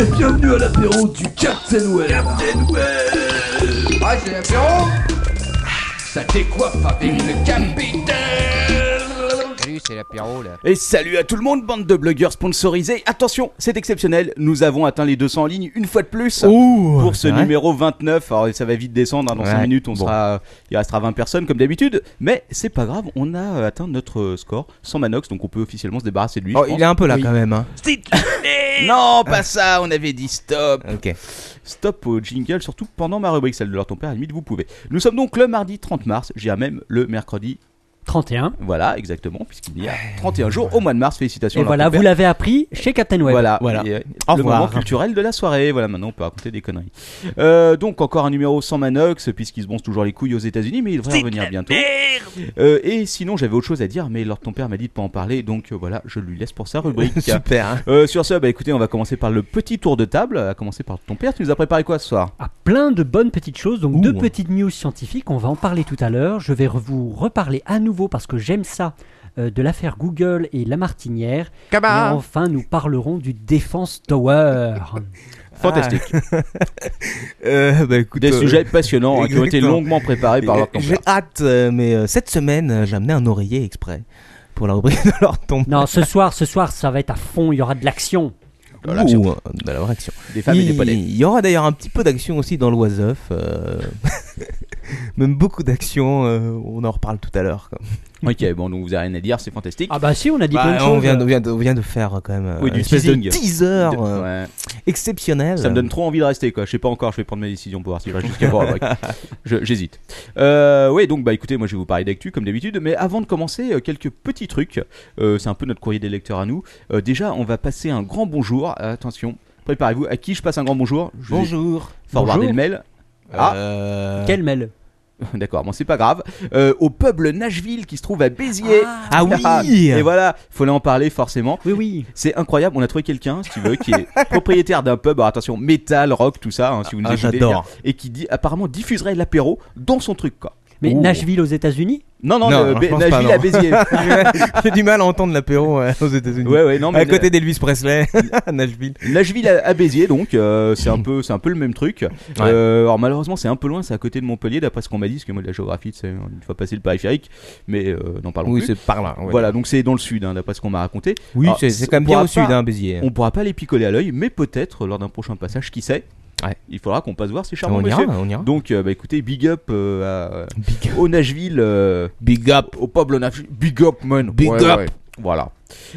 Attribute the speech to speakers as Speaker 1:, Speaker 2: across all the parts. Speaker 1: Et bienvenue à l'apéro du Captain Well Captain Well
Speaker 2: Ouais, c'est l'apéro Ça décoiffe avec le capitaine Salut, c'est l'apéro, là.
Speaker 1: Et salut à tout le monde, bande de blogueurs sponsorisés Attention, c'est exceptionnel, nous avons atteint les 200 en ligne une fois de plus
Speaker 3: Ouh,
Speaker 1: Pour ce
Speaker 3: ouais.
Speaker 1: numéro 29, alors ça va vite descendre, hein, dans 5
Speaker 3: Ouais,
Speaker 1: minutes on
Speaker 3: bon.
Speaker 1: sera, il restera 20 personnes comme d'habitude Mais c'est pas grave, on a euh, atteint notre euh, score sans Manox, donc on peut officiellement se débarrasser de lui
Speaker 3: Oh,
Speaker 1: je pense.
Speaker 3: il est un peu là
Speaker 1: Oui.
Speaker 3: quand même. Hein.
Speaker 1: Non, pas ça, on avait dit stop
Speaker 3: Ok.
Speaker 1: Stop au jingle, surtout pendant ma rubrique, celle de leur ton père, à la limite vous pouvez. Nous sommes donc le mardi 30 mars, j'irai même le mercredi
Speaker 4: 31.
Speaker 1: Voilà, exactement, puisqu'il y a 31 jours au mois de mars. Félicitations.
Speaker 4: Et
Speaker 1: alors,
Speaker 4: voilà,
Speaker 1: ton
Speaker 4: vous
Speaker 1: père.
Speaker 4: l'avez appris chez Captain Web.
Speaker 1: Voilà,
Speaker 3: Voilà.
Speaker 1: Et, euh,
Speaker 3: Au
Speaker 1: le
Speaker 3: revoir.
Speaker 1: moment culturel de la soirée. Voilà, maintenant on peut raconter des conneries. Euh, donc encore un numéro sans Manox, puisqu'il se bronze toujours les couilles aux États-Unis, mais il devrait revenir bientôt. Euh, et sinon, j'avais autre chose à dire, mais Lord ton père m'a dit de pas en parler, donc euh, voilà, je lui laisse pour sa rubrique.
Speaker 3: Super. hein.
Speaker 1: Euh, sur ce, bah écoutez, on va commencer par le petit tour de table. À commencer par ton père, tu nous as préparé quoi ce soir
Speaker 4: À plein de bonnes petites choses, donc
Speaker 3: Ouh.
Speaker 4: deux petites news scientifiques, on va en parler tout à l'heure. Je vais re- vous reparler à nouveau parce que j'aime ça euh, de l'affaire Google et Lamartinière.
Speaker 3: Bah.
Speaker 4: Et enfin, nous parlerons du Défense Tower.
Speaker 1: Fantastique.
Speaker 3: Euh, bah, écoute,
Speaker 1: Des
Speaker 3: Ah, euh,
Speaker 1: sujets passionnants hein, qui ont été
Speaker 3: exactement.
Speaker 1: longuement préparés par Lord ton
Speaker 3: J'ai
Speaker 1: père.
Speaker 3: hâte, euh, mais euh, cette semaine, euh, j'ai amené un oreiller exprès pour la rubrique de leur tombe.
Speaker 4: non, ce soir, ce soir, ça va être à fond, il y aura de l'action.
Speaker 1: De l'action.
Speaker 3: Ouh, euh, de la vraie action.
Speaker 1: Des femmes et des
Speaker 3: il,
Speaker 1: palais.
Speaker 3: il y aura d'ailleurs un petit peu d'action aussi dans l'Oiseuf. euh, Même beaucoup d'action. euh, on en reparle tout à l'heure. quoi.
Speaker 1: Ok, bon, donc vous avez rien à dire, c'est fantastique.
Speaker 4: Ah bah si, on a dit
Speaker 3: Bah,
Speaker 4: plein de
Speaker 3: on,
Speaker 4: choses.
Speaker 3: vient, de- on vient de, on vient de faire euh, quand même euh,
Speaker 1: Oui, du
Speaker 3: un espèce de
Speaker 1: teasing.
Speaker 3: teaser
Speaker 1: De-
Speaker 3: euh,
Speaker 1: ouais.
Speaker 3: exceptionnel.
Speaker 1: Ça me donne trop envie de rester, quoi. Je sais pas encore, je vais prendre mes décisions pour voir si je reste jusqu'à voir. la rubrique. Je- J'hésite. Euh, ouais, donc, bah écoutez, moi je vais vous parler d'actu comme d'habitude, mais avant de commencer, euh, quelques petits trucs. Euh, C'est un peu notre courrier des lecteurs à nous. Euh, déjà, on va passer un grand bonjour. Attention, préparez-vous. À qui je passe un grand bonjour Je vais
Speaker 3: Bonjour.
Speaker 1: forwarder
Speaker 4: Bonjour.
Speaker 1: le mail. Ah,
Speaker 3: Euh,
Speaker 4: Quel mail
Speaker 1: d'accord, bon, c'est pas grave. Euh, au peuple Nashville qui se trouve à Béziers.
Speaker 3: Ah oui
Speaker 1: Et voilà, fallait en parler forcément.
Speaker 4: Oui, oui.
Speaker 1: C'est incroyable, on a trouvé quelqu'un, si tu veux, qui est propriétaire d'un pub, alors attention, métal, rock, tout ça, hein, si vous nous
Speaker 3: Ah,
Speaker 1: écoutez,
Speaker 3: j'adore.
Speaker 1: et qui dit apparemment diffuserait l'apéro dans son truc, quoi.
Speaker 4: Mais
Speaker 1: Ouh.
Speaker 4: Nashville aux États-Unis
Speaker 1: Non, non,
Speaker 3: Non,
Speaker 1: le-
Speaker 3: je
Speaker 1: Bé-
Speaker 3: pense pas,
Speaker 1: Nashville
Speaker 3: non.
Speaker 1: à Béziers.
Speaker 3: J'ai du mal à entendre l'apéro euh, aux États-Unis.
Speaker 1: ouais, ouais, non, mais
Speaker 3: à côté d'Elvis Presley à Nashville.
Speaker 1: Nashville à, à Béziers, donc, euh, c'est un peu, c'est un peu le même truc. Euh, alors malheureusement, c'est un peu loin, c'est à côté de Montpellier, d'après ce qu'on m'a dit, parce que moi, de la géographie, c'est une fois passé le périphérique, mais euh, n'en parlons
Speaker 3: Oui,
Speaker 1: plus.
Speaker 3: c'est par là. ouais.
Speaker 1: Voilà, donc c'est dans le sud, hein, d'après ce qu'on m'a raconté.
Speaker 3: Oui,
Speaker 1: Alors,
Speaker 3: c'est c'est quand
Speaker 1: on
Speaker 3: même bien
Speaker 1: pourra
Speaker 3: au sud,
Speaker 1: pas-
Speaker 3: hein, Béziers.
Speaker 1: On pourra pas les picoler à l'œil, mais peut-être lors d'un prochain passage, qui sait.
Speaker 3: Ouais.
Speaker 1: Il faudra qu'on passe voir ces charmants
Speaker 3: On ira,
Speaker 1: messieurs.
Speaker 3: on ira.
Speaker 1: Donc, euh, bah, écoutez, big up euh, à-
Speaker 3: Big
Speaker 1: au Nashville, euh,
Speaker 3: Big up.
Speaker 1: au peuple Nashville. Big up, man.
Speaker 3: Big
Speaker 1: Ouais,
Speaker 3: up.
Speaker 1: ouais. Voilà.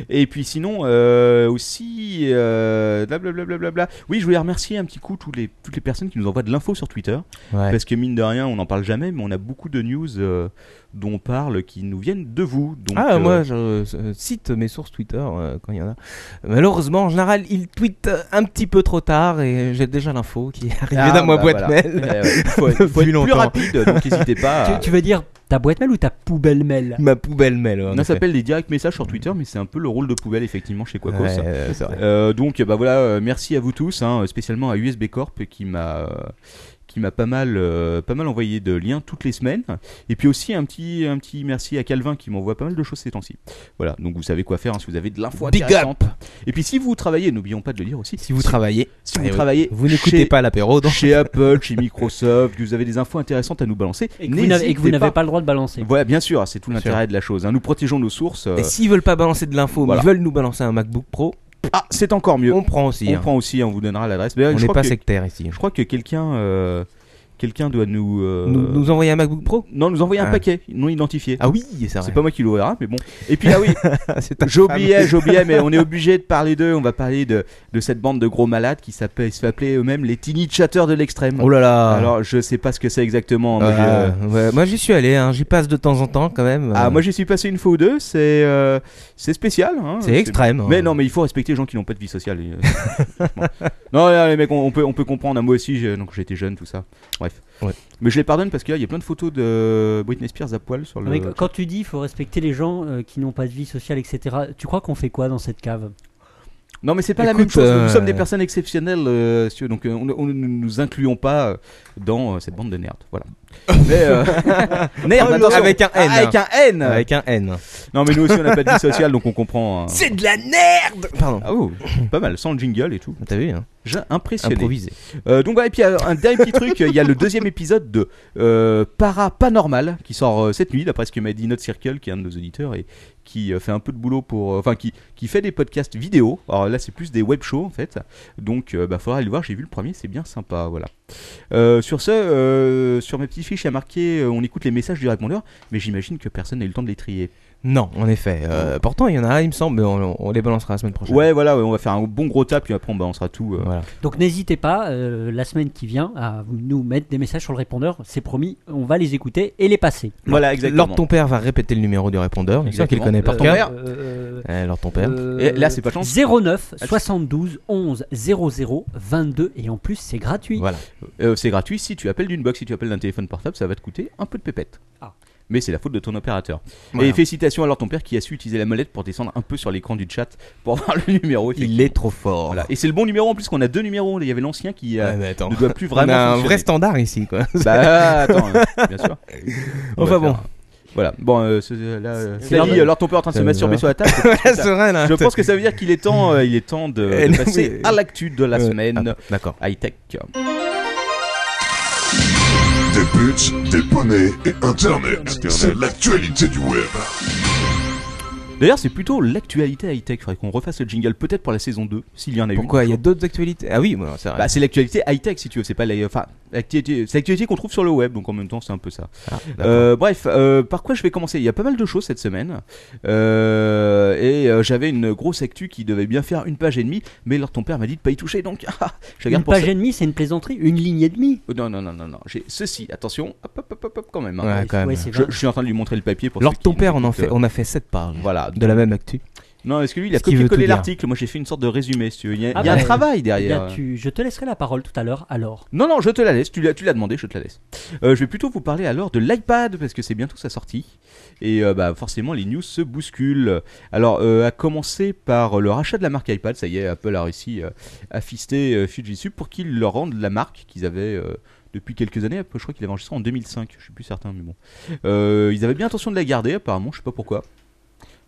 Speaker 1: Et puis sinon, euh, aussi, euh, blablabla. Oui, je voulais remercier un petit coup tous les, toutes les personnes qui nous envoient de l'info sur Twitter.
Speaker 3: Ouais.
Speaker 1: Parce que mine de rien, on n'en parle jamais, mais on a beaucoup de news euh, dont on parle qui nous viennent de vous. Donc,
Speaker 3: ah,
Speaker 1: euh,
Speaker 3: moi, je euh, cite mes sources Twitter euh, quand il y en a. Malheureusement, en général, ils tweetent euh, un petit peu trop tard et j'ai déjà l'info qui est arrivée
Speaker 1: ah,
Speaker 3: dans ma
Speaker 1: bah,
Speaker 3: boîte
Speaker 1: voilà.
Speaker 3: mail.
Speaker 1: Ouais, ouais. Faut, faut
Speaker 3: Depuis
Speaker 1: être plus
Speaker 3: longtemps.
Speaker 1: rapide, donc n'hésitez pas. à-
Speaker 4: tu, tu veux dire ta boîte mail ou ta poubelle mail
Speaker 3: Ma poubelle mail. en
Speaker 1: Non, ça
Speaker 3: effet.
Speaker 1: s'appelle les directs messages sur Twitter, mais c'est un peu le rôle de poubelle, effectivement, chez Quacos.
Speaker 3: Ouais, euh, c'est vrai.
Speaker 1: Euh, donc, bah voilà, euh, merci à vous tous, hein, spécialement à USB Corp qui m'a. euh, qui m'a pas mal, euh, pas mal envoyé de liens toutes les semaines. Et puis aussi un petit, un petit merci à Calvin qui m'envoie pas mal de choses ces temps-ci. Voilà, donc vous savez quoi faire hein, si vous avez de l'info
Speaker 3: Big
Speaker 1: intéressante. Et puis si vous travaillez, n'oublions pas de le dire aussi.
Speaker 3: Si vous travaillez,
Speaker 1: si vous
Speaker 3: eh oui,
Speaker 1: travaillez,
Speaker 3: vous n'écoutez
Speaker 1: chez-
Speaker 3: pas l'apéro, donc
Speaker 1: chez Apple, chez Microsoft, que vous avez des infos intéressantes à nous balancer,
Speaker 4: Et que vous n'avez- et que vous
Speaker 1: n'hésitez
Speaker 4: n'avez pas le droit de balancer.
Speaker 1: Voilà, bien sûr, c'est tout
Speaker 3: Bien
Speaker 1: l'intérêt de la chose. hein. Nous protégeons nos sources. euh,
Speaker 3: Et s'ils veulent pas balancer de l'info,
Speaker 1: voilà.
Speaker 3: mais ils veulent nous balancer un MacBook Pro,
Speaker 1: Ah, c'est encore mieux.
Speaker 3: on prend aussi.
Speaker 1: On
Speaker 3: hein.
Speaker 1: prend aussi, on vous donnera l'adresse. D'ailleurs,
Speaker 3: On
Speaker 1: je
Speaker 3: n'est
Speaker 1: crois
Speaker 3: pas
Speaker 1: que-
Speaker 3: sectaire ici.
Speaker 1: Je crois que quelqu'un euh, quelqu'un doit nous, euh,
Speaker 3: Nous, nous envoyer un MacBook Pro
Speaker 1: Non, nous envoyer un
Speaker 3: Ah.
Speaker 1: paquet non identifié.
Speaker 3: Ah oui, c'est vrai.
Speaker 1: c'est pas moi qui l'ouvrira, mais bon. Et puis, ah oui,
Speaker 3: C'est ta
Speaker 1: j'oubliais, j'oubliais, mais on est obligé de parler d'eux. On va parler de, de cette bande de gros malades qui s'appelle- se fait appeler eux-mêmes les Tiny Chatters de l'extrême.
Speaker 3: Oh là là.
Speaker 1: Alors, je sais pas ce que c'est exactement. moi,
Speaker 3: Euh,
Speaker 1: je-
Speaker 3: ouais, moi j'y suis allé, hein, j'y passe de temps en temps quand même.
Speaker 1: Ah,
Speaker 3: euh,
Speaker 1: moi, j'y suis passé une fois ou deux. C'est euh, c'est spécial. hein.
Speaker 3: c'est extrême.
Speaker 1: Mais
Speaker 3: hein.
Speaker 1: non, mais il faut respecter les gens qui n'ont pas de vie sociale. et, euh, bon. non, là, les mecs, on, on peut, on peut comprendre. hein, Moi aussi, j'ai- donc j'étais jeune, tout ça. Bref.
Speaker 3: Ouais.
Speaker 1: Mais je les pardonne parce que là, il y a plein de photos de Britney Spears à poil sur le.
Speaker 4: Non, mais qu- quand tu dis il faut respecter les gens euh, qui n'ont pas de vie sociale, etc., tu crois qu'on fait quoi dans cette cave
Speaker 1: Non, mais c'est pas la
Speaker 3: Écoute,
Speaker 1: même chose. Nous
Speaker 3: euh,
Speaker 1: sommes des personnes exceptionnelles, euh, messieurs, donc euh, on on ne nous incluons pas euh, dans euh, cette bande de nerds. Voilà. mais, euh, nerds,
Speaker 3: Oh,
Speaker 1: attention.
Speaker 3: avec un N.
Speaker 1: Avec un N.
Speaker 3: Avec un N.
Speaker 1: Non, mais nous aussi, on n'a pas de vie sociale, donc on comprend. hein.
Speaker 3: C'est de la merde Pardon.
Speaker 1: Ah, oh, pas mal, sans le jingle et tout.
Speaker 3: T'as vu hein
Speaker 1: J'ai impressionné.
Speaker 3: improvisé.
Speaker 1: Euh, donc, voilà, et puis euh, un dernier petit truc, il y a le deuxième épisode de euh, Para Paranormal qui sort euh, cette nuit, d'après ce que m'a dit Not Circle, qui est un de nos auditeurs et qui euh, fait un peu de boulot pour. euh, Enfin, qui, qui fait des podcasts vidéo. Alors là, c'est plus des web shows en fait. Donc, il bah, faudra aller le voir. J'ai vu le premier, c'est bien sympa. Voilà. Euh, sur ce, euh, sur mes petits fiches, il y a marqué euh, on écoute les messages du répondeur, mais j'imagine que personne n'a eu le temps de les trier.
Speaker 3: Non, en effet. Euh, pourtant, il y en a, il me semble, mais on, on les balancera la semaine prochaine.
Speaker 1: Ouais, voilà, ouais, on va faire un bon gros tas, puis après on balancera tout. euh.
Speaker 3: Voilà.
Speaker 4: Donc n'hésitez pas, euh, la semaine qui vient, à nous mettre des messages sur le répondeur. C'est promis, on va les écouter et les passer.
Speaker 1: Voilà,
Speaker 3: Lors ton père va répéter le numéro du répondeur, il sûr qu'il
Speaker 1: Exactement.
Speaker 3: connaît par
Speaker 1: Ton
Speaker 3: cœur.
Speaker 1: père
Speaker 4: Euh,
Speaker 3: Eh, Lord ton père.
Speaker 4: euh,
Speaker 1: Et là, c'est pas de chance.
Speaker 4: 09 72 11 00 22 et en plus c'est gratuit.
Speaker 3: Voilà.
Speaker 1: Euh, c'est gratuit. Si tu appelles d'une box, si tu appelles d'un téléphone portable, ça va te coûter un peu de pépette.
Speaker 4: Ah.
Speaker 1: Mais c'est la faute de ton opérateur.
Speaker 3: Voilà.
Speaker 1: Et félicitations alors ton père qui a su utiliser la molette pour descendre un peu sur l'écran du chat pour voir le numéro.
Speaker 3: Il est trop fort.
Speaker 1: Voilà. Et c'est le bon numéro en plus qu'on a deux numéros. Il y avait l'ancien qui euh,
Speaker 3: Ouais, mais attends.
Speaker 1: ne doit plus
Speaker 3: On a
Speaker 1: vraiment.
Speaker 3: un
Speaker 1: fonctionner.
Speaker 3: vrai Eh standard ici, quoi.
Speaker 1: Bah attends, hein, bien sûr. On va
Speaker 3: Enfin bon.
Speaker 1: faire- Voilà. Bon, euh, ce- là, euh,
Speaker 4: C'est
Speaker 1: Flavie,
Speaker 4: normal.
Speaker 1: alors ton père est en train de se
Speaker 3: C'est
Speaker 1: masturber
Speaker 3: bizarre.
Speaker 1: sur la table.
Speaker 3: Serein, là.
Speaker 1: Je pense que ça veut dire qu'il est temps, euh, il est temps de,
Speaker 3: Eh,
Speaker 1: de
Speaker 3: non,
Speaker 1: passer
Speaker 3: mais-
Speaker 1: à l'actu de la
Speaker 3: Euh,
Speaker 1: semaine.
Speaker 3: ah, D'accord.
Speaker 1: High tech.
Speaker 5: Des buts, des poneys et Internet. C'est l'actualité du web.
Speaker 1: D'ailleurs, c'est plutôt l'actualité high tech. Faudrait qu'on refasse le jingle peut-être pour la saison 2, s'il y en a
Speaker 3: Pourquoi
Speaker 1: une.
Speaker 3: Il y a d'autres actualités Ah oui, bon, c'est vrai.
Speaker 1: Bah, c'est l'actualité high tech si tu veux. C'est pas la- enfin, l'actualité, c'est l'actualité qu'on trouve sur le web, donc en même temps c'est un peu ça.
Speaker 3: Ah, d'accord.
Speaker 1: Euh, bref, euh, par quoi je vais commencer Il y a pas mal de choses cette semaine. Euh, et euh, j'avais une grosse actu qui devait bien faire une page et demie, mais alors ton père m'a dit de pas y toucher, donc ah, je
Speaker 4: Une
Speaker 1: garde pour
Speaker 4: page
Speaker 1: ça.
Speaker 4: et demie, c'est une plaisanterie, une ligne et demie.
Speaker 1: Oh, Non, non, non, non, non. J'ai ceci. Attention, hop, hop, hop, hop, hop, quand même. hein.
Speaker 3: Ouais, quand même.
Speaker 4: c'est
Speaker 1: Je,
Speaker 4: vrai.
Speaker 1: je suis en train de lui montrer le papier pour.
Speaker 3: Lors
Speaker 1: ceux
Speaker 3: de ton
Speaker 1: qui
Speaker 3: père, on, en
Speaker 1: m'écoutent,
Speaker 3: fait, on a fait 7 pages
Speaker 1: euh, Voilà.
Speaker 3: de la même actu.
Speaker 1: Non, est-ce que lui, il a
Speaker 3: Ce qui veut
Speaker 1: copié-collé
Speaker 3: tout dire.
Speaker 1: l'article Moi, j'ai fait une sorte de résumé, si tu veux. Il y a,
Speaker 4: Ah
Speaker 1: il y a
Speaker 4: bah,
Speaker 1: un travail derrière.
Speaker 4: Bien, tu- je te laisserai la parole tout à l'heure. Alors,
Speaker 1: Non, non, je te la laisse. Tu l'as, tu l'as demandé, je te la laisse. Euh, je vais plutôt vous parler alors de l'iPad parce que c'est bientôt sa sortie et euh, bah forcément les news se bousculent. Alors euh, à commencer par le rachat de la marque iPad, ça y est, Apple a réussi euh, à fister euh, Fujitsu pour qu'ils leur rendent la marque qu'ils avaient. euh, depuis quelques années, je crois qu'ils l'avaient enregistrée en 2005, je suis plus certain, mais bon. Euh, ils avaient bien intention de la garder, apparemment, je sais pas pourquoi.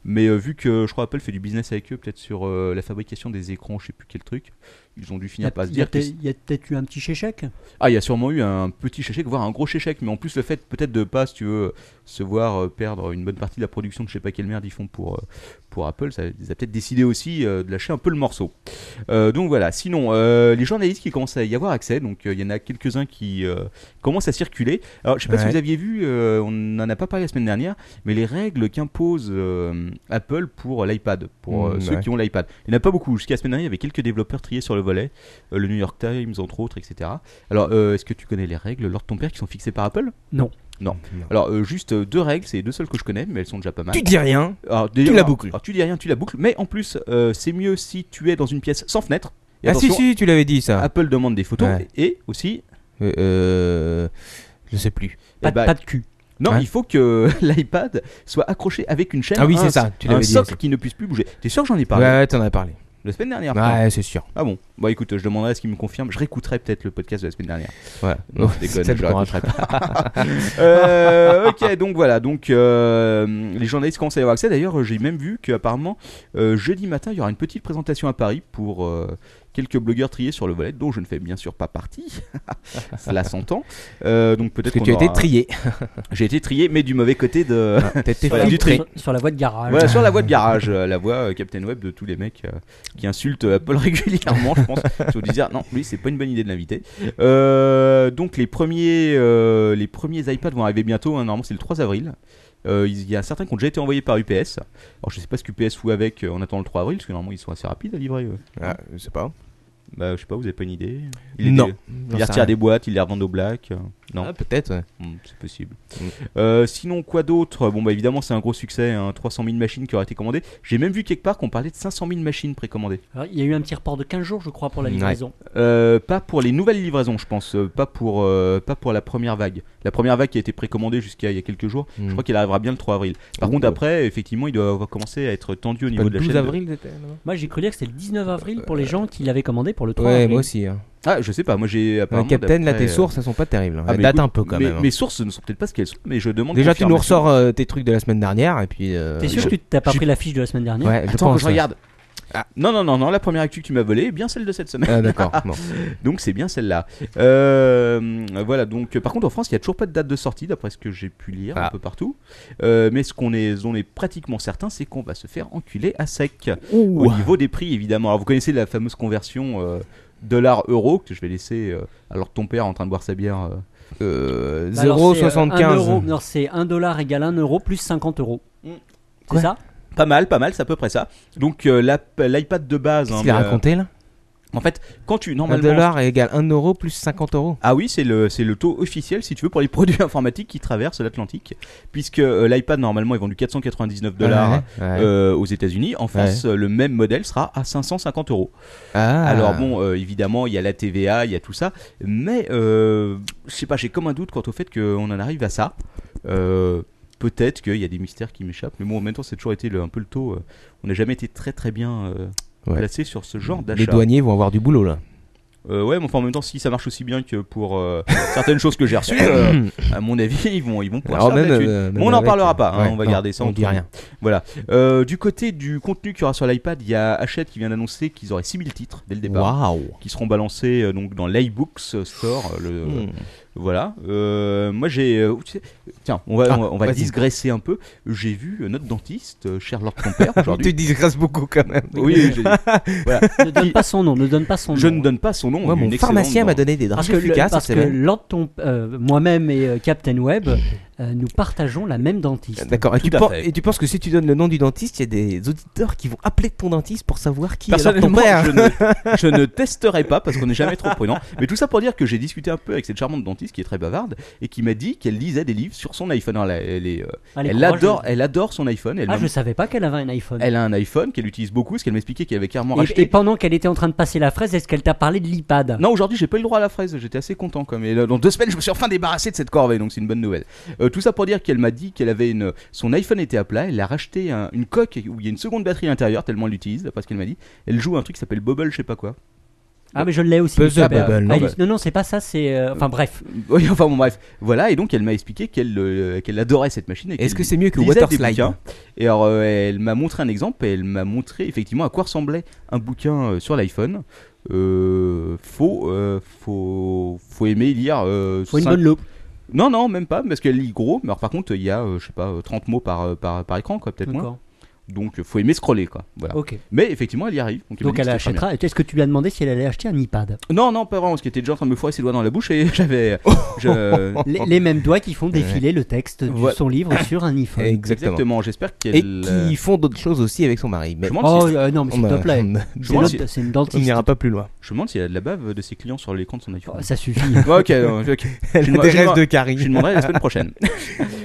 Speaker 1: Mais euh, vu que je crois Apple fait du business avec eux, peut-être sur euh, la fabrication des écrans, je sais plus quel truc, ils ont dû
Speaker 4: il y
Speaker 1: finir
Speaker 4: a,
Speaker 1: par se
Speaker 4: il y a
Speaker 1: dire que
Speaker 4: peut- il y a peut-être eu un petit chéchec.
Speaker 1: ah, il y a sûrement eu un petit échec, voire un gros échec, mais en plus le fait peut-être de pas, si tu veux, se voir euh, perdre une bonne partie de la production de je sais pas quelle merde ils font pour, euh, pour Apple, ça les a peut-être décidé aussi euh, de lâcher un peu le morceau. Euh, donc voilà, sinon, euh, les journalistes qui commencent à y avoir accès, donc euh, il y en a quelques-uns qui euh, commencent à circuler. Alors je sais pas si
Speaker 3: Ouais.
Speaker 1: vous aviez vu, euh, on n'en a pas parlé la semaine dernière, mais les règles qu'impose euh, Apple pour l'iPad, pour euh,
Speaker 3: Mm,
Speaker 1: ceux
Speaker 3: ouais.
Speaker 1: qui ont l'iPad. Il n'y en a pas beaucoup, jusqu'à la semaine dernière, il y avait quelques développeurs triés sur le volet, euh, le New York Times entre autres, etc. Alors, euh, est-ce que tu connais les règles lors de ton père qui sont fixées par Apple Alors, euh, juste euh, deux règles, c'est les deux seules que je connais, mais elles sont déjà pas mal.
Speaker 3: Tu dis rien.
Speaker 1: Alors, déjà-
Speaker 3: tu la
Speaker 1: alors-
Speaker 3: boucles.
Speaker 1: alors, tu dis rien, tu la boucles, mais en plus, euh, c'est mieux si tu es dans une pièce sans fenêtre. Et
Speaker 3: Ah si,
Speaker 1: attention,
Speaker 3: si, tu l'avais dit ça.
Speaker 1: Apple demande des photos
Speaker 3: Ouais.
Speaker 1: et aussi.
Speaker 3: Euh, euh, je sais plus.
Speaker 4: Pas,
Speaker 1: eh ben,
Speaker 4: de- pas de cul.
Speaker 1: Non,
Speaker 3: Ouais.
Speaker 1: il faut que l'iPad soit accroché avec une chaîne.
Speaker 3: Ah oui,
Speaker 1: à
Speaker 3: c'est
Speaker 1: un-
Speaker 3: ça, tu
Speaker 1: un
Speaker 3: l'avais dit
Speaker 1: socle
Speaker 3: aussi.
Speaker 1: qui ne puisse plus bouger. T'es sûr que j'en ai
Speaker 3: Ouais,
Speaker 1: parlé
Speaker 3: ouais, t'en as parlé.
Speaker 1: la semaine dernière pardon.
Speaker 3: Ouais, c'est sûr.
Speaker 1: Ah bon Bon, écoute, je demanderai à ce qu'il me confirme. Je réécouterai peut-être le podcast de la semaine dernière.
Speaker 3: Ouais.
Speaker 1: Non, je déconne,
Speaker 3: Ça te
Speaker 1: je
Speaker 3: Oh, courage.
Speaker 1: Euh, ok, donc voilà, donc euh, les journalistes commencent à y avoir accès. D'ailleurs, j'ai même vu qu'apparemment, euh, jeudi matin, il y aura une petite présentation à Paris pour euh, quelques blogueurs triés sur le volet, dont je ne fais bien sûr pas partie. Cela s'entend. Euh, donc peut-être
Speaker 3: Parce que
Speaker 1: qu'on
Speaker 3: tu as été
Speaker 1: aura-
Speaker 3: trié.
Speaker 1: J'ai été trié, mais du mauvais côté de.
Speaker 3: T'as été
Speaker 1: Voilà,
Speaker 4: sur,
Speaker 1: du tri.
Speaker 3: filtré.
Speaker 4: sur- sur la voie de garage.
Speaker 1: Voilà, sur la voie de garage, euh, la voie euh, Captain Web de tous les mecs euh, qui insultent Apple régulièrement, je pense. Je vous disais, non, lui, c'est pas une bonne idée de l'inviter. Euh, donc, les premiers, euh, les premiers iPads vont arriver bientôt, hein, normalement, c'est le 3 avril. Euh, Il y a certains qui ont déjà été envoyés par UPS. Alors, je sais pas ce qu'UPS fout avec euh, en attendant le 3 avril, parce que normalement, ils sont assez rapides à livrer. euh.
Speaker 3: Ah, je sais pas.
Speaker 1: Bah, je sais pas, vous avez pas une idée est
Speaker 3: Non.
Speaker 1: dé- Ils les retirent des boîtes, ils les revendent au black. euh, non.
Speaker 3: Ah, peut-être. ouais.
Speaker 1: Hmm, c'est possible.
Speaker 3: Mm.
Speaker 1: Euh, sinon, quoi d'autre Bon, bah évidemment, c'est un gros succès. hein, 300 000 machines qui auraient été commandées. J'ai même vu quelque part qu'on parlait de 500 000 machines précommandées.
Speaker 4: Alors, Il y a eu un petit report de 15 jours, je crois, pour la
Speaker 3: Ouais.
Speaker 4: livraison.
Speaker 1: Euh, pas pour les nouvelles livraisons, je pense. euh, pas, pour, euh, pas pour la première vague. La première vague qui a été précommandée jusqu'à il y a quelques jours. Je
Speaker 3: Mm.
Speaker 1: crois qu'elle arrivera bien le 3 avril. Par
Speaker 3: Ouh.
Speaker 1: contre, après, effectivement, il doit avoir commencé à être tendu au niveau
Speaker 3: Pas
Speaker 1: de la
Speaker 3: le 12
Speaker 1: chaîne. de-
Speaker 3: Oh. avril, c'était, non
Speaker 4: Moi, j'ai cru dire que c'était le 19 avril pour les gens qui l'avaient commandé pour le 3
Speaker 3: Ouais,
Speaker 4: avril.
Speaker 3: moi aussi. hein.
Speaker 1: Ah, je sais pas. Moi, j'ai.
Speaker 3: Ouais,
Speaker 1: apparemment,
Speaker 3: Captain, là,
Speaker 1: d'après,
Speaker 3: tes
Speaker 1: euh,
Speaker 3: sources, elles sont pas terribles.
Speaker 1: ah,
Speaker 3: Elles
Speaker 1: mais
Speaker 3: datent
Speaker 1: écoute,
Speaker 3: un peu quand
Speaker 1: mes-
Speaker 3: même. hein.
Speaker 1: Mes sources ne sont peut-être pas ce qu'elles sont, mais je demande.
Speaker 3: Déjà, tu nous hein.
Speaker 1: confirmation.
Speaker 3: ressors euh, tes trucs de la semaine dernière et puis. euh,
Speaker 4: T'es sûr
Speaker 1: Je-
Speaker 4: que tu t'as pas
Speaker 1: je-
Speaker 4: pris la fiche de la semaine dernière
Speaker 3: Ouais, je
Speaker 1: Attends,
Speaker 3: pense.
Speaker 1: je regarde. Ah, Non, non, non, non, la première actu que tu m'as volée est bien celle de cette semaine.
Speaker 3: Ah, d'accord. bon.
Speaker 1: Donc c'est bien celle-là. Euh, voilà, donc par contre en France, il n'y a toujours pas de date de sortie, d'après ce que j'ai pu lire un
Speaker 3: Ah.
Speaker 1: peu partout. Euh, mais ce qu'on est, on est pratiquement certain, c'est qu'on va se faire enculer à sec. Au niveau des prix, évidemment. Alors vous connaissez la fameuse conversion euh, dollar-euro, que je vais laisser euh, alors que ton père est en train de boire sa bière. euh,
Speaker 3: Euh,
Speaker 4: Bah alors, c'est, euh, un
Speaker 3: 0,75.
Speaker 4: euro- Non, c'est 1 dollar égale 1 euro plus 50 euros. C'est
Speaker 3: Quoi
Speaker 4: ça
Speaker 1: Pas mal, pas mal, c'est à peu près ça. Donc euh, l'app- l'iPad de base. hein,
Speaker 3: Qu'est-ce qu'il a
Speaker 1: mais, euh,
Speaker 3: raconté là
Speaker 1: En fait, quand tu
Speaker 3: 1
Speaker 1: normalement
Speaker 3: dollar égale 1 euro plus 50 euros.
Speaker 1: Ah oui, c'est le, c'est le taux officiel, si tu veux, pour les produits informatiques qui traversent l'Atlantique. Puisque euh, l'iPad, normalement, est vendu 499 dollars
Speaker 3: Ouais, ouais.
Speaker 1: euh, aux États-Unis. En France, euh, le même modèle sera à 550 euros.
Speaker 3: Ah.
Speaker 1: Alors, bon, euh, évidemment, il y a la TVA, il y a tout ça. Mais, euh, je sais pas, j'ai comme un doute quant au fait qu'on en arrive à ça. Euh, Peut-être qu'il y a des mystères qui m'échappent, mais bon, en même temps, c'est toujours été le- un peu le taux. euh, on n'a jamais été très très bien euh,
Speaker 3: Ouais.
Speaker 1: placé sur ce genre d'achat.
Speaker 3: les douaniers vont avoir du boulot là.
Speaker 1: Euh, ouais, mais enfin en même temps, si ça marche aussi bien que pour euh, certaines choses que j'ai reçues, euh, à mon avis, ils vont, ils vont pouvoir. se faire de la thune.
Speaker 3: euh,
Speaker 1: Mais
Speaker 3: même
Speaker 1: on n'en
Speaker 3: avec,
Speaker 1: parlera pas, hein,
Speaker 3: ouais,
Speaker 1: on va
Speaker 3: non,
Speaker 1: garder ça
Speaker 3: On
Speaker 1: entre
Speaker 3: dit
Speaker 1: nous.
Speaker 3: rien.
Speaker 1: Euh, du côté du contenu qu'il y aura sur l'iPad, il y a Hachette qui vient d'annoncer qu'ils auraient 6000 titres dès le départ.
Speaker 3: Waouh.
Speaker 1: Qui seront balancés euh, donc dans l'iBooks Store. euh, Le,
Speaker 3: Hmm.
Speaker 1: Voilà. Euh, moi j'ai. euh, tu sais- tiens, on va,
Speaker 3: Ah,
Speaker 1: on va, on va
Speaker 3: vas-y.
Speaker 1: digresser un peu. J'ai vu euh, notre dentiste, euh, cher Lord Compère,
Speaker 3: Tu
Speaker 1: aujourd'hui.
Speaker 3: digresses beaucoup quand même.
Speaker 1: oui, oui, j'ai dit.
Speaker 4: Ne donne pas son nom, ne donne pas son
Speaker 1: je
Speaker 4: nom.
Speaker 1: ne donne pas son nom.
Speaker 3: Moi,
Speaker 1: une
Speaker 3: mon
Speaker 1: excellente
Speaker 3: pharmacien m'a
Speaker 1: dent-
Speaker 3: donné des draps
Speaker 4: Parce que, le-
Speaker 3: efficaces.
Speaker 4: parce
Speaker 3: cette
Speaker 4: que
Speaker 3: semaine.
Speaker 4: lors de ton- euh, moi-même et euh, Captain Web, euh, nous partageons la même dentiste.
Speaker 3: D'accord. Et, tu
Speaker 1: Tout à
Speaker 3: pen-
Speaker 1: fait.
Speaker 3: et tu penses que si tu donnes le nom du dentiste, il y a des auditeurs qui vont appeler ton dentiste pour savoir qui est leur ton
Speaker 1: Personnellement,
Speaker 3: père.
Speaker 1: je ne, je ne testerai pas parce qu'on n'est jamais trop prudent. Mais tout ça pour dire que j'ai discuté un peu avec cette charmante dentiste qui est très bavarde et qui m'a dit qu'elle lisait des livres sur son iPhone. Alors, elle, elle est, euh,
Speaker 4: Allez,
Speaker 1: elle
Speaker 4: courage.
Speaker 1: adore, elle adore son iPhone. Elle,
Speaker 4: Ah,
Speaker 1: m'a-
Speaker 4: je savais pas qu'elle avait un iPhone.
Speaker 1: elle a un iPhone qu'elle utilise beaucoup, ce qu'elle m'expliquait qu'elle avait carrément
Speaker 4: Et,
Speaker 1: racheté.
Speaker 4: et pendant qu'elle était en train de passer la fraise, est-ce qu'elle t'a parlé de l'iPad
Speaker 1: Non, aujourd'hui, j'ai pas eu le droit à la fraise. J'étais assez content quand même. Et là, dans deux semaines, je me suis enfin débarrassé de cette corvée, donc c'est une bonne nouvelle. Euh, tout ça pour dire qu'elle m'a dit qu'elle avait une. Son iPhone était à plat. Elle a racheté un- une coque où il y a une seconde batterie à l'intérieur, tellement elle l'utilise, d'après ce qu'elle m'a dit. Elle joue à un truc qui s'appelle Bubble, je sais pas quoi.
Speaker 4: Ah, mais je l'ai aussi.
Speaker 3: Puzzle
Speaker 4: super.
Speaker 3: Bubble,
Speaker 4: Ah,
Speaker 1: bah.
Speaker 3: non,
Speaker 4: il- non, non, c'est pas ça, c'est. euh, Enfin, bref.
Speaker 1: Oui, enfin bon, bref. Voilà, et donc elle m'a expliqué qu'elle euh, qu'elle adorait cette machine. et
Speaker 3: Est-ce
Speaker 1: qu'elle
Speaker 3: que c'est mieux que
Speaker 1: lisait des
Speaker 3: Waterslide
Speaker 1: bouquins. Et alors, euh, elle m'a montré un exemple et elle m'a montré effectivement à quoi ressemblait un bouquin euh, sur l'iPhone. Euh, faut, euh, faut, faut aimer lire. euh,
Speaker 4: Faut une
Speaker 1: cinq-
Speaker 4: bonne loupe.
Speaker 1: Non, non, même pas, parce qu'elle lit gros, mais alors, par contre, il y a, euh, je sais pas, euh, 30 mots par, euh, par, par écran, quoi, peut-être moins.
Speaker 4: D'accord.
Speaker 1: Donc, euh, faut aimer scroller, quoi. Voilà.
Speaker 4: Ok.
Speaker 1: Mais effectivement, elle y arrive. Donc, elle m'a
Speaker 4: Donc
Speaker 1: dit que
Speaker 4: elle
Speaker 1: c'était très bien.
Speaker 4: achètera. Est-ce que tu lui as demandé si elle allait acheter un iPad
Speaker 1: Non, non, pas vraiment, parce qu'elle était déjà en train de me foirer ses doigts dans la bouche et j'avais. je-
Speaker 4: les, les mêmes doigts qui font défiler le texte de
Speaker 1: Oh, Ouais.
Speaker 4: son livre sur un iPhone.
Speaker 3: Exactement.
Speaker 1: Exactement, j'espère qu'elle.
Speaker 3: Et
Speaker 1: euh,
Speaker 3: qui font d'autres choses aussi avec son mari. Mais
Speaker 1: Je me demande
Speaker 4: Oh
Speaker 1: si-
Speaker 4: euh, non, mais
Speaker 3: on
Speaker 4: s'il
Speaker 3: a-
Speaker 4: te plaît.
Speaker 3: on a-
Speaker 1: bah, je
Speaker 4: C'est
Speaker 1: me demande
Speaker 4: l'autre-
Speaker 1: si-
Speaker 4: C'est une
Speaker 3: on
Speaker 4: dentiste.
Speaker 3: n'ira pas plus loin.
Speaker 1: je me demande s'il y a de la bave de ses clients sur l'écran de son iPhone.
Speaker 4: Oh, Ça suffit.
Speaker 1: Ouais, ok, non, ok.
Speaker 3: Elle
Speaker 1: Je me-
Speaker 3: a des
Speaker 1: je me-
Speaker 3: restes de
Speaker 1: Je lui
Speaker 3: carie.
Speaker 1: demanderai la semaine prochaine.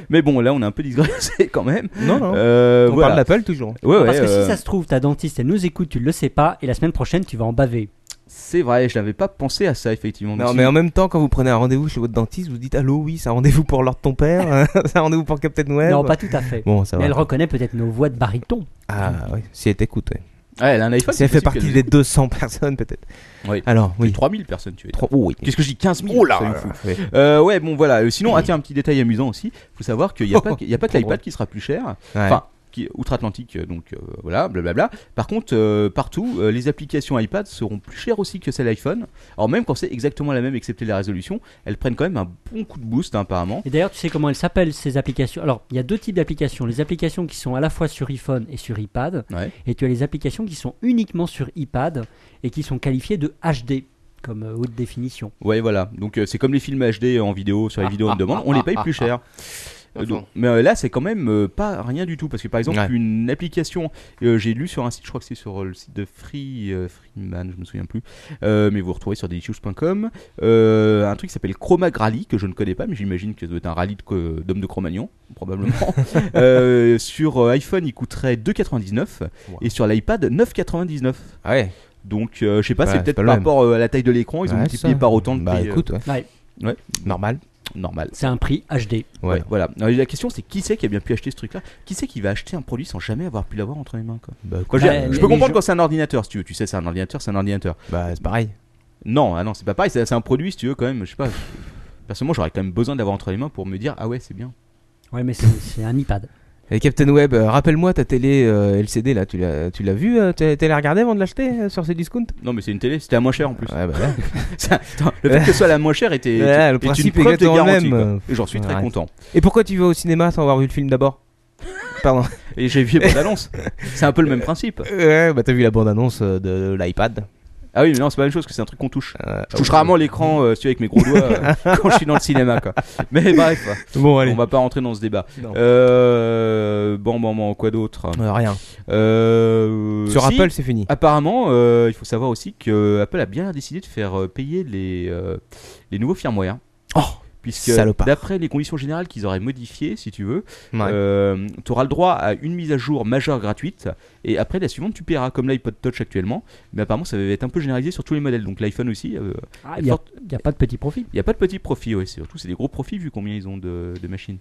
Speaker 1: Mais bon, là, on a un peu digressé quand même.
Speaker 3: Non, non.
Speaker 1: Euh,
Speaker 3: on
Speaker 1: voilà.
Speaker 3: parle d'Apple toujours.
Speaker 1: Ouais, ouais,
Speaker 4: Parce que
Speaker 1: euh,
Speaker 4: si ça se trouve, ta dentiste, elle nous écoute, tu le sais pas, et la semaine prochaine, tu vas en baver.
Speaker 1: c'est vrai, je n'avais pas pensé à ça effectivement.
Speaker 3: Non,
Speaker 1: Donc,
Speaker 3: mais
Speaker 1: si-
Speaker 3: en même temps, quand vous prenez un rendez-vous chez votre dentiste, vous dites Allô, oui, c'est un rendez-vous pour l'ordre de ton père, c'est un rendez-vous pour Captain Web.
Speaker 4: non, pas tout à fait.
Speaker 3: Bon, ça
Speaker 4: Mais
Speaker 3: va.
Speaker 4: elle reconnaît peut-être nos voix de baryton.
Speaker 3: Ah, oui, si elle t'écoute. ouais.
Speaker 1: Ouais, elle a un iPhone.
Speaker 3: Si elle
Speaker 1: c'est
Speaker 3: fait
Speaker 1: possible
Speaker 3: partie
Speaker 1: qu'elle-
Speaker 3: des 200 personnes, peut-être.
Speaker 1: Oui.
Speaker 3: Alors, oui.
Speaker 1: 3000 personnes, tu es.
Speaker 3: Trois- oh, oui.
Speaker 1: Qu'est-ce que je dis 15 000
Speaker 3: Oh là
Speaker 1: ça me
Speaker 3: là.
Speaker 1: fout.
Speaker 3: Oui.
Speaker 1: Euh, Ouais, bon voilà. Euh, Sinon, ah, tiens, un petit détail amusant aussi. faut savoir qu'il n'y a, pas- il y a pas que
Speaker 3: Trop
Speaker 1: l'iPad
Speaker 3: drôle.
Speaker 1: qui sera plus cher.
Speaker 3: Ouais.
Speaker 1: Enfin, qui est outre-Atlantique, euh, donc euh, voilà, blablabla. Par contre, euh, partout, euh, les applications iPad seront plus chères aussi que celles iPhone. Alors même quand c'est exactement la même, excepté la résolution, elles prennent quand même un bon coup de boost hein, apparemment.
Speaker 4: Et d'ailleurs, tu sais comment elles s'appellent ces applications Alors, il y a deux types d'applications. Les applications qui sont à la fois sur iPhone et sur iPad.
Speaker 1: Ouais.
Speaker 4: Et tu as les applications qui sont uniquement sur iPad et qui sont qualifiées de HD, comme euh, haute définition.
Speaker 1: Ouais, voilà. Donc euh, c'est comme les films HD en vidéo sur les vidéos on demande, on les paye plus cher. Euh, donc- mais euh, là, c'est quand même euh, pas rien du tout parce que par exemple
Speaker 3: Ouais.
Speaker 1: une application, euh, j'ai lu sur un site, je crois que c'est sur euh, le site de Free euh, Freeman, je me souviens plus, Euh, mais vous retrouvez sur delicious.com euh, un truc qui s'appelle Chromagrally que je ne connais pas, mais j'imagine que ça doit être un rallye de co- d'hommes de Cro-Magnon probablement. Euh, sur euh, iPhone, il coûterait 2,99
Speaker 3: Wow.
Speaker 1: et sur l'iPad 9,99.
Speaker 3: Ah ouais.
Speaker 1: Donc euh, je sais pas,
Speaker 3: Ouais,
Speaker 1: c'est
Speaker 3: c'est
Speaker 1: peut-être
Speaker 3: pas
Speaker 1: par
Speaker 3: le même.
Speaker 1: rapport euh, à la taille de l'écran, ils ont
Speaker 3: Ouais,
Speaker 1: multiplié
Speaker 3: ça.
Speaker 1: par autant de
Speaker 3: Bah
Speaker 1: prix, euh,
Speaker 3: écoute, ouais.
Speaker 4: Ouais.
Speaker 1: Ouais.
Speaker 3: Normal.
Speaker 1: normal.
Speaker 4: C'est un prix HD.
Speaker 1: Ouais,
Speaker 3: Ouais.
Speaker 1: voilà. Alors, la question c'est qui c'est qui a bien pu acheter ce truc-là Qui c'est qui va acheter un produit sans jamais avoir pu l'avoir entre les mains quoi
Speaker 3: Bah,
Speaker 1: Quoi, je, veux
Speaker 4: Ouais,
Speaker 1: dire, je peux
Speaker 4: les- les
Speaker 1: comprendre
Speaker 4: gens-
Speaker 1: quand c'est un ordinateur si tu veux. Tu sais c'est un ordinateur, c'est un ordinateur.
Speaker 3: bah, c'est pareil.
Speaker 1: Non, ah non, c'est pas pareil. C'est c'est un produit si tu veux quand même. Je sais pas. Personnellement j'aurais quand même besoin de l'avoir entre les mains pour me dire ah ouais c'est bien.
Speaker 4: Ouais, mais c'est c'est un iPad.
Speaker 3: Et Captain Web, euh, rappelle-moi ta télé euh, LCD là, tu l'as, tu l'as vue, euh, t'es- t'es la regardée avant de l'acheter euh, sur ces discounts
Speaker 1: Non, mais c'est une télé, c'était la moins chère en plus.
Speaker 3: Ouais, bah, là.
Speaker 1: Ça- attends, le fait que ce soit la moins chère était,
Speaker 3: Ouais,
Speaker 1: était- est
Speaker 3: le
Speaker 1: une
Speaker 3: principe est
Speaker 1: preuve de
Speaker 3: exactement le
Speaker 1: garantie.
Speaker 3: même.
Speaker 1: quoi. Et j'en suis très
Speaker 3: Arrête.
Speaker 1: content.
Speaker 3: Et pourquoi tu vas au cinéma sans avoir vu le film d'abord Pardon.
Speaker 1: Et j'ai vu les bandes annonces. C'est un peu le même principe.
Speaker 3: Ouais, bah t'as vu la bande-annonce euh, de l'iPad.
Speaker 1: Ah oui, mais non, c'est pas la même chose, parce que c'est un truc qu'on touche.
Speaker 3: Euh,
Speaker 1: Je touche rarement l'écran euh, celui avec mes gros doigts euh, quand je suis dans le cinéma. Quoi. Mais bref,
Speaker 3: Bon, allez.
Speaker 1: on va pas rentrer dans ce débat.
Speaker 3: Non.
Speaker 1: Euh, bon, bon, bon, quoi d'autre
Speaker 3: Euh, rien.
Speaker 1: Euh,
Speaker 3: Sur
Speaker 1: si,
Speaker 3: Apple, c'est fini.
Speaker 1: Apparemment, euh, il faut savoir aussi que euh, Apple a bien décidé de faire euh, payer les, euh, les nouveaux firmware.
Speaker 3: Oh,
Speaker 1: Puisque
Speaker 3: salopard.
Speaker 1: d'après les conditions générales qu'ils auraient modifiées, si tu veux,
Speaker 3: Ah, Euh,
Speaker 1: tu auras le droit à une mise à jour majeure gratuite et après la suivante tu paieras comme l'iPod Touch actuellement. Mais apparemment ça va être un peu généralisé sur tous les modèles, donc l'iPhone aussi. euh, Il
Speaker 4: Ah, Il n'y a, il y a pas de petit profit.
Speaker 1: n'y a pas de petits profits, ouais, c'est surtout c'est des gros profits vu combien ils ont de, de machines.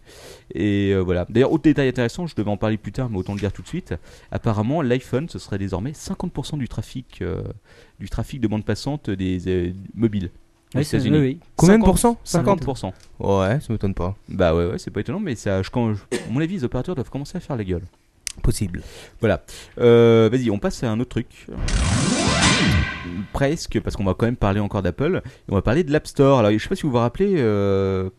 Speaker 1: Et euh, voilà. D'ailleurs autre détail intéressant, je devais en parler plus tard, mais autant le dire tout de suite. Apparemment l'iPhone ce serait désormais 50% du trafic euh, du trafic de bande passante des euh, mobiles. aux
Speaker 4: Oui, c'est-
Speaker 1: États-Unis.
Speaker 4: oui, oui.
Speaker 3: Combien de pourcents
Speaker 1: 50%.
Speaker 3: Ouais, ça m'étonne pas.
Speaker 1: Bah ouais, ouais c'est pas étonnant, mais ça, je, quand, je- à mon avis, les opérateurs doivent commencer à faire la gueule.
Speaker 3: Possible.
Speaker 1: Euh, Vas-y, on passe à un autre truc. Presque, parce qu'on va quand même parler encore d'Apple. Et On va parler de l'App Store. Alors, je sais pas si vous vous rappelez, euh,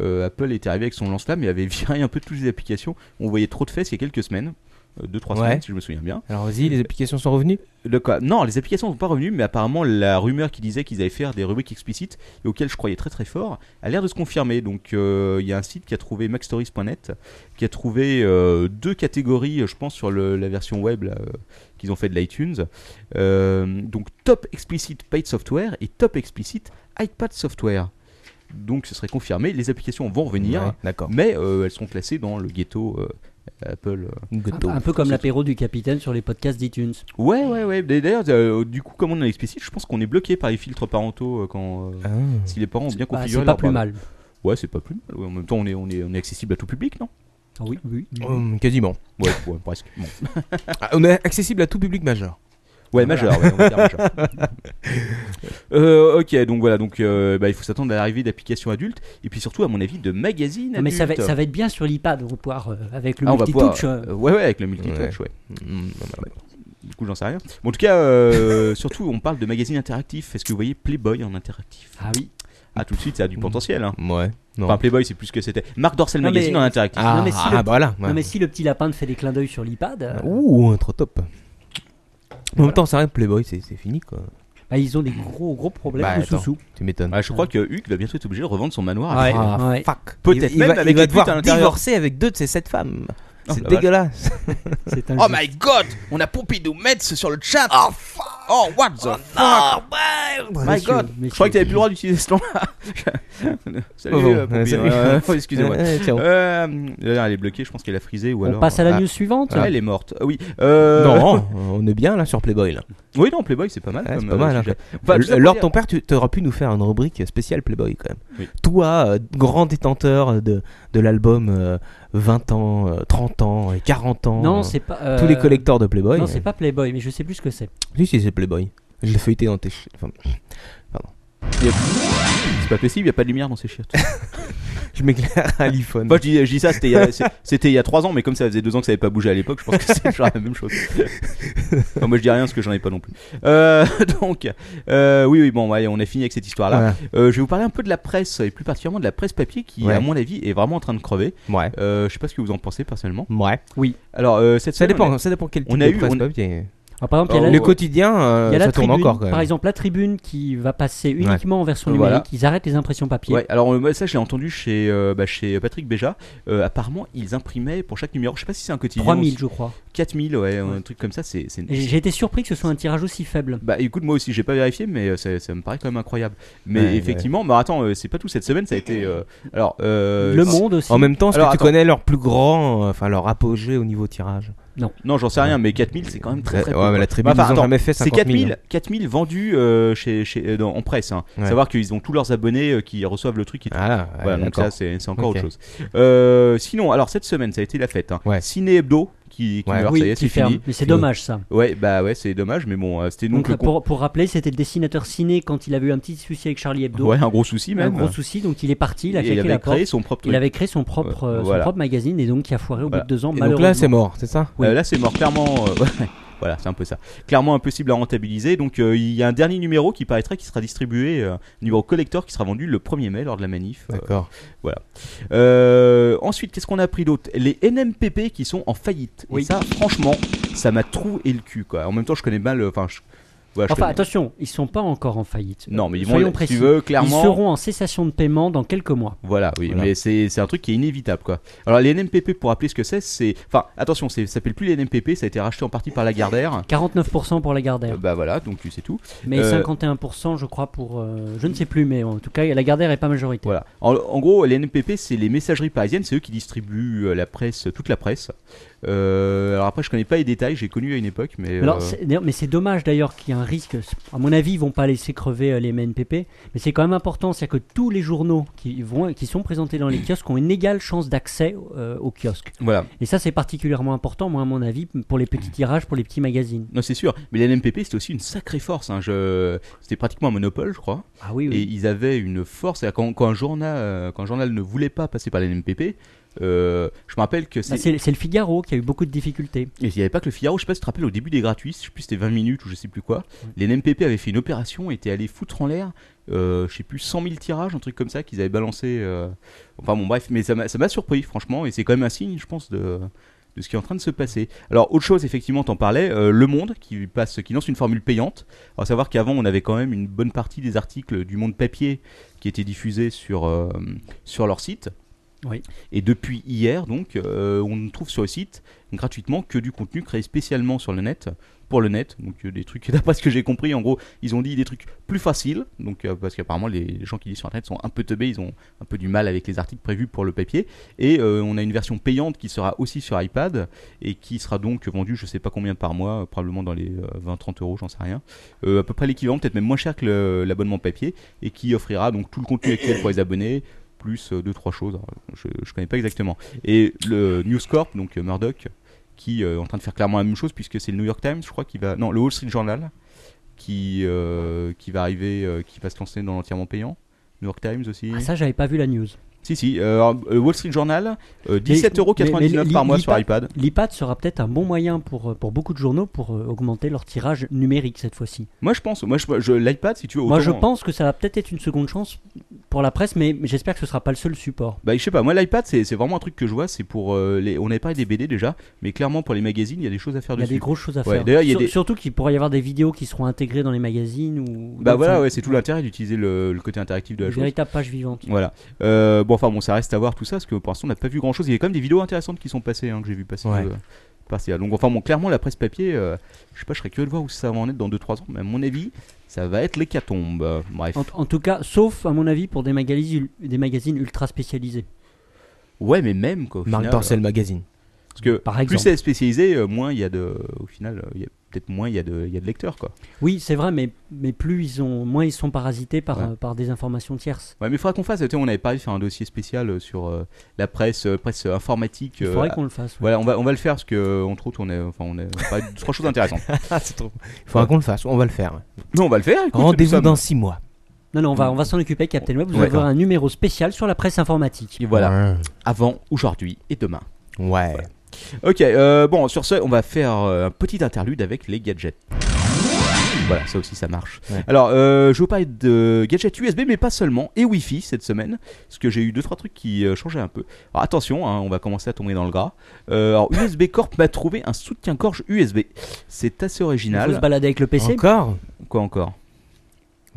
Speaker 1: euh, Apple était arrivé avec son lance-flamme et avait viré un peu toutes les applications. On voyait trop de fesses il y a quelques semaines. 2-3
Speaker 3: Ouais.
Speaker 1: semaines, si je me souviens bien.
Speaker 3: Alors vas-y, les applications sont revenues
Speaker 1: De quoi Non, les applications sont pas revenues, mais apparemment, la rumeur qui disait qu'ils allaient faire des rubriques explicites, et auxquelles je croyais très très fort, a l'air de se confirmer. Donc, euh, il y a un site qui a trouvé maxstories.net, qui a trouvé euh, deux catégories, euh, je pense, sur le- la version web là, euh, qu'ils ont fait de l'iTunes. Euh, donc, top explicite paid software et top explicite iPad software. Donc, ce serait confirmé. Les applications vont revenir,
Speaker 3: Ouais, D'accord.
Speaker 1: mais euh, elles sont classées dans le ghetto euh, Apple. euh,
Speaker 4: Un, un peu comme l'apéro du capitaine sur les podcasts d'iTunes.
Speaker 1: Ouais, ouais, ouais. Mais D'ailleurs, euh, du coup, comme on est explicite, je pense qu'on est bloqué par les filtres parentaux euh, quand. euh,
Speaker 3: Ah.
Speaker 1: Si les parents ont bien
Speaker 4: Bah,
Speaker 1: configuré
Speaker 4: c'est pas
Speaker 1: leur
Speaker 4: plus
Speaker 1: parole.
Speaker 4: mal.
Speaker 1: Ouais, c'est pas plus mal. Ouais, en même temps, on est, on, est, on est accessible à tout public, non
Speaker 4: Ah oui, oui.
Speaker 1: Oh,
Speaker 3: Hum, quasiment.
Speaker 1: Ouais, ouais, presque. Bon.
Speaker 3: Ah, on est accessible à tout public majeur.
Speaker 1: Ouais, majeur, ouais, on va dire majeur. Euh, ok, donc voilà, donc euh, bah, il faut s'attendre à l'arrivée d'applications adultes et puis surtout, à mon avis, de magazines
Speaker 4: Non, mais ça va,
Speaker 1: adultes.
Speaker 4: ça va être bien sur l'iPad, on va pouvoir, euh, avec le
Speaker 1: Ah, on va pouvoir-
Speaker 4: multitouch. euh,
Speaker 1: euh, ouais, ouais, avec le multitouch, ouais.
Speaker 3: Hum, voilà.
Speaker 1: Du coup, j'en sais rien. Bon, en tout cas, euh, surtout, on parle de magazines interactifs. Est-ce que vous voyez Playboy en interactif
Speaker 4: Ah oui.
Speaker 1: Ah, tout de suite, ça a
Speaker 4: Mmh.
Speaker 1: du potentiel. Hein.
Speaker 3: Ouais. Non.
Speaker 1: Enfin, Playboy, c'est plus ce que c'était. Marc Dorcel
Speaker 4: Non,
Speaker 1: Magazine
Speaker 4: mais-
Speaker 1: en interactif.
Speaker 3: ah,
Speaker 4: non, mais si
Speaker 3: ah,
Speaker 4: le-
Speaker 3: bah voilà. ouais.
Speaker 4: Non, mais si le petit lapin te fait des clins d'œil sur l'iPad, euh,
Speaker 3: Ouh, trop top. En même temps, ça rien Playboy, c'est c'est fini quoi.
Speaker 4: bah, ils ont des gros gros problèmes
Speaker 3: Bah,
Speaker 4: de
Speaker 3: attends.
Speaker 4: sous-sous.
Speaker 3: Tu m'étonnes.
Speaker 1: Ouais, Ah, je crois que Hugues va bientôt être obligé de revendre son manoir.
Speaker 4: Ouais.
Speaker 3: Ah,
Speaker 4: ouais.
Speaker 3: fuck.
Speaker 1: Peut-être
Speaker 3: Il- il
Speaker 1: même
Speaker 3: va-
Speaker 1: avec
Speaker 3: il va
Speaker 1: les putes à
Speaker 3: devoir
Speaker 1: l'intérieur.
Speaker 3: divorcer avec deux de ses sept femmes.
Speaker 1: Oh,
Speaker 3: C'est
Speaker 1: la vache.
Speaker 3: dégueulasse.
Speaker 4: C'est un
Speaker 6: Oh
Speaker 4: jeu.
Speaker 6: my god, on a Pompidou Metz sur le chat. Oh, what the fuck.
Speaker 1: My God. Je crois que t'avais plus le droit d'utiliser ce nom-là. Salut,
Speaker 3: Oh bon,
Speaker 1: euh, Pompidou.
Speaker 3: euh, salut.
Speaker 1: Euh, oh, excusez-moi.
Speaker 3: Ouais, ouais, tiens.
Speaker 1: Euh, d'ailleurs, elle est bloquée, je pense qu'elle a frisé ou
Speaker 4: On
Speaker 1: alors.
Speaker 4: passe à la
Speaker 1: Ah,
Speaker 4: news suivante.
Speaker 1: ah, elle est morte. Ah oui. Euh,
Speaker 3: Non, on est bien là sur Playboy là.
Speaker 1: Oui, non, Playboy, c'est pas mal.
Speaker 3: Ouais,
Speaker 1: comme,
Speaker 3: c'est pas
Speaker 1: euh,
Speaker 3: mal, hein.
Speaker 1: sujet. Enfin, tout ça pour
Speaker 3: L- Lors
Speaker 1: dire-
Speaker 3: ton père, tu auras pu nous faire une rubrique spéciale Playboy quand même.
Speaker 1: Oui.
Speaker 3: Toi, euh, grand détenteur de, de l'album euh, 20 ans, euh, 30 ans et 40 ans.
Speaker 4: Non,
Speaker 3: euh,
Speaker 4: c'est pas.
Speaker 3: tous les
Speaker 4: euh,
Speaker 3: collecteurs de Playboy.
Speaker 4: Non, c'est pas Playboy, mais je sais plus ce que c'est.
Speaker 3: Si, si, c'est Playboy. Je l'ai feuilleté dans tes. ch- enfin,
Speaker 1: C'est pas possible, y a pas de lumière dans ces chiottes.
Speaker 3: je m'éclaire à l'iPhone.
Speaker 1: Moi, je dis, je dis ça, c'était il y a- c'est- c'était il y a 3 ans, mais comme ça faisait 2 ans que ça avait pas bougé à l'époque, je pense que c'est genre la même chose. Non, moi, je dis rien parce que j'en ai pas non plus. Euh, donc, euh, oui, oui, bon, ouais, on a fini avec cette histoire-là.
Speaker 3: Voilà.
Speaker 1: Euh, je vais vous parler un peu de la presse, et plus particulièrement de la presse papier qui,
Speaker 3: Ouais.
Speaker 1: à mon avis, est vraiment en train de crever.
Speaker 3: Ouais.
Speaker 1: Euh, je sais pas ce que vous en pensez personnellement.
Speaker 3: Ouais.
Speaker 1: Alors, euh, cette
Speaker 3: Ça
Speaker 1: semaine, on
Speaker 3: dépend, hein,
Speaker 1: a-
Speaker 3: ça dépend quel type
Speaker 1: on a
Speaker 3: de
Speaker 1: eu-
Speaker 3: presse
Speaker 1: on-
Speaker 3: papier.
Speaker 4: Alors, par exemple, il y a
Speaker 1: Oh,
Speaker 4: la,
Speaker 3: Le quotidien, euh,
Speaker 4: il y a la
Speaker 3: ça tourne
Speaker 4: tribune.
Speaker 3: encore quand même.
Speaker 4: Par exemple, la tribune qui va passer uniquement en version
Speaker 1: Euh, Voilà.
Speaker 4: numérique. Ils arrêtent les impressions papier.
Speaker 1: Ouais, alors euh, moi, ça, j'ai entendu chez, euh, bah, chez Patrick Béja. Euh, apparemment, ils imprimaient pour chaque numéro, je sais pas si c'est un quotidien.
Speaker 4: 3000, je crois.
Speaker 1: 4000, ouais, un truc comme ça, c'est. c'est-
Speaker 4: Et J'ai été surpris que ce soit un tirage aussi faible.
Speaker 1: Bah écoute, moi aussi, j'ai pas vérifié, mais euh, ça, ça me paraît quand même incroyable. Mais
Speaker 3: Ouais,
Speaker 1: effectivement, bah attends, euh, c'est pas tout cette semaine, ça a été. euh, alors, euh,
Speaker 4: le
Speaker 1: si-
Speaker 4: monde aussi.
Speaker 3: En même temps, est-ce que
Speaker 1: Alors,
Speaker 3: tu
Speaker 1: attends.
Speaker 3: connais leur plus grand, euh, enfin leur apogée au niveau tirage
Speaker 1: Non, j'en sais rien, mais 4000, c'est quand même très très peu,
Speaker 3: Ouais, mais
Speaker 1: quoi. Bah,
Speaker 3: la tribune,
Speaker 1: Enfin,
Speaker 3: ils ont
Speaker 1: attends,
Speaker 3: jamais fait 50
Speaker 1: C'est
Speaker 3: 000.
Speaker 1: 4000, 4000 vendus euh, chez, chez, euh, dans- en presse. Hein.
Speaker 3: Ouais.
Speaker 1: Savoir qu'ils ont tous leurs abonnés euh, qui reçoivent le truc. Et tout.
Speaker 3: Ah,
Speaker 1: voilà,
Speaker 3: ouais,
Speaker 1: donc ça,
Speaker 3: d'accord.
Speaker 1: c'est c'est encore
Speaker 3: Ok.
Speaker 1: autre chose. Euh, sinon, alors cette semaine, ça a été la fête. hein.
Speaker 3: Ouais.
Speaker 1: Ciné Hebdo, qui, qui
Speaker 3: Ouais.
Speaker 1: meurt,
Speaker 4: oui,
Speaker 1: ça y est,
Speaker 4: qui
Speaker 1: c'est
Speaker 4: ferme.
Speaker 1: fini.
Speaker 4: Mais c'est
Speaker 3: Fini.
Speaker 4: dommage ça.
Speaker 1: Ouais, bah ouais, c'est dommage, mais bon, euh, c'était donc,
Speaker 4: Donc,
Speaker 1: le con-
Speaker 4: pour, pour rappeler, c'était le dessinateur ciné quand il avait eu un petit souci avec Charlie Hebdo.
Speaker 1: Ouais, un gros souci
Speaker 4: un
Speaker 1: même.
Speaker 4: gros souci, donc il est parti, il a
Speaker 1: Et il
Speaker 4: claqué
Speaker 1: avait
Speaker 4: la porte.
Speaker 1: créé son propre
Speaker 4: Il
Speaker 1: truc.
Speaker 4: avait créé son propre,
Speaker 1: Euh,
Speaker 4: euh, son
Speaker 1: voilà.
Speaker 4: propre magazine et donc qui a foiré au
Speaker 1: Voilà.
Speaker 4: bout de deux ans,
Speaker 3: Et donc
Speaker 4: malheureusement.
Speaker 3: là, c'est mort, c'est ça
Speaker 4: Oui.
Speaker 1: Euh, là, c'est mort clairement. euh, ouais, voilà, c'est un peu ça. Clairement impossible à rentabiliser. Donc, euh, il y a un dernier numéro qui paraîtra, qui sera distribué, euh, numéro collector, qui sera vendu le 1er mai lors de la manif. Euh,
Speaker 3: D'accord.
Speaker 1: euh, ensuite, qu'est-ce qu'on a pris d'autre Les NMPP qui sont en faillite. Et
Speaker 4: Oui.
Speaker 1: ça, franchement, ça m'a troué le cul. Quoi. En même temps, je connais mal. Enfin, je... voilà, je
Speaker 4: Enfin,
Speaker 1: connais-
Speaker 4: attention, ils sont pas encore en faillite.
Speaker 1: Non, mais ils vont.
Speaker 4: Soyons
Speaker 1: si
Speaker 4: précis.
Speaker 1: tu veux,
Speaker 4: Ils
Speaker 1: clairement.
Speaker 4: seront en cessation de paiement dans quelques mois.
Speaker 1: Voilà, oui,
Speaker 3: Voilà.
Speaker 1: mais c'est c'est un truc qui est inévitable, quoi. Alors, les NMPP, pour rappeler ce que c'est, c'est. Enfin, attention, c'est- ça s'appelle plus les NMPP, ça a été racheté en partie par Lagardère.
Speaker 4: 49% pour la Gardère,
Speaker 1: Euh, Bah voilà, donc tu sais tout.
Speaker 4: mais
Speaker 1: euh,
Speaker 4: 51% je crois pour... euh, je ne sais plus, mais en tout cas, la Gardère est pas majoritaire.
Speaker 1: Voilà. En, en gros, les NPP, c'est les messageries parisiennes, c'est eux qui distribuent euh, la presse, toute la presse. Euh, alors après, je connais pas les détails, j'ai connu à une époque, mais. euh,
Speaker 4: Alors, c'est- d'ailleurs- mais c'est dommage d'ailleurs qu'il y ait un risque. À mon avis, ils vont pas laisser crever euh, les MNPP, mais c'est quand même important. C'est-à-dire que tous les journaux qui, vont, qui sont présentés dans les kiosques ont une égale chance d'accès euh, aux kiosques.
Speaker 1: voilà.
Speaker 4: Et ça, c'est particulièrement important, moi, à mon avis, pour les petits tirages, pour les petits magazines.
Speaker 1: Non, c'est sûr. Mais les NMPP, c'était aussi une sacrée force. hein. Je... C'était pratiquement un monopole, je crois.
Speaker 4: Ah oui,
Speaker 1: Et
Speaker 4: oui.
Speaker 1: ils avaient une force. C'est-à-dire Quand, quand, un journal, euh, quand un journal ne voulait pas passer par les NMPP, euh, je me rappelle que
Speaker 4: Bah,
Speaker 1: c'est.
Speaker 4: C'est c'est le Figaro qui a eu beaucoup de difficultés.
Speaker 1: Et il n'y avait pas que le Figaro, je sais pas si tu te rappelles, au début des gratuits, je sais plus c'était 20 minutes ou je sais plus quoi, les NMPP avaient fait une opération, étaient allés foutre en l'air, euh, je sais plus, 100 000 tirages, un truc comme ça, qu'ils avaient balancé. euh, Enfin bon, bref, mais ça m'a ça m'a surpris, franchement, et c'est quand même un signe, je pense, de, de ce qui est en train de se passer. Alors, autre chose, effectivement, t'en parlais, euh, Le Monde, qui, passe, qui lance une formule payante. Alors, savoir qu'avant, on avait quand même une bonne partie des articles du Monde papier qui étaient diffusés sur, euh, sur leur site.
Speaker 4: Oui.
Speaker 1: Et depuis hier, donc, euh, on ne trouve sur le site gratuitement que du contenu créé spécialement sur le net, pour le net. Donc, euh, des trucs, d'après ce que j'ai compris, en gros, ils ont dit des trucs plus faciles. Donc, euh, parce qu'apparemment, les, les gens qui lisent sur internet sont un peu teubés, ils ont un peu du mal avec les articles prévus pour le papier. Et euh, on a une version payante qui sera aussi sur iPad et qui sera donc vendue, je sais pas combien par mois, euh, probablement dans les euh, 20-30 euros, j'en sais rien. Euh, à peu près l'équivalent, peut-être même moins cher que le- l'abonnement papier et qui offrira donc tout le contenu actuel pour les abonnés plus euh, deux trois choses Alors, je, je connais pas exactement et le News Corp donc euh, Murdoch qui euh, est en train de faire clairement la même chose puisque c'est le New York Times je crois qui va non le Wall Street Journal qui euh, qui va arriver euh, qui va se lancer dans l'entièrement payant New York Times aussi
Speaker 4: Ah, ça, j'avais pas vu la news.
Speaker 1: si si euh, alors, euh, Wall Street Journal euh,
Speaker 4: mais- mais
Speaker 1: 17,99€
Speaker 4: li-
Speaker 1: par mois
Speaker 4: lis
Speaker 1: sur
Speaker 4: pas-
Speaker 1: iPad
Speaker 4: L'iPad sera peut-être un bon moyen pour, euh, pour beaucoup de journaux pour euh, augmenter leur tirage numérique cette fois-ci.
Speaker 1: moi je pense moi je, je- l'iPad si tu veux
Speaker 4: Moi,
Speaker 1: autant- hein.
Speaker 4: je pense que ça va peut-être être une seconde chance pour la presse, mais j'espère que ce sera pas le seul support.
Speaker 1: Bah, je sais pas, moi l'iPad c'est c'est vraiment un truc que je vois, c'est pour euh, les. On avait parlé des BD déjà, mais clairement pour les magazines il y a des choses à faire
Speaker 4: Il y a
Speaker 1: dessus.
Speaker 4: des grosses choses à
Speaker 1: Ouais,
Speaker 4: faire.
Speaker 1: d'ailleurs, il y a
Speaker 4: Sur-
Speaker 1: des-
Speaker 4: Surtout qu'il pourrait y avoir des vidéos qui seront intégrées dans les magazines ou
Speaker 1: Bah
Speaker 4: d'autres,
Speaker 1: voilà,
Speaker 4: enfin,
Speaker 1: ouais, c'est tout l'intérêt d'utiliser le, le côté interactif de la
Speaker 4: une
Speaker 1: chose.
Speaker 4: véritable page vivante.
Speaker 1: Voilà. Euh, bon, enfin bon, ça reste à voir tout ça, parce que pour l'instant on n'a pas vu grand chose. Il y a quand même des vidéos intéressantes qui sont passées, hein, que j'ai vu passer.
Speaker 3: Ouais.
Speaker 1: euh, passer là. Donc, enfin bon, clairement la presse papier, euh, je sais pas, je serais curieux de voir où ça va en être dans 2-3 ans, mais à mon avis, ça va être l'hécatombe. Euh, Bref.
Speaker 4: En, en tout cas, sauf à mon avis pour des magazines, des magazines ultra spécialisés.
Speaker 1: Ouais, mais même quoi. au
Speaker 3: Marc
Speaker 1: final,
Speaker 3: Dorcel Magazine.
Speaker 1: Parce que
Speaker 4: Par
Speaker 1: plus
Speaker 4: exemple.
Speaker 1: c'est spécialisé, euh, moins il y a de. Au final, euh, il y a peut-être moins il y, a de- il y a de lecteurs quoi.
Speaker 4: Oui, c'est vrai, mais, mais plus ils ont, moins ils sont parasités par,
Speaker 1: Ouais.
Speaker 4: euh, par des informations tierces.
Speaker 1: Ouais, mais il faudra qu'on fasse. tu sais, On avait parlé de faire un dossier spécial euh, sur euh, la presse, euh, presse informatique.
Speaker 4: Il
Speaker 1: euh,
Speaker 4: faudrait
Speaker 1: à-
Speaker 4: qu'on le fasse. ouais.
Speaker 1: Voilà, on va, on va le faire parce que, euh, entre autres, on a, enfin, on a on a parlé de trois choses intéressantes.
Speaker 3: c'est trop. Il faudra qu'on le fasse, on va le faire.
Speaker 1: Non, on va le faire. écoute, nous
Speaker 3: Rendez-vous
Speaker 1: sommes-
Speaker 3: dans 6 mois.
Speaker 4: Non, non, on
Speaker 3: Mm.
Speaker 4: va, on va s'en occuper, Captain Web. Vous
Speaker 1: Ouais.
Speaker 4: allez avoir un numéro spécial sur la presse informatique.
Speaker 1: Et Voilà,
Speaker 3: Ouais.
Speaker 1: avant, aujourd'hui et demain.
Speaker 3: Ouais.
Speaker 1: Ok, euh, bon, sur ce, on va faire euh, un petit interlude avec les gadgets. Voilà, ça aussi, ça marche.
Speaker 3: Ouais.
Speaker 1: Alors, euh, je vais vous parler de gadgets USB, mais pas seulement, et Wi-Fi cette semaine, parce que j'ai eu deux trois trucs qui euh, changeaient un peu. Alors, attention, hein, on va commencer à tomber dans le gras. Euh, alors, USB Corp m'a trouvé un soutien-gorge USB. C'est assez
Speaker 4: Il faut se
Speaker 1: original.
Speaker 4: balader avec le PC.
Speaker 3: Encore
Speaker 1: Quoi encore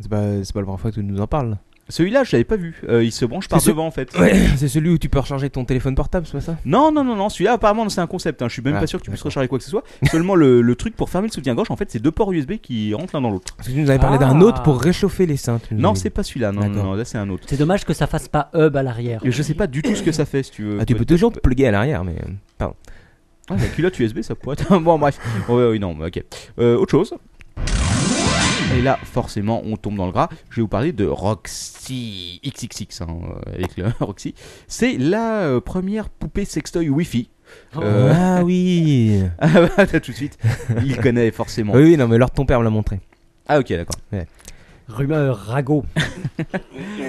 Speaker 3: C'est pas, c'est pas la première fois que tu nous en parles.
Speaker 1: Celui-là, je l'avais pas vu. Euh, il se branche par
Speaker 3: C'est ce-
Speaker 1: devant, en fait.
Speaker 3: C'est celui où tu peux recharger ton téléphone portable, c'est pas ça
Speaker 1: Non, non, non, non. Celui-là, apparemment, c'est un concept. Hein. Je suis même
Speaker 3: Ah,
Speaker 1: pas sûr que tu puisses
Speaker 3: d'accord.
Speaker 1: recharger quoi que ce soit. Seulement, le, le truc pour fermer le soutien-gorge, en fait, c'est deux ports USB qui rentrent l'un dans l'autre.
Speaker 3: Parce que tu nous avais parlé d'un
Speaker 4: Ah.
Speaker 3: autre pour réchauffer les seins. tu nous
Speaker 1: Non,
Speaker 3: avais
Speaker 1: c'est
Speaker 3: dit.
Speaker 1: pas celui-là. Non, non,
Speaker 3: Mmh. D'accord.
Speaker 1: non, là, c'est un autre.
Speaker 4: C'est dommage que ça fasse pas hub à l'arrière.
Speaker 1: Et Je sais pas du tout ce que ça fait, si tu veux.
Speaker 3: Ah, tu peux toujours te plugger à l'arrière, mais. euh, Pardon.
Speaker 1: Ah, la culotte USB, ça pourrait être. bon, bref. Oui, oui, non, mais ok. Euh, autre chose. Et là, forcément, on tombe dans le gras. Je vais vous parler de Roxy XXX, hein, euh, avec le Roxy. C'est la euh, première poupée sextoy Wi-Fi Euh,
Speaker 3: Ah oui.
Speaker 1: Ah bah, tout de suite, il connaît forcément.
Speaker 3: Oui, oui, non, mais leur ton père me l'a montré.
Speaker 1: Ah ok, d'accord.
Speaker 4: Rumeur, ragot.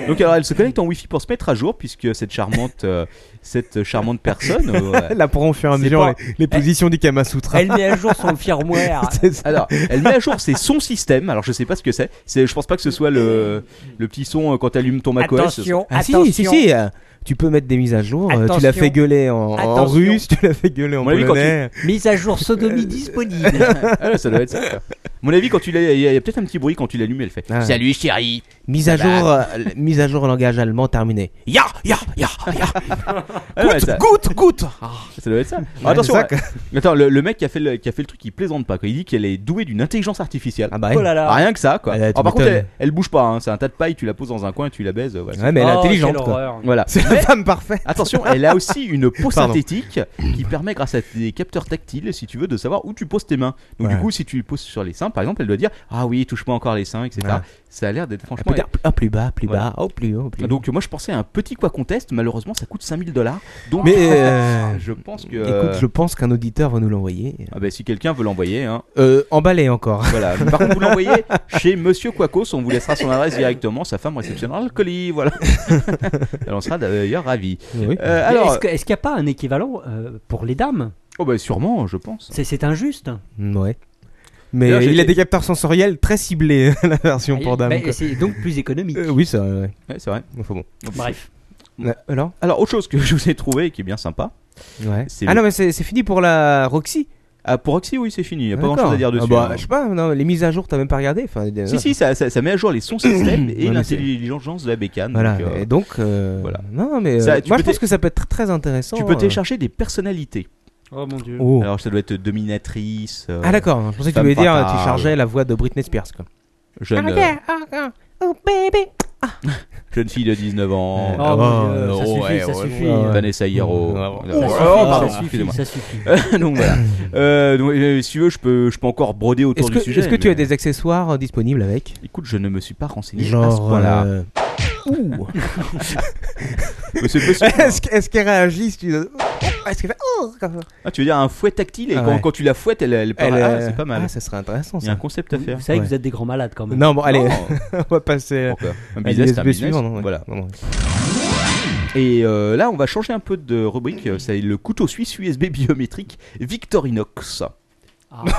Speaker 1: Donc alors, elle se connecte en Wi-Fi pour se mettre à jour, puisque cette charmante, euh, cette charmante personne. euh,
Speaker 3: Là, pour en faire un
Speaker 1: C'est
Speaker 3: mesure,
Speaker 1: pas-
Speaker 3: les, les positions du Kamasutra.
Speaker 4: Elle met à jour son firmware.
Speaker 3: C'est ça.
Speaker 1: Alors, elle met à jour c'est son système. Alors, je sais pas ce que c'est. C'est, je pense pas que ce soit le le petit son euh, quand t'allumes ton macOS.
Speaker 4: Attention,
Speaker 3: Ah, si,
Speaker 4: attention.
Speaker 3: si, si, euh, tu peux mettre des mises à jour. euh, Tu
Speaker 4: Attention.
Speaker 3: l'as fait gueuler en, en
Speaker 4: Attention.
Speaker 3: russe, tu l'as fait gueuler en
Speaker 1: Mon avis, quand
Speaker 3: polonais.
Speaker 4: Mise à jour
Speaker 3: Euh,
Speaker 4: sodomie disponible. Oh,
Speaker 1: Ah, là, ça doit être ça. quoi. À mon avis, quand tu l'as, il y a, il y a peut-être un petit bruit quand tu l'allumes. Elle fait.
Speaker 3: Ah.
Speaker 1: Salut chérie.
Speaker 3: Mise à jour, euh, l- mise à jour langage allemand terminé.
Speaker 6: Ya, ya, ya, ya.
Speaker 1: Ah, ouais, ça,
Speaker 6: Goutte, goutte.
Speaker 1: ça doit être ça. Ah, attention.
Speaker 3: c'est ça, quoi.
Speaker 1: ouais. Attends, le, le mec qui a fait le, qui a fait le truc, il plaisante pas. Quoi. Il dit qu'elle est douée d'une intelligence artificielle.
Speaker 3: Ah bah
Speaker 4: Oh
Speaker 3: ouais.
Speaker 4: là là.
Speaker 1: Rien que ça, quoi.
Speaker 3: Ah, là, tu
Speaker 1: Ah, par contre,
Speaker 3: m'étonnes.
Speaker 1: elle, elle bouge pas. hein. C'est un tas de paille. Tu la poses dans un coin, tu la baises. euh, voilà.
Speaker 3: Ouais, mais elle est
Speaker 4: Oh,
Speaker 3: intelligente.
Speaker 4: quelle
Speaker 3: quoi.
Speaker 4: horreur.
Speaker 1: Voilà.
Speaker 3: C'est la femme parfaite.
Speaker 1: Attention, elle a aussi une peau
Speaker 3: Pardon.
Speaker 1: synthétique qui permet, grâce à des capteurs tactiles, si tu veux, de savoir où tu poses tes mains. Donc,
Speaker 3: Ouais.
Speaker 1: du coup, si tu poses sur les seins, par exemple, elle doit dire Ah oui, touche-moi encore les seins, etc.
Speaker 3: Ouais.
Speaker 1: Ça a l'air d'être
Speaker 3: Elle
Speaker 1: franchement.
Speaker 3: peut dire ah, plus bas, plus bas, oh plus haut, plus haut.
Speaker 1: Donc, moi, je pensais à un petit quoi conteste. Malheureusement, ça coûte 5000 dollars. Donc, Ah,
Speaker 3: Mais euh,
Speaker 1: je pense que. euh,
Speaker 3: écoute, je pense qu'un auditeur va nous l'envoyer.
Speaker 1: Ah bah, si quelqu'un veut l'envoyer, hein,
Speaker 3: Euh, emballé encore.
Speaker 1: voilà. Par contre, vous l'envoyez chez Monsieur Quacos, on vous laissera son adresse directement, sa femme réceptionnera le colis, voilà. Elle en sera d'ailleurs ravie.
Speaker 3: Oui.
Speaker 1: Euh,
Speaker 4: Mais
Speaker 1: alors,
Speaker 4: est-ce que- est-ce qu'il n'y a pas un équivalent euh, pour les dames
Speaker 1: oh bah sûrement, je pense.
Speaker 4: C'est- C'est injuste.
Speaker 3: Mm, Ouais. Mais
Speaker 1: D'ailleurs,
Speaker 3: euh, il a
Speaker 1: j'étais-
Speaker 3: des capteurs sensoriels très ciblés, la version pour dames.
Speaker 4: Mais
Speaker 3: quoi.
Speaker 4: C'est donc plus économique.
Speaker 3: Euh, oui, ça. Ouais.
Speaker 1: Ouais, c'est vrai.
Speaker 3: Enfin bon.
Speaker 4: Bref.
Speaker 3: Euh, Alors
Speaker 1: Alors, autre chose que je vous ai trouvé et qui est bien sympa.
Speaker 3: Ouais.
Speaker 1: C'est
Speaker 3: Ah
Speaker 1: le-
Speaker 3: non, mais c'est c'est fini pour la Roxy.
Speaker 1: Ah, pour Oxy, oui, c'est fini. Il a pas
Speaker 3: D'accord.
Speaker 1: grand chose à dire
Speaker 3: Ah
Speaker 1: dessus.
Speaker 3: bah,
Speaker 1: hein.
Speaker 3: Je sais pas, non, les mises à jour, t'as même pas regardé. Enfin, euh,
Speaker 1: Si, si, ça, ça, ça met à jour les sons systèmes et
Speaker 3: Ouais, mais c'est-
Speaker 1: l'intelligence de la bécane.
Speaker 3: Voilà.
Speaker 1: donc, euh,
Speaker 3: Et donc, euh,
Speaker 1: voilà.
Speaker 3: Non, mais euh,
Speaker 1: Ça, tu
Speaker 3: moi
Speaker 1: peux
Speaker 3: je pense
Speaker 1: t'é-
Speaker 3: que ça peut être très, très intéressant.
Speaker 1: tu peux
Speaker 3: euh.
Speaker 1: télécharger des personnalités.
Speaker 4: Oh mon dieu.
Speaker 3: Oh.
Speaker 1: Alors, euh, ça doit être dominatrice, euh,
Speaker 3: Ah d'accord, je pensais que tu
Speaker 1: Femme
Speaker 3: voulais dire
Speaker 1: fatale.
Speaker 3: tu chargeais la voix de Britney Spears quoi.
Speaker 1: jeune, euh, jeune fille de 19 ans,
Speaker 3: Ouais.
Speaker 4: Oh, mon
Speaker 3: Oh,
Speaker 4: Dieu, ça
Speaker 1: oh,
Speaker 4: suffit,
Speaker 1: ouais,
Speaker 4: ça
Speaker 1: ouais,
Speaker 4: suffit.
Speaker 3: ouais, ouais.
Speaker 1: Vanessa Hierro.
Speaker 3: Ouais, ouais.
Speaker 1: Euh,
Speaker 4: Ça
Speaker 1: oh,
Speaker 4: suffit, ça
Speaker 1: pardon,
Speaker 4: suffit,
Speaker 1: excusez-moi.
Speaker 4: ça suffit.
Speaker 1: donc voilà. Euh, donc, euh, si tu veux, je peux, je peux encore broder autour
Speaker 3: Est-ce
Speaker 1: du
Speaker 3: que,
Speaker 1: sujet.
Speaker 3: est-ce que tu
Speaker 1: mais-
Speaker 3: as des accessoires euh, disponibles avec
Speaker 1: Écoute, je ne me suis pas renseigné à ce point-là.
Speaker 3: euh, ouh.
Speaker 1: Mais c'est possible, hein.
Speaker 3: est-ce, que- est-ce qu'elle réagit si tu... Est-ce qu'elle fait oh comme ça
Speaker 1: Ah, tu veux dire un fouet tactile et
Speaker 3: Ah
Speaker 1: quand,
Speaker 3: ouais.
Speaker 1: quand tu la fouettes, elle, elle part-
Speaker 3: Elle,
Speaker 1: Ah,
Speaker 3: euh,
Speaker 1: c'est pas mal.
Speaker 3: Ah, ça serait intéressant
Speaker 1: Il y a un
Speaker 3: ça.
Speaker 1: concept à faire.
Speaker 4: Vous savez
Speaker 3: Ouais.
Speaker 4: que vous êtes des grands malades quand même.
Speaker 3: Non bon allez,
Speaker 1: Non,
Speaker 3: on va passer euh,
Speaker 1: pourquoi Un
Speaker 3: à
Speaker 1: business, c'est un
Speaker 3: l'USB
Speaker 1: business.
Speaker 3: suivant. non, ouais.
Speaker 1: Voilà.
Speaker 3: Non, non.
Speaker 1: Et euh, là, on va changer un peu de rubrique. Euh, C'est le couteau suisse USB biométrique Victorinox.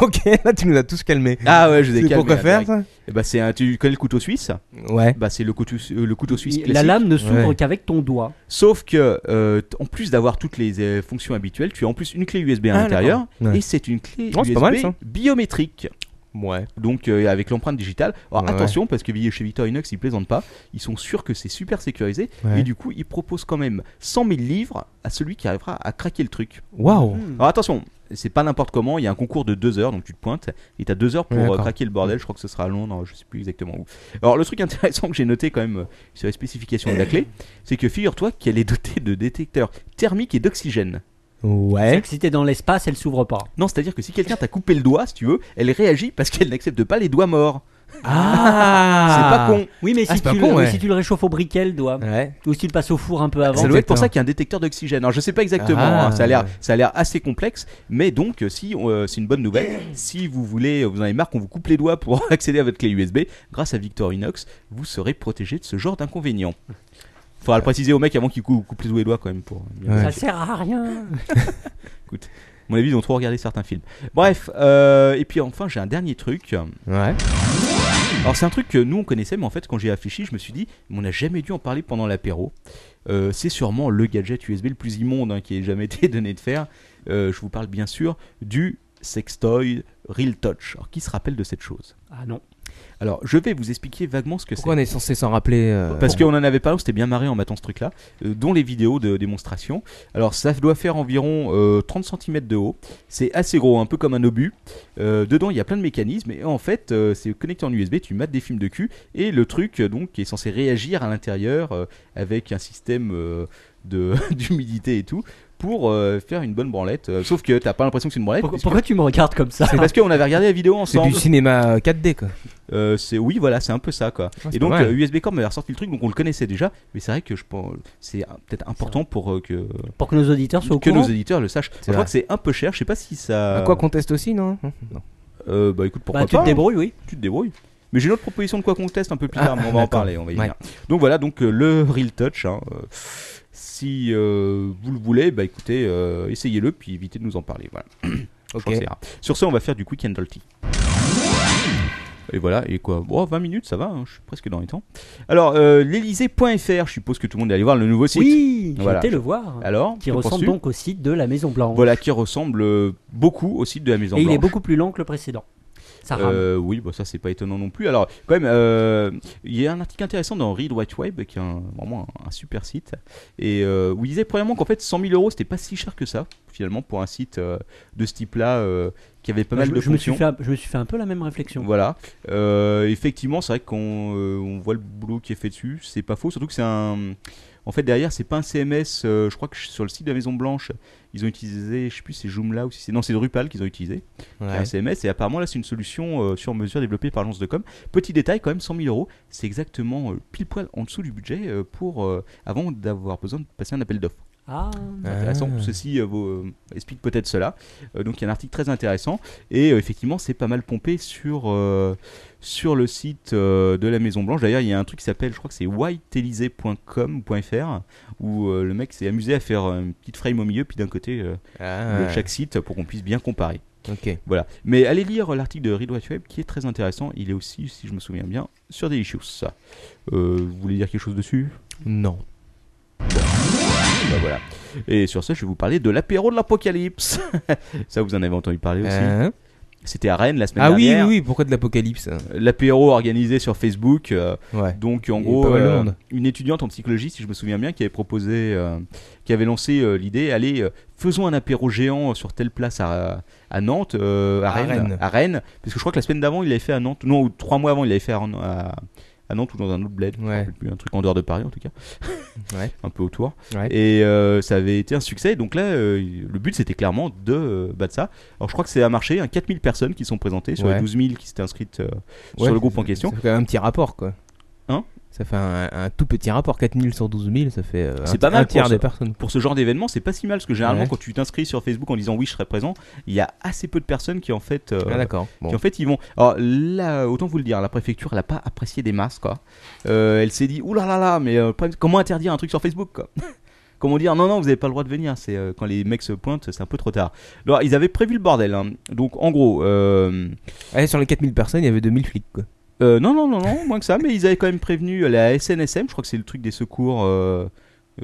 Speaker 3: ok, là tu nous as tous calmés.
Speaker 1: Ah ouais, je vous ai
Speaker 3: C'est
Speaker 1: calmé,
Speaker 3: pour quoi
Speaker 1: là,
Speaker 3: faire
Speaker 1: direct.
Speaker 3: ça
Speaker 1: Eh bah, c'est un, tu connais le couteau suisse
Speaker 3: Ouais.
Speaker 1: Bah, c'est le couteau, euh, le couteau suisse classique.
Speaker 4: La lame ne s'ouvre
Speaker 3: Ouais.
Speaker 4: qu'avec ton doigt.
Speaker 1: Sauf que, euh, t- en plus d'avoir toutes les euh, fonctions habituelles, tu as en plus une clé USB à
Speaker 3: Ah,
Speaker 1: l'intérieur
Speaker 3: d'accord. Ouais.
Speaker 1: et c'est une clé
Speaker 3: Oh, c'est
Speaker 1: USB
Speaker 3: pas mal, ça.
Speaker 1: biométrique.
Speaker 3: Ouais.
Speaker 1: Donc euh, avec l'empreinte digitale. Alors
Speaker 3: Ouais,
Speaker 1: attention parce que chez Victorinox ils plaisantent pas. Ils sont sûrs que c'est super sécurisé
Speaker 3: Ouais.
Speaker 1: et du coup ils proposent quand même 100 000 livres à celui qui arrivera à craquer le truc.
Speaker 3: Waouh.
Speaker 1: Alors attention, c'est pas n'importe comment. Il y a un concours de 2 heures donc tu te pointes et t'as 2 heures pour
Speaker 3: Ouais,
Speaker 1: euh,
Speaker 3: d'accord.
Speaker 1: craquer le bordel. Je crois que ce sera à Londres, je sais plus exactement où. Alors le truc intéressant que j'ai noté quand même euh, sur les spécifications de la clé, c'est que figure-toi qu'elle est dotée de détecteurs thermiques et d'oxygène.
Speaker 4: C'est
Speaker 3: Ouais.
Speaker 4: que si t'es dans l'espace, elle s'ouvre pas.
Speaker 1: Non, c'est-à-dire que si quelqu'un t'a coupé le doigt, si tu veux, elle réagit parce qu'elle n'accepte pas les doigts morts.
Speaker 3: Ah.
Speaker 1: C'est pas con.
Speaker 4: Oui, mais
Speaker 3: Ah,
Speaker 4: si,
Speaker 3: c'est pas
Speaker 4: tu
Speaker 3: con,
Speaker 4: le,
Speaker 3: ouais.
Speaker 4: si tu le réchauffes au briquet, le doigt,
Speaker 3: Ouais.
Speaker 4: ou si tu le passes au four un peu avant.
Speaker 1: Ça doit être pour
Speaker 3: Exactement.
Speaker 1: ça qu'il y a un détecteur d'oxygène. Alors je sais pas exactement,
Speaker 3: Ah.
Speaker 1: hein, ça a l'air, ça a l'air assez complexe, mais donc euh, si on- euh, c'est une bonne nouvelle, si vous voulez, euh, vous en avez marre qu'on vous coupe les doigts pour accéder à votre clé USB, grâce à Victorinox, vous serez protégé de ce genre d'inconvénient. Faudra le préciser au mec avant qu'il cou- coupe les doigts quand même pour. euh, bien
Speaker 3: Ouais.
Speaker 4: Ça
Speaker 1: vérifier.
Speaker 4: sert à rien.
Speaker 1: À mon avis, ils ont trop regardé certains films. Bref, euh, et puis enfin j'ai un dernier truc.
Speaker 3: Ouais.
Speaker 1: Alors c'est un truc que nous on connaissait, mais en fait quand j'ai affiché, je me suis dit, mais on n'a jamais dû en parler pendant l'apéro. Euh, c'est sûrement le gadget USB le plus immonde hein, qui ait jamais été donné de faire. Euh, je vous parle bien sûr du sextoy Real Touch. Alors qui se rappelle de cette chose
Speaker 4: Ah non.
Speaker 1: Alors je vais vous expliquer vaguement ce que c'est.
Speaker 3: Pourquoi on est censé s'en rappeler euh,
Speaker 1: Parce qu'on en avait parlé, on s'était bien marré en matant ce truc-là, euh, dont les vidéos de démonstration. Alors ça doit faire environ euh, 30 cm de haut, c'est assez gros, un peu comme un obus. Euh, dedans il y a plein de mécanismes, et en fait euh, c'est connecté en USB, tu mates des films de cul, et le truc euh, donc est censé réagir à l'intérieur euh, avec un système euh, de- d'humidité et tout pour euh, faire une bonne branlette. Euh, sauf que t'as pas l'impression que c'est une branlette.
Speaker 4: Pourquoi,
Speaker 1: puisque-
Speaker 4: pourquoi tu me regardes comme ça
Speaker 1: c'est parce qu'on avait regardé la vidéo
Speaker 3: C'est
Speaker 1: ensemble.
Speaker 3: du cinéma euh, 4D quoi.
Speaker 1: Euh, c'est oui, voilà, c'est un peu ça quoi.
Speaker 3: c'est
Speaker 1: et donc
Speaker 3: pas mal.
Speaker 1: euh, USB Corp m'avait ressorti le truc, donc on le connaissait déjà. Mais c'est vrai que je pense c'est euh, peut-être important pour euh, que
Speaker 4: Pour que nos auditeurs soient au
Speaker 1: que
Speaker 4: courant.
Speaker 1: nos éditeurs le sachent. Je crois
Speaker 3: vrai.
Speaker 1: que c'est un peu cher. Je sais pas si ça.
Speaker 3: À quoi qu'on teste aussi, non, Hein Non.
Speaker 1: Euh, bah écoute, pourquoi
Speaker 4: Bah, tu te
Speaker 1: pas, hein.
Speaker 4: débrouilles, oui.
Speaker 1: tu te débrouilles. Mais j'ai une autre proposition de quoi qu'on teste un peu plus
Speaker 3: Ah,
Speaker 1: tard, mais on va en
Speaker 3: d'accord.
Speaker 1: parler, on va y
Speaker 3: Ouais.
Speaker 1: venir. Donc voilà, donc euh, le Real Touch. hein, euh, si euh, vous le voulez, bah écoutez, euh, essayez-le, puis évitez de nous en parler. Voilà. Je crois que c'est rare. Sur ce, on va faire du quick and dirty. Et voilà, et quoi Bon, 20 minutes, ça va, hein, je suis presque dans les temps. Alors, euh, l'Elysée.fr, je suppose que tout le monde est allé voir le nouveau site.
Speaker 4: Oui, j'ai
Speaker 1: Voilà.
Speaker 4: été le voir.
Speaker 1: Alors,
Speaker 4: qui
Speaker 1: qu'en
Speaker 4: ressemble
Speaker 1: penses-tu
Speaker 4: donc au site de la Maison Blanche.
Speaker 1: Voilà, qui ressemble euh, beaucoup au site de la Maison
Speaker 4: Et il
Speaker 1: Blanche.
Speaker 4: est beaucoup plus lent que le précédent. Ça rame.
Speaker 1: Euh, oui, bah ça c'est pas étonnant non plus. Alors quand même, euh, il y a un article intéressant dans Read White Web, qui est un- vraiment un, un super site, et euh, où il disait premièrement qu'en fait 100 000 euros c'était pas si cher que ça finalement pour un site euh, de ce type-là euh, qui avait pas mal
Speaker 4: Bah,
Speaker 1: de
Speaker 4: je, je me suis
Speaker 1: fonctions.
Speaker 4: fait, un- je me suis fait un peu la même réflexion.
Speaker 1: Voilà. Euh, effectivement, c'est vrai qu'on euh, on voit le boulot qui est fait dessus. C'est pas faux. Surtout que c'est un. En fait, derrière, c'est pas un CMS. euh, je crois que sur le site de la Maison Blanche, ils ont utilisé. Je sais plus, c'est Joomla ou si c'est. Non, c'est Drupal qu'ils ont utilisé. qui est
Speaker 3: Ouais.
Speaker 1: un CMS. Et apparemment, là, c'est une solution euh, sur mesure développée par l'agence de com. Petit détail, quand même, 100 000 euros. C'est exactement euh, pile poil en dessous du budget euh, pour. euh, avant d'avoir besoin de passer un appel d'offres
Speaker 4: Ah,
Speaker 1: intéressant.
Speaker 3: Ah.
Speaker 1: Ceci euh, vous, euh, explique peut-être cela. Euh, donc il y a un article très intéressant et euh, effectivement c'est pas mal pompé sur euh, sur le site euh, de la Maison Blanche. D'ailleurs il y a un truc qui s'appelle, je crois que c'est whiteelysée.com ou .fr où euh, le mec s'est amusé à faire euh, une petite frame au milieu puis d'un côté euh,
Speaker 3: Ah,
Speaker 1: le- chaque site pour qu'on puisse bien comparer.
Speaker 3: Ok.
Speaker 1: Voilà. Mais allez lire l'article de Read White Web qui est très intéressant. Il est aussi, si je me souviens bien, sur Delicious. Euh, vous voulez dire quelque chose dessus
Speaker 3: Non.
Speaker 1: Bah voilà. Et sur ce, je vais vous parler de l'apéro de l'apocalypse. ça, vous en avez entendu parler aussi.
Speaker 3: Hein
Speaker 1: C'était à Rennes la semaine
Speaker 3: ah oui, oui,
Speaker 1: dernière.
Speaker 3: oui, pourquoi de l'apocalypse hein
Speaker 1: L'apéro organisé sur Facebook. euh,
Speaker 3: Ouais.
Speaker 1: donc, en
Speaker 3: Il y a
Speaker 1: gros,
Speaker 3: pas mal de
Speaker 1: euh,
Speaker 3: monde.
Speaker 1: une étudiante en psychologie, si je me souviens bien, qui avait proposé, euh, qui avait lancé euh, l'idée allez, euh, faisons un apéro géant sur telle place à, à Nantes, euh, à,
Speaker 3: À
Speaker 1: Rennes,
Speaker 3: Rennes.
Speaker 1: À Rennes. Parce que je crois que la semaine d'avant, il l'avait fait à Nantes. Non, ou trois mois avant, il l'avait fait à, Ren- à- à Nantes ou dans un autre bled. je me
Speaker 3: Ouais.
Speaker 1: rappelle plus, Un truc en dehors de Paris, en tout cas.
Speaker 3: Ouais.
Speaker 1: Un peu autour.
Speaker 3: Ouais.
Speaker 1: Et euh, ça avait été un succès. Donc là, euh, le but, c'était clairement de euh, battre ça. Alors je crois que c'est à marché. Hein, 4000 personnes qui sont présentées sur les
Speaker 3: Ouais.
Speaker 1: 12 000 qui s'étaient inscrites euh,
Speaker 3: Ouais,
Speaker 1: sur le groupe en
Speaker 3: ça-
Speaker 1: question.
Speaker 3: Ça fait quand même un petit rapport quoi.
Speaker 1: Hein
Speaker 3: Ça fait un, un tout petit rapport, 4000 sur 12 000, ça fait euh,
Speaker 1: C'est
Speaker 3: un,
Speaker 1: pas mal
Speaker 3: un tiers
Speaker 1: pour
Speaker 3: des
Speaker 1: ça.
Speaker 3: personnes.
Speaker 1: Pour ce genre d'événement, c'est pas si mal parce que généralement,
Speaker 3: Ouais.
Speaker 1: quand tu t'inscris sur Facebook en disant oui, je serai présent, il y a assez peu de personnes qui en fait. euh,
Speaker 3: Ah d'accord. Bon.
Speaker 1: qui, en fait, ils vont. Alors là, autant vous le dire, la préfecture, elle a pas apprécié des masses, quoi. Euh, elle s'est dit, oulala, là là, mais euh, le problème, comment interdire un truc sur Facebook, quoi Comment dire, non, non, vous n'avez pas le droit de venir, c'est euh, quand les mecs se pointent, c'est un peu trop tard. Alors, ils avaient prévu le bordel, hein. donc en gros, euh,
Speaker 3: Ouais, ah, sur les 4000 personnes, il y avait 2000 flics quoi.
Speaker 1: euh, non, non, non, non, moins que ça, mais ils avaient quand même prévenu euh, la SNSM, je crois que c'est le truc des secours euh,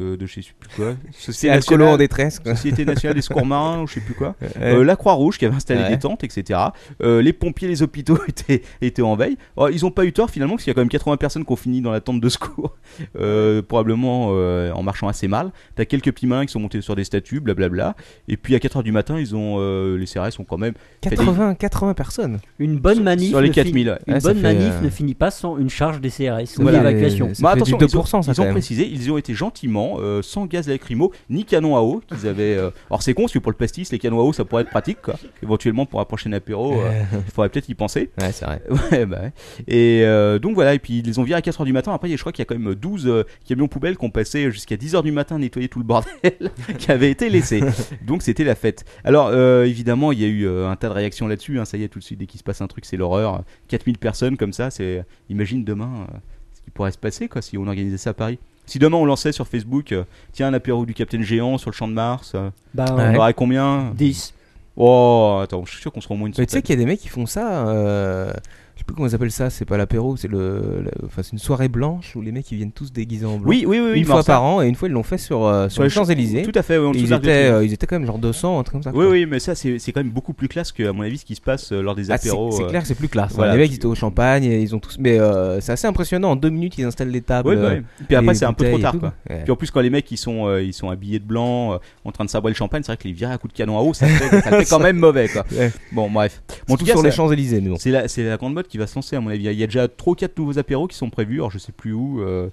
Speaker 1: euh, de je sais plus quoi.
Speaker 3: C'est
Speaker 1: Société
Speaker 3: alcoolo en
Speaker 1: nationale,
Speaker 3: détresse quoi.
Speaker 1: Société nationale des secours marins, ou je sais plus quoi.
Speaker 3: Ouais.
Speaker 1: Euh, la Croix-Rouge qui avait installé
Speaker 3: Ouais.
Speaker 1: des tentes, etc. Euh, les pompiers, les hôpitaux étaient, étaient en veille. Alors, ils n'ont pas eu tort finalement, parce qu'il y a quand même 80 personnes qui ont fini dans la tente de secours, euh, probablement euh, en marchant assez mal. T'as quelques petits malins qui sont montés sur des statues, blablabla. Et puis à 4h du matin, ils ont, euh, les CRS ont quand même
Speaker 3: 80, 80 personnes.
Speaker 4: Une bonne manif.
Speaker 1: sur les
Speaker 4: ne fi-
Speaker 1: 4000. ouais. Ah,
Speaker 4: Une
Speaker 3: Ouais, ça
Speaker 4: bonne
Speaker 3: fait,
Speaker 4: manif
Speaker 3: euh,
Speaker 4: ne finit pas sans une charge des CRS ou
Speaker 1: Voilà.
Speaker 4: l'évacuation.
Speaker 3: Ça
Speaker 1: Bah,
Speaker 3: fait
Speaker 1: attention,
Speaker 3: du
Speaker 1: ils ont-
Speaker 3: 2% ça
Speaker 1: ils
Speaker 3: quand
Speaker 1: ont
Speaker 3: même.
Speaker 1: précisé, ils y ont été gentiment, euh, sans gaz lacrymo, ni canon à eau qu'ils avaient. euh, Alors c'est con parce que pour le pastis, les canons à eau, ça pourrait être pratique, quoi. Éventuellement pour un prochain apéro, euh, il faudrait peut-être y penser.
Speaker 3: Ouais, c'est vrai.
Speaker 1: Ouais, bah ouais. Et euh, donc voilà, et puis ils les ont virés à 4h du matin. Après, je crois qu'il y a quand même 12 euh, camions poubelles qui ont passé jusqu'à 10h du matin à nettoyer tout le bordel qui avait été laissé. donc c'était la fête. Alors euh, évidemment, il y a eu euh, un tas de réactions là-dessus. hein. ça y est, tout de suite, dès qu'il se passe un truc, c'est l'horreur. 4000 personnes comme ça, c'est. Imagine demain euh, ce qui pourrait se passer quoi si on organisait ça à Paris. Si demain on lançait sur Facebook, euh, tiens, un apéro du Capitaine Géant sur le champ de Mars, euh,
Speaker 4: Bah,
Speaker 1: on
Speaker 3: Ouais.
Speaker 1: aurait combien
Speaker 4: 10.
Speaker 1: Oh, attends, je suis sûr qu'on sera au moins une
Speaker 3: Mais tu sais
Speaker 1: centaine.
Speaker 3: qu'il y a des mecs qui font ça. euh, Je sais plus comment ils appellent ça, c'est pas l'apéro, c'est le, le- enfin c'est une soirée blanche où les mecs ils viennent tous déguisés en blanc.
Speaker 1: Oui, oui, oui, oui,
Speaker 3: une
Speaker 1: mais
Speaker 3: fois
Speaker 1: alors ça-
Speaker 3: par an et une fois ils l'ont fait sur, euh, sur les
Speaker 1: Champs-
Speaker 3: Champs-Élysées.
Speaker 1: Tout à fait, oui, en
Speaker 3: Et
Speaker 1: dessous de
Speaker 3: Ils
Speaker 1: l'Arc de
Speaker 3: étaient,
Speaker 1: Triomphe.
Speaker 3: euh, ils étaient quand même genre 200, un truc comme ça.
Speaker 1: Oui,
Speaker 3: quoi.
Speaker 1: oui, mais ça, c'est c'est quand même beaucoup plus classe que, à mon avis, ce qui se passe euh, lors des
Speaker 3: Ah, c'est
Speaker 1: apéros.
Speaker 3: c'est
Speaker 1: euh.
Speaker 3: clair, c'est plus classe. hein.
Speaker 1: voilà,
Speaker 3: les mecs
Speaker 1: tu-
Speaker 3: ils étaient au champagne, et ils ont tous. Mais euh, c'est assez impressionnant. En deux minutes, ils installent les tables.
Speaker 1: Ouais, bah
Speaker 3: euh,
Speaker 1: ouais. Puis après,
Speaker 3: les
Speaker 1: c'est un peu trop
Speaker 3: bouteilles et
Speaker 1: tard,
Speaker 3: tout.
Speaker 1: quoi.
Speaker 3: Ouais.
Speaker 1: Puis en plus, quand les mecs ils sont, euh, ils sont habillés de blanc, euh, en train de sabrer le champagne, c'est vrai que les virer à coups de canon à eau, ça fait, ça fait quand même mauvais, quoi.
Speaker 3: Ouais.
Speaker 1: Bon, bref. Bon, en tout
Speaker 3: Surtout
Speaker 1: cas,
Speaker 3: sur les
Speaker 1: ça-
Speaker 3: Champs-Élysées, mais bon.
Speaker 1: C'est la, c'est la grande mode qui va se lancer, à mon avis. Il y a déjà 3 quatre nouveaux apéros qui sont prévus, alors je sais plus où, euh,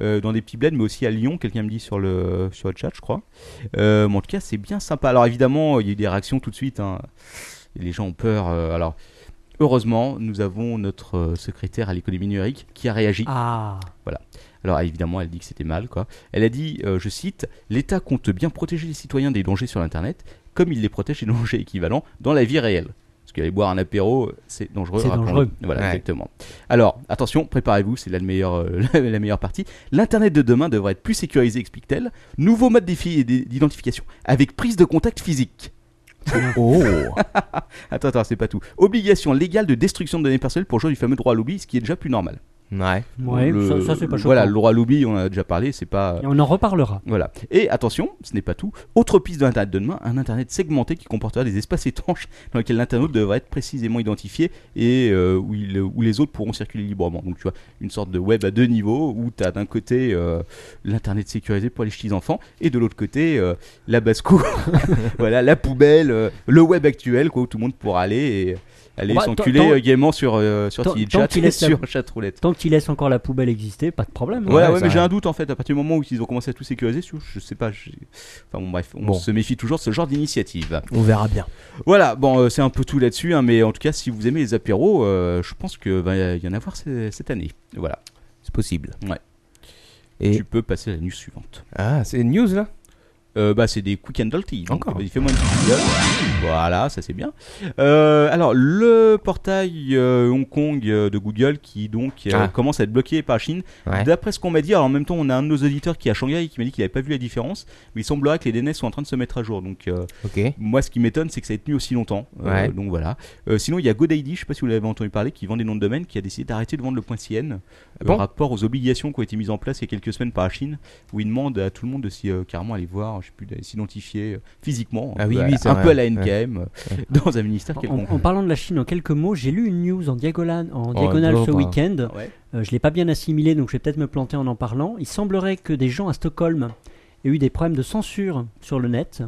Speaker 1: euh, dans des petits bleds, mais aussi à Lyon, quelqu'un me dit sur le, sur le chat, je crois. Euh, mais en tout cas, c'est bien sympa. Alors évidemment, il y a eu des réactions tout de suite. hein. Et les gens ont peur. euh, alors, heureusement, nous avons notre euh, secrétaire à l'économie numérique qui a réagi.
Speaker 4: Ah,
Speaker 1: Alors évidemment, elle dit que c'était mal, quoi. Elle a dit, euh, je cite, l'État compte bien protéger les citoyens des dangers sur Internet, comme il les protège des dangers équivalents dans la vie réelle. Parce qu'aller boire un apéro, c'est dangereux.
Speaker 4: C'est
Speaker 1: rappelons-le.
Speaker 4: dangereux.
Speaker 1: Voilà,
Speaker 3: Ouais.
Speaker 1: exactement. Alors, attention, préparez-vous, c'est là le meilleur, euh, la, la meilleure partie. L'Internet de demain devrait être plus sécurisé, explique-t-elle. Nouveau mode d'effi- d'identification, avec prise de contact physique.
Speaker 3: Oh
Speaker 1: Attends, attends, c'est pas tout. Obligation légale de destruction de données personnelles pour jouer du fameux droit à l'oubli, ce qui est déjà plus normal.
Speaker 3: Ouais.
Speaker 4: ouais,
Speaker 1: Le-
Speaker 4: ça, ça, c'est pas choquant.
Speaker 1: Voilà, le droit à l'oubli, on en a déjà parlé, c'est pas. euh,
Speaker 4: Et on en reparlera.
Speaker 1: Voilà. Et attention, ce n'est pas tout. Autre piste de l'Internet de demain, un Internet segmenté qui comportera des espaces étanches dans lesquels l'internaute devra être précisément identifié et euh, où, il- où les autres pourront circuler librement. Donc tu vois, une sorte de web à deux niveaux où tu as d'un côté euh, l'Internet sécurisé pour les petits enfants et de l'autre côté euh, la basse-cour, voilà, la poubelle, euh, le web actuel quoi, où tout le monde pourra aller et aller
Speaker 4: Bah, tant-
Speaker 1: s'enculer
Speaker 4: tant-
Speaker 1: euh, gaiement sur, euh, sur
Speaker 4: tant-
Speaker 1: Tidechat
Speaker 4: tant qu'il
Speaker 1: et
Speaker 4: laisse la-
Speaker 1: sur chatroulette.
Speaker 4: Tant qu'il laisse encore la poubelle exister, pas de problème. hein.
Speaker 1: Ouais, ouais,
Speaker 3: Ouais, ça
Speaker 1: mais j'ai
Speaker 3: va.
Speaker 1: un doute en fait. À partir du moment où ils ont commencé à tout sécuriser, je je sais pas. j'ai- Enfin bon, bref, on
Speaker 3: Bon.
Speaker 1: se méfie toujours de ce genre d'initiative.
Speaker 3: On verra bien.
Speaker 1: Voilà, bon, euh, c'est un peu tout là-dessus, hein, mais en tout cas, si vous aimez les apéros, euh, je pense que va y en avoir c- cette année. Voilà,
Speaker 3: C'est possible.
Speaker 1: Ouais.
Speaker 3: Et
Speaker 1: tu peux passer à la news suivante.
Speaker 3: ah, c'est une news là
Speaker 1: Euh, bah, c'est des quick and dirty. donc,
Speaker 3: Encore.
Speaker 1: vas-y, fais-moi une petite gueule. Voilà, ça c'est bien. Euh, alors, le portail euh, Hong Kong euh, de Google qui donc euh,
Speaker 3: Ah.
Speaker 1: commence à être bloqué par la Chine
Speaker 3: Ouais.
Speaker 1: D'après ce qu'on m'a dit, alors en même temps, on a un de nos auditeurs qui est à Shanghai qui m'a dit qu'il n'avait pas vu la différence, mais il semblerait que les DNS sont en train de se mettre à jour. Donc, euh,
Speaker 3: Ok.
Speaker 1: moi, ce qui m'étonne, c'est que ça ait tenu aussi longtemps. Euh,
Speaker 3: Ouais.
Speaker 1: Donc voilà. Euh, sinon, il y a GoDaddy, je sais pas si vous l'avez entendu parler, qui vend des noms de domaine, qui a décidé d'arrêter de vendre le .cn
Speaker 3: Ah
Speaker 1: euh,
Speaker 3: bon
Speaker 1: rapport aux obligations qui ont été mises en place il y a quelques semaines par la Chine, où il demande à tout le monde de s'y, euh, carrément aller voir, je sais plus, d'aller s'identifier euh, physiquement,
Speaker 3: Ah
Speaker 1: un
Speaker 3: oui,
Speaker 1: peu à-
Speaker 3: oui, c'est
Speaker 1: un
Speaker 3: vrai.
Speaker 1: peu à la NKM, euh,
Speaker 3: Ouais.
Speaker 1: dans un ministère
Speaker 4: En,
Speaker 1: quelconque.
Speaker 4: en parlant de la Chine, en quelques mots, j'ai lu une news en diagonale, en
Speaker 3: Oh,
Speaker 4: diagonale
Speaker 3: bon,
Speaker 4: ce
Speaker 3: bah.
Speaker 4: week-end.
Speaker 1: Ouais.
Speaker 4: Euh, je l'ai pas bien assimilé, donc je vais peut-être me planter en en parlant. Il semblerait que des gens à Stockholm aient eu des problèmes de censure sur le net.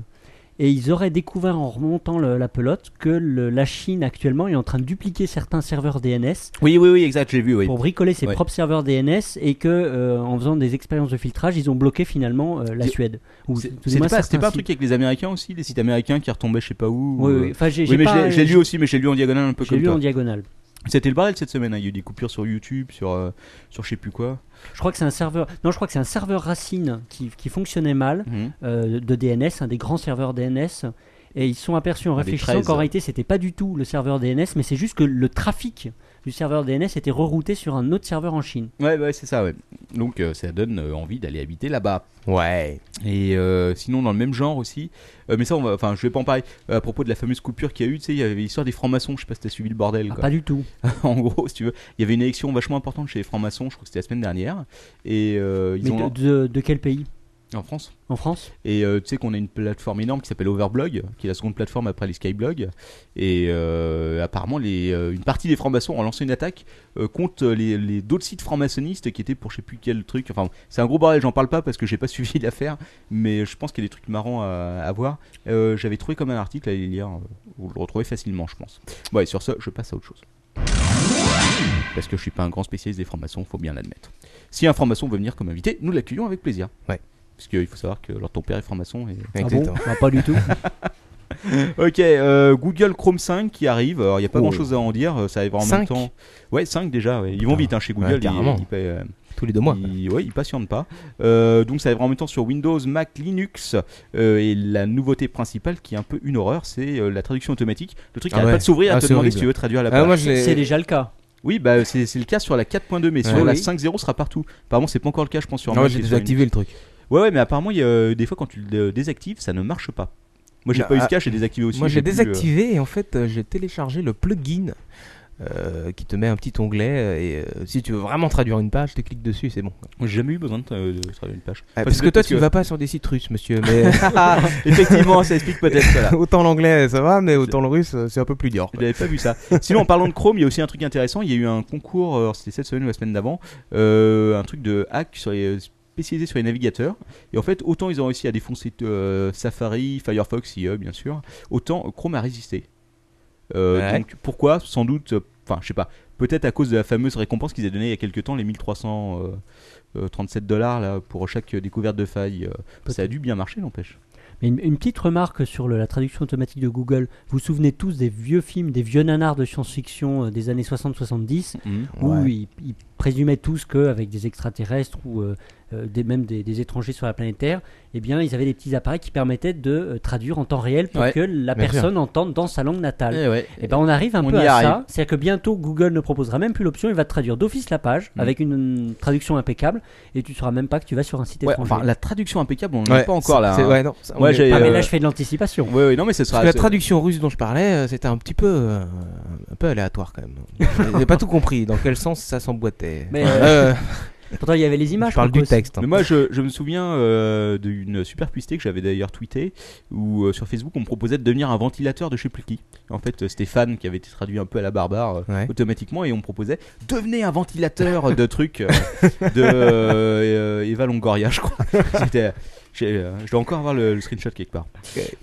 Speaker 4: Et ils auraient découvert en remontant le- la pelote que le- la Chine actuellement est en train de dupliquer certains serveurs DNS
Speaker 1: Oui, oui, oui, exact, j'ai vu, oui.
Speaker 4: pour bricoler ses
Speaker 1: Ouais.
Speaker 4: propres serveurs DNS et que euh, en faisant des expériences de filtrage, ils ont bloqué finalement euh, la
Speaker 1: C'est-
Speaker 4: Suède. Ou
Speaker 1: C'est-
Speaker 4: tout du
Speaker 1: C'était
Speaker 4: moins
Speaker 1: pas, c'était
Speaker 4: certains
Speaker 1: pas un
Speaker 4: sites.
Speaker 1: truc avec les Américains aussi, les sites américains qui retombaient je sais pas où.
Speaker 4: Oui,
Speaker 1: euh,
Speaker 4: oui. Enfin, j'ai
Speaker 1: Oui,
Speaker 4: j'ai
Speaker 1: mais je
Speaker 4: pas-
Speaker 1: l'ai- je l'ai lu aussi, mais j'ai lu en diagonale un peu
Speaker 4: j'ai
Speaker 1: comme
Speaker 4: lu
Speaker 1: toi.
Speaker 4: en diagonale.
Speaker 1: C'était le bordel cette semaine, hein, il y a eu des coupures sur YouTube, sur, euh, sur je sais plus quoi.
Speaker 4: Je crois que c'est un serveur. Non, je crois que c'est un serveur racine qui, qui fonctionnait mal euh, de DNS, un des grands serveurs DNS. Et ils se sont aperçus en
Speaker 1: Des
Speaker 4: réfléchissant
Speaker 1: 13.
Speaker 4: qu'en réalité c'était pas du tout le serveur DNS, mais c'est juste que le trafic du serveur DNS était rerouté sur un autre serveur en Chine.
Speaker 1: Ouais, bah ouais, c'est ça, ouais. Donc euh, ça donne euh, envie d'aller habiter là-bas.
Speaker 3: Ouais.
Speaker 1: Et euh, sinon, dans le même genre aussi, euh, mais ça, on va, enfin, je vais pas en parler, euh, à propos de la fameuse coupure qu'il y a eu, tu sais, il y avait l'histoire des francs-maçons, je sais pas si t'as suivi le bordel.
Speaker 4: Ah,
Speaker 1: quoi.
Speaker 4: pas du tout.
Speaker 1: en gros, si tu veux, il y avait une élection vachement importante chez les francs-maçons, je crois que c'était la semaine dernière. Et euh, ils
Speaker 4: mais
Speaker 1: ont.
Speaker 4: de, de- de quel pays
Speaker 1: En France
Speaker 4: En France
Speaker 1: Et euh, tu sais qu'on a une plateforme énorme qui s'appelle Overblog, qui est la seconde plateforme après les Skyblog. Et euh, apparemment, les, euh, une partie des francs-maçons ont lancé une attaque euh, contre les, les- d'autres sites francs-maçonnistes qui étaient pour je sais plus quel truc. Enfin, c'est un gros bordel, j'en parle pas parce que j'ai pas suivi l'affaire, mais je pense qu'il y a des trucs marrants à, à voir. Euh, J'avais trouvé comme un article à aller lire, euh, vous le retrouvez facilement, je pense. Bon, et sur ce, je passe à autre chose. Parce que je suis pas un grand spécialiste des francs-maçons, faut bien l'admettre. Si un franc-maçon veut venir comme invité, nous l'accueillons avec plaisir.
Speaker 3: Ouais.
Speaker 1: Parce qu'il faut savoir que alors, ton père est franc-maçon. Et...
Speaker 4: Ah bon
Speaker 3: Exactement.
Speaker 4: Bah, Pas du tout.
Speaker 1: Ok, euh, Google Chrome 5 qui arrive. Alors, il n'y a pas
Speaker 3: Oh.
Speaker 1: grand chose à en dire. euh, Ça arrivera en même
Speaker 3: Cinq
Speaker 1: temps. Ouais, 5 déjà. ouais. Ils vont
Speaker 3: Putain.
Speaker 1: vite hein, chez
Speaker 3: Ouais,
Speaker 1: Google. ils-
Speaker 3: carrément.
Speaker 1: ils pa- euh,
Speaker 3: Tous les deux mois.
Speaker 1: ils, ouais, ils patientent pas. Euh, donc, ça arrivera en même temps sur Windows, Mac, Linux. euh, et la nouveauté principale qui est un peu une horreur, c'est euh, la traduction automatique. Le truc qui
Speaker 3: Ah
Speaker 1: n'arrête
Speaker 3: ouais.
Speaker 1: pas de s'ouvrir et
Speaker 3: Ah,
Speaker 1: te
Speaker 3: c'est
Speaker 1: demander
Speaker 3: horrible.
Speaker 1: si tu veux traduire à la
Speaker 3: Ah,
Speaker 1: page.
Speaker 3: moi je l'ai.
Speaker 4: c'est déjà le cas.
Speaker 1: Oui, bah, c'est c'est le cas sur la 4.2, mais sur
Speaker 3: Ouais.
Speaker 1: la
Speaker 4: Oui.
Speaker 1: 5.0, ce sera partout. Apparemment, c'est pas encore le cas, je pense, sur
Speaker 3: Non,
Speaker 1: Mac
Speaker 3: j'ai
Speaker 1: et sur Linux.
Speaker 3: désactivé le truc.
Speaker 1: Ouais, ouais, mais apparemment, il y a, euh, des fois, quand tu le dé- désactives, ça ne marche pas. Moi, j'ai
Speaker 3: Bah,
Speaker 1: pas eu ce
Speaker 3: ah,
Speaker 1: cas, j'ai désactivé aussi.
Speaker 3: Moi j'ai
Speaker 1: plus, euh,
Speaker 3: désactivé et en fait euh, j'ai téléchargé le plugin euh, qui te met un petit onglet euh, et euh, si tu veux vraiment traduire une page, tu cliques dessus et c'est bon.
Speaker 1: J'ai jamais eu besoin de, euh, de travailler une page.
Speaker 3: Ah,
Speaker 1: Parce
Speaker 3: parce
Speaker 1: que-
Speaker 3: que toi
Speaker 1: parce
Speaker 3: tu
Speaker 1: que-
Speaker 3: ne vas pas sur des sites russes monsieur, mais
Speaker 1: Effectivement, ça explique peut-être cela.
Speaker 3: autant l'anglais ça va mais autant le russe euh, c'est un peu plus dur.
Speaker 1: Je n'avais pas vu ça. Sinon, en parlant de Chrome, il y a aussi un truc intéressant. Il y a eu un concours, alors, c'était cette semaine ou la semaine d'avant, euh, un truc de hack sur les- euh, spécialisé sur les navigateurs. Et en fait, autant ils ont réussi à défoncer euh, Safari, Firefox, IE, bien sûr, autant Chrome a résisté. Euh,
Speaker 3: Ouais.
Speaker 1: Donc pourquoi Sans doute euh, Enfin, je sais pas. Peut-être à cause de la fameuse récompense qu'ils avaient donnée il y a quelques temps, les 1337 euh, dollars là pour chaque euh, découverte de faille. euh, ça a dû bien marcher, n'empêche.
Speaker 4: Mais une, une petite remarque sur le- la traduction automatique de Google. Vous vous souvenez tous des vieux films, des vieux nanars de science-fiction euh, des années 60-70
Speaker 3: Mm.
Speaker 4: où ils, ils présumaient tous qu'avec des extraterrestres ou euh, euh, des, même des, des étrangers sur la planète Terre, eh bien, ils avaient des petits appareils qui permettaient de euh, traduire en temps réel pour
Speaker 3: Ouais,
Speaker 4: que la
Speaker 3: bien sûr.
Speaker 4: personne entende dans sa langue natale.
Speaker 3: Eh ouais.
Speaker 4: Eh ben, on arrive un
Speaker 1: On
Speaker 4: peu
Speaker 1: y
Speaker 4: à
Speaker 1: arrive.
Speaker 4: ça. C'est-à-dire que bientôt, Google ne proposera même plus l'option. Il va te traduire d'office la page
Speaker 1: Mm.
Speaker 4: avec une traduction impeccable et tu ne sauras même pas que tu vas sur un site
Speaker 1: Ouais,
Speaker 4: étranger.
Speaker 1: enfin, la traduction impeccable, on n'en est pas encore là.
Speaker 3: C'est-
Speaker 1: hein.
Speaker 3: ouais, non, ça,
Speaker 1: Ouais,
Speaker 3: on est-
Speaker 1: j'ai-
Speaker 4: Ah, mais là,
Speaker 1: euh,
Speaker 4: je fais de l'anticipation.
Speaker 1: Ouais, ouais, non, mais ce
Speaker 3: Parce
Speaker 1: sera.
Speaker 3: que la
Speaker 1: ce-
Speaker 3: traduction russe dont je parlais, euh, c'était un petit peu, euh, un peu aléatoire quand même. J'ai- J'ai pas tout compris dans quel sens ça s'emboîtait.
Speaker 4: Mais,
Speaker 3: Enfin,
Speaker 4: euh,
Speaker 3: euh,
Speaker 4: Pourtant, il y avait les images.
Speaker 3: je parle du
Speaker 4: Franco,
Speaker 3: texte. hein.
Speaker 1: Mais moi, je, je me souviens euh, d'une super puissée que j'avais d'ailleurs tweetée, où euh, sur Facebook, on me proposait de devenir un ventilateur de je sais plus qui. En fait, euh, Stéphane, qui avait été traduit un peu à la barbare euh,
Speaker 3: Ouais.
Speaker 1: automatiquement, et on me proposait devenez un ventilateur de trucs euh, de euh, euh, Eva Longoria, je crois. C'était. j'ai, euh, je dois encore avoir le, le screenshot quelque part.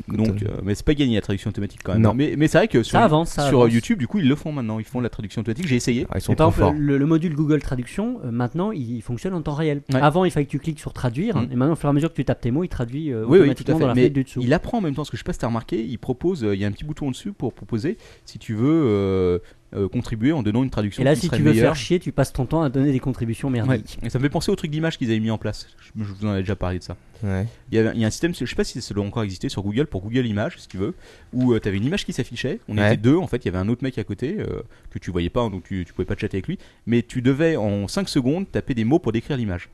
Speaker 1: Donc, euh, mais c'est pas gagné la traduction automatique quand même.
Speaker 3: Non.
Speaker 1: Mais, mais c'est vrai que sur,
Speaker 4: Ça avance. ça
Speaker 1: sur euh,
Speaker 4: avance.
Speaker 1: YouTube, du coup, ils le font maintenant. Ils font la traduction automatique. J'ai essayé.
Speaker 3: Ah, ils sont
Speaker 4: Mais par
Speaker 3: trop
Speaker 4: exemple,
Speaker 3: forts.
Speaker 4: le, le module Google Traduction, euh, maintenant, il, il fonctionne en temps réel.
Speaker 1: Ouais.
Speaker 4: Avant, il fallait que tu cliques sur traduire,
Speaker 1: Mm.
Speaker 4: et maintenant, au fur et à mesure que tu tapes tes mots, il traduit euh,
Speaker 1: Oui, oui, tout à
Speaker 4: automatiquement
Speaker 1: fait.
Speaker 4: dans la
Speaker 1: Mais
Speaker 4: fenêtre du dessous.
Speaker 1: il apprend en même temps, parce que je sais pas si t'as remarqué, il propose, euh, il y a un petit bouton en dessus pour proposer si tu veux euh, euh, contribuer en donnant une traduction.
Speaker 4: Et là,
Speaker 1: qui
Speaker 4: si
Speaker 1: serait
Speaker 4: tu veux
Speaker 1: meilleure.
Speaker 4: faire chier, tu passes ton temps à donner des contributions
Speaker 1: Ouais.
Speaker 4: merdiques.
Speaker 1: Et ça me fait penser au truc d'image qu'ils avaient mis en place. Je, je vous en avais déjà parlé de ça.
Speaker 3: Ouais.
Speaker 1: Il y, avait, il y a un système, je sais pas si ça doit encore exister sur Google, pour Google Images, si tu veux, où tu avais une image qui s'affichait, on
Speaker 3: Ouais.
Speaker 1: était deux, en fait, il y avait un autre mec à côté, euh, que tu voyais pas, hein, donc tu, tu pouvais pas chatter avec lui, mais tu devais en 5 secondes taper des mots pour décrire l'image.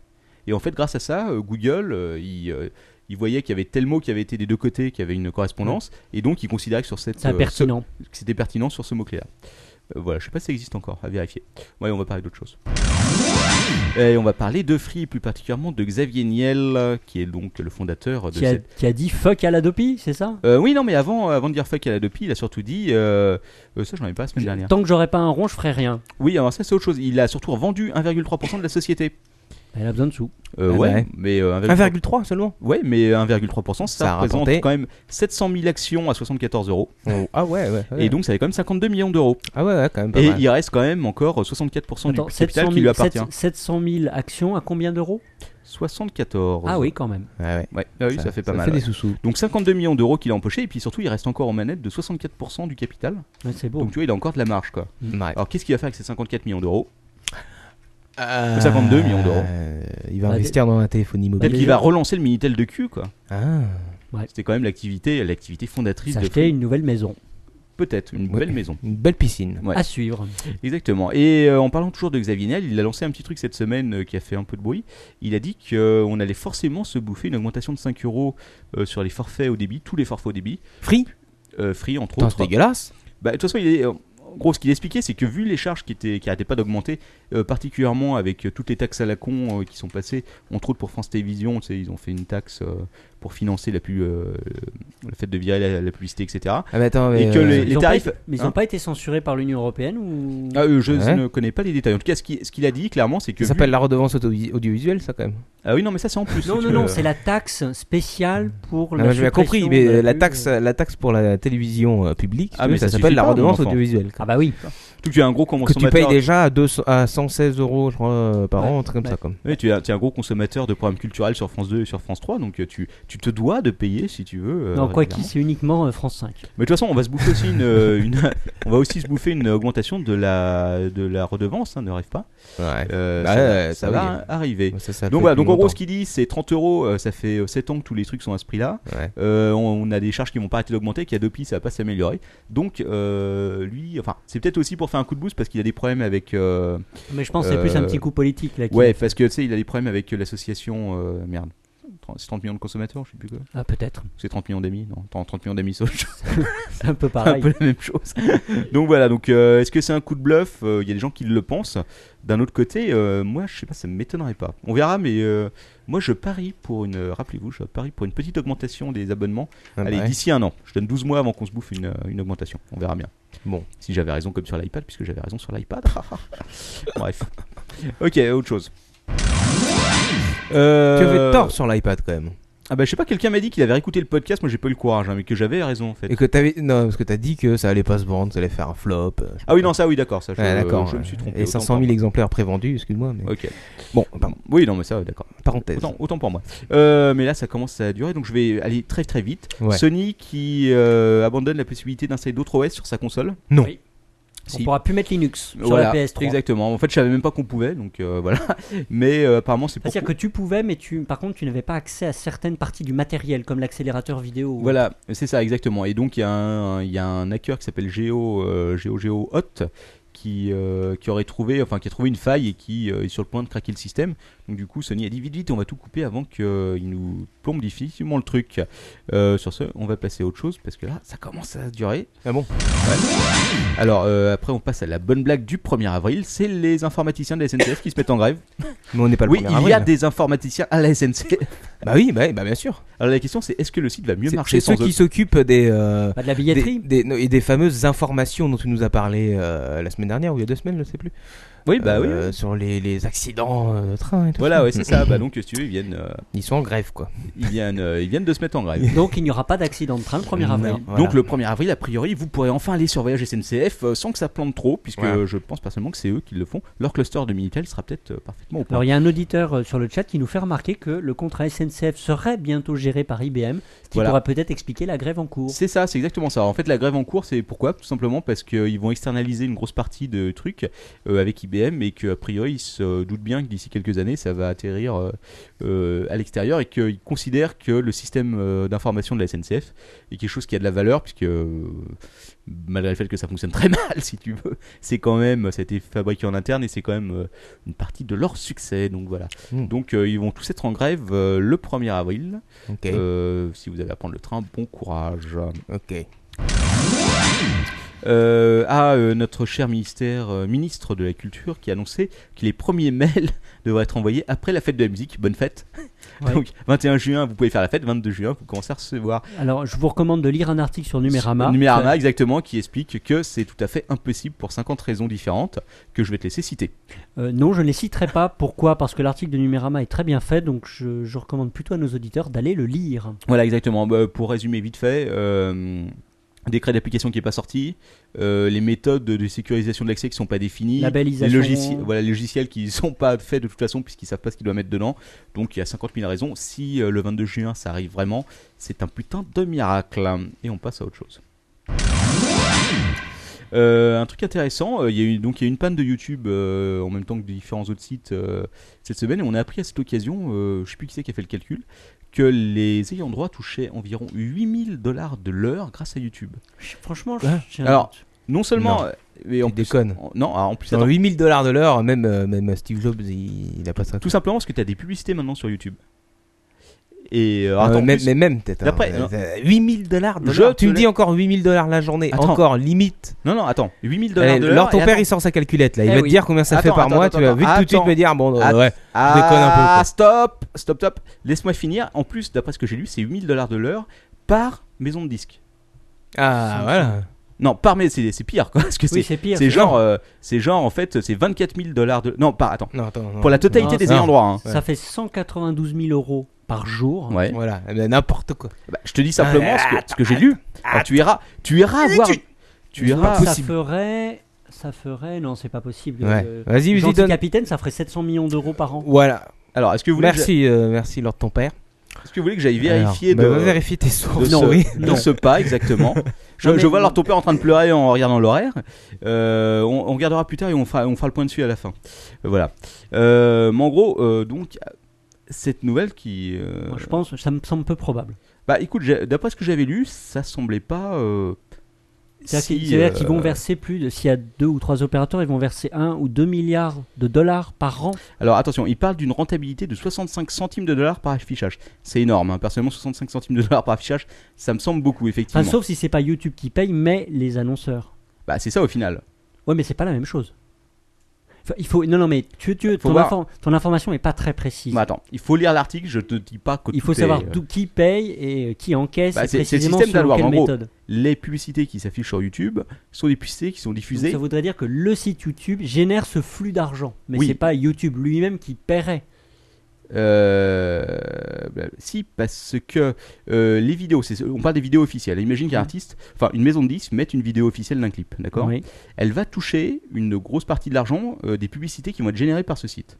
Speaker 1: Et en fait, grâce à ça, euh, Google, euh, il, euh, il voyait qu'il y avait tel mot qui avait été des deux côtés, qui avait une correspondance, et donc il considérait que sur cette.
Speaker 4: C'est
Speaker 1: euh,
Speaker 4: impertinent.
Speaker 1: ce- que c'était pertinent sur ce mot-clé-là. Euh, voilà, je sais pas si ça existe encore, à vérifier. Ouais, on va parler d'autre chose. Et on va parler de Free, plus particulièrement de Xavier Niel, euh, qui est donc le fondateur de
Speaker 4: Qui a,
Speaker 1: cette.
Speaker 4: qui a dit fuck à l'Adopi, c'est ça
Speaker 1: Euh, oui, non, mais avant, avant de dire fuck à la Dopi, il a surtout dit. euh, euh, ça, j'en avais pas la semaine dernière.
Speaker 4: Tant que j'aurai pas un rond, je ferai rien.
Speaker 1: Oui, alors ça, c'est autre chose. Il a surtout vendu 1,3% de la société.
Speaker 4: Bah, Elle a besoin de sous.
Speaker 1: Euh,
Speaker 3: Ah
Speaker 1: ouais,
Speaker 3: ouais.
Speaker 1: mais euh, 1,3%.
Speaker 3: 1,3 seulement.
Speaker 1: Ouais, mais 1,3%, ça,
Speaker 3: Ça a
Speaker 1: représente
Speaker 3: rapporté.
Speaker 1: quand même 700 000 actions à 74 euros.
Speaker 3: Ah ouais, ouais. ouais.
Speaker 1: Et donc, ça fait quand même 52 millions d'euros.
Speaker 3: ah ouais, ouais, quand même pas
Speaker 1: Et
Speaker 3: mal.
Speaker 1: il reste quand même encore 64%
Speaker 4: Attends,
Speaker 1: du capital
Speaker 4: 700
Speaker 1: qui lui
Speaker 4: 000,
Speaker 1: appartient.
Speaker 4: 700 000 actions à combien d'euros
Speaker 1: 74.
Speaker 4: Ah oui, quand même.
Speaker 3: Ouais, ouais.
Speaker 1: Ouais, ah oui, ça, fait pas mal.
Speaker 3: fait
Speaker 1: ouais.
Speaker 3: des sous-sous.
Speaker 1: Donc 52 millions d'euros qu'il a empoché et puis surtout il reste encore aux manettes de 64% du capital.
Speaker 4: Ouais, c'est beau.
Speaker 1: Donc tu vois, il a encore de la marge quoi.
Speaker 3: Ouais.
Speaker 1: Alors qu'est-ce qu'il va faire avec ces 54 millions d'euros Ou 52 millions d'euros.
Speaker 3: Euh, il va
Speaker 4: Bah,
Speaker 3: investir dans la téléphonie mobile.
Speaker 1: Peut-être qu'il va relancer le Minitel de cul quoi.
Speaker 3: Ah.
Speaker 1: C'était quand même l'activité l'activité fondatrice de
Speaker 4: S'acheter
Speaker 1: Free.
Speaker 4: une nouvelle maison.
Speaker 1: peut-être une
Speaker 3: Ouais.
Speaker 1: belle maison.
Speaker 3: Une belle piscine.
Speaker 1: Ouais.
Speaker 4: À suivre.
Speaker 1: Exactement. Et euh, en parlant toujours de Xavier Niel, il a lancé un petit truc cette semaine euh, qui a fait un peu de bruit. Il a dit qu'on allait forcément se bouffer une augmentation de 5 euros euh, sur les forfaits au débit, tous les forfaits au débit,
Speaker 3: Free
Speaker 1: euh, free entre
Speaker 3: Putain,
Speaker 1: autres.
Speaker 3: c'est dégueulasse.
Speaker 1: Bah, de toute façon, il est, en gros, ce qu'il expliquait, c'est que vu les charges qui étaient, qui arrêtaient pas d'augmenter, euh, particulièrement avec euh, toutes les taxes à la con euh, qui sont passées, entre autres pour France Télévisions, tu sais, ils ont fait une taxe euh, pour financer la pub, euh, le fait de virer la, la publicité, etc.
Speaker 3: Ah, mais attends, mais.
Speaker 1: Et que
Speaker 3: euh,
Speaker 1: les-
Speaker 4: Ils ont pas
Speaker 1: tarifs-
Speaker 4: été- mais ils
Speaker 1: hein
Speaker 4: n'ont pas été censurés par l'Union Européenne ou...
Speaker 1: Ah, euh, je
Speaker 3: Ouais.
Speaker 1: ne connais pas les détails. En tout cas, ce qui- ce qu'il a dit clairement, c'est que.
Speaker 3: Ça
Speaker 1: vu-
Speaker 3: s'appelle la redevance auto- audiovisuelle, ça quand même.
Speaker 1: Ah oui, non, mais ça c'est en plus.
Speaker 4: Non,
Speaker 1: si
Speaker 4: non,
Speaker 1: tu
Speaker 4: non,
Speaker 1: veux.
Speaker 4: c'est la taxe spéciale pour
Speaker 3: Ah,
Speaker 4: la
Speaker 3: moi, j'ai bien
Speaker 4: suppression
Speaker 3: compris, mais
Speaker 4: de
Speaker 3: euh, la
Speaker 4: pub.
Speaker 3: taxe, la taxe pour la télévision euh, publique,
Speaker 1: Ah,
Speaker 3: tu
Speaker 1: mais
Speaker 3: vois, ça,
Speaker 1: ça
Speaker 3: s'appelle
Speaker 1: suffit
Speaker 3: la
Speaker 1: pas, mon
Speaker 3: redevance
Speaker 1: enfant.
Speaker 3: audiovisuelle.
Speaker 4: Ah bah oui.
Speaker 1: Surtout que tu es un gros
Speaker 3: Que tu
Speaker 1: consommateur.
Speaker 3: payes déjà à, 200 à 116 euros, je crois, euh, par
Speaker 4: Ouais,
Speaker 3: an, un truc comme
Speaker 4: ouais.
Speaker 3: ça. Comme.
Speaker 1: Oui, tu es, un- tu es un gros consommateur de programmes culturels sur France 2 et sur France 3, donc euh, tu, tu te dois de payer si tu veux. euh,
Speaker 4: non, quoi qu'il,
Speaker 1: régulièrement.
Speaker 4: c'est uniquement euh, France 5.
Speaker 1: Mais de toute façon, on va se bouffer aussi une, euh, une- on va aussi se bouffer une augmentation de la, de la redevance, hein, ne rêve pas.
Speaker 3: Ouais.
Speaker 1: Euh,
Speaker 3: Bah
Speaker 1: ça,
Speaker 3: ouais,
Speaker 1: va- ça
Speaker 3: bah
Speaker 1: va
Speaker 3: oui.
Speaker 1: arriver.
Speaker 3: Ça, ça
Speaker 1: Euh, Donc
Speaker 3: fait
Speaker 1: voilà,
Speaker 3: plus
Speaker 1: donc en gros,
Speaker 3: longtemps.
Speaker 1: ce qu'il dit, c'est 30 euros, euh, ça fait euh, 7 ans que tous les trucs sont à ce prix-là.
Speaker 3: Ouais.
Speaker 1: Euh, on, on a des charges qui vont pas arrêter d'augmenter, qu'il y a deux pis, ça va pas s'améliorer. Donc euh, lui, enfin, c'est peut-être aussi pour faire un coup de boost parce qu'il a des problèmes avec. euh,
Speaker 4: Mais je pense que c'est plus un
Speaker 1: Euh,
Speaker 4: petit coup politique là. qui-
Speaker 1: Ouais, parce que tu sais, il a des problèmes avec euh, l'association. euh, merde. 30 C'est 30 millions de consommateurs, je sais plus quoi.
Speaker 4: Ah, peut-être.
Speaker 1: C'est 30 millions d'amis, non 30 millions d'amis, c'est autre chose.
Speaker 4: C'est un peu
Speaker 1: un
Speaker 4: pareil.
Speaker 1: peu la même chose. donc voilà, donc euh, est-ce que c'est un coup de bluff Euh, Il y a des gens qui le pensent. D'un autre côté, euh, moi je sais pas, ça m'étonnerait pas. On verra, mais euh, moi je parie pour une, euh, rappelez-vous, je parie pour une petite augmentation des abonnements.
Speaker 3: Ah, bah
Speaker 1: Allez,
Speaker 3: ouais.
Speaker 1: d'ici un an, je donne 12 mois avant qu'on se bouffe une, euh, une augmentation. On verra bien.
Speaker 3: Bon.
Speaker 1: Si j'avais raison comme sur l'iPad, puisque j'avais raison sur l'iPad. Bref. Ok, autre chose.
Speaker 3: Tu avais
Speaker 1: Euh,
Speaker 3: tort sur l'iPad quand même.
Speaker 1: Ah bah je sais pas, quelqu'un m'a dit qu'il avait écouté le podcast, moi j'ai pas eu le courage, hein, mais que j'avais raison en fait.
Speaker 3: Et que t'avais. Non, parce que t'as dit que ça allait pas se vendre, ça allait faire un flop. euh,
Speaker 1: Ah oui, non, ça oui, d'accord, ça je,
Speaker 3: Ouais, d'accord.
Speaker 1: je me suis trompé.
Speaker 3: Et
Speaker 1: autant
Speaker 3: 500 000 exemplaires prévendus, excuse-moi. Mais...
Speaker 1: pour moi. Ok.
Speaker 3: Bon, pardon,
Speaker 1: Oui, non, mais ça, d'accord.
Speaker 3: parenthèse.
Speaker 1: Autant, autant pour moi. Euh, mais là, ça commence à durer, donc je vais aller très très vite.
Speaker 3: Ouais.
Speaker 1: Sony qui euh, abandonne la possibilité d'installer d'autres OS sur sa console.
Speaker 3: Non.
Speaker 4: Oui. On
Speaker 1: Si.
Speaker 4: pourra plus mettre Linux sur
Speaker 1: Voilà,
Speaker 4: la PS3.
Speaker 1: Exactement. En fait, je savais même pas qu'on pouvait, donc euh, voilà. Mais euh, apparemment, c'est pour.
Speaker 4: C'est-à-dire que tu pouvais, mais tu, par contre, tu n'avais pas accès à certaines parties du matériel, comme l'accélérateur vidéo. ou-
Speaker 1: Voilà, c'est ça exactement. Et donc il y, a un- il y a un hacker qui s'appelle Geo, euh, Geo Geo Hot qui, euh, qui aurait trouvé, enfin qui a trouvé une faille et qui euh, est sur le point de craquer le système. Donc du coup Sony a dit vite vite on va tout couper avant qu'il nous plombe définitivement le truc. Euh, sur ce on va passer à autre chose parce que là ça commence à durer.
Speaker 3: Ah bon
Speaker 1: Alors euh, après on passe à la bonne blague du 1er avril, c'est les informaticiens de la SNCF qui se mettent en grève.
Speaker 3: Mais on n'est pas le
Speaker 1: Oui
Speaker 3: premier
Speaker 1: il y a
Speaker 3: avril.
Speaker 1: des informaticiens à la SNCF.
Speaker 3: Bah oui, bah, bah bien sûr.
Speaker 1: Alors la question c'est est-ce que le site va mieux
Speaker 3: C'est-
Speaker 1: marcher
Speaker 3: C'est ceux
Speaker 1: sans eux
Speaker 3: qui s'occupent des. euh,
Speaker 4: Pas bah, de la
Speaker 3: Des,
Speaker 4: billetterie.
Speaker 3: des- non, et des fameuses informations dont tu nous as parlé euh, la semaine dernière ou il y a deux semaines, je ne sais plus.
Speaker 1: Oui bah oui.
Speaker 3: Euh, Sur les, les accidents euh, de train et tout
Speaker 1: Voilà
Speaker 3: ça.
Speaker 1: ouais c'est ça. Bah donc si tu veux ils viennent euh,
Speaker 3: Ils sont en grève quoi.
Speaker 1: Ils viennent, euh, ils viennent de se mettre en grève.
Speaker 4: Donc il n'y aura pas d'accident de train le 1er avril.
Speaker 3: Non, voilà.
Speaker 1: Donc le 1er avril, a priori, vous pourrez enfin aller sur Voyage SNCF euh, sans que ça plante trop, puisque
Speaker 3: Voilà.
Speaker 1: euh, je pense personnellement que c'est eux qui le font. Leur cluster de Minitel sera peut-être euh, parfaitement au point.
Speaker 4: Alors il y a un auditeur euh, sur le chat qui nous fait remarquer que le contrat SNCF serait bientôt géré par IBM, ce qui
Speaker 1: Voilà.
Speaker 4: pourra peut-être expliquer la grève en cours.
Speaker 1: C'est ça, c'est exactement ça. En fait, la grève en cours, c'est pourquoi Tout simplement parce qu'ils vont externaliser une grosse partie de trucs euh, avec IBM et qu'a priori, ils se doutent bien que d'ici quelques années, ça va atterrir euh, euh, à l'extérieur et qu'ils considèrent que le système euh, d'information de la SNCF est quelque chose qui a de la valeur, puisque euh, malgré le fait que ça fonctionne très mal, si tu veux, c'est quand même, ça a été fabriqué en interne et c'est quand même euh, une partie de leur succès. Donc voilà.
Speaker 3: Mm.
Speaker 1: Donc euh, ils vont tous être en grève euh, le 1er avril.
Speaker 3: Ok.
Speaker 1: Euh, si vous avez à prendre le train, bon courage.
Speaker 3: ok.
Speaker 1: Euh, à euh, notre cher ministère, euh, ministre de la Culture qui annonçait que les premiers mails devraient être envoyés après la fête de la musique. Bonne fête
Speaker 4: Ouais.
Speaker 1: Donc 21 juin, vous pouvez faire la fête, 22 juin, vous commencez à recevoir
Speaker 4: Alors je vous recommande de lire un article sur Numérama.
Speaker 1: Numérama, exactement, qui explique que c'est tout à fait impossible pour 50 raisons différentes que je vais te laisser citer.
Speaker 4: Euh, non, je ne les citerai pas. Pourquoi Parce que l'article de Numérama est très bien fait, donc je, je recommande plutôt à nos auditeurs d'aller le lire.
Speaker 1: Voilà, exactement. Bah, pour résumer vite fait, euh, décret d'application qui n'est pas sorti, euh, les méthodes de sécurisation de l'accès qui ne sont pas définies, les
Speaker 4: Labellisation.
Speaker 1: logiciels, voilà, les logiciels qui ne sont pas faits de toute façon puisqu'ils ne savent pas ce qu'ils doivent mettre dedans. Donc il y a 50 000 raisons. Si euh, le 22 juin ça arrive vraiment, c'est un putain de miracle. Et on passe à autre chose. Euh, un truc intéressant, euh, il y a eu donc il y a eu une panne de YouTube euh, en même temps que différents autres sites euh, cette semaine et on a appris à cette occasion, euh, je sais plus qui c'est qui a fait le calcul, que les ayants droit touchaient environ 8000 dollars de l'heure grâce à YouTube.
Speaker 4: Je- Franchement,
Speaker 3: Quoi
Speaker 4: je- j'ai un
Speaker 1: Alors,
Speaker 4: doute.
Speaker 1: Non seulement,
Speaker 3: Non.
Speaker 1: euh, mais en
Speaker 3: Tu
Speaker 1: plus-
Speaker 3: déconnes.
Speaker 1: en- non, alors en plus,
Speaker 3: Dans
Speaker 1: attends,
Speaker 3: 8000 dollars de l'heure, même, euh, même Steve Jobs, il, il a pas ça.
Speaker 1: tout simplement parce que tu as des publicités maintenant sur YouTube. Et euh,
Speaker 3: Euh,
Speaker 1: attends, en
Speaker 3: même,
Speaker 1: plus-
Speaker 3: mais même peut-être.
Speaker 1: D'après-
Speaker 3: hein.
Speaker 1: non.
Speaker 3: Euh, 8000 dollars de
Speaker 1: Je
Speaker 3: l'heure.
Speaker 1: te
Speaker 3: Tu me
Speaker 1: l'ai-
Speaker 3: dis encore 8000 dollars la journée.
Speaker 1: Attends.
Speaker 3: Encore, limite.
Speaker 1: non, non, attends, 8000 dollars
Speaker 3: Allez,
Speaker 1: de
Speaker 3: Lors
Speaker 1: l'heure.
Speaker 3: ton
Speaker 1: et
Speaker 3: père,
Speaker 1: attends-
Speaker 3: il sort sa calculette. Là, il
Speaker 4: Eh
Speaker 3: va te
Speaker 4: oui.
Speaker 3: dire combien ça
Speaker 1: Attends,
Speaker 3: fait par
Speaker 1: attends,
Speaker 3: mois.
Speaker 1: attends,
Speaker 3: tu vas vite tout de suite
Speaker 1: attends.
Speaker 3: me dire bon, euh,
Speaker 1: Attends.
Speaker 3: ouais. déconne un peu,
Speaker 1: Ah,
Speaker 3: quoi.
Speaker 1: stop, stop, stop. Laisse-moi finir. En plus, d'après ce que j'ai lu, c'est 8000 dollars de l'heure par maison de disque.
Speaker 3: Ah, voilà.
Speaker 1: Non, par mais c'est c'est pire quoi, parce que c'est
Speaker 4: Oui, c'est pire.
Speaker 1: c'est genre, euh, c'est genre en fait, c'est 24 000 dollars de. Non, pas attends.
Speaker 3: Non, attends. non.
Speaker 1: Pour la totalité
Speaker 4: Non,
Speaker 1: des
Speaker 4: ça-
Speaker 1: ayants droit. hein.
Speaker 4: Ça fait 192 000 euros par jour.
Speaker 1: Ouais.
Speaker 3: Voilà, Eh ben, n'importe quoi.
Speaker 1: Bah, je te dis simplement
Speaker 3: Ah,
Speaker 1: ce que, ce que j'ai lu. Alors, tu iras, tu iras voir. Tu
Speaker 4: Donc,
Speaker 1: iras.
Speaker 4: Ah, Ça ferait. Ça ferait. Non, c'est pas possible.
Speaker 3: Ouais.
Speaker 4: Euh,
Speaker 3: Vas-y, vas-y,
Speaker 4: Gentil
Speaker 3: donne.
Speaker 4: capitaine, ça ferait 700 millions d'euros par an.
Speaker 3: Voilà.
Speaker 1: Alors, est-ce que vous voulez, que
Speaker 3: Merci, euh, merci, Lord ton père.
Speaker 1: j'a- est-ce que vous voulez que j'aille vérifier
Speaker 3: Alors,
Speaker 1: de,
Speaker 3: bah, va vérifier tes
Speaker 1: de
Speaker 3: sources.
Speaker 1: ce,
Speaker 3: oui.
Speaker 1: de ce pas exactement Je,
Speaker 4: Non, mais-
Speaker 1: je vois alors ton père en train de pleurer en regardant l'horaire. Euh, on, on regardera plus tard et on fera, on fera le point dessus à la fin. Euh, Voilà. Euh, mais en gros, euh, donc cette nouvelle qui, euh,
Speaker 4: Moi, je pense, ça me semble peu probable.
Speaker 1: bah écoute, j'ai- d'après ce que j'avais lu, ça semblait pas. euh,
Speaker 4: C'est-à-dire
Speaker 1: si,
Speaker 4: qu'ils- c'est-à-dire
Speaker 1: euh,
Speaker 4: qu'ils vont verser plus de. S'il y a deux ou trois opérateurs, ils vont verser un ou deux milliards de dollars par an.
Speaker 1: Alors attention, il parle d'une rentabilité de 65 centimes de dollars par affichage. C'est énorme, hein. personnellement 65 centimes de dollars par affichage, ça me semble beaucoup
Speaker 4: Enfin,
Speaker 1: effectivement.
Speaker 4: sauf si c'est pas YouTube qui paye, mais les annonceurs.
Speaker 1: Bah c'est ça au final.
Speaker 4: Ouais, mais c'est pas la même chose. Enfin, il faut. Non, non, mais tu, tu,
Speaker 1: Faut
Speaker 4: ton,
Speaker 1: voir.
Speaker 4: inform- ton information est pas très précise.
Speaker 1: Bah, attends, il faut lire l'article, je te dis pas que
Speaker 4: il
Speaker 1: tout
Speaker 4: faut
Speaker 1: est,
Speaker 4: savoir
Speaker 1: euh,
Speaker 4: d'où qui paye et euh, qui encaisse.
Speaker 1: Bah,
Speaker 4: et
Speaker 1: c'est- c'est le
Speaker 4: précisément
Speaker 1: système
Speaker 4: selon
Speaker 1: d'Alwar,
Speaker 4: quelle
Speaker 1: en gros.
Speaker 4: méthode. Donc,
Speaker 1: les publicités qui s'affichent sur YouTube sont des publicités qui sont diffusées.
Speaker 4: ça voudrait dire que le site YouTube génère ce flux d'argent, mais
Speaker 1: Oui.
Speaker 4: c'est pas YouTube lui-même qui paierait.
Speaker 1: Euh, bah, si, parce que euh, les vidéos, c'est- on parle des vidéos officielles. Imagine
Speaker 4: Mmh.
Speaker 1: qu'un artiste, enfin une maison de disques, mette une vidéo officielle d'un clip, d'accord
Speaker 4: Oui.
Speaker 1: Elle va toucher une grosse partie de l'argent euh, des publicités qui vont être générées par ce site,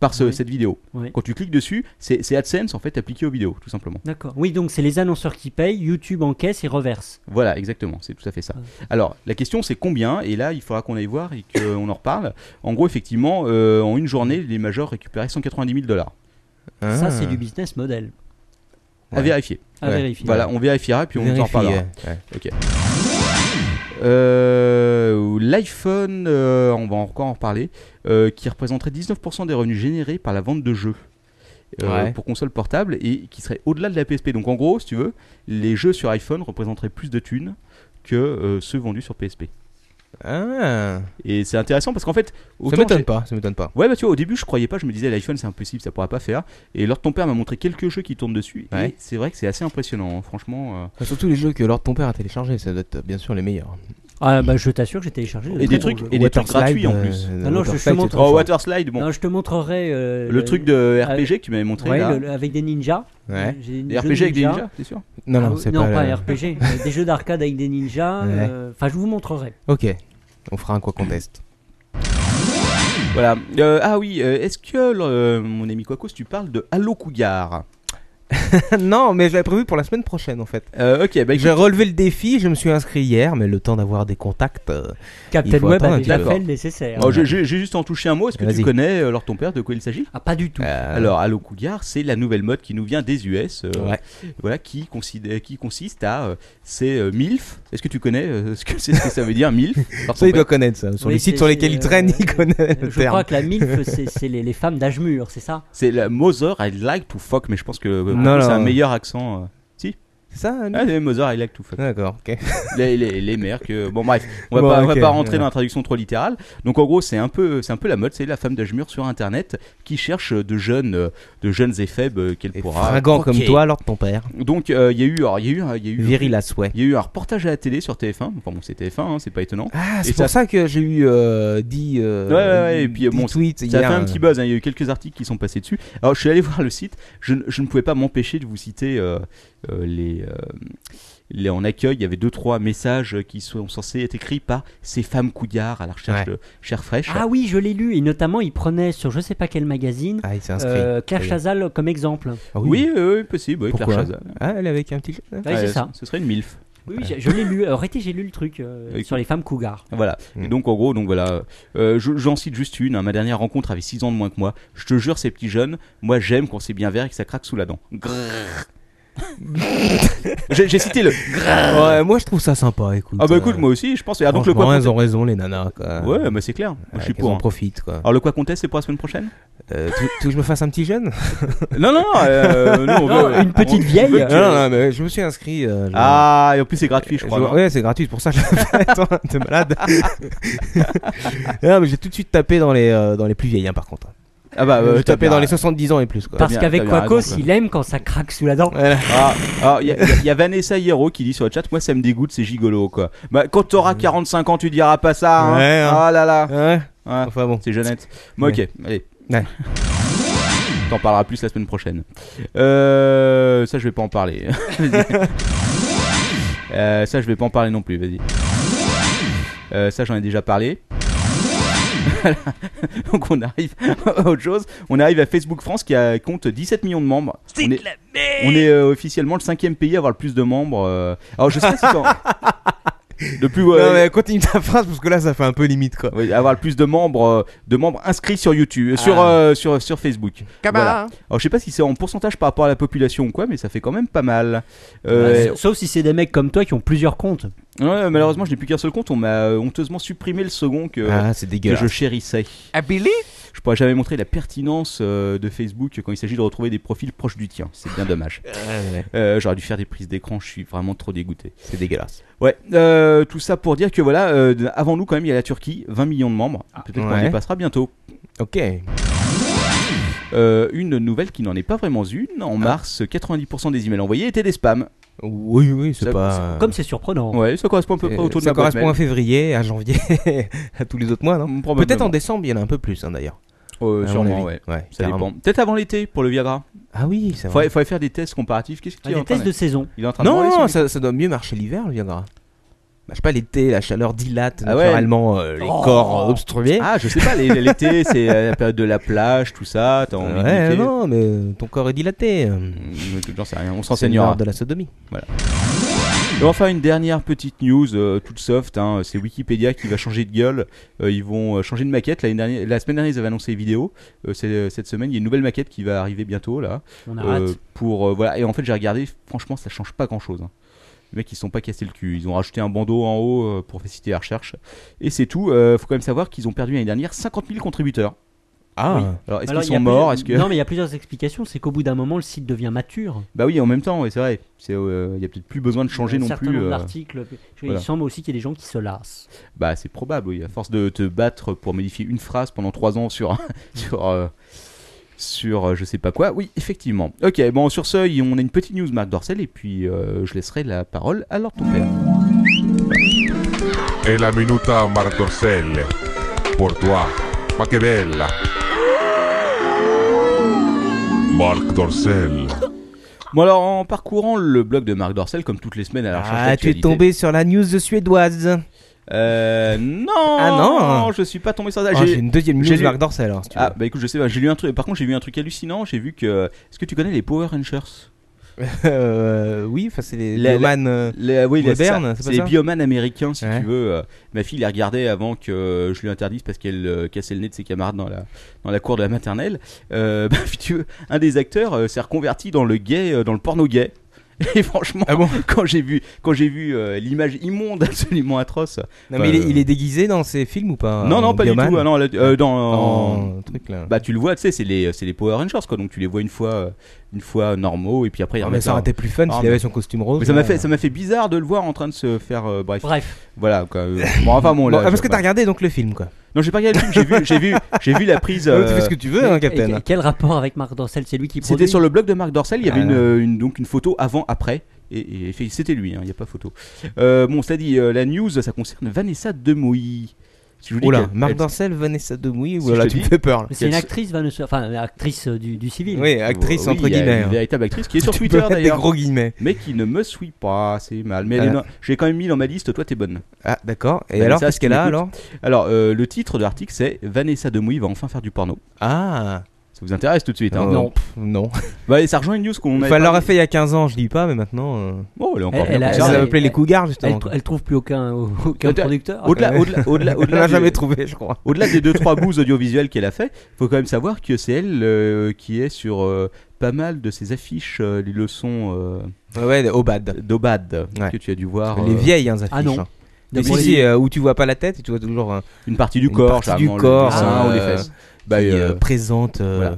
Speaker 1: par ce-
Speaker 4: Oui.
Speaker 1: cette vidéo.
Speaker 4: Oui.
Speaker 1: Quand tu cliques dessus, c'est c'est AdSense en fait appliqué aux vidéos, tout simplement.
Speaker 4: D'accord. Oui, donc c'est les annonceurs qui payent, YouTube encaisse et reverse.
Speaker 1: Voilà, exactement, c'est tout à fait ça.
Speaker 3: Ah,
Speaker 4: Ouais.
Speaker 1: Alors, la question c'est combien, et là il faudra qu'on aille voir et qu'on en reparle. En gros, effectivement, euh, en une journée, les majors récupéraient 190 000 dollars.
Speaker 4: Ça,
Speaker 3: Ah.
Speaker 4: c'est du business model.
Speaker 1: À
Speaker 3: Ouais.
Speaker 1: vérifier.
Speaker 4: À
Speaker 3: Ouais.
Speaker 4: vérifier.
Speaker 1: Voilà, on vérifiera puis on en
Speaker 3: Vérifier,
Speaker 1: reparlera.
Speaker 3: ouais.
Speaker 1: Euh, L'iPhone, euh, on va encore en reparler, euh, qui représenterait 19% des revenus générés par la vente de jeux euh,
Speaker 3: Ouais.
Speaker 1: pour console portable et qui serait au-delà de la PSP. Donc en gros, si tu veux, les jeux sur iPhone représenteraient plus de thunes que euh, ceux vendus sur PSP.
Speaker 3: Ah.
Speaker 1: Et c'est intéressant parce qu'en fait,
Speaker 3: Ça
Speaker 1: autant j'ai-
Speaker 3: m'étonne pas, ça m'étonne pas.
Speaker 1: Ouais, bah tu vois, au début, je croyais pas, je me disais l'iPhone c'est impossible, ça pourra pas faire. Et lors de ton père m'a montré quelques jeux qui tournent dessus.
Speaker 3: Ouais.
Speaker 1: Et c'est vrai que c'est assez impressionnant, hein, franchement. euh.
Speaker 3: Enfin, surtout les jeux que Lord ton père a téléchargés, ça doit être euh, bien sûr les meilleurs.
Speaker 4: Ah, bah, je t'assure que j'ai téléchargé. de
Speaker 1: Et des
Speaker 4: très bons
Speaker 1: trucs-
Speaker 4: jeux.
Speaker 1: et des trucs gratuits, en plus.
Speaker 4: Ah non, je- je
Speaker 3: Waterslide,
Speaker 4: montre-
Speaker 3: c'est trop
Speaker 1: Oh,
Speaker 3: fort.
Speaker 1: Waterslide, bon.
Speaker 4: Non, je te montrerai. euh,
Speaker 1: le, truc de RPG que tu m'avais montré
Speaker 4: Ouais,
Speaker 1: là.
Speaker 4: le- le- avec des ninjas.
Speaker 3: Ouais.
Speaker 4: J'ai des
Speaker 1: Des
Speaker 4: jeux
Speaker 1: RPG avec des
Speaker 4: ninjas.
Speaker 1: ninjas, c'est sûr
Speaker 3: Non,
Speaker 4: Ah
Speaker 3: non,
Speaker 4: oui,
Speaker 3: c'est
Speaker 4: non,
Speaker 3: pas.
Speaker 4: pas,
Speaker 3: le-
Speaker 4: RPG. euh, des jeux d'arcade avec des ninjas.
Speaker 3: Ouais.
Speaker 4: euh, Enfin, je vous montrerai.
Speaker 3: Ok, on fera un quoi qu'on teste.
Speaker 1: Voilà. Euh, ah oui, euh, est-ce que euh, mon ami Quacos, tu parles de Halo Cougar
Speaker 3: non, mais j'avais prévu pour la semaine prochaine en fait.
Speaker 1: Euh, Ok, bah écoute,
Speaker 3: J'ai relevé le défi, je me suis inscrit hier, mais le temps d'avoir des contacts. euh,
Speaker 4: Captain
Speaker 3: faut
Speaker 4: Web a
Speaker 3: attendre,
Speaker 4: déjà
Speaker 1: d'accord.
Speaker 4: fait le nécessaire.
Speaker 1: oh, j'ai- j'ai j'ai juste en touché un mot. Est-ce que tu
Speaker 3: Vas-y.
Speaker 1: connais, euh, alors ton père, de quoi il s'agit
Speaker 4: Ah, pas du tout.
Speaker 3: euh,
Speaker 1: Alors, Halo Cougar, c'est la nouvelle mode qui nous vient des US, euh,
Speaker 3: Ouais.
Speaker 1: voilà, qui, considère, qui consiste à. euh, c'est euh, MILF. Est-ce que tu connais euh, ce que c'est ce que ça veut dire, MILF Alors,
Speaker 3: Ça,
Speaker 1: ton
Speaker 3: il doit
Speaker 1: père-
Speaker 3: connaître ça. Sur
Speaker 4: Oui,
Speaker 3: les sites
Speaker 4: c'est-
Speaker 3: sur lesquels
Speaker 4: c'est,
Speaker 3: il traîne,
Speaker 4: euh,
Speaker 3: il connaît le
Speaker 4: Je crois
Speaker 3: terme.
Speaker 4: que la MILF, c'est c'est les, les femmes d'âge mûr, c'est ça
Speaker 1: C'est la Mother I like to fuck, mais je pense que euh,
Speaker 3: Non,
Speaker 1: c'est
Speaker 3: non.
Speaker 1: un meilleur accent. euh.
Speaker 3: C'est ça, un
Speaker 1: Ah, c'est Mother I like to fuck.
Speaker 3: D'accord, ok.
Speaker 1: les, les, les mères que bon bref on va
Speaker 3: Bon,
Speaker 1: pas on va
Speaker 3: ok,
Speaker 1: pas rentrer
Speaker 3: ouais.
Speaker 1: dans la traduction trop littérale donc en gros c'est un peu c'est un peu la mode c'est la femme d'âge mûr sur internet qui cherche de jeunes euh, de jeunes et faibles euh, qu'elle
Speaker 3: Et
Speaker 1: pourra
Speaker 3: fringant
Speaker 1: Ok.
Speaker 3: comme toi, alors ton père.
Speaker 1: donc euh, il y a eu alors, il y a eu un- il y a eu
Speaker 3: Viril à souhait.
Speaker 1: il y a eu un reportage à la télé sur TF1 enfin bon c'est TF1 hein, c'est pas étonnant
Speaker 3: Ah,
Speaker 1: Et
Speaker 3: c'est
Speaker 1: ça-
Speaker 3: pour ça que j'ai eu euh, 10 euh,
Speaker 1: Ouais, ouais, ouais, et puis, euh,
Speaker 3: 10
Speaker 1: bon,
Speaker 3: tweets
Speaker 1: ça a
Speaker 3: hier,
Speaker 1: fait un
Speaker 3: euh,
Speaker 1: petit buzz, hein, il y a eu quelques articles qui sont passés dessus. Alors je suis allé voir le site, je, ne- je ne pouvais pas m'empêcher de vous citer euh, euh, les, euh, les- En accueil, il y avait deux trois messages qui sont censés être écrits par ces femmes couillards à la recherche
Speaker 3: Ouais.
Speaker 1: de chair fraîche.
Speaker 4: Ah oui, je l'ai lu. Et notamment, il prenait sur je sais pas quel magazine
Speaker 3: Ah, il s'est inscrit.
Speaker 4: euh, Claire
Speaker 3: Oui.
Speaker 4: Chazal comme exemple.
Speaker 3: Ah
Speaker 1: Oui, oui, oui, possible. Oui, Claire
Speaker 3: Pourquoi
Speaker 1: Chazal.
Speaker 3: Ah, elle est avec un petit.
Speaker 4: Oui,
Speaker 1: Ouais,
Speaker 4: c'est ça.
Speaker 1: Ce serait une MILF.
Speaker 4: Oui, oui, j'ai- je l'ai lu. En réalité, j'ai lu le truc euh,
Speaker 1: Avec-
Speaker 4: sur les femmes cougars.
Speaker 1: Voilà.
Speaker 3: Mm.
Speaker 1: Et donc, en gros, donc voilà. Euh, je- J'en cite juste une. hein. Ma dernière rencontre avait 6 ans de moins que moi. Je te jure, ces petits jeunes, moi j'aime quand c'est bien vert et que ça craque sous la dent. Grrrr. J'ai j'ai cité le.
Speaker 3: Ouais, moi, je trouve ça sympa, écoute.
Speaker 1: Ah bah
Speaker 3: euh,
Speaker 1: écoute, moi aussi, je pense. Et ah, donc le
Speaker 3: franchement,
Speaker 1: quoi.
Speaker 3: elles ont raison, les nanas, quoi.
Speaker 1: Ouais, mais c'est clair. Moi,
Speaker 3: Ouais,
Speaker 1: je suis
Speaker 3: Euh, qu'elles
Speaker 1: pour.
Speaker 3: en
Speaker 1: hein.
Speaker 3: profitent, quoi.
Speaker 1: Alors le quoi conteste, c'est pour la semaine prochaine
Speaker 3: Euh, tu, tu veux que je me fasse un petit jeune
Speaker 1: Non, non, euh, non, on
Speaker 4: Non,
Speaker 1: veut-
Speaker 4: une petite
Speaker 1: on- on
Speaker 4: vieille.
Speaker 1: veut que-
Speaker 3: Non, non, non, mais je me suis inscrit. euh, je-
Speaker 1: Ah, et en plus c'est gratuit, je
Speaker 3: je-
Speaker 1: crois. non
Speaker 3: ouais, c'est gratuit, c'est pour ça que je le fais. Attends, t'es malade. non, mais j'ai tout de suite tapé dans les, euh, dans les plus vieilles, hein, par contre.
Speaker 1: Ah bah, euh,
Speaker 3: j'ai tapé
Speaker 1: t'as
Speaker 3: dans
Speaker 1: bien-
Speaker 3: les 70 ans et plus, quoi.
Speaker 1: T'as
Speaker 4: Parce
Speaker 1: bien-
Speaker 4: qu'avec
Speaker 1: t'as bien
Speaker 4: Quacos,
Speaker 1: raison,
Speaker 4: il aime quand ça craque sous la dent.
Speaker 3: Voilà.
Speaker 1: Ah, alors, il y, a- il y a- il y a Vanessa Hierro qui dit sur le chat Moi, ça me dégoûte, c'est gigolo quoi. Bah, quand t'auras 45 ans, tu diras pas ça. Hein.
Speaker 3: Mm. Ouais, hein.
Speaker 1: Ah là là.
Speaker 3: Ouais.
Speaker 1: Ouais,
Speaker 3: Enfin bon.
Speaker 1: c'est jeunette. Moi, ok, allez.
Speaker 3: Ouais.
Speaker 1: T'en parleras plus la semaine prochaine. Euh, ça, je vais pas en parler. Vas-y. Euh, ça, je vais pas en parler non plus, vas-y. Euh, ça, j'en ai déjà parlé. Voilà. Donc, on arrive à autre chose. On arrive à Facebook France qui a- compte 17 millions de membres. on est, on est, euh, officiellement le cinquième pays à avoir le plus de membres. euh. Alors, je sais pas si c'est en- Le plus. euh,
Speaker 3: Non, mais continue ta phrase, parce que là, ça fait un peu limite, quoi.
Speaker 1: oui, avoir le plus de membres, euh, de membres inscrits sur YouTube, euh,
Speaker 3: Ah.
Speaker 1: sur, euh, sur, sur Facebook. Voilà. Alors je sais pas si c'est en pourcentage par rapport à la population ou quoi, mais ça fait quand même pas mal. Euh,
Speaker 4: Ouais, Sauf si c'est des mecs comme toi qui ont plusieurs comptes.
Speaker 1: ouais, malheureusement, je n'ai plus qu'un seul compte. On m'a euh, honteusement supprimé le second que,
Speaker 3: Ah, c'est
Speaker 1: que
Speaker 3: dégueulasse.
Speaker 1: je chérissais. Je pourrais jamais montrer la pertinence euh, de Facebook quand il s'agit de retrouver des profils proches du tien. C'est bien dommage.
Speaker 3: Ouais, ouais,
Speaker 1: Euh, J'aurais dû faire des prises d'écran. Je suis vraiment trop dégoûté.
Speaker 3: C'est dégueulasse.
Speaker 1: Ouais, euh, tout ça pour dire que voilà, euh, avant nous quand même, il y a la Turquie, 20 millions de membres. Peut-être qu'on
Speaker 3: Ah. ouais.
Speaker 1: dépassera bientôt.
Speaker 3: Ok.
Speaker 1: Euh, une nouvelle qui n'en est pas vraiment une.
Speaker 3: Ah.
Speaker 1: En mars, 90% des emails envoyés étaient des spams.
Speaker 3: Oui, oui, c'est
Speaker 1: Ça-
Speaker 3: pas.
Speaker 4: Comme c'est surprenant.
Speaker 1: Ouais, ça correspond à peu près autour de
Speaker 3: ça
Speaker 1: la boîte
Speaker 3: correspond à février, à janvier, à tous les autres mois, non
Speaker 1: mail. Probablement.
Speaker 3: Peut-être en décembre, il y en a un peu plus, hein, d'ailleurs.
Speaker 1: Euh,
Speaker 3: à mon
Speaker 1: sûrement,
Speaker 3: avis.
Speaker 1: ouais.
Speaker 3: ouais
Speaker 1: Ça
Speaker 3: carrément.
Speaker 1: dépend. Peut-être avant l'été pour le Viagra.
Speaker 3: Ah oui, c'est vrai.
Speaker 1: Faudrait, faudrait faire des tests comparatifs. Qu'est-ce qu'il
Speaker 4: Ah,
Speaker 1: est en
Speaker 4: des
Speaker 1: train
Speaker 4: tests de saison.
Speaker 1: Il est en train de
Speaker 3: Non,
Speaker 1: branler,
Speaker 3: non,
Speaker 1: ce mec.
Speaker 3: ça, ça doit mieux marcher l'hiver, le Viagra. Bah, je sais pas, l'été, la chaleur dilate
Speaker 1: Ah ouais.
Speaker 3: naturellement euh, les
Speaker 1: Oh.
Speaker 3: corps euh, obstrués.
Speaker 1: Ah, je sais pas, les- l'été, c'est euh, la période de la plage, tout ça. T'as envie de
Speaker 3: ouais,
Speaker 1: niquer.
Speaker 3: non, mais ton corps est dilaté. euh,
Speaker 1: Hum, J'en sais rien, on se
Speaker 3: c'est l'art
Speaker 1: renseignera.
Speaker 3: de la sodomie.
Speaker 1: Et enfin, une dernière petite news, euh, toute soft, hein, c'est Wikipédia qui va changer de gueule. Euh, ils vont euh, changer de maquette. L'année dernière- la semaine dernière, ils avaient annoncé les vidéos. Euh, c'est, euh, cette semaine, il y a une nouvelle maquette qui va arriver bientôt, là.
Speaker 4: On
Speaker 1: Euh,
Speaker 4: arrête.
Speaker 1: pour euh, voilà et en fait j'ai regardé franchement ça change pas grand chose les mecs ils se sont pas cassés le cul ils ont rajouté un bandeau en haut euh, pour faciliter la recherche et c'est tout Euh, faut quand même savoir qu'ils ont perdu l'année dernière 50 000 contributeurs
Speaker 3: Ah,
Speaker 1: alors est-ce
Speaker 4: Alors,
Speaker 1: qu'ils
Speaker 4: il y a
Speaker 1: sont morts est-ce
Speaker 4: plusieurs-
Speaker 1: que
Speaker 4: Non, mais il y a plusieurs explications. C'est qu'au bout d'un moment, le site devient mature.
Speaker 1: bah oui en même temps ouais, c'est vrai c'est euh, il y a peut-être plus besoin de changer
Speaker 4: Un
Speaker 1: non
Speaker 4: certain
Speaker 1: plus
Speaker 4: nombre
Speaker 1: euh,
Speaker 4: d'articles.
Speaker 1: voilà.
Speaker 4: Il semble aussi qu'il y a des gens qui se lassent.
Speaker 1: bah c'est probable oui à force de te battre pour modifier une phrase pendant 3 ans sur un- sur euh, sur euh, je sais pas quoi, oui, effectivement. Ok, bon, sur ce, y- on a une petite news, Marc Dorcel, et puis euh, je laisserai la parole à Lord Ton Père.
Speaker 5: E la minuta Marc Dorcel. Pour toi. Ma che bella. Marc Dorcel.
Speaker 1: Bon alors en parcourant le blog de Marc Dorcel comme toutes les semaines à la recherche
Speaker 3: Ah, tu es
Speaker 1: d'actualité-
Speaker 3: tombé sur la news suédoise.
Speaker 1: Euh non
Speaker 3: Ah non
Speaker 1: je suis pas tombé sur ça.
Speaker 3: Ah,
Speaker 1: J'ai-
Speaker 3: J'ai une deuxième
Speaker 1: j'ai
Speaker 3: news
Speaker 1: lu-
Speaker 3: Marc Dorcel. alors, si tu
Speaker 1: Ah
Speaker 3: veux.
Speaker 1: bah écoute, je sais pas, j'ai lu un truc par contre, j'ai vu un truc hallucinant, j'ai vu que est-ce que tu connais les Power Rangers
Speaker 3: Euh, oui, enfin, c'est les
Speaker 1: La- la-
Speaker 3: Bioman, euh,
Speaker 1: les, oui, les- ça,
Speaker 3: Moderne, c'est
Speaker 1: c'est
Speaker 3: pas
Speaker 1: les
Speaker 3: ça
Speaker 1: bioman américains si
Speaker 3: Ouais.
Speaker 1: tu veux. Euh, Ma fille les regardait avant que euh, je lui interdise parce qu'elle euh, cassait le nez de ses camarades dans la dans la cour de la maternelle. Euh, bah, si tu veux, un des acteurs euh, s'est reconverti dans le gay, euh, dans le porno gay. Et franchement,
Speaker 3: Ah bon
Speaker 1: quand j'ai vu, quand j'ai vu euh, l'image immonde, absolument atroce,
Speaker 3: Non, mais il,
Speaker 1: euh,
Speaker 3: est, il est déguisé dans ses films ou pas
Speaker 1: Non,
Speaker 3: en
Speaker 1: non, pas
Speaker 3: Bioman
Speaker 1: du tout. Ah, non, là, euh, dans,
Speaker 3: En truc là.
Speaker 1: Bah, tu le vois, tu sais, c'est les, c'est les Power Rangers, quoi. Donc, tu les vois une fois, euh, une fois normaux, et puis après, ils
Speaker 3: Ah, mais
Speaker 1: remettent
Speaker 3: ça aurait
Speaker 1: leur-
Speaker 3: été plus fun
Speaker 1: Ah,
Speaker 3: s'il
Speaker 1: mais-
Speaker 3: avait son costume rose. euh.
Speaker 1: Mais ça m'a
Speaker 3: là.
Speaker 1: fait, ça m'a fait bizarre de le voir en train de se faire. euh, bref.
Speaker 4: Bref,
Speaker 1: Voilà, quoi. Euh, Bon, enfin, bon,
Speaker 3: Bon,
Speaker 1: là.
Speaker 3: ah,
Speaker 1: je-
Speaker 3: parce que t'as
Speaker 1: bah.
Speaker 3: regardé donc le film quoi.
Speaker 1: Non, j'ai pas regardé le film, j'ai vu, j'ai vu, j'ai vu la prise.
Speaker 3: tu
Speaker 1: euh,
Speaker 3: fais ce que tu veux, hein,
Speaker 4: Et-
Speaker 3: Captain.
Speaker 4: et quel rapport avec Marc Dorcel C'est lui qui
Speaker 1: C'était
Speaker 4: produit.
Speaker 1: sur le blog de Marc Dorcel, il y avait
Speaker 3: Ah,
Speaker 1: une,
Speaker 3: là.
Speaker 1: euh, une- donc une photo avant-après. Et, et fait- c'était lui, hein, il n'y a pas photo. Euh, bon, cest dit, euh, la news, ça concerne Vanessa Demouy. Si je vous dis
Speaker 3: Oula,
Speaker 1: que-
Speaker 3: Marc
Speaker 1: elle-
Speaker 3: Dorcel, Vanessa Demouy,
Speaker 1: Si
Speaker 3: ou là
Speaker 1: je te
Speaker 3: tu me
Speaker 1: dis-
Speaker 3: fais peur. là.
Speaker 4: Mais C'est une
Speaker 1: Quel-
Speaker 4: actrice, Vanessa- enfin, une actrice euh, du, du civil.
Speaker 3: Oui, actrice
Speaker 1: Euh, oui,
Speaker 3: entre
Speaker 1: il y a
Speaker 3: guillemets.
Speaker 1: Une
Speaker 3: hein.
Speaker 1: véritable actrice qui est sur
Speaker 3: Tu peux
Speaker 1: Twitter
Speaker 3: mettre des
Speaker 1: d'ailleurs.
Speaker 3: gros Ah. guillemets.
Speaker 1: mais qui ne me suit pas, c'est mal. Mais elle est
Speaker 3: Voilà.
Speaker 1: no- j'ai quand même mis dans ma liste, toi t'es bonne.
Speaker 3: Ah, d'accord. Et
Speaker 1: Vanessa,
Speaker 3: alors,
Speaker 1: si
Speaker 3: qu'est-ce
Speaker 1: tu
Speaker 3: qu'elle a
Speaker 1: m'écoutes.
Speaker 3: alors
Speaker 1: Alors, euh, le titre de l'article c'est Vanessa Demouy va enfin faire du porno.
Speaker 3: Ah,
Speaker 1: Ça vous intéresse tout de suite hein
Speaker 3: Euh,
Speaker 4: Non.
Speaker 3: pff, non.
Speaker 1: Bah, allez, ça rejoint une news qu'on a.
Speaker 3: Enfin, elle l'aurait fait il y a 15 ans, je dis pas, mais maintenant. euh,
Speaker 1: Oh, elle est encore
Speaker 4: Elle-
Speaker 1: bien
Speaker 4: elle
Speaker 3: Ça
Speaker 4: a-
Speaker 1: conservée.
Speaker 4: elle a-
Speaker 3: s'appelait les Cougars
Speaker 4: Elle,
Speaker 3: justement.
Speaker 4: elle trouve plus aucun, aucun
Speaker 1: Attends,
Speaker 4: producteur.
Speaker 1: Au-delà, au-delà, au-delà,
Speaker 3: On l'a
Speaker 1: au-delà,
Speaker 3: jamais
Speaker 1: des-
Speaker 3: trouvé, je crois.
Speaker 1: au-delà des deux trois bouses audiovisuelles qu'elle a fait, faut quand même savoir que c'est elle euh, qui est sur euh, pas mal de ses affiches, euh, les leçons euh,
Speaker 3: Ouais, au bad.
Speaker 1: d'Obad
Speaker 3: Ouais.
Speaker 1: que tu as dû voir.
Speaker 3: Les
Speaker 1: euh,
Speaker 3: vieilles, hein, affiches.
Speaker 4: Ah non.
Speaker 3: hein. Mais
Speaker 4: Donc,
Speaker 3: si,
Speaker 4: les-
Speaker 3: si, euh, où tu vois pas la tête et tu vois toujours un
Speaker 1: Une partie du
Speaker 3: Une
Speaker 1: corps,
Speaker 3: partie du
Speaker 1: généralement,
Speaker 3: corps,
Speaker 1: le dessin ou les
Speaker 3: euh,
Speaker 1: fesses. Bah,
Speaker 3: qui,
Speaker 1: euh,
Speaker 3: euh, présente euh,
Speaker 1: voilà.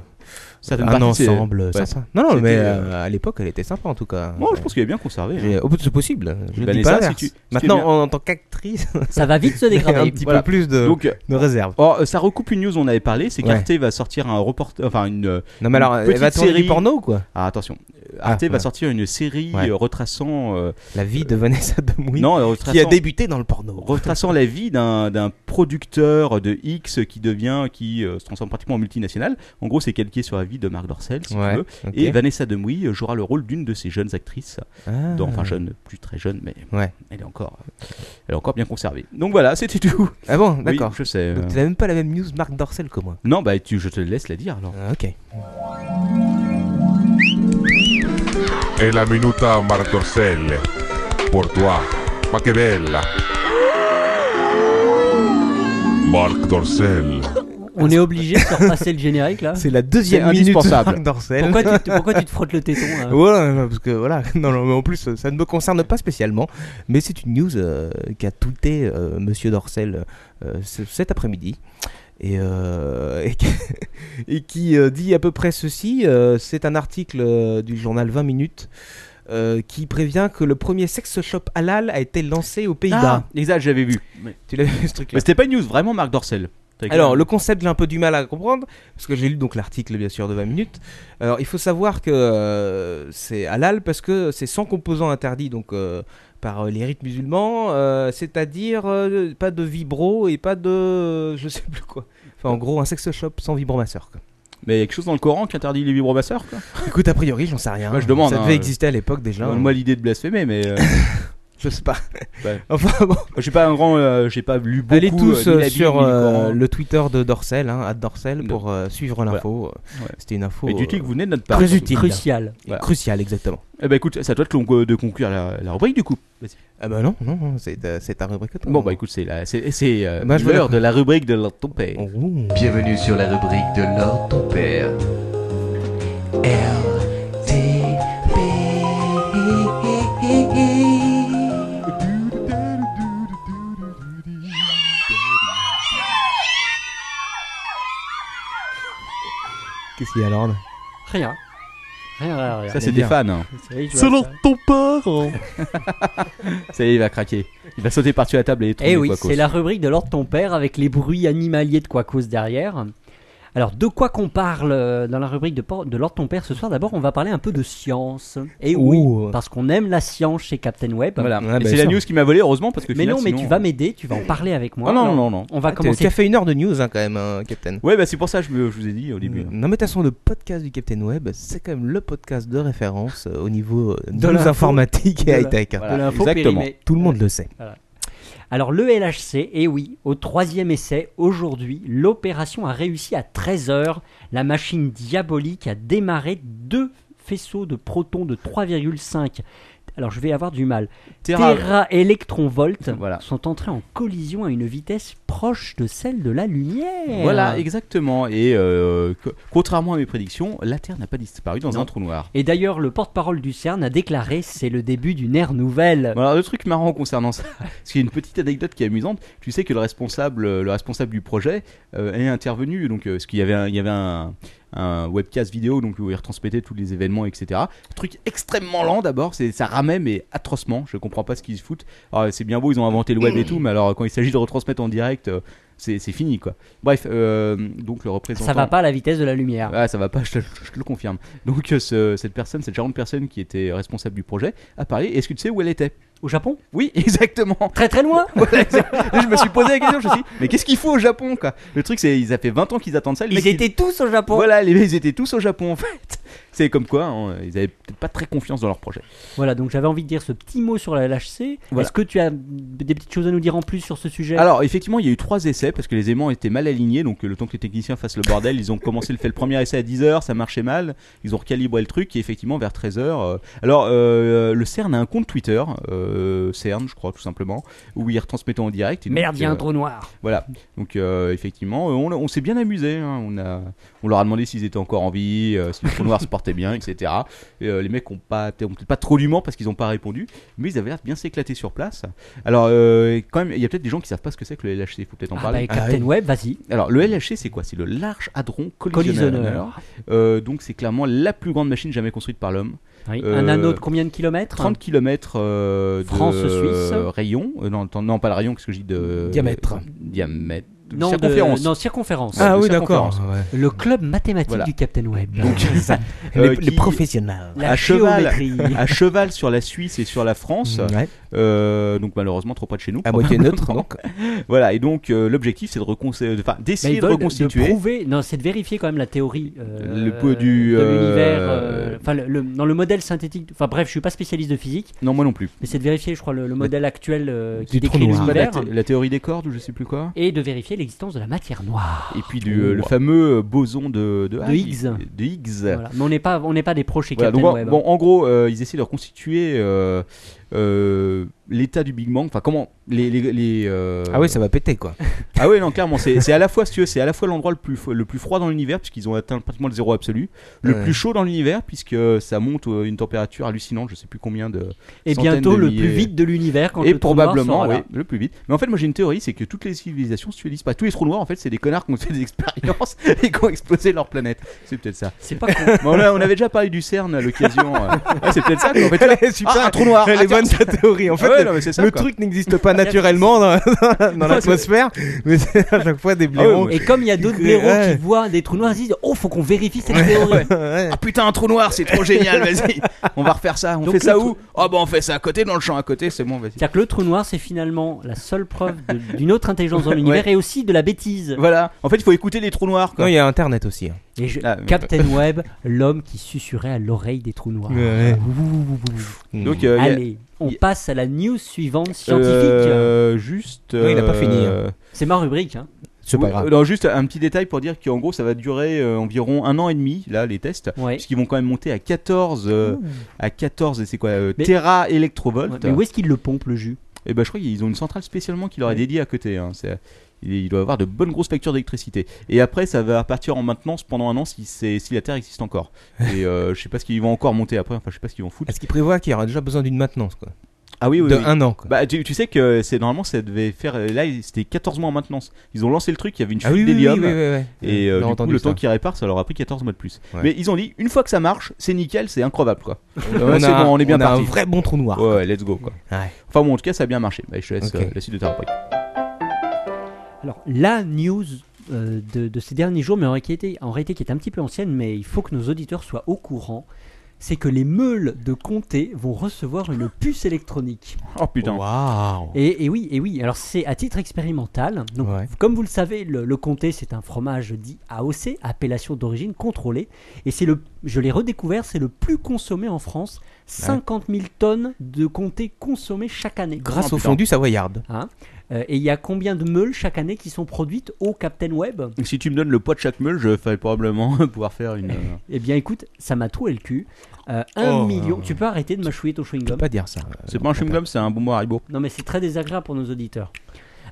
Speaker 1: certaines
Speaker 3: un
Speaker 1: parties, c'est-
Speaker 3: ensemble.
Speaker 1: ouais.
Speaker 3: sympa. Non, non,
Speaker 1: C'était,
Speaker 3: mais
Speaker 1: euh,
Speaker 3: euh, à l'époque, elle était sympa en tout cas.
Speaker 1: Moi, je pense qu'elle est bien conservée. hein.
Speaker 3: J'ai- Au bout de ce possible, je
Speaker 1: Vanessa,
Speaker 3: dis pas
Speaker 1: si
Speaker 3: l'inverse.
Speaker 1: tu- si tu
Speaker 3: Maintenant,
Speaker 1: es bien-
Speaker 3: en, en tant qu'actrice,
Speaker 4: Ça va vite se
Speaker 3: j'ai un
Speaker 4: dégrader.
Speaker 3: petit
Speaker 1: Voilà.
Speaker 3: peu plus de,
Speaker 1: Donc,
Speaker 3: de réserve.
Speaker 1: or, euh, ça recoupe une news dont on avait parlé, c'est
Speaker 3: Ouais.
Speaker 1: qu'Arte va sortir un reportage, enfin une. euh,
Speaker 3: Non, mais alors,
Speaker 1: Une
Speaker 3: elle va
Speaker 1: petite
Speaker 3: tourner du
Speaker 1: série.
Speaker 3: porno ou quoi
Speaker 1: ah, attention, Euh,
Speaker 3: Ah,
Speaker 1: Arte va
Speaker 3: ouais.
Speaker 1: sortir une série
Speaker 3: Ouais.
Speaker 1: euh, retraçant. euh,
Speaker 3: La vie de Vanessa Demouy,
Speaker 1: non, euh,
Speaker 3: qui a
Speaker 1: retraçant,
Speaker 3: débuté dans le porno.
Speaker 1: retraçant la vie d'un d'un producteur de X qui devient, qui euh, se transforme pratiquement en multinationale. En gros, c'est calqué sur la vie de Marc Dorcel, si tu
Speaker 3: Ouais,
Speaker 1: veux.
Speaker 3: ok.
Speaker 1: Et Vanessa Demouy jouera le rôle d'une de ces jeunes actrices.
Speaker 3: Ah.
Speaker 1: Dans- enfin, jeune, plus très jeune, mais
Speaker 3: Ouais.
Speaker 1: elle est encore, elle est encore bien conservée. Donc voilà, c'était tout.
Speaker 3: Ah bon,
Speaker 1: Oui,
Speaker 3: d'accord.
Speaker 1: je sais.
Speaker 3: Donc,
Speaker 1: euh,
Speaker 3: tu n'as même pas la même news Marc Dorcel que moi.
Speaker 1: Non, bah tu, je te laisse la dire alors.
Speaker 3: Ah, ok.
Speaker 5: E la minuta Marc Dorcel. Pour toi. Ma che bella. Marc Dorcel.
Speaker 4: On est obligé de faire passer le générique là.
Speaker 3: C'est la deuxième
Speaker 1: C'est
Speaker 3: minute de
Speaker 1: indispensable.
Speaker 3: Marc Dorcel.
Speaker 4: Pourquoi tu, te- pourquoi tu te frottes le téton euh, là
Speaker 3: Ouais, parce que voilà, non, non, mais en plus, ça ne me concerne pas spécialement, mais c'est une news euh, qu'a tweeté euh, Monsieur Dorcel euh, ce- cet après-midi. Et, euh, et qui, et qui, euh, dit à peu près ceci, euh, c'est un article euh, du journal 20 minutes euh, qui prévient que le premier sex shop halal a été lancé aux Pays-Bas.
Speaker 1: exact, Ah, j'avais vu.
Speaker 3: Tu l'as vu ce truc-là
Speaker 1: Mais c'était pas une news, vraiment Marc Dorcel. T'as
Speaker 3: Alors,
Speaker 1: quel-
Speaker 3: le concept, j'ai un peu du mal à comprendre, parce que j'ai lu donc l'article, bien sûr, de 20 minutes. Alors, il faut savoir que euh, c'est halal parce que c'est sans composants interdits, donc euh, par euh, les rites musulmans, euh, c'est-à-dire euh, pas de vibro et pas de. euh, je sais plus quoi. Enfin, en gros, un sex shop sans vibromasseur. quoi.
Speaker 1: Mais il y a quelque chose dans le Coran qui interdit les vibromasseurs quoi.
Speaker 3: Écoute, a priori, j'en sais rien.
Speaker 1: Moi, je demande,
Speaker 3: Ça
Speaker 1: hein,
Speaker 3: devait
Speaker 1: euh,
Speaker 3: exister à l'époque déjà.
Speaker 1: Moi l'idée de blasphémer, mais euh,
Speaker 3: Je sais pas.
Speaker 1: Ouais.
Speaker 3: enfin, bon.
Speaker 1: j'ai pas un grand, euh, j'ai pas lu beaucoup.
Speaker 3: Allez
Speaker 1: euh,
Speaker 3: tous
Speaker 1: ni la
Speaker 3: euh,
Speaker 1: Bible,
Speaker 3: sur
Speaker 1: ni le
Speaker 3: euh,
Speaker 1: Coran.
Speaker 3: le Twitter de Dorsel, hein, @dorsel,
Speaker 1: Non.
Speaker 3: pour euh, suivre l'info.
Speaker 1: Ouais.
Speaker 3: C'était une info
Speaker 1: Et du tout
Speaker 3: euh,
Speaker 1: que vous venez de notre part.
Speaker 3: très utile.
Speaker 4: Crucial.
Speaker 1: Voilà.
Speaker 3: Crucial, exactement.
Speaker 1: Eh ben écoute, c'est à toi de, con- de conclure la, la rubrique du coup.
Speaker 3: Ah bah non, non, non, c'est euh, c'est ta rubrique. à toi.
Speaker 1: Bon bah écoute, c'est la- c'est c'est, euh,
Speaker 3: Bah, je vais
Speaker 1: l'heure
Speaker 3: la-
Speaker 1: de la rubrique de la ton père.
Speaker 3: Oh.
Speaker 2: Bienvenue sur la rubrique de l'or ton père.
Speaker 3: Qu'est-ce qu'il y a alors là
Speaker 4: Rien. Rien, rien, rien.
Speaker 1: Ça c'est
Speaker 3: J'aime
Speaker 1: des
Speaker 3: bien.
Speaker 1: fans. hein.
Speaker 4: C'est vrai, je vois ça.
Speaker 6: ton père
Speaker 1: Ça y est, il va craquer. Il va sauter par-dessus la table et
Speaker 4: Eh
Speaker 1: trouver
Speaker 4: oui,
Speaker 1: quoi
Speaker 4: c'est la rubrique de l'ordre de ton père avec les bruits animaliers de Quacos derrière. Alors, de quoi qu'on parle euh, dans la rubrique de, por- de l'ordre de ton père ce soir D'abord, on va parler un peu de science. Et
Speaker 3: Ouh.
Speaker 4: oui, parce qu'on aime la science chez Captain Web.
Speaker 1: Voilà.
Speaker 3: Ah,
Speaker 1: Et
Speaker 3: bah,
Speaker 1: c'est la
Speaker 3: ça.
Speaker 1: news qui m'a volé heureusement parce que.
Speaker 4: Mais
Speaker 1: final,
Speaker 4: non, mais
Speaker 1: sinon,
Speaker 4: tu vas
Speaker 1: euh,
Speaker 4: m'aider, tu vas en parler avec moi.
Speaker 1: Ah non
Speaker 4: Alors,
Speaker 1: non non non.
Speaker 4: On va
Speaker 3: Ah, t'as- Tu
Speaker 4: commencer.
Speaker 3: as fait une heure de news hein, quand même, hein, Captain.
Speaker 1: Ouais bah c'est pour ça que je, me- je vous ai dit au début. hein.
Speaker 3: Non mais de toute façon, le podcast du Captain Web, c'est quand même le podcast de référence euh, au niveau euh,
Speaker 4: De
Speaker 3: news
Speaker 4: l'info.
Speaker 3: informatique et
Speaker 4: De la-
Speaker 3: high-tech. hein.
Speaker 1: Voilà,
Speaker 4: l'info
Speaker 1: exactement.
Speaker 4: périmée.
Speaker 3: Tout le monde le sait.
Speaker 4: Alors, le LHC, et eh oui, au troisième essai, aujourd'hui, l'opération a réussi à 13h. La machine diabolique a démarré deux faisceaux de protons de 3,5. Alors, je vais avoir du mal.
Speaker 1: Terra-
Speaker 4: Téra-électron-volts
Speaker 1: Voilà.
Speaker 4: sont entrés en collision à une vitesse proche de celle de la lumière.
Speaker 1: Voilà exactement. Et euh, co- contrairement à mes prédictions, la Terre n'a pas disparu dans
Speaker 4: Non.
Speaker 1: un trou noir.
Speaker 4: Et d'ailleurs, le porte-parole du CERN a déclaré c'est le début d'une ère nouvelle.
Speaker 1: Bon, alors, le truc marrant concernant ça, parce qu'il y a une petite anecdote qui est amusante. Tu sais que le responsable, euh, le responsable du projet euh, est intervenu, donc euh, parce qu'il y avait, un, il y avait un, un webcast vidéo, donc où il retransmettait tous les événements, etc. Truc extrêmement lent d'abord, c'est ça ramait mais atrocement. Je comprends pas ce qu'ils se foutent. Alors, c'est bien beau, ils ont inventé le web et tout, mais alors quand il s'agit de retransmettre en direct, euh, c'est c'est fini quoi. Bref, euh, donc le représentant.
Speaker 4: Ça va pas à la vitesse de la lumière.
Speaker 1: Ah, ça va pas, je te, je te le confirme. Donc euh, ce- cette personne, cette charmante personne qui était responsable du projet, a parlé. Est-ce que tu sais où elle était
Speaker 4: Au Japon
Speaker 1: Oui, exactement.
Speaker 4: Très très loin
Speaker 1: Voilà, exact. Et je me suis posé la question, je me suis dit, mais qu'est-ce qu'il faut au Japon quoi Le truc c'est, ils a fait 20 ans qu'ils attendent ça. le mec,
Speaker 4: Ils
Speaker 1: il-
Speaker 4: étaient tous au Japon
Speaker 1: Voilà, les mecs, ils étaient tous au Japon en fait. C'est comme quoi, hein, ils avaient peut-être pas très confiance dans leur projet.
Speaker 4: Voilà, donc j'avais envie de dire ce petit mot sur la LHC.
Speaker 1: Voilà.
Speaker 4: Est-ce que tu as des petites choses à nous dire en plus sur ce sujet
Speaker 1: Alors effectivement, il y a eu trois essais parce que les aimants étaient mal alignés, donc euh, le temps que les techniciens fassent le bordel, ils ont commencé le fait le premier essai à 10h, ça marchait mal, ils ont recalibré le truc et effectivement vers 13h. euh, alors euh, le CERN a un compte Twitter, euh, CERN je crois tout simplement, où ils retransmettaient en direct. et donc,
Speaker 4: Merde, il y a
Speaker 1: euh,
Speaker 4: un trou noir.
Speaker 1: Voilà. Donc euh, effectivement, euh, on, on s'est bien amusé. hein. On a, on leur a demandé s'ils étaient encore en vie, euh, si le trou noir se portait bien, etc. Et, euh, les mecs ont pas, ont peut-être pas trop l'humour parce qu'ils n'ont pas répondu, mais ils avaient l'air de bien s'éclater sur place. Alors euh, quand même, il y a peut-être des gens qui savent pas ce que c'est que le LHC. Il faut peut-être en
Speaker 4: Ah bah,
Speaker 1: parler.
Speaker 4: Captain
Speaker 3: Ah oui.
Speaker 4: Web, vas-y.
Speaker 1: Alors le LHC, c'est quoi C'est le large hadron collisionneur.
Speaker 4: Collisionneur.
Speaker 1: Euh, donc c'est clairement la plus grande machine jamais construite par l'homme.
Speaker 4: Oui,
Speaker 1: Euh,
Speaker 4: Un anneau de combien de kilomètres
Speaker 1: 30 km de
Speaker 4: France-Suisse.
Speaker 1: euh, rayon. Euh, non, attends, non, pas le rayon, qu'est-ce que je dis de
Speaker 3: Diamètre.
Speaker 1: Diamètre.
Speaker 4: Non, de-
Speaker 1: Circonférence.
Speaker 4: non, circonférence.
Speaker 1: Ah
Speaker 3: Ah
Speaker 1: de oui,
Speaker 3: oui,
Speaker 1: d'accord.
Speaker 3: d'accord.
Speaker 4: Le club mathématique
Speaker 1: Voilà.
Speaker 4: du Captain Web.
Speaker 1: Euh,
Speaker 3: Les, les
Speaker 1: qui-
Speaker 3: professionnels.
Speaker 4: la
Speaker 1: à cheval.
Speaker 4: géométrie.
Speaker 1: à cheval sur la Suisse et sur la France,
Speaker 4: Mm.
Speaker 3: Ouais.
Speaker 1: euh, donc malheureusement trop près de chez nous.
Speaker 3: À moitié neutre, donc.
Speaker 1: Voilà, et donc euh, l'objectif c'est de reconstituer, enfin
Speaker 4: Mais
Speaker 1: d'essayer
Speaker 4: ils
Speaker 1: de
Speaker 4: veulent de
Speaker 1: reconstituer.
Speaker 4: prouver, non, c'est de vérifier quand même la théorie euh,
Speaker 1: Le peu du,
Speaker 4: de
Speaker 1: euh,
Speaker 4: l'univers, euh, enfin le- le- dans le modèle synthétique. Enfin bref, je suis pas spécialiste de physique,
Speaker 1: non, moi non plus.
Speaker 4: mais c'est de vérifier, je crois, le, le modèle actuel euh, qui
Speaker 3: Du trou
Speaker 4: décrit
Speaker 3: noir.
Speaker 1: La,
Speaker 4: l'univers
Speaker 1: thé- la théorie des cordes ou je sais plus quoi.
Speaker 4: et de vérifier l'existence de la matière noire.
Speaker 1: Et puis du, euh, le
Speaker 3: Ouah.
Speaker 1: fameux euh, boson de, de, Higgs.
Speaker 4: Higgs.
Speaker 1: De Higgs.
Speaker 4: Voilà. Mais on n'est pas, on n'est pas des pros chez
Speaker 1: Voilà,
Speaker 4: Captain hein.
Speaker 1: donc,
Speaker 4: Web.
Speaker 1: bon, en gros, euh, ils essaient de reconstituer euh, euh, l'état du Big Bang. Enfin, comment les, les, les, euh,
Speaker 3: Ah oui, ça va péter quoi.
Speaker 1: Ah ouais, non, clairement, c'est c'est à la fois, si tu veux, c'est à la fois l'endroit le plus, fo- le plus froid dans l'univers, puisqu'ils ont atteint pratiquement le zéro absolu, le
Speaker 3: Ouais.
Speaker 1: plus chaud dans l'univers, puisque ça monte euh, une température hallucinante, je sais plus combien de.
Speaker 4: et
Speaker 1: centaines
Speaker 4: bientôt
Speaker 1: de
Speaker 4: le
Speaker 1: milliers-
Speaker 4: plus vite de l'univers quand
Speaker 1: Et
Speaker 4: le trou noir
Speaker 1: probablement,
Speaker 4: sera là.
Speaker 1: oui, le plus vite. Mais en fait, moi j'ai une théorie, c'est que toutes les civilisations se tuent pas. Tous les trous noirs, en fait, c'est des connards qui ont fait des expériences et qui ont explosé leur planète. C'est peut-être ça.
Speaker 4: C'est pas con.
Speaker 1: Bon, là, on avait déjà parlé du CERN à l'occasion. euh. Ouais, c'est peut-être ça, quoi. En fait, tu vois,
Speaker 3: Super.
Speaker 1: ah, un trou noir.
Speaker 3: Les
Speaker 1: Ah, tiens,
Speaker 3: bonne ta théorie. En fait,
Speaker 1: ouais,
Speaker 3: le,
Speaker 1: non, mais c'est ça.
Speaker 3: le
Speaker 1: quoi.
Speaker 3: truc n'existe pas naturellement dans, dans l'atmosphère, mais c'est à chaque fois des blaireaux.
Speaker 4: Et comme il y a d'autres
Speaker 3: Ouais.
Speaker 4: blaireaux qui voient des trous noirs, ils se disent Oh, faut qu'on vérifie cette théorie.
Speaker 3: Ouais.
Speaker 6: Ah putain, un trou noir, c'est trop génial, vas-y. On va refaire ça. On
Speaker 4: Donc,
Speaker 6: fait ça
Speaker 4: le
Speaker 6: où
Speaker 1: Ah
Speaker 6: Oh bah on fait ça à côté, dans le champ à côté, c'est bon, vas-y.
Speaker 4: C'est-à-dire que le trou noir, c'est finalement la seule preuve de- d'une autre intelligence dans l'univers et aussi de la bêtise.
Speaker 1: Voilà. En fait, il faut écouter les trous noirs.
Speaker 3: Non,
Speaker 1: Quoi.
Speaker 3: il y a Internet aussi. hein.
Speaker 4: Et je-
Speaker 1: Ah, mais-
Speaker 4: Captain Web, l'homme qui susurrait à l'oreille des trous noirs.
Speaker 3: Ouais.
Speaker 1: Donc, euh, il y a-
Speaker 4: Allez, on
Speaker 1: y a-
Speaker 4: passe à la news suivante scientifique.
Speaker 1: Euh, juste.
Speaker 3: Non, il a pas fini, hein.
Speaker 1: euh,
Speaker 4: C'est ma rubrique. hein.
Speaker 3: C'est pas
Speaker 1: oui,
Speaker 3: grave.
Speaker 1: euh, Non, juste un petit détail pour dire qu'en gros, ça va durer euh, environ un an et demi, là, les tests.
Speaker 4: Ouais.
Speaker 1: Puisqu'ils vont quand même monter à 14, euh,
Speaker 3: Ah.
Speaker 1: à 14, et c'est quoi, euh,
Speaker 4: Mais-
Speaker 1: Tera électrovolts.
Speaker 4: Mais où est-ce qu'il le pompe le jus
Speaker 1: Et ben, je crois qu'ils ont une centrale spécialement qui leur est
Speaker 4: Ouais.
Speaker 1: dédiée à côté. hein. C'est- Il il doit avoir de bonnes grosses factures d'électricité. Et après, ça va partir en maintenance pendant un an si, c'est- si la Terre existe encore. Et euh, je sais pas ce qu'ils vont encore monter après. Enfin, je sais pas ce qu'ils vont foutre.
Speaker 3: Est-ce qu'il prévoit qu'il y aura déjà besoin d'une maintenance quoi
Speaker 1: Ah oui, oui.
Speaker 3: De
Speaker 1: oui.
Speaker 3: un an quoi.
Speaker 1: Bah, tu, tu sais que c'est normalement ça devait faire euh, là c'était 14 mois en maintenance. Ils ont lancé le truc, il y avait une chute
Speaker 3: ah oui, oui, oui,
Speaker 1: d'hélium
Speaker 3: oui, oui, oui.
Speaker 1: et euh,
Speaker 3: On a
Speaker 1: du coup
Speaker 3: entendu
Speaker 1: le
Speaker 3: ça.
Speaker 1: temps qu'ils réparent ça leur a pris 14 mois de plus.
Speaker 3: Ouais.
Speaker 1: Mais ils ont dit une fois que ça marche, c'est nickel, c'est incroyable quoi. Euh,
Speaker 3: on,
Speaker 1: c'est
Speaker 3: a,
Speaker 1: bon, on est bien
Speaker 3: on a un
Speaker 1: parti.
Speaker 3: vrai bon trou noir.
Speaker 1: Ouais, ouais, let's go quoi.
Speaker 3: Ouais.
Speaker 1: Enfin bon, en tout cas, ça a bien marché. Bah, je te laisse
Speaker 3: Ok.
Speaker 1: euh, la suite de ta rubrique.
Speaker 4: Alors, la news euh, de, de ces derniers jours, mais en réalité, en réalité qui est un petit peu ancienne, mais il faut que nos auditeurs soient au courant, c'est que les meules de comté vont recevoir
Speaker 3: Ah.
Speaker 4: une puce électronique.
Speaker 1: Oh putain.
Speaker 3: Waouh.
Speaker 4: Et, et oui, et oui, alors c'est à titre expérimental. Donc,
Speaker 3: Ouais.
Speaker 4: comme vous le savez, le, le comté, c'est un fromage dit AOC, appellation d'origine contrôlée. Et c'est le, je l'ai redécouvert, c'est le plus consommé en France. 50 000 tonnes de comté consommées chaque année.
Speaker 3: Grâce
Speaker 1: Oh,
Speaker 3: au
Speaker 1: putain.
Speaker 3: fondu savoyarde.
Speaker 4: Euh, et il y a combien de meules chaque année qui sont produites au Captain Web
Speaker 1: Si tu me donnes le poids de chaque meule, je vais probablement pouvoir faire une. euh,
Speaker 4: Eh bien, écoute, ça m'a troué le cul. Euh, un
Speaker 3: Oh.
Speaker 4: million. Tu peux arrêter de mâchouiller ton
Speaker 3: Je peux
Speaker 4: chewing-gum
Speaker 3: pas dire ça.
Speaker 1: C'est pas un chewing gum, c'est un bonbon Haribo.
Speaker 4: Non, mais c'est très désagréable pour nos auditeurs.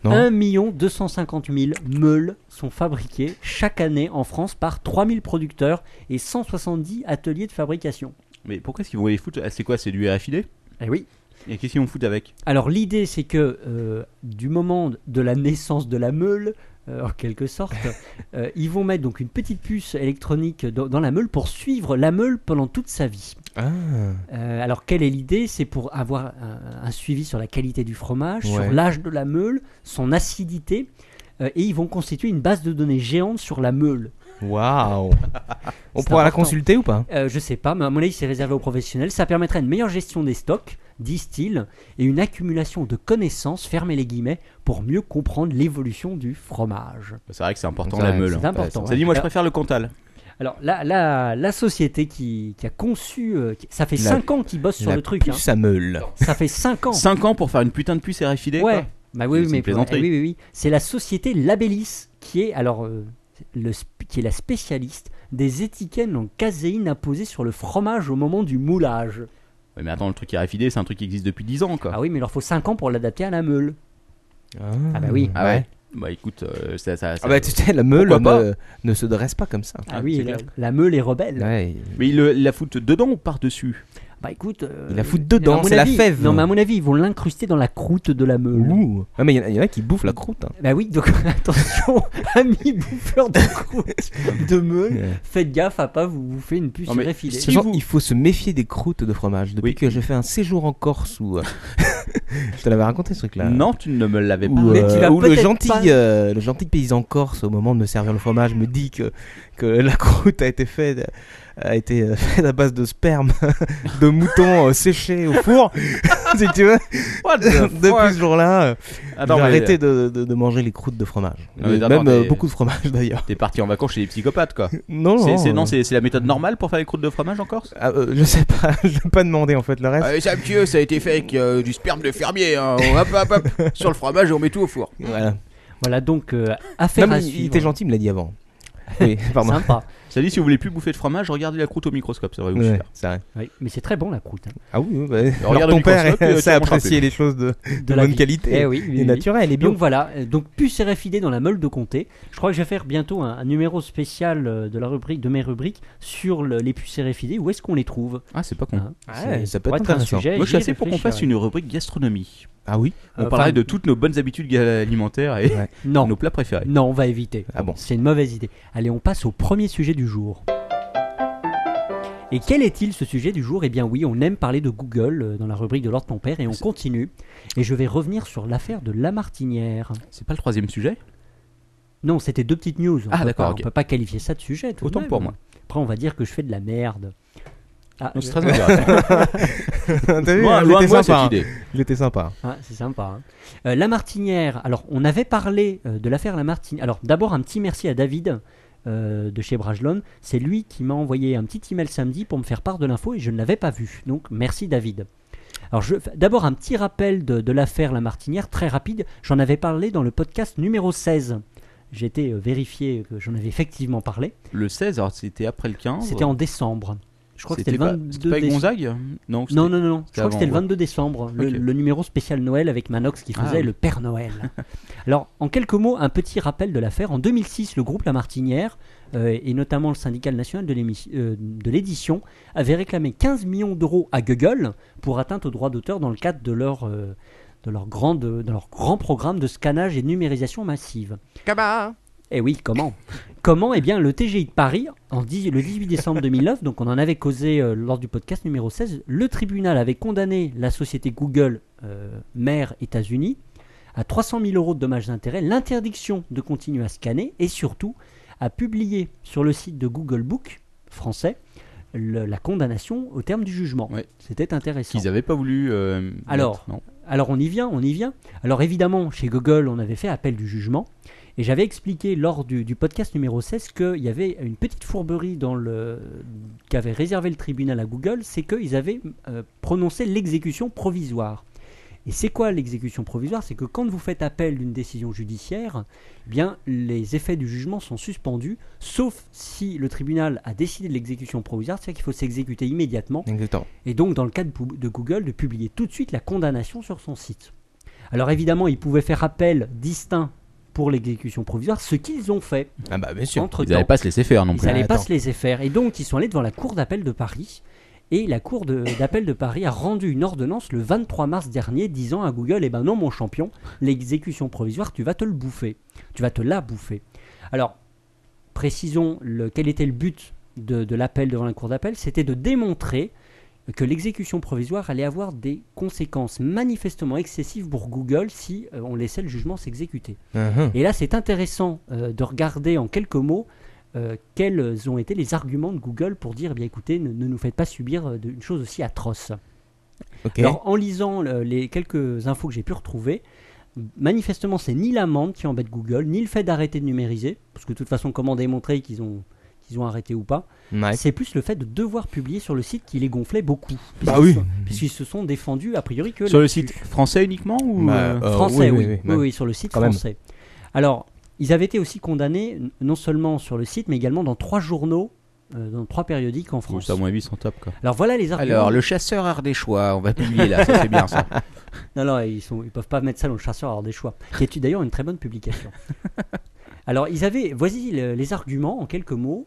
Speaker 3: Non.
Speaker 4: 1 million 250 000 meules sont fabriquées chaque année en France par 3000 producteurs et 170 ateliers de fabrication.
Speaker 1: Mais pourquoi est-ce qu'ils vont les foutre Ah, C'est quoi C'est du RFID
Speaker 4: Eh oui.
Speaker 1: Et qu'est-ce qu'ils vont foutre avec
Speaker 4: Alors l'idée, c'est que euh, du moment de la naissance de la meule, euh, en quelque sorte, euh, ils vont mettre donc une petite puce électronique dans, dans la meule pour suivre la meule pendant toute sa vie.
Speaker 3: Ah.
Speaker 4: Euh, alors quelle est l'idée C'est pour avoir un, un suivi sur la qualité du fromage,
Speaker 3: Ouais.
Speaker 4: sur l'âge de la meule, son acidité, euh, et ils vont constituer une base de données géante sur la meule.
Speaker 3: Waouh. On
Speaker 4: C'est
Speaker 3: pourra la
Speaker 4: important.
Speaker 3: consulter ou pas
Speaker 4: Euh, je sais pas, mais à mon avis, c'est réservé aux professionnels. Ça permettrait une meilleure gestion des stocks, disent-ils, et une accumulation de connaissances, fermez les guillemets, pour mieux comprendre l'évolution du fromage.
Speaker 1: Bah, C'est vrai que c'est important
Speaker 3: C'est
Speaker 1: la
Speaker 3: vrai,
Speaker 1: meule.
Speaker 4: C'est important. hein.
Speaker 1: Ça dit, moi je
Speaker 4: Alors-
Speaker 1: préfère le Cantal.
Speaker 4: Alors, la, la, la société qui, qui a conçu. euh, qui- ça fait
Speaker 3: La-
Speaker 4: 5 ans qu'ils bossent sur
Speaker 3: La
Speaker 4: le truc.
Speaker 3: puce à meule.
Speaker 4: hein. Ça fait 5 ans.
Speaker 1: 5 ans pour faire une putain de puce RFID quoi.
Speaker 4: Ouais. Bah oui,
Speaker 1: C'est
Speaker 4: oui,
Speaker 1: une
Speaker 4: mais
Speaker 1: plaisanterie.
Speaker 4: eh oui, oui, oui. C'est la société Labellis qui est alors euh, le sp- qui est la spécialiste des étiquettes en caséine apposées sur le fromage au moment du moulage.
Speaker 1: Ouais, mais attends, le truc RFID, c'est un truc qui existe depuis 10 ans, quoi.
Speaker 4: Ah oui, mais il leur faut 5 ans pour l'adapter à la meule.
Speaker 3: Ah,
Speaker 4: bah oui.
Speaker 1: Ah ouais. Bah écoute, euh, ça. ça, ça-
Speaker 3: Ah bah tu sais, la meule
Speaker 1: Pourquoi
Speaker 3: ne, ne se dresse pas comme ça.
Speaker 4: Ah,
Speaker 1: Ah,
Speaker 4: oui,
Speaker 1: c'est
Speaker 4: la,
Speaker 1: clair.
Speaker 4: la meule est rebelle.
Speaker 3: Ouais.
Speaker 1: Mais ils le- ils la foutent dedans ou par-dessus
Speaker 4: Bah écoute. euh,
Speaker 3: Ils la foutent dedans,
Speaker 4: mais à mon
Speaker 3: c'est la
Speaker 4: avis-
Speaker 3: fève.
Speaker 4: Non, mais à mon avis, ils vont l'incruster dans la croûte de la meule.
Speaker 3: Ouh. Ah, mais il y, en a- il y en a qui bouffent la croûte. hein.
Speaker 4: Bah oui, donc attention, amis bouffeurs de croûte de meule, faites gaffe à pas vous bouffer une puce
Speaker 1: Non, mais
Speaker 4: réfilée.
Speaker 1: si-
Speaker 3: Sachant,
Speaker 1: vous-
Speaker 3: Il faut se méfier des croûtes de fromage. Depuis
Speaker 1: Oui.
Speaker 3: que j'ai fait un séjour en Corse où. euh, je te l'avais raconté ce truc-là.
Speaker 1: Non, tu ne me l'avais pas.
Speaker 3: Où,
Speaker 4: Mais
Speaker 3: euh,
Speaker 4: tu l'as
Speaker 3: où le,
Speaker 4: peut-être
Speaker 3: gentil,
Speaker 4: pas-
Speaker 3: euh, le gentil paysan corse, au moment de me servir le fromage, me dit que, que la croûte a été faite a été euh, faite à base de sperme de moutons euh, séchés au four. si tu veux. Depuis ce jour-là, euh,
Speaker 1: Attends,
Speaker 3: j'ai
Speaker 1: Ah mais-
Speaker 3: arrêté de, de- de manger les croûtes de fromage.
Speaker 1: Non, mais
Speaker 3: Et
Speaker 1: d'accord,
Speaker 3: Même euh,
Speaker 1: mais-
Speaker 3: beaucoup de fromage d'ailleurs.
Speaker 1: T'es parti en vacances chez les psychopathes, quoi.
Speaker 3: Non,
Speaker 1: C'est- c'est-
Speaker 3: euh,
Speaker 1: non, c'est c'est la méthode normale pour faire les croûtes de fromage en Corse
Speaker 3: ah, euh, je sais pas, je vais pas demander en fait le reste.
Speaker 6: Euh, ça, monsieur, ça a été fait avec euh, du sperme de fermier. hein. Hop, hop, hop. Sur le fromage, on met tout au four.
Speaker 3: Voilà.
Speaker 4: Voilà, donc euh, affaire
Speaker 3: Non, mais
Speaker 4: à
Speaker 3: il- il
Speaker 4: suivre.
Speaker 3: était gentil, il me l'a dit avant. Oui, pardon.
Speaker 4: Sympa.
Speaker 1: Ça dit, si vous voulez plus bouffer de fromage, regardez la croûte au microscope, ça va vous
Speaker 3: Ouais,
Speaker 1: faire.
Speaker 3: c'est vrai.
Speaker 4: Oui, mais c'est très bon la croûte. hein.
Speaker 3: Ah oui, oui, bah, alors
Speaker 1: regarde
Speaker 3: ton
Speaker 1: le
Speaker 3: père
Speaker 1: microscope, euh,
Speaker 3: euh,
Speaker 1: tu
Speaker 3: sait
Speaker 1: en mangeras
Speaker 3: apprécier
Speaker 1: plus.
Speaker 3: les choses de,
Speaker 4: De
Speaker 3: de
Speaker 4: la
Speaker 3: bonne
Speaker 4: vie.
Speaker 3: qualité
Speaker 4: Eh oui, oui,
Speaker 3: et
Speaker 4: oui.
Speaker 3: naturelle et bio.
Speaker 4: Donc voilà, euh, donc puce RFID dans la meule de comté. Je crois que je vais faire bientôt un, un numéro spécial euh, de la rubrique de mes rubriques sur le- les puces RFID. Où est-ce qu'on les trouve
Speaker 1: Ah, c'est pas con.
Speaker 4: Hein,
Speaker 3: Ouais,
Speaker 4: c'est-
Speaker 3: ça peut
Speaker 4: pourrait
Speaker 3: être
Speaker 4: un
Speaker 3: intéressant.
Speaker 4: sujet,
Speaker 1: Moi, je suis
Speaker 4: j'y
Speaker 1: assez pour qu'on fasse
Speaker 4: réfléchirais.
Speaker 1: une rubrique gastronomie.
Speaker 3: Ah oui
Speaker 1: On
Speaker 4: Euh,
Speaker 1: parlerait
Speaker 4: enfin,
Speaker 1: de toutes nos bonnes habitudes ga- alimentaires et
Speaker 3: Ouais.
Speaker 4: Non,
Speaker 1: nos plats préférés.
Speaker 4: non, on va éviter.
Speaker 3: Ah bon
Speaker 4: C'est une mauvaise idée. Allez, on passe au premier sujet du jour. Et quel est-il ce sujet du jour Eh bien oui, on aime parler de Google euh, dans la rubrique de l'ordre de ton père et on continue. Et je vais revenir sur l'affaire de Lamartinière.
Speaker 1: C'est pas le troisième sujet
Speaker 4: Non, c'était deux petites news. On
Speaker 1: Ah,
Speaker 4: peut
Speaker 1: d'accord,
Speaker 4: pas-
Speaker 1: ok.
Speaker 4: On peut pas qualifier ça de sujet. tout de
Speaker 1: Autant
Speaker 4: même.
Speaker 1: pour moi.
Speaker 4: Après, on va dire que je fais de la merde. Ah,
Speaker 1: Non, c'est très intéressant.
Speaker 3: T'as vu,
Speaker 1: Loin,
Speaker 3: il
Speaker 1: loin de
Speaker 3: était
Speaker 1: moi
Speaker 3: sympa,
Speaker 1: cette
Speaker 3: hein.
Speaker 1: idée.
Speaker 3: Il était sympa.
Speaker 4: Ah, c'est sympa. hein. Euh, la Martinière. Alors, on avait parlé euh, de l'affaire La Martinière. Alors, d'abord, un petit merci à David euh, de chez Brajlon. C'est lui qui m'a envoyé un petit email samedi pour me faire part de l'info et je ne l'avais pas vu. Donc, merci David. Alors, je... d'abord, un petit rappel de, de l'affaire La Martinière, très rapide. J'en avais parlé dans le podcast numéro 16. J'ai été euh, vérifié que j'en avais effectivement parlé.
Speaker 1: Le 16, alors c'était après le 15.
Speaker 4: C'était en décembre. Je crois que c'était
Speaker 1: C'était
Speaker 4: le
Speaker 1: pas,
Speaker 4: 22
Speaker 1: c'était pas avec
Speaker 4: décembre.
Speaker 1: Gonzague Non, c'était-
Speaker 4: Non, non, non, non. Je crois
Speaker 1: avant,
Speaker 4: que c'était le
Speaker 1: ouais.
Speaker 4: 22 décembre, le,
Speaker 1: Ok.
Speaker 4: le numéro spécial Noël avec Manox qui
Speaker 1: Ah,
Speaker 4: faisait
Speaker 1: oui.
Speaker 4: le Père Noël. Alors, en quelques mots, un petit rappel de l'affaire. En 2006, le groupe La Martinière, euh, et notamment le syndicat national de l'émi- euh, de l'édition, avait réclamé 15 millions d'euros à Google pour atteinte aux droits d'auteur dans le cadre de leur, euh, de, leur grande, de leur grand programme de scannage et de numérisation massive. Eh oui, comment Comment Eh bien, le TGI de Paris, en dix- le 18 décembre 2009, donc on en avait causé euh, lors du podcast numéro 16, le tribunal avait condamné la société Google, euh, mère États-Unis, à 300 000 euros de dommages d'intérêt, l'interdiction de continuer à scanner et surtout à publier sur le site de Google Book français le- la condamnation au terme du jugement.
Speaker 1: Ouais.
Speaker 4: C'était intéressant.
Speaker 1: Qu'ils avaient pas voulu. euh,
Speaker 4: Alors.
Speaker 1: mettre, non.
Speaker 4: Alors on y vient, on y vient. Alors évidemment, chez Google, on avait fait appel du jugement. Et j'avais expliqué lors du, du podcast numéro 16 qu'il y avait une petite fourberie dans le qu'avait réservé le tribunal à Google, c'est qu'ils avaient euh, prononcé l'exécution provisoire. Et c'est quoi l'exécution provisoire C'est que quand vous faites appel d'une décision judiciaire, eh bien les effets du jugement sont suspendus, sauf si le tribunal a décidé de l'exécution provisoire, c'est-à-dire qu'il faut s'exécuter immédiatement
Speaker 3: Exactement.
Speaker 4: et donc dans le cas de, pub- de Google de publier tout de suite la condamnation sur son site. Alors évidemment, ils pouvaient faire appel distinct pour l'exécution provisoire, ce qu'ils ont fait
Speaker 3: Ah bah bien sûr.
Speaker 4: entre
Speaker 1: Ils n'allaient
Speaker 4: temps.
Speaker 1: pas se laisser faire non
Speaker 4: Ils
Speaker 1: plus.
Speaker 4: n'allaient pas
Speaker 3: Attends.
Speaker 4: se laisser faire. Et donc, ils sont allés devant la Cour d'appel de Paris. Et la Cour de- d'appel de, Paris a rendu une ordonnance le 23 mars dernier disant à Google Eh ben non, mon champion, l'exécution provisoire, tu vas te le bouffer. Tu vas te la bouffer. Alors, précisons le- quel était le but de, de l'appel devant la Cour d'appel c'était de démontrer que l'exécution provisoire allait avoir des conséquences manifestement excessives pour Google si euh, on laissait le jugement s'exécuter.
Speaker 3: Mhm.
Speaker 4: Et là, c'est intéressant euh, de regarder en quelques mots euh, quels ont été les arguments de Google pour dire, eh bien écoutez, ne, ne nous faites pas subir euh, de- une chose aussi atroce.
Speaker 3: Ok.
Speaker 4: Alors, en lisant euh, les quelques infos que j'ai pu retrouver, manifestement, c'est ni l'amende qui embête Google, ni le fait d'arrêter de numériser, parce que de toute façon, comment démontrer qu'ils ont qu'ils ont arrêté ou pas,
Speaker 3: Ouais.
Speaker 4: c'est plus le fait de devoir publier sur le site qui les gonflait beaucoup.
Speaker 3: Bah
Speaker 4: Puisqu'ils
Speaker 3: oui.
Speaker 4: sont- Puisqu'ils se sont défendus, a priori, que
Speaker 1: Sur le
Speaker 4: là-dessus.
Speaker 1: site français uniquement ou
Speaker 3: Bah,
Speaker 1: euh,
Speaker 3: euh,
Speaker 4: Français, oui. Oui, oui,
Speaker 3: ouais.
Speaker 4: sur le site
Speaker 3: Quand même.
Speaker 4: français. Alors, ils avaient été aussi condamnés, n- non seulement sur le site, mais également dans trois journaux, euh, dans trois périodiques en
Speaker 1: ou
Speaker 4: France.
Speaker 1: ça, à mon avis, sont top quoi.
Speaker 4: Alors voilà les arguments.
Speaker 6: Alors, le chasseur ardéchois, on va publier là, ça c'est bien ça.
Speaker 4: Non, non, ils ne peuvent pas mettre ça dans le chasseur hors des choix. Qui est d'ailleurs une très bonne publication. Alors, ils avaient, voici le- les arguments en quelques mots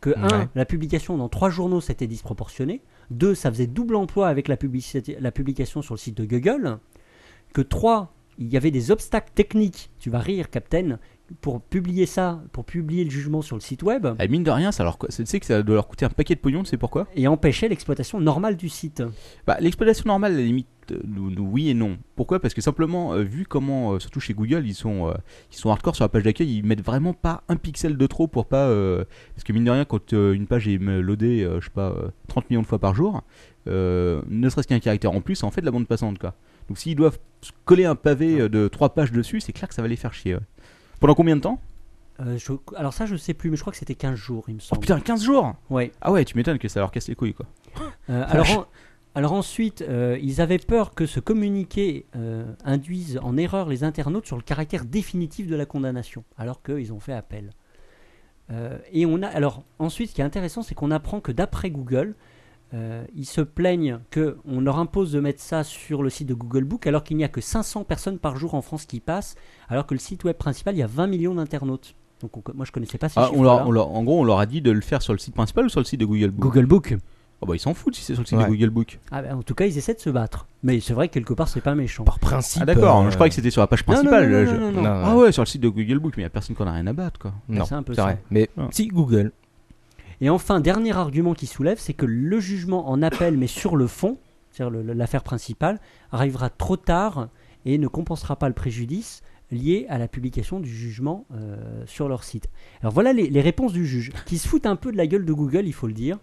Speaker 4: que 1.
Speaker 3: Ouais.
Speaker 4: La publication dans trois journaux, c'était disproportionné. 2. Ça faisait double emploi avec la, publicité- la publication sur le site de Google. Que 3. Il y avait des obstacles techniques. Tu vas rire, Captain, pour publier ça, pour publier le jugement sur le site web.
Speaker 1: Ah, Et mine de rien, ça leur co- tu sais que ça doit leur coûter un paquet de pognon, tu sais pourquoi
Speaker 4: Et empêchait l'exploitation normale du site.
Speaker 1: Bah, L'exploitation normale, à la limite, euh, nous- nous, oui et non. Pourquoi Parce que simplement, euh, vu comment, euh, surtout chez Google, ils sont, euh, ils sont hardcore sur la page d'accueil, ils mettent vraiment pas un pixel de trop pour pas. euh, parce que mine de rien, quand euh, une page est euh, loadée, euh, je sais pas, euh, 30 millions de fois par jour, euh, ne serait-ce qu'un caractère en plus, ça en fait de la bande passante quoi. Donc s'ils doivent se coller un pavé euh, de 3 pages dessus, c'est clair que ça va les faire chier. ouais. Pendant combien de temps
Speaker 4: Euh, je- alors ça, je sais plus, mais je crois que c'était 15 jours, il me
Speaker 1: Oh
Speaker 4: semble.
Speaker 1: putain, 15 jours
Speaker 4: ouais.
Speaker 1: Ah ouais, tu m'étonnes que ça leur casse les couilles quoi.
Speaker 4: Euh, alors, en- alors ensuite, euh, ils avaient peur que ce communiqué euh, induise en erreur les internautes sur le caractère définitif de la condamnation, alors qu'ils ont fait appel. Euh, et on a, alors ensuite, ce qui est intéressant, c'est qu'on apprend que d'après Google, euh, ils se plaignent qu'on leur impose de mettre ça sur le site de Google Book, alors qu'il n'y a que 500 personnes par jour en France qui passent, alors que le site web principal, il y a 20 millions d'internautes. Donc on- moi, je connaissais pas ces
Speaker 1: Ah, on
Speaker 4: chiffres-là.
Speaker 1: leur, on leur- en gros, on leur a dit de le faire sur le site principal ou sur le site de Google Book
Speaker 4: Google Book.
Speaker 1: Ah bah ils s'en foutent si c'est sur le site
Speaker 3: Ouais.
Speaker 1: de Google Book.
Speaker 4: Ah, bah, en tout cas, ils essaient de se battre. Mais c'est vrai que quelque part, c'est pas méchant.
Speaker 3: Par principe.
Speaker 1: Ah d'accord,
Speaker 3: euh,
Speaker 1: je croyais que c'était sur la page principale.
Speaker 4: Non, non, non,
Speaker 1: je-
Speaker 4: non, non, non.
Speaker 3: non,
Speaker 1: Ah ouais, sur le site de Google Book, mais il a personne qu'on a rien à battre quoi.
Speaker 3: non,
Speaker 4: c'est un peu
Speaker 3: c'est vrai.
Speaker 4: ça.
Speaker 3: Mais
Speaker 1: Ah.
Speaker 3: si Google.
Speaker 4: Et enfin, dernier argument qui soulève, c'est que le jugement en appel, mais sur le fond, c'est-à-dire le- le- l'affaire principale, arrivera trop tard et ne compensera pas le préjudice lié à la publication du jugement euh, sur leur site. Alors voilà les, les réponses du juge, qui se foutent un peu de la gueule de Google, il faut le dire.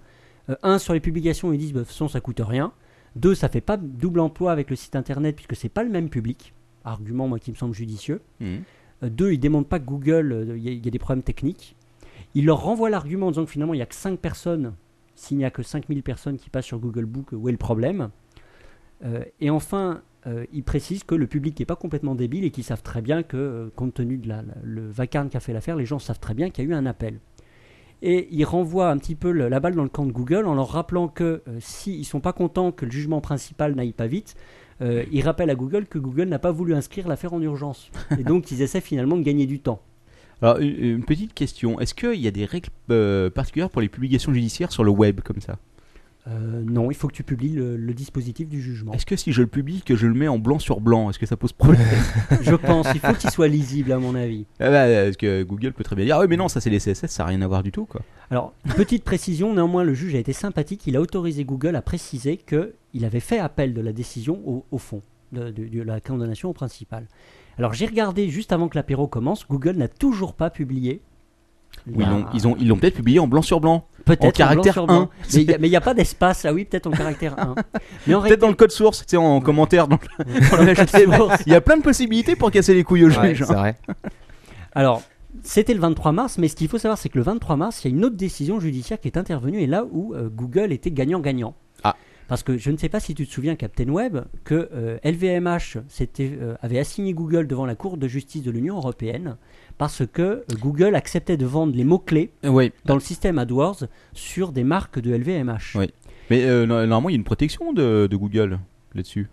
Speaker 4: Euh, un, sur les publications, ils disent, bah, de toute façon, ça coûte rien. Deux, ça fait pas double emploi avec le site internet, puisque c'est pas le même public. Argument, moi, qui me semble judicieux.
Speaker 1: Mhm.
Speaker 4: Euh, Deux, ils ne démontrent pas que Google, euh, il y, a- il y a des problèmes techniques. Ils leur renvoient l'argument en disant que finalement, il n'y a que 5 personnes. S'il n'y a que 5000 personnes qui passent sur Google Book, où est le problème Euh, Et enfin, euh, ils précisent que le public n'est pas complètement débile et qu'ils savent très bien que, euh, compte tenu de la, la- le vacarme qu'a fait l'affaire, les gens savent très bien qu'il y a eu un appel. Et ils renvoient un petit peu le- la balle dans le camp de Google en leur rappelant que euh, s'ils ne sont pas contents que le jugement principal n'aille pas vite, euh, ils rappellent à Google que Google n'a pas voulu inscrire l'affaire en urgence. Et donc ils essaient finalement de gagner du temps.
Speaker 1: Alors, une, une petite question. Est-ce qu'il y a des règles euh, particulières pour les publications judiciaires sur le web comme ça
Speaker 4: Euh, non, il faut que tu publies le, le dispositif du jugement.
Speaker 1: Est-ce que si je le publie, que je le mets en blanc sur blanc, est-ce que ça pose problème
Speaker 4: Je pense, il faut qu'il soit lisible à mon avis.
Speaker 1: Ah bah, Parce que Google peut très bien dire Ah oui, mais non, ça c'est les CSS, ça n'a rien à voir du tout quoi.
Speaker 4: Alors, petite précision, néanmoins, le juge a été sympathique. Il a autorisé Google à préciser qu'il avait fait appel de la décision au, au fond, de, de- de la condamnation au principal. Alors, j'ai regardé juste avant que l'apéro commence, Google n'a toujours pas publié.
Speaker 1: Ou ils
Speaker 4: la-
Speaker 1: l'ont- ils ont, ils l'ont peut-être publié en blanc sur blanc.
Speaker 4: peut-être
Speaker 1: en caractère
Speaker 4: blanc sur
Speaker 1: 1.
Speaker 4: blanc. Mais il y a- Mais il n'y a pas d'espace, ah oui, peut-être en caractère 1. Mais en
Speaker 1: Peut-être dans le code source, tu sais, en, en commentaire. dans le- dans le HTML. Il y a plein de possibilités pour casser les couilles aux
Speaker 3: Ouais,
Speaker 1: juges.
Speaker 3: c'est
Speaker 1: hein.
Speaker 3: vrai.
Speaker 4: Alors, c'était le 23 mars, mais ce qu'il faut savoir, c'est que le 23 mars, il y a une autre décision judiciaire qui est intervenue, et là où euh, Google était gagnant-gagnant.
Speaker 1: Ah.
Speaker 4: Parce que je ne sais pas si tu te souviens, Captain Web, que euh, LVMH s'était, euh, avait assigné Google devant la Cour de justice de l'Union européenne parce que euh, Google acceptait de vendre les mots-clés
Speaker 1: Oui,
Speaker 4: dans le système AdWords sur des marques de LVMH.
Speaker 1: Oui. mais euh, no- normalement, il y a une protection de, de Google là-dessus.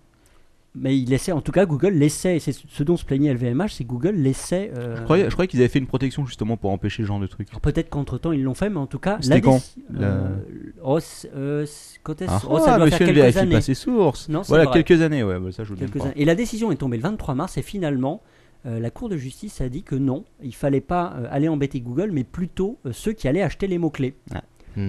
Speaker 4: Mais il laissait, en tout cas, Google laissait, et c'est ce dont se plaignait LVMH, c'est que Google laissait. euh,
Speaker 1: Je croyais, je croyais qu'ils avaient fait une protection justement pour empêcher ce genre de truc.
Speaker 4: Alors, Peut-être qu'entre temps ils l'ont fait, mais en tout cas,
Speaker 1: C'était
Speaker 4: la
Speaker 1: quand
Speaker 4: déci- euh, oh, c'est- euh, c'est- quand est-ce
Speaker 1: Ah,
Speaker 4: oh, ça doit
Speaker 1: monsieur
Speaker 4: faire
Speaker 1: ne
Speaker 4: quelques
Speaker 1: vérifie
Speaker 4: années.
Speaker 1: pas ses sources.
Speaker 4: Non, c'est
Speaker 1: voilà,
Speaker 4: vrai.
Speaker 1: quelques années, ouais, bah, ça je vous le donne
Speaker 4: Quelques
Speaker 1: pas.
Speaker 4: années. Et la décision est tombée le 23 mars et finalement, euh, la Cour de justice a dit que non, il fallait pas euh, aller embêter Google, mais plutôt euh, ceux qui allaient acheter les mots-clés.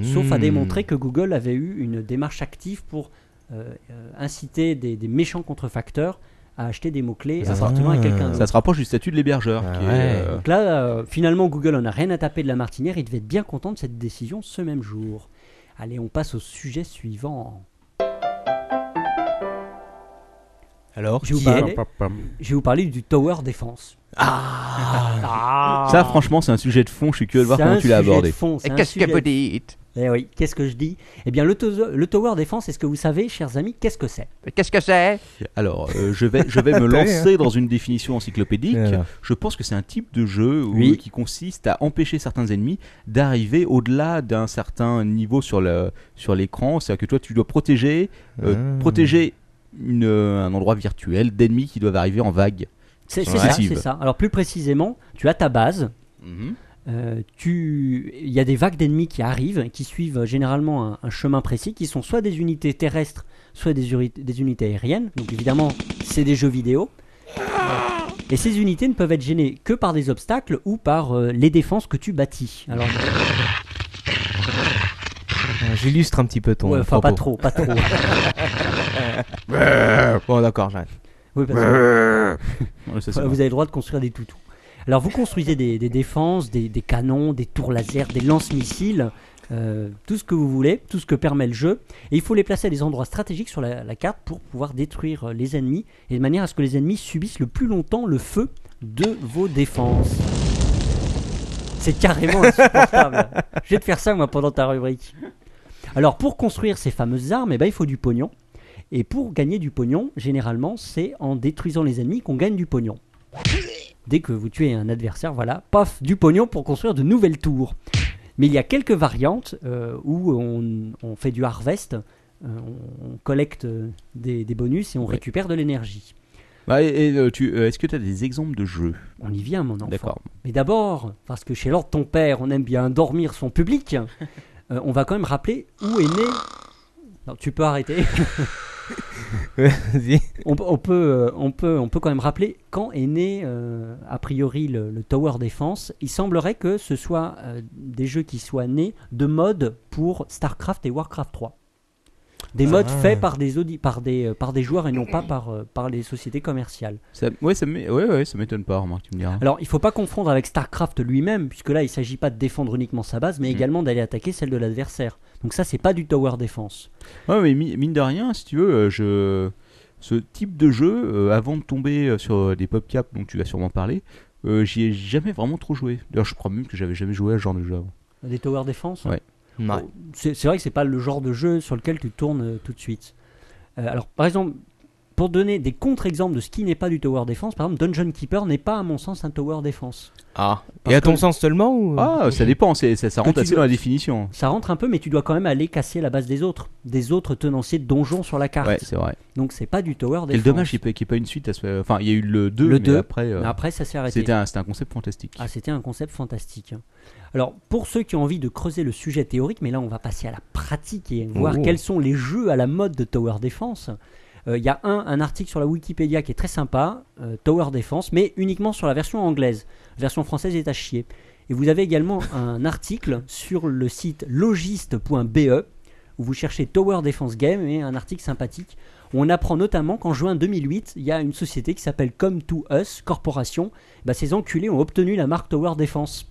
Speaker 4: Sauf à
Speaker 3: Hmm.
Speaker 4: démontrer que Google avait eu une démarche active pour euh, euh, inciter des, des méchants contrefacteurs à acheter des mots-clés
Speaker 3: Ça
Speaker 4: appartenant à
Speaker 3: sera-
Speaker 4: quelqu'un d'autre.
Speaker 1: Ça se rapproche du statut de l'hébergeur.
Speaker 3: Ah
Speaker 1: qui est,
Speaker 3: ouais.
Speaker 1: euh,
Speaker 4: Donc là, euh, finalement, Google en a rien à taper de la martinière. Il devait être bien content de cette décision ce même jour. Allez, on passe au sujet suivant.
Speaker 3: Alors,
Speaker 4: Je vais vous
Speaker 3: qui est-
Speaker 4: parler, je vais vous parler du Tower Defense. Ah,
Speaker 1: Ça, franchement, c'est un sujet de fond. Je suis curieux de voir
Speaker 4: C'est
Speaker 1: comment
Speaker 4: un
Speaker 1: tu l'as
Speaker 4: sujet
Speaker 1: abordé.
Speaker 4: de fond, c'est un
Speaker 6: Qu'est-ce que
Speaker 4: sujet
Speaker 6: vous dites
Speaker 4: Eh oui, qu'est-ce que je dis Eh bien, le, to- le Tower Defense, est-ce que vous savez, chers amis, qu'est-ce que c'est
Speaker 6: Qu'est-ce que c'est
Speaker 1: Alors, euh, je vais, je vais me
Speaker 3: T'as vu,
Speaker 1: lancer dans une définition encyclopédique.
Speaker 3: Voilà.
Speaker 1: Je pense que c'est un type de jeu où-
Speaker 4: Oui.
Speaker 1: qui consiste à empêcher certains ennemis d'arriver au-delà d'un certain niveau sur le- sur l'écran. C'est-à-dire que toi, tu dois protéger, euh,
Speaker 3: Ah.
Speaker 1: protéger une, euh, un endroit virtuel d'ennemis qui doivent arriver en vague.
Speaker 4: C'est c'est
Speaker 1: Ouais.
Speaker 4: ça,
Speaker 1: Successive.
Speaker 4: c'est ça. Alors, plus précisément, tu as ta base. Euh, tu- il y a des vagues d'ennemis qui arrivent, et qui suivent euh, généralement un, un chemin précis, qui sont soit des unités terrestres, soit des, uri- des unités aériennes. Donc évidemment, c'est des jeux vidéo. Et ces unités ne peuvent être gênées que par des obstacles ou par euh, les défenses que tu bâtis. Alors,
Speaker 3: J'illustre un petit peu ton.
Speaker 4: ouais, euh, enfin, pas
Speaker 3: propos.
Speaker 4: trop, pas trop.
Speaker 3: Euh, Bon, d'accord, j'arrête.
Speaker 4: Oui, parce que-
Speaker 1: Ouais, ça, c'est
Speaker 4: Voilà,
Speaker 1: bon.
Speaker 4: Euh, vous avez le droit de construire des toutous. Alors vous construisez des, des défenses, des, des canons, des tours laser, des lance-missiles, euh, tout ce que vous voulez, tout ce que permet le jeu. Et il faut les placer à des endroits stratégiques sur la, la carte pour pouvoir détruire euh, les ennemis et de manière à ce que les ennemis subissent le plus longtemps le feu de vos défenses. C'est carrément insupportable. Je vais te faire ça moi pendant ta rubrique. Alors pour construire ces fameuses armes, eh ben, il faut du pognon. Et pour gagner du pognon, généralement, c'est en détruisant les ennemis qu'on gagne du pognon. Dès que vous tuez un adversaire, voilà, paf, du pognon pour construire de nouvelles tours. Mais il y a quelques variantes euh, où on, on fait du harvest, euh, on, on collecte euh, des, des bonus et on
Speaker 1: Ouais.
Speaker 4: récupère de l'énergie.
Speaker 1: Bah, et- et, euh, tu- euh, Est-ce que tu as des exemples de jeux
Speaker 4: On y vient, mon enfant.
Speaker 1: D'accord.
Speaker 4: Mais d'abord, parce que chez Lord ton père, on aime bien dormir son public, euh, on va quand même rappeler où est né. Non, tu peux arrêter.
Speaker 3: Vas-y.
Speaker 4: On, peut- on peut, euh, on, peut, on peut quand même rappeler quand est né, euh, a priori, le, le Tower Defense. Il semblerait que ce soit euh, des jeux qui soient nés de modes pour StarCraft et WarCraft 3. Des
Speaker 3: Ah.
Speaker 4: modes faits par des, audi- par, des, euh, par des joueurs et non pas par, euh, par les sociétés commerciales.
Speaker 1: Ça- ouais, ça m'é- ouais, ouais, ça m'étonne pas, remarque, tu me diras.
Speaker 4: Alors, il ne faut pas confondre avec StarCraft lui-même, puisque là, il ne s'agit pas de défendre uniquement sa base, mais également d'aller attaquer celle de l'adversaire. Donc ça, c'est pas du Tower Defense.
Speaker 1: Ouais, mais mi- mine de rien, si tu veux, euh, je... ce type de jeu, euh, avant de tomber euh, sur des pop cap dont tu vas sûrement parler, euh, j'y ai jamais vraiment trop joué. D'ailleurs, je crois même que j'avais jamais joué à ce genre de jeu avant.
Speaker 4: Des Tower Defense
Speaker 1: Ouais.
Speaker 3: Ouais.
Speaker 4: C'est c'est vrai que c'est pas le genre de jeu sur lequel tu tournes euh, tout de suite. Euh, alors, par exemple, pour donner des contre-exemples de ce qui n'est pas du Tower Defense, par exemple, Dungeon Keeper n'est pas, à mon sens, un Tower Defense.
Speaker 3: Ah.
Speaker 4: Parce
Speaker 3: et à ton
Speaker 4: que-
Speaker 3: sens seulement ou...
Speaker 1: Ah, ça dépend, c'est- ça, ça
Speaker 4: Que
Speaker 1: rentre
Speaker 4: tu
Speaker 1: assez dans la définition.
Speaker 4: Ça rentre un peu, mais tu dois quand même aller casser la base des autres, des autres tenanciers de donjons sur la carte.
Speaker 1: Ouais, c'est vrai.
Speaker 4: Donc, c'est pas du Tower Defense.
Speaker 1: Quel dommage qu'il n'y ait pas- qu'il y ait pas une suite à ce... Enfin, il y a eu le 2,
Speaker 4: Le
Speaker 1: mais
Speaker 4: 2,
Speaker 1: après, euh,
Speaker 4: Mais après, ça s'est arrêté.
Speaker 1: c'était un, c'était un concept fantastique.
Speaker 4: Ah, c'était un concept fantastique. hein. Alors, pour ceux qui ont envie de creuser le sujet théorique, mais là, on va passer à la pratique et voir
Speaker 3: Oh.
Speaker 4: quels sont les jeux à la mode de Tower Defense. Euh, Il y a un, un article sur la Wikipédia qui est très sympa, euh, Tower Defense, mais uniquement sur la version anglaise. La version française est à chier. Et vous avez également un article sur le site logiste.be où vous cherchez Tower Defense Game et un article sympathique où on apprend notamment qu'en juin 2008, il y a une société qui s'appelle Come to Us Corporation. Bah, ces enculés ont obtenu la marque Tower Defense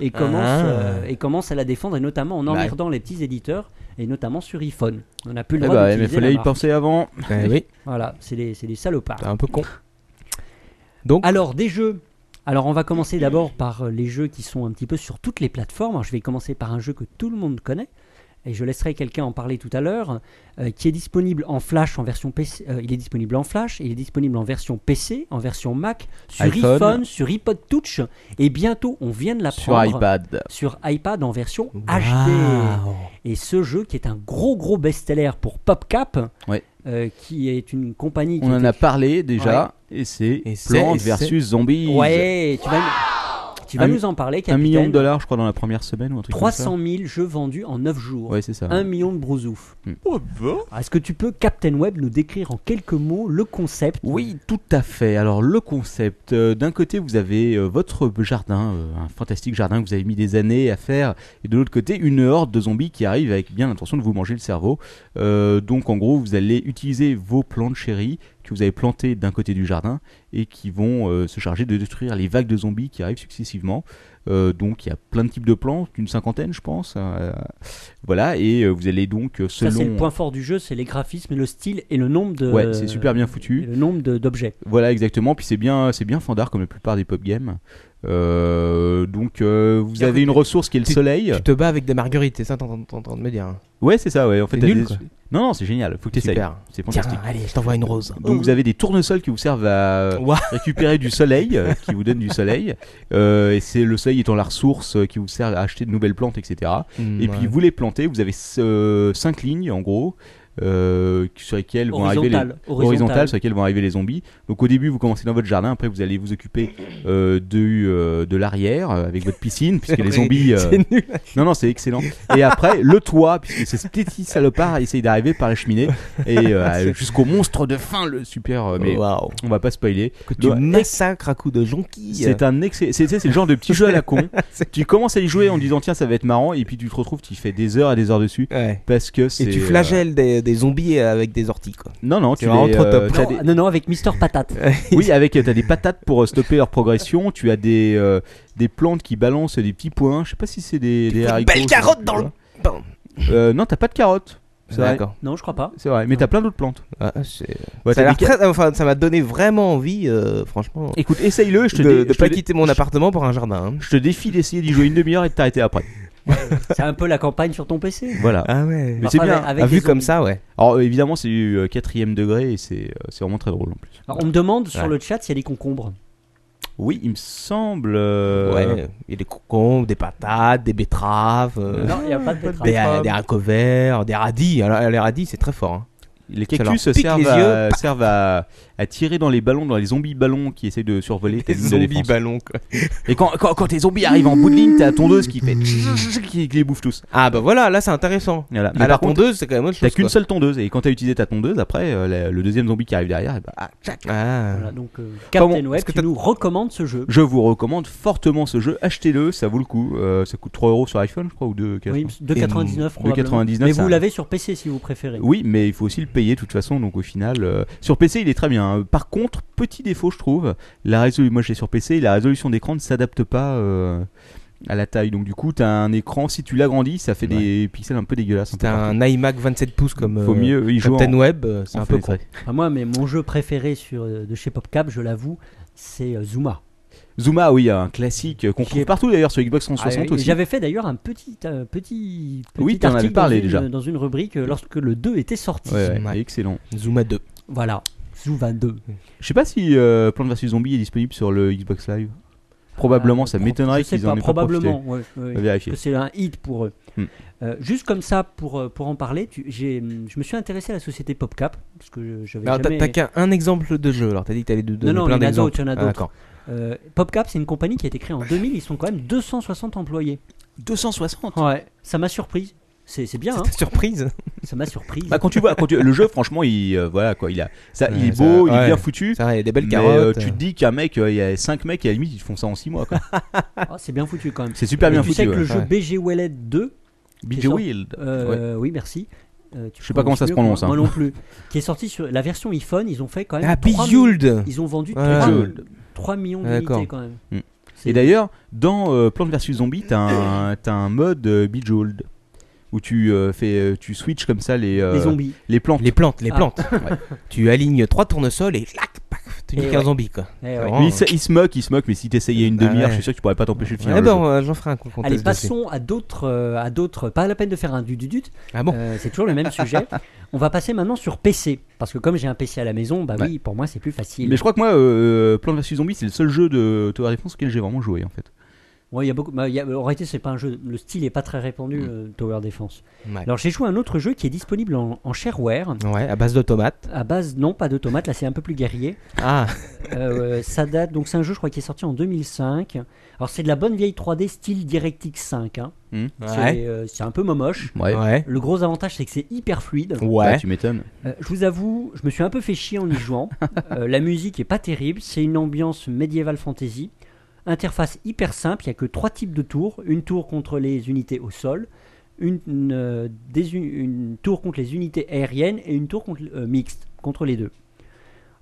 Speaker 4: et commencent,
Speaker 3: Ah.
Speaker 4: euh, et commencent à la défendre, et notamment en
Speaker 1: Bah.
Speaker 4: emmerdant les petits éditeurs, et notamment sur iPhone. On n'a plus
Speaker 1: Eh
Speaker 4: le droit
Speaker 1: bah, mais
Speaker 4: d'utiliser la
Speaker 1: fallait y
Speaker 4: marque.
Speaker 1: penser avant.
Speaker 3: Eh oui,
Speaker 4: Voilà, c'est des, c'est des salopards.
Speaker 3: t'es un peu con. Donc,
Speaker 4: Alors, des jeux. Alors, on va commencer d'abord par euh, les jeux qui sont un petit peu sur toutes les plateformes. Alors, je vais commencer par un jeu que tout le monde connaît. Et je laisserai quelqu'un en parler tout à l'heure, euh, qui est disponible en Flash en version PC. euh, il est disponible en Flash, il est disponible en version PC, en version Mac, sur
Speaker 1: iPhone.
Speaker 4: iPhone, sur iPod Touch, et bientôt on vient de
Speaker 1: Sur
Speaker 4: l'apprendre
Speaker 1: iPad.
Speaker 4: sur iPad en version HD.
Speaker 3: Waouh.
Speaker 4: Et ce jeu qui est un gros gros best-seller pour PopCap,
Speaker 1: Ouais.
Speaker 4: euh, qui est une compagnie qui
Speaker 1: On en
Speaker 4: était-
Speaker 1: a parlé déjà, et c'est
Speaker 3: Et c'est-
Speaker 1: Plants
Speaker 3: et c'est-
Speaker 1: versus Zombies.
Speaker 4: Ouais, tu vas, tu vas
Speaker 1: Un-
Speaker 4: nous en parler,
Speaker 1: Un
Speaker 4: capitaine.
Speaker 1: million de dollars, je crois, dans la première semaine ou un truc
Speaker 4: 300 000 jeux vendus en 9 jours.
Speaker 1: comme ça. Ouais, c'est ça.
Speaker 4: 1 million de brousouf. Ah,
Speaker 1: Hmm.
Speaker 4: Est-ce que tu peux, Captain Web, nous décrire en quelques mots le concept
Speaker 1: Oui, tout à fait. Alors le concept, euh, d'un côté vous avez euh, votre jardin, euh, un fantastique jardin que vous avez mis des années à faire, et de l'autre côté une horde de zombies qui arrive avec bien l'intention de vous manger le cerveau. Euh, donc en gros vous allez utiliser vos plants de chéri que vous avez plantés d'un côté du jardin et qui vont euh, se charger de détruire les vagues de zombies qui arrivent successivement. Euh, donc il y a plein de types de plants, une cinquantaine je pense. Euh, voilà, et euh, vous allez donc euh,
Speaker 4: Ça,
Speaker 1: selon...
Speaker 4: c'est le point fort du jeu, c'est les graphismes, le style et le nombre de.
Speaker 1: Ouais, c'est super bien foutu.
Speaker 4: et Le nombre de- d'objets.
Speaker 1: Voilà, exactement. Puis c'est bien, c'est bien fandard comme la plupart des pop games. Euh, donc euh, vous avez une ressource qui est le soleil.
Speaker 3: tu te bats avec des marguerites, c'est ça t'es en train de me dire.
Speaker 1: Ouais, c'est ça. Ouais, en fait,
Speaker 3: T'es
Speaker 1: t'as
Speaker 3: nul,
Speaker 1: des-
Speaker 3: quoi.
Speaker 1: non, non, c'est génial. Faut que t'essayes.
Speaker 3: Super.
Speaker 1: C'est
Speaker 3: Tiens,
Speaker 1: fantastique.
Speaker 3: allez, je t'envoie une rose.
Speaker 1: Donc vous avez des tournesols qui vous servent à
Speaker 3: Ouah.
Speaker 1: récupérer du soleil, euh, qui vous donnent du soleil. Euh, et c'est le soleil étant la ressource euh, qui vous sert à acheter de nouvelles plantes, etc.
Speaker 3: Hmm,
Speaker 1: Et puis
Speaker 3: ouais.
Speaker 1: vous les plantez. Vous avez euh, cinq lignes en gros euh, sur lesquelles vont arriver les,
Speaker 4: Horizontal.
Speaker 1: horizontale sur laquelle vont arriver les zombies. Donc au début, vous commencez dans votre jardin, après vous allez vous occuper euh, de, euh, de l'arrière euh, avec votre piscine, puisque les zombies... euh,
Speaker 3: C'est nul.
Speaker 1: Non, non, c'est excellent. Et après, le toit, puisque ces petits salopards essayent d'arriver par la cheminée, et euh, jusqu'au monstre de faim, le super... euh, mais
Speaker 3: Waouh.
Speaker 1: on va pas spoiler.
Speaker 3: Que tu
Speaker 1: Ouais.
Speaker 3: massacres à coups de jonquilles.
Speaker 1: C'est un excellent... C'est c'est le genre de petit jeu à la con. tu commences à y jouer en disant, tiens, ça va être marrant, et puis tu te retrouves, tu fais des heures et des heures dessus.
Speaker 3: Ouais.
Speaker 1: Parce que c'est...
Speaker 3: Et tu
Speaker 1: euh,
Speaker 3: flagelles des, des zombies euh, avec des orties, quoi.
Speaker 1: Non, non, tu
Speaker 3: C'est vraiment
Speaker 1: les,
Speaker 3: trop top.
Speaker 1: euh, t'as
Speaker 4: Non,
Speaker 1: des-
Speaker 4: non, non, avec Mister Patate.
Speaker 1: Oui, avec euh, t'as des patates pour euh, stopper leur progression. Tu as des euh, des plantes qui balancent des petits points. Je sais pas si c'est des, des haricots.
Speaker 3: belles
Speaker 1: je sais
Speaker 3: carottes
Speaker 1: plus,
Speaker 3: dans le
Speaker 1: voilà.
Speaker 3: pain.
Speaker 1: Euh, non, t'as pas de carottes. C'est vrai.
Speaker 3: D'accord.
Speaker 4: non, je crois pas.
Speaker 1: C'est vrai, mais t'as plein d'autres plantes.
Speaker 3: Ah, c'est-
Speaker 1: Ouais, t'as
Speaker 3: ça a l'air
Speaker 1: des ca-
Speaker 3: très- enfin, ça m'a donné vraiment envie, euh, franchement,
Speaker 1: Écoute, essaye-le. Je te
Speaker 3: de,
Speaker 1: dé-
Speaker 3: de
Speaker 1: je te
Speaker 3: pas
Speaker 1: dé-
Speaker 3: quitter mon appartement pour un jardin. hein.
Speaker 1: Je te défie d'essayer d'y jouer une demi-heure et de t'arrêter après.
Speaker 4: C'est un peu la campagne sur ton PC.
Speaker 1: Voilà.
Speaker 3: Ah ouais.
Speaker 1: Mais c'est
Speaker 4: Enfin,
Speaker 1: bien.
Speaker 4: avec- avec
Speaker 3: Ah,
Speaker 4: les
Speaker 3: vu comme
Speaker 4: zombies.
Speaker 3: ça, ouais.
Speaker 1: Alors euh, évidemment, c'est du euh, quatrième degré et c'est euh, c'est vraiment très drôle en plus.
Speaker 4: Alors, on me demande sur
Speaker 3: Ouais.
Speaker 4: le chat s'il y a des concombres.
Speaker 1: Oui, il me semble. euh,
Speaker 3: Ouais. Il y a des concombres, des patates, des betteraves, euh,
Speaker 4: Non, il n'y a pas de pétrole.
Speaker 3: des, des haricots verts, des radis. Alors, les radis, c'est très fort. hein.
Speaker 1: Les
Speaker 3: Ça leur
Speaker 1: cactus
Speaker 3: pique
Speaker 1: servent,
Speaker 3: les
Speaker 1: à,
Speaker 3: yeux.
Speaker 1: servent à, à tirer dans les ballons, dans les zombies ballons qui essayent de survoler tes
Speaker 3: Les
Speaker 1: lignes de
Speaker 3: zombies
Speaker 1: défense.
Speaker 3: ballons, quoi.
Speaker 1: Et quand, quand, quand tes zombies arrivent en bout de ligne, t'as la tondeuse qui fait qui, qui les bouffe tous.
Speaker 3: Ah bah voilà, là c'est intéressant.
Speaker 1: Voilà. Mais
Speaker 3: à la
Speaker 1: par contre,
Speaker 3: tondeuse, c'est quand même autre
Speaker 1: t'as
Speaker 3: chose.
Speaker 1: qu'une
Speaker 3: quoi.
Speaker 1: seule tondeuse. Et quand t'as utilisé ta tondeuse, après, euh, la- le deuxième zombie qui arrive derrière, eh ben, ah, tchac.
Speaker 3: Ah.
Speaker 4: Voilà, donc euh, Captain
Speaker 1: bon,
Speaker 4: Web
Speaker 1: est-ce que
Speaker 4: qui nous recommande ce jeu.
Speaker 1: je vous recommande fortement ce jeu. Achetez-le, ça vaut le coup. Euh, ça coûte 3 euros sur iPhone, je crois, ou 2,99.
Speaker 4: Oui, de 99 probablement.
Speaker 1: 2,99,
Speaker 4: Mais
Speaker 1: ça-
Speaker 4: vous l'avez sur PC si vous préférez.
Speaker 1: Oui, mais il faut aussi le payer de toute façon. Donc au final, euh, sur PC, il est très bien. hein. Par contre, petit défaut, je trouve, la résolution. Moi, je l'ai sur PC. La résolution d'écran ne s'adapte pas euh, à la taille. Donc du coup, t'as un écran. Si tu l'agrandis, ça fait des pixels un peu dégueulasses. un peu
Speaker 3: C'était un iMac 27 pouces comme
Speaker 1: partout. Faut
Speaker 3: euh,
Speaker 1: mieux y jouer.
Speaker 3: Captain
Speaker 1: en-
Speaker 3: Web, euh, c'est
Speaker 1: en
Speaker 3: un peu con.
Speaker 1: fenêtre.
Speaker 4: Enfin, moi, mais mon jeu préféré sur, euh, de chez PopCap, je l'avoue, c'est euh, Zuma.
Speaker 1: Ah, Zuma, oui, un classique euh, qu'on
Speaker 4: Qui
Speaker 1: trouve
Speaker 4: est-
Speaker 1: partout d'ailleurs sur Xbox 360
Speaker 4: Et
Speaker 1: aussi.
Speaker 4: J'avais fait d'ailleurs un petit, euh, petit, petit
Speaker 1: Oui, t'en avais
Speaker 4: article
Speaker 1: parlé
Speaker 4: dans une,
Speaker 1: déjà.
Speaker 4: dans une rubrique euh, lorsque le 2 était sorti.
Speaker 1: Ouais, ouais,
Speaker 3: Ouais.
Speaker 1: excellent.
Speaker 3: Zuma 2.
Speaker 4: Voilà, Zuma 2.
Speaker 1: Je sais pas si euh, Plants vs Zombies est disponible sur le Xbox Live. Probablement,
Speaker 4: Euh,
Speaker 1: ça
Speaker 4: pro-
Speaker 1: m'étonnerait
Speaker 4: je sais
Speaker 1: qu'ils en
Speaker 4: pas,
Speaker 1: aient pas profité.
Speaker 4: probablement. ouais, ouais,
Speaker 1: À vérifier.
Speaker 4: que c'est un hit pour eux.
Speaker 1: Hmm.
Speaker 4: Euh, juste comme ça, pour, euh, pour en parler, tu- j'ai, hum, je me suis intéressé à la société PopCap parce que je- j'avais
Speaker 1: Ah,
Speaker 3: Alors t'as
Speaker 4: jamais.
Speaker 3: t'as qu'un un exemple de jeu, alors t'as dit que t'allais nous donner
Speaker 4: non,
Speaker 3: plein
Speaker 4: il y en a
Speaker 3: d'exemples.
Speaker 4: d'autres, il y en a
Speaker 3: Ah,
Speaker 4: d'autres.
Speaker 3: d'accord.
Speaker 4: Euh, PopCap, c'est une compagnie qui a été créée en 2000. Ils sont quand même 260 employés.
Speaker 1: 260.
Speaker 4: Ouais. Ça m'a surprise. C'est c'est bien, hein
Speaker 3: C'était surprise.
Speaker 4: Ça m'a surprise.
Speaker 1: Bah quand tu vois, quand tu- le jeu, franchement, il euh, voilà quoi, il a, ça, il
Speaker 3: Ouais,
Speaker 1: est
Speaker 3: ça-
Speaker 1: beau, il est
Speaker 3: ouais.
Speaker 1: bien foutu.
Speaker 3: Ça, il y a des belles
Speaker 1: mais, euh,
Speaker 3: carottes.
Speaker 1: tu te dis qu'un mec, euh, il y a 5 mecs et à la limite ils font ça en 6 mois. quoi.
Speaker 4: Ah, c'est bien foutu quand même.
Speaker 1: C'est super
Speaker 4: Et
Speaker 1: bien
Speaker 4: tu sais
Speaker 1: foutu.
Speaker 4: que le
Speaker 1: ouais.
Speaker 3: Ouais.
Speaker 4: jeu BG Wallet 2,
Speaker 1: Big
Speaker 4: qui est
Speaker 1: Wild.
Speaker 4: euh, oui merci. Euh, tu
Speaker 1: Je sais pas comment ça se
Speaker 4: prononces
Speaker 1: prononce,
Speaker 4: mieux que Moi,
Speaker 1: hein.
Speaker 4: moi non plus. qui est sorti sur la version iPhone, ils ont fait quand même.
Speaker 3: Ah,
Speaker 4: 3
Speaker 3: Bejeweled
Speaker 4: Ils ont vendu
Speaker 3: Ouais.
Speaker 4: 3,
Speaker 1: Bejeweled.
Speaker 4: 3 millions
Speaker 3: Ah,
Speaker 4: d'unités
Speaker 3: d'accord.
Speaker 4: quand même.
Speaker 1: Mm.
Speaker 4: C'est-
Speaker 1: Et d'ailleurs, dans euh, Plants vs Zombies, t'as un, t'as un mode euh, Bejeweled où tu euh, fais, euh, tu switches comme ça les, euh,
Speaker 4: les zombies.
Speaker 1: les plantes.
Speaker 3: Les plantes, les
Speaker 4: Ah.
Speaker 3: plantes. Tu alignes trois tournesols et clac, pac, tu
Speaker 4: Et
Speaker 3: niques un
Speaker 4: ouais.
Speaker 3: zombie
Speaker 1: Ah
Speaker 3: quoi.
Speaker 4: Eh ouais.
Speaker 3: Vraiment.
Speaker 1: Mais il, se, il se moque, il se moque, mais si t'essayais une
Speaker 3: Ah
Speaker 1: demi-heure,
Speaker 3: ouais.
Speaker 1: je suis sûr que tu pourrais pas t'empêcher de finir.
Speaker 3: Eh
Speaker 1: le
Speaker 3: ben,
Speaker 1: jeu.
Speaker 3: euh, j'en ferai un con- contest
Speaker 4: Allez,
Speaker 3: dessus.
Speaker 4: passons à d'autres, euh, à d'autres. Pas la peine de faire un du du du.
Speaker 3: Ah bon
Speaker 4: Euh, c'est toujours le même sujet. On va passer maintenant sur PC parce que comme j'ai un PC à la maison, bah oui, pour moi c'est plus facile.
Speaker 1: Mais je crois que moi, euh, Plants vs Zombies, c'est le seul jeu de Tower Defense auquel j'ai vraiment joué en fait.
Speaker 4: Ouais, il y a beaucoup. bah, il y a- en réalité, c'est pas un jeu. Le style est pas très répandu. euh, Tower Defense.
Speaker 3: Mm. Ouais.
Speaker 4: Alors j'ai joué à un autre jeu qui est disponible en, en shareware.
Speaker 3: Ouais, à base de tomates.
Speaker 4: À base, non, pas de tomates, là c'est un peu plus guerrier.
Speaker 3: Ah,
Speaker 4: Euh, ça date, donc c'est un jeu, je crois, qui est sorti en 2005. Alors c'est de la bonne vieille 3D style DirectX 5. hein.
Speaker 1: Hmm.
Speaker 4: C'est euh, c'est un peu momoche.
Speaker 1: Ouais.
Speaker 3: Ouais.
Speaker 4: Le gros avantage, c'est que c'est hyper fluide.
Speaker 1: Bah,
Speaker 3: Ouais.
Speaker 1: tu m'étonnes.
Speaker 4: Euh, je vous avoue, je me suis un peu fait chier en y jouant. Euh, la musique est pas terrible, c'est une ambiance médiévale fantasy. Interface hyper simple, il n'y a que trois types de tours. Une tour contre les unités au sol, une, une, euh, des uni- une tour contre les unités aériennes et une tour contre, euh, mixte contre les deux.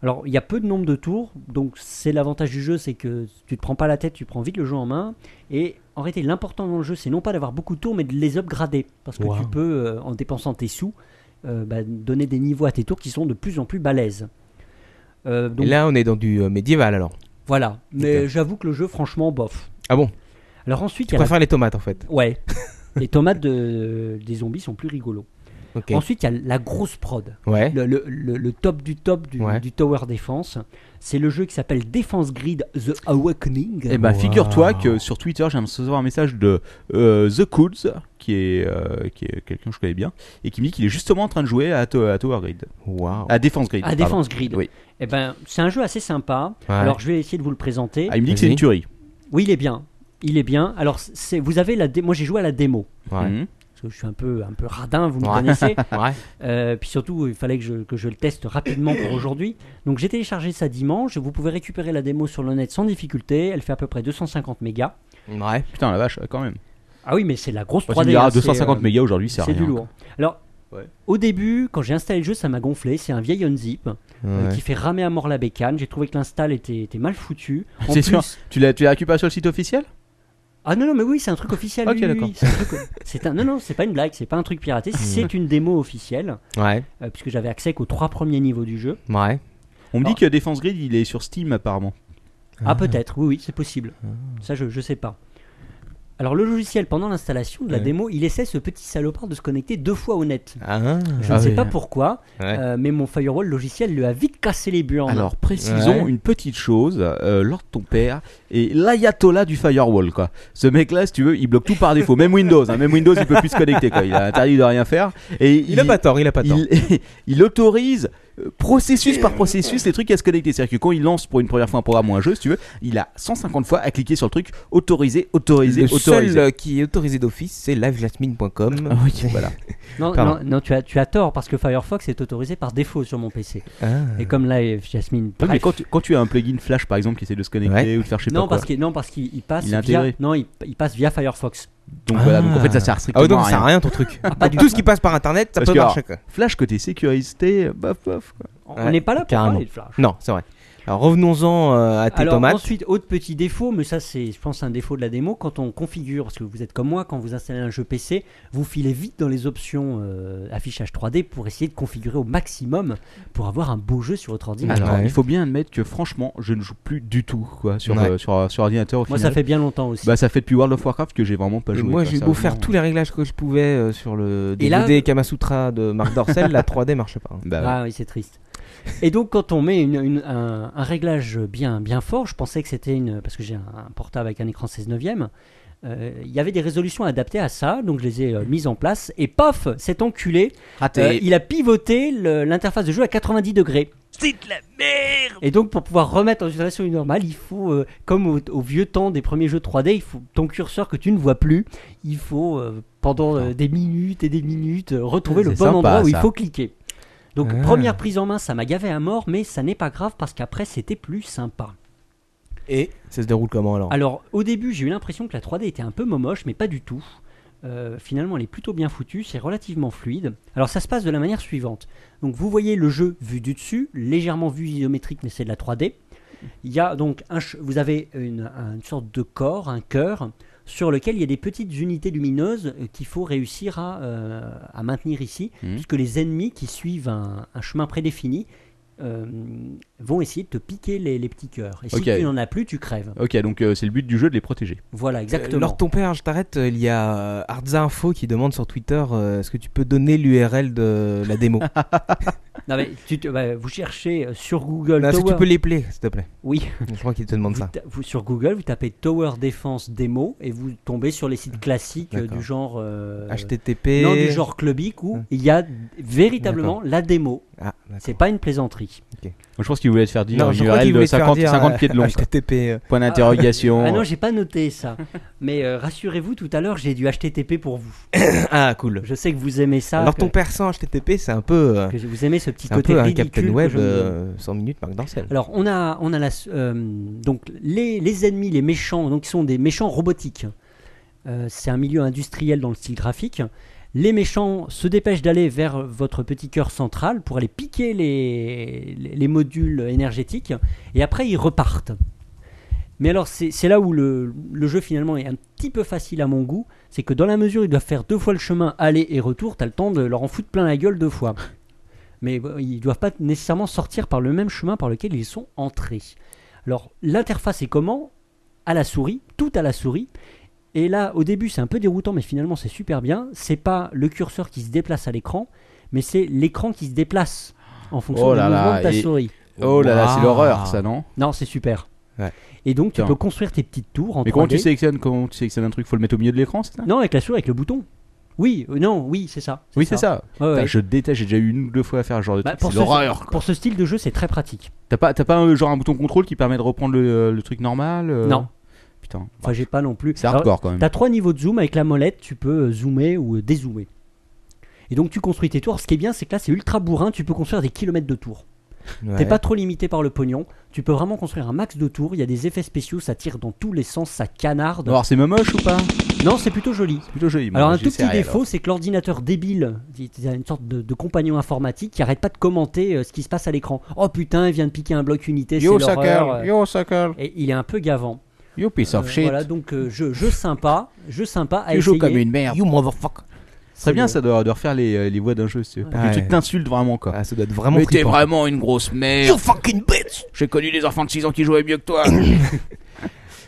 Speaker 4: Alors il y a peu de nombre de tours, donc c'est l'avantage du jeu, c'est que tu te prends pas la tête, tu prends vite le jeu en main. Et en réalité, l'important dans le jeu, c'est non pas d'avoir beaucoup de tours, mais de les upgrader. Parce que
Speaker 3: Wow.
Speaker 4: tu peux, euh, en dépensant tes sous, euh, bah, donner des niveaux à tes tours qui sont de plus en plus balèzes. Euh,
Speaker 3: Et
Speaker 4: donc
Speaker 3: là, on est dans du euh, médiéval alors.
Speaker 4: voilà, mais j'avoue que le jeu, franchement, bof.
Speaker 3: Ah bon
Speaker 4: Alors ensuite, il
Speaker 3: Tu
Speaker 4: y a la-
Speaker 3: préfères les tomates en fait.
Speaker 4: ouais, les tomates de... des zombies sont plus rigolos.
Speaker 3: Ok.
Speaker 4: Ensuite, il y a la grosse prod,
Speaker 3: Ouais.
Speaker 4: le, le- le- le top du top du,
Speaker 3: Ouais.
Speaker 4: du Tower Defense. C'est le jeu qui s'appelle Defense Grid The Awakening.
Speaker 1: Eh ben,
Speaker 3: Wow.
Speaker 1: figure-toi que sur Twitter, j'ai recevoir un message de euh, The Cools, qui est, euh, qui est quelqu'un que je connais bien, et qui me dit qu'il est justement en train de jouer à, To- à Tower Grid.
Speaker 3: Waouh.
Speaker 1: À Defense Grid.
Speaker 4: à
Speaker 1: pardon.
Speaker 4: Ah, Defense Grid.
Speaker 1: Oui.
Speaker 4: Eh ben, c'est un jeu assez sympa.
Speaker 3: Ouais.
Speaker 4: Alors, je vais essayer de vous le présenter.
Speaker 1: Ah, il me dit que c'est
Speaker 3: Vas-y.
Speaker 1: une tuerie.
Speaker 4: Oui, il est bien. Il est bien. Alors, c'est, vous avez la dé- moi j'ai joué à la démo.
Speaker 3: Ouais.
Speaker 1: Mhm.
Speaker 4: Parce que je suis un peu, un peu radin, vous me
Speaker 3: Ouais.
Speaker 4: connaissez.
Speaker 1: Ah.
Speaker 3: Ouais.
Speaker 4: Euh, puis surtout, il fallait que je, que je le teste rapidement pour aujourd'hui. Donc j'ai téléchargé ça dimanche. Vous pouvez récupérer la démo sur le net sans difficulté. Elle fait à peu près 250 mégas.
Speaker 3: Ouais.
Speaker 1: Putain, la vache, quand même.
Speaker 4: Ah oui, mais c'est la grosse
Speaker 1: Moi, tu
Speaker 4: 3D.
Speaker 1: me diras,
Speaker 4: hein, c'est,
Speaker 1: 250
Speaker 4: euh,
Speaker 1: mégas aujourd'hui, c'est
Speaker 4: C'est
Speaker 1: rien. hein.
Speaker 4: du lourd. Alors,
Speaker 1: Ouais.
Speaker 4: au début, quand j'ai installé le jeu, ça m'a gonflé. C'est un vieil unzip euh,
Speaker 3: Ouais.
Speaker 4: qui fait ramer à mort la bécane. J'ai trouvé que l'install était, était mal foutu. En
Speaker 1: C'est
Speaker 4: plus-
Speaker 1: sûr. Tu l'as, tu l'as récupéré sur le site officiel
Speaker 4: Ah non, non, mais oui, c'est un truc officiel.
Speaker 1: Ok,
Speaker 4: oui, oui,
Speaker 1: d'accord.
Speaker 4: oui, c'est un truc- c'est un... Non, non, c'est pas une blague, c'est pas un truc piraté. C'est une démo officielle,
Speaker 3: Ouais.
Speaker 4: euh, puisque j'avais accès qu'aux trois premiers niveaux du jeu.
Speaker 3: Ouais.
Speaker 1: On me dit
Speaker 4: Ah.
Speaker 1: que Defense Grid, il est sur Steam apparemment.
Speaker 3: Ah.
Speaker 4: Ah, peut-être, oui, oui, c'est possible. Ça, je, je sais pas. Alors le logiciel, pendant l'installation de la
Speaker 3: Ouais.
Speaker 4: démo, il essaie ce petit salopard de se connecter deux fois au net.
Speaker 3: Ah,
Speaker 4: Je ne sais pas pourquoi,
Speaker 3: Ouais.
Speaker 4: euh, mais mon firewall logiciel lui a vite cassé les burnes.
Speaker 1: Alors précisons
Speaker 3: Ouais.
Speaker 1: une petite chose, euh, Lord ton père est l'ayatollah du firewall quoi. Ce mec là, si tu veux, il bloque tout par défaut, même Windows, hein, même Windows il peut plus se connecter quoi, il a interdit de rien faire et
Speaker 3: Il a pas tort, il a pas tort.
Speaker 1: il, il autorise euh, processus par processus les trucs à se connecter. C'est-à-dire que quand il lance pour une première fois un programme ou un jeu, si tu veux, il a 150 fois à cliquer sur le truc autoriser, autoriser,
Speaker 3: Le
Speaker 1: autoriser.
Speaker 3: seul euh, qui est autorisé d'office, c'est livejasmine.com.
Speaker 1: Ah oui, voilà.
Speaker 4: non,
Speaker 3: pardon.
Speaker 4: non, non, tu as, tu as tort parce que Firefox est autorisé par défaut sur mon PC.
Speaker 3: Ah.
Speaker 4: Et comme là, eh, Jasmine.
Speaker 1: Ouais, mais
Speaker 4: bref.
Speaker 1: quand tu, quand tu as un plugin Flash par exemple qui essaie de se connecter
Speaker 3: Ouais.
Speaker 1: ou de faire je sais
Speaker 4: non,
Speaker 1: pas quoi.
Speaker 4: parce que, non, parce qu'il il passe
Speaker 1: Il est
Speaker 4: via.
Speaker 1: intégré.
Speaker 4: Non, il, il passe via Firefox.
Speaker 1: Donc voilà, donc en fait ça sert
Speaker 3: Ah
Speaker 1: strictement
Speaker 3: ouais, donc
Speaker 1: à
Speaker 3: ça
Speaker 1: rien.
Speaker 3: sert à rien ton truc.
Speaker 4: pas
Speaker 3: Donc, tout ce qui passe par internet, ça
Speaker 1: Parce
Speaker 3: peut
Speaker 1: que,
Speaker 3: marcher. quoi.
Speaker 1: Flash côté sécurité, euh, baf baf. quoi.
Speaker 4: On
Speaker 3: Ouais,
Speaker 4: n'est pas là pour
Speaker 3: carrément.
Speaker 4: parler de Flash.
Speaker 3: Non, c'est vrai. Alors revenons-en euh, à tes
Speaker 4: Alors
Speaker 3: tomates.
Speaker 4: ensuite, autre petit défaut, mais ça c'est, je pense, un défaut de la démo, quand on configure, parce que vous êtes comme moi, quand vous installez un jeu PC, vous filez vite dans les options euh, affichage 3D pour essayer de configurer au maximum pour avoir un beau jeu sur votre ordinateur.
Speaker 1: Alors
Speaker 3: Ouais.
Speaker 1: il faut bien admettre que franchement je ne joue plus du tout quoi sur
Speaker 3: Ouais.
Speaker 1: euh, sur sur ordinateur. Au
Speaker 4: moi
Speaker 1: final.
Speaker 4: ça fait bien longtemps aussi.
Speaker 1: bah ça fait depuis World of Warcraft que j'ai vraiment pas
Speaker 3: Et
Speaker 1: joué.
Speaker 3: Euh, Moi,
Speaker 1: quoi,
Speaker 3: j'ai
Speaker 1: ça,
Speaker 3: beau
Speaker 1: vraiment.
Speaker 3: faire tous les réglages que je pouvais euh, sur le
Speaker 4: Et là-
Speaker 3: DVD Kamasutra de Marc Dorcel, la 3D marche pas. hein.
Speaker 1: Bah,
Speaker 4: Ah oui, c'est triste. Et donc, quand on met une- une- un, un réglage bien, bien fort, je pensais que c'était une. Parce que j'ai un, un portable avec un écran 16 neuvième. euh, Il y avait des résolutions adaptées à ça, donc je les ai euh, mises en place. Et paf, cet enculé,
Speaker 1: Ah,
Speaker 4: euh, il a pivoté le- l'interface de jeu à 90 degrés. C'est de la merde Et donc, pour pouvoir remettre en situation normale, il faut, euh, comme au, au vieux temps des premiers jeux 3D, il faut ton curseur que tu ne vois plus, il faut, euh, pendant euh, des minutes et des minutes, euh, retrouver le bon
Speaker 1: C'est sympa,
Speaker 4: endroit où il
Speaker 1: ça.
Speaker 4: faut cliquer. Donc,
Speaker 3: Ah.
Speaker 4: première prise en main, ça m'a gavé à mort, mais ça n'est pas grave parce qu'après, c'était plus sympa.
Speaker 3: Et ça se déroule comment alors
Speaker 4: Alors, au début, j'ai eu l'impression que la 3D était un peu momoche, mais pas du tout. Euh, finalement, elle est plutôt bien foutue, c'est relativement fluide. Alors, ça se passe de la manière suivante. Donc, vous voyez le jeu vu du dessus, légèrement vu isométrique, mais c'est de la 3D. Il y a donc un ch- vous avez une, une sorte de corps, un cœur, sur lequel il y a des petites unités lumineuses euh, qu'il faut réussir à, euh, à maintenir ici,
Speaker 1: Mhm.
Speaker 4: puisque les ennemis qui suivent un, un chemin prédéfini euh, vont essayer de te piquer les, les petits cœurs. Et si
Speaker 1: Ok.
Speaker 4: tu n'en as plus, tu crèves.
Speaker 1: Ok donc euh, c'est le but du jeu de les protéger.
Speaker 4: Voilà,
Speaker 3: Euh,
Speaker 4: exactement.
Speaker 3: Lors de ton père, je t'arrête. euh, Il y a euh, Arza Info qui demande sur Twitter euh, est-ce que tu peux donner l'URL de la démo
Speaker 4: Non, mais tu te- bah, vous cherchez euh, sur Google
Speaker 3: Non, Est-ce que
Speaker 4: Tower.
Speaker 3: Bah, tu peux les player, s'il te plaît
Speaker 4: Oui,
Speaker 3: Je crois qu'il te demande
Speaker 4: vous
Speaker 3: ça.
Speaker 4: ta- vous- sur Google, vous tapez Tower Defense démo et vous tombez sur les sites classiques euh,
Speaker 3: Ah, D'accord.
Speaker 4: du genre euh,
Speaker 3: HTTP.
Speaker 4: non, du genre clubic où
Speaker 3: Ouais.
Speaker 4: il y a véritablement la démo.
Speaker 3: Ah, d'accord.
Speaker 4: C'est pas une plaisanterie.
Speaker 1: Donc, je pense qu'il voulait te faire dire
Speaker 3: Non,
Speaker 1: une
Speaker 3: je crois
Speaker 1: URL
Speaker 3: qu'il
Speaker 1: de
Speaker 3: voulait te faire
Speaker 1: 50,
Speaker 3: dire,
Speaker 1: 50
Speaker 3: euh,
Speaker 1: pieds de long. quoi.
Speaker 3: HTTP. euh,
Speaker 1: Point d'interrogation.
Speaker 4: Ah non, j'ai pas noté ça. Mais euh, rassurez-vous, tout à l'heure, j'ai du HTTP pour vous.
Speaker 3: Ah, cool.
Speaker 4: Je sais que vous aimez ça.
Speaker 3: Alors
Speaker 4: que,
Speaker 3: ton père sans HTTP, c'est un peu. euh,
Speaker 4: que vous aimez ce petit
Speaker 3: C'est un
Speaker 4: côté
Speaker 3: peu un
Speaker 4: ridicule
Speaker 3: Captain
Speaker 4: que
Speaker 3: Web
Speaker 4: je me donne.
Speaker 3: euh, 100 minutes Marc Dorcel.
Speaker 4: Alors on a, on a la, euh, donc les, les ennemis, les méchants, donc qui sont des méchants robotiques. Euh, c'est un milieu industriel dans le style graphique. Les méchants se dépêchent d'aller vers votre petit cœur central pour aller piquer les, les- les modules énergétiques et après ils repartent. Mais alors c'est c'est là où le, le jeu finalement est un petit peu facile à mon goût, c'est que dans la mesure où ils doivent faire deux fois le chemin aller et retour, t'as le temps de leur en foutre plein la gueule deux fois mais bon, ils ne doivent pas nécessairement sortir par le même chemin par lequel ils sont entrés. Alors, l'interface est comment À la souris, tout à la souris. Et là, au début, c'est un peu déroutant, mais finalement, c'est super bien. C'est pas le curseur qui se déplace à l'écran, mais c'est l'écran qui se déplace en fonction
Speaker 1: Oh
Speaker 4: du
Speaker 1: là
Speaker 4: mouvement
Speaker 1: là,
Speaker 4: de ta
Speaker 1: et-
Speaker 4: souris.
Speaker 1: Oh là là, c'est
Speaker 3: Waouh.
Speaker 1: l'horreur ça non
Speaker 4: Non, c'est super.
Speaker 3: Ouais.
Speaker 4: Et donc, tu
Speaker 1: Putain.
Speaker 4: peux construire tes petites tours en
Speaker 1: Mais comment
Speaker 4: 3D.
Speaker 1: tu sélectionnes comment tu sélectionnes un truc Faut le mettre au milieu de l'écran, c'est ça
Speaker 4: Non, avec la souris, avec le bouton. Oui, euh, non, oui, c'est ça.
Speaker 1: Oui, c'est ça.
Speaker 4: Ouais, ouais.
Speaker 1: Putain, Je déteste, j'ai déjà eu une ou deux fois à faire ce genre de
Speaker 4: Bah,
Speaker 1: truc.
Speaker 4: pour,
Speaker 1: C'est
Speaker 4: ce,
Speaker 1: l'horreur. quoi.
Speaker 4: pour ce style de jeu, c'est très pratique.
Speaker 1: T'as pas, t'as pas un, genre un bouton contrôle qui permet de reprendre le, le truc normal euh
Speaker 4: Non.
Speaker 1: Putain.
Speaker 4: Enfin, j'ai pas non plus.
Speaker 1: C'est
Speaker 4: Alors,
Speaker 1: hardcore quand même.
Speaker 4: T'as trois niveaux de zoom avec la molette, tu peux euh, zoomer ou euh, dézoomer. Et donc tu construis tes tours. Ce qui est bien, c'est que là c'est ultra bourrin, tu peux construire des kilomètres de tours. T'es
Speaker 3: Ouais.
Speaker 4: pas trop limité par le pognon, tu peux vraiment construire un max de tours. Il y a des effets spéciaux, ça tire dans tous les sens, ça canarde.
Speaker 1: Alors c'est moche ou pas
Speaker 4: Non, c'est plutôt joli.
Speaker 1: C'est plutôt joli. Bon,
Speaker 4: Alors un
Speaker 1: Oh. j'ai
Speaker 4: tout petit
Speaker 1: serré,
Speaker 4: défaut, c'est que l'ordinateur débile, il il a une sorte de, de compagnon informatique qui arrête pas de commenter euh, ce qui se passe à l'écran. Oh putain, il vient de piquer un bloc unité, c'est
Speaker 1: alors.
Speaker 4: l'horreur. euh,
Speaker 1: yo sucker,
Speaker 4: Et il est un peu gavant.
Speaker 1: yo piece of
Speaker 4: Euh,
Speaker 1: shit.
Speaker 4: Voilà, donc euh, jeu, jeu sympa, jeu sympa à
Speaker 1: tu joues
Speaker 4: essayer.
Speaker 1: comme une merde.
Speaker 3: You motherfucker.
Speaker 1: Ce serait bien
Speaker 4: le-
Speaker 1: ça de, de refaire les, euh, les voix d'un jeu, c'est
Speaker 3: Ouais.
Speaker 1: que tu t'insultes vraiment quoi.
Speaker 3: Ah, ça doit être vraiment
Speaker 6: Mais t'es
Speaker 3: trippant.
Speaker 6: vraiment une grosse merde. You fucking bitch. J'ai connu des enfants de 6 ans qui jouaient mieux que toi.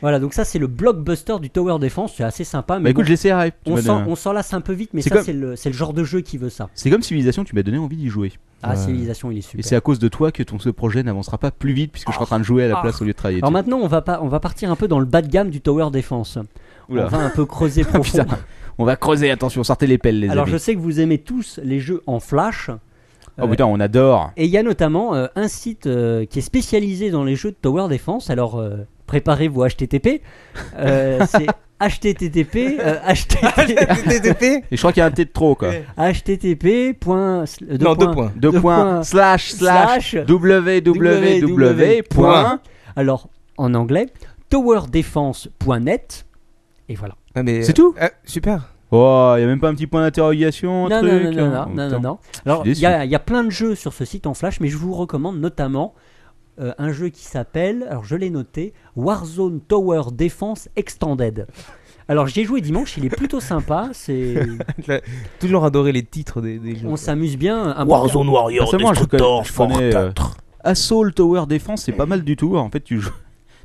Speaker 4: Voilà, donc ça c'est le blockbuster du Tower Defense, c'est assez sympa. Mais
Speaker 1: Bah écoute,
Speaker 4: bon,
Speaker 1: j'essaierai. tu
Speaker 4: on
Speaker 1: m'as
Speaker 4: s'en
Speaker 1: donné-
Speaker 4: on s'en lasse un peu vite, mais
Speaker 1: C'est
Speaker 4: ça
Speaker 1: comme-
Speaker 4: c'est le, c'est le genre de jeu qui veut ça.
Speaker 1: C'est comme Civilisation, tu m'as donné envie d'y jouer.
Speaker 4: Ah,
Speaker 3: Ouais.
Speaker 4: Civilisation, il est
Speaker 1: Et
Speaker 4: super.
Speaker 1: c'est à cause de toi que ton ce projet n'avancera pas plus vite puisque je suis en train de jouer à la place au lieu de travailler.
Speaker 4: Ah. Alors
Speaker 1: dessus.
Speaker 4: maintenant, on va, pas, on va partir un peu dans le bas de gamme du Tower Defense.
Speaker 1: Oula. Ah,
Speaker 4: On va un peu creuser profond.
Speaker 1: Putain, on va creuser, attention, sortez les pelles les
Speaker 4: Alors
Speaker 1: amis.
Speaker 4: je sais que vous aimez tous les jeux en flash.
Speaker 1: Oh putain, on adore.
Speaker 4: Et il y a notamment euh, un site euh, qui est spécialisé dans les jeux de Tower Defense. Alors euh, préparez vos HTTP. Euh, c'est http euh, http
Speaker 3: TTP
Speaker 1: Et je crois qu'il y a un T de trop quoi.
Speaker 4: http point sl- euh, deux
Speaker 3: Non, deux
Speaker 4: points.
Speaker 3: points.
Speaker 1: Deux
Speaker 4: Deux
Speaker 1: points
Speaker 4: points.
Speaker 1: slash slash
Speaker 4: Slash.
Speaker 1: www. point.
Speaker 4: Alors en anglais towerdefense.net et voilà.
Speaker 3: Ah, mais,
Speaker 1: C'est
Speaker 3: euh,
Speaker 1: tout
Speaker 3: ah, Super.
Speaker 1: Oh, il y a même pas un petit point d'interrogation, un
Speaker 4: Non, non, non,
Speaker 1: truc.
Speaker 4: non,
Speaker 1: hein.
Speaker 4: non, non,
Speaker 1: Putain.
Speaker 4: non, non. Alors,
Speaker 1: Je
Speaker 4: il
Speaker 1: suis
Speaker 4: y, a il y a plein de jeux sur ce site en flash, mais je vous recommande notamment euh, un jeu qui s'appelle, alors je l'ai noté, Warzone Tower Defense Extended. Alors, j'y ai joué dimanche, il est plutôt sympa. C'est,
Speaker 3: Toujours adoré les titres des, des jeux.
Speaker 4: on s'amuse bien. Un-
Speaker 7: Warzone Warrior,
Speaker 1: Personnellement, je
Speaker 7: Destructor,
Speaker 1: connais- je connais,
Speaker 7: Fort
Speaker 1: euh, Assault Tower Defense, c'est pas mal du tout. hein. En fait, tu joues.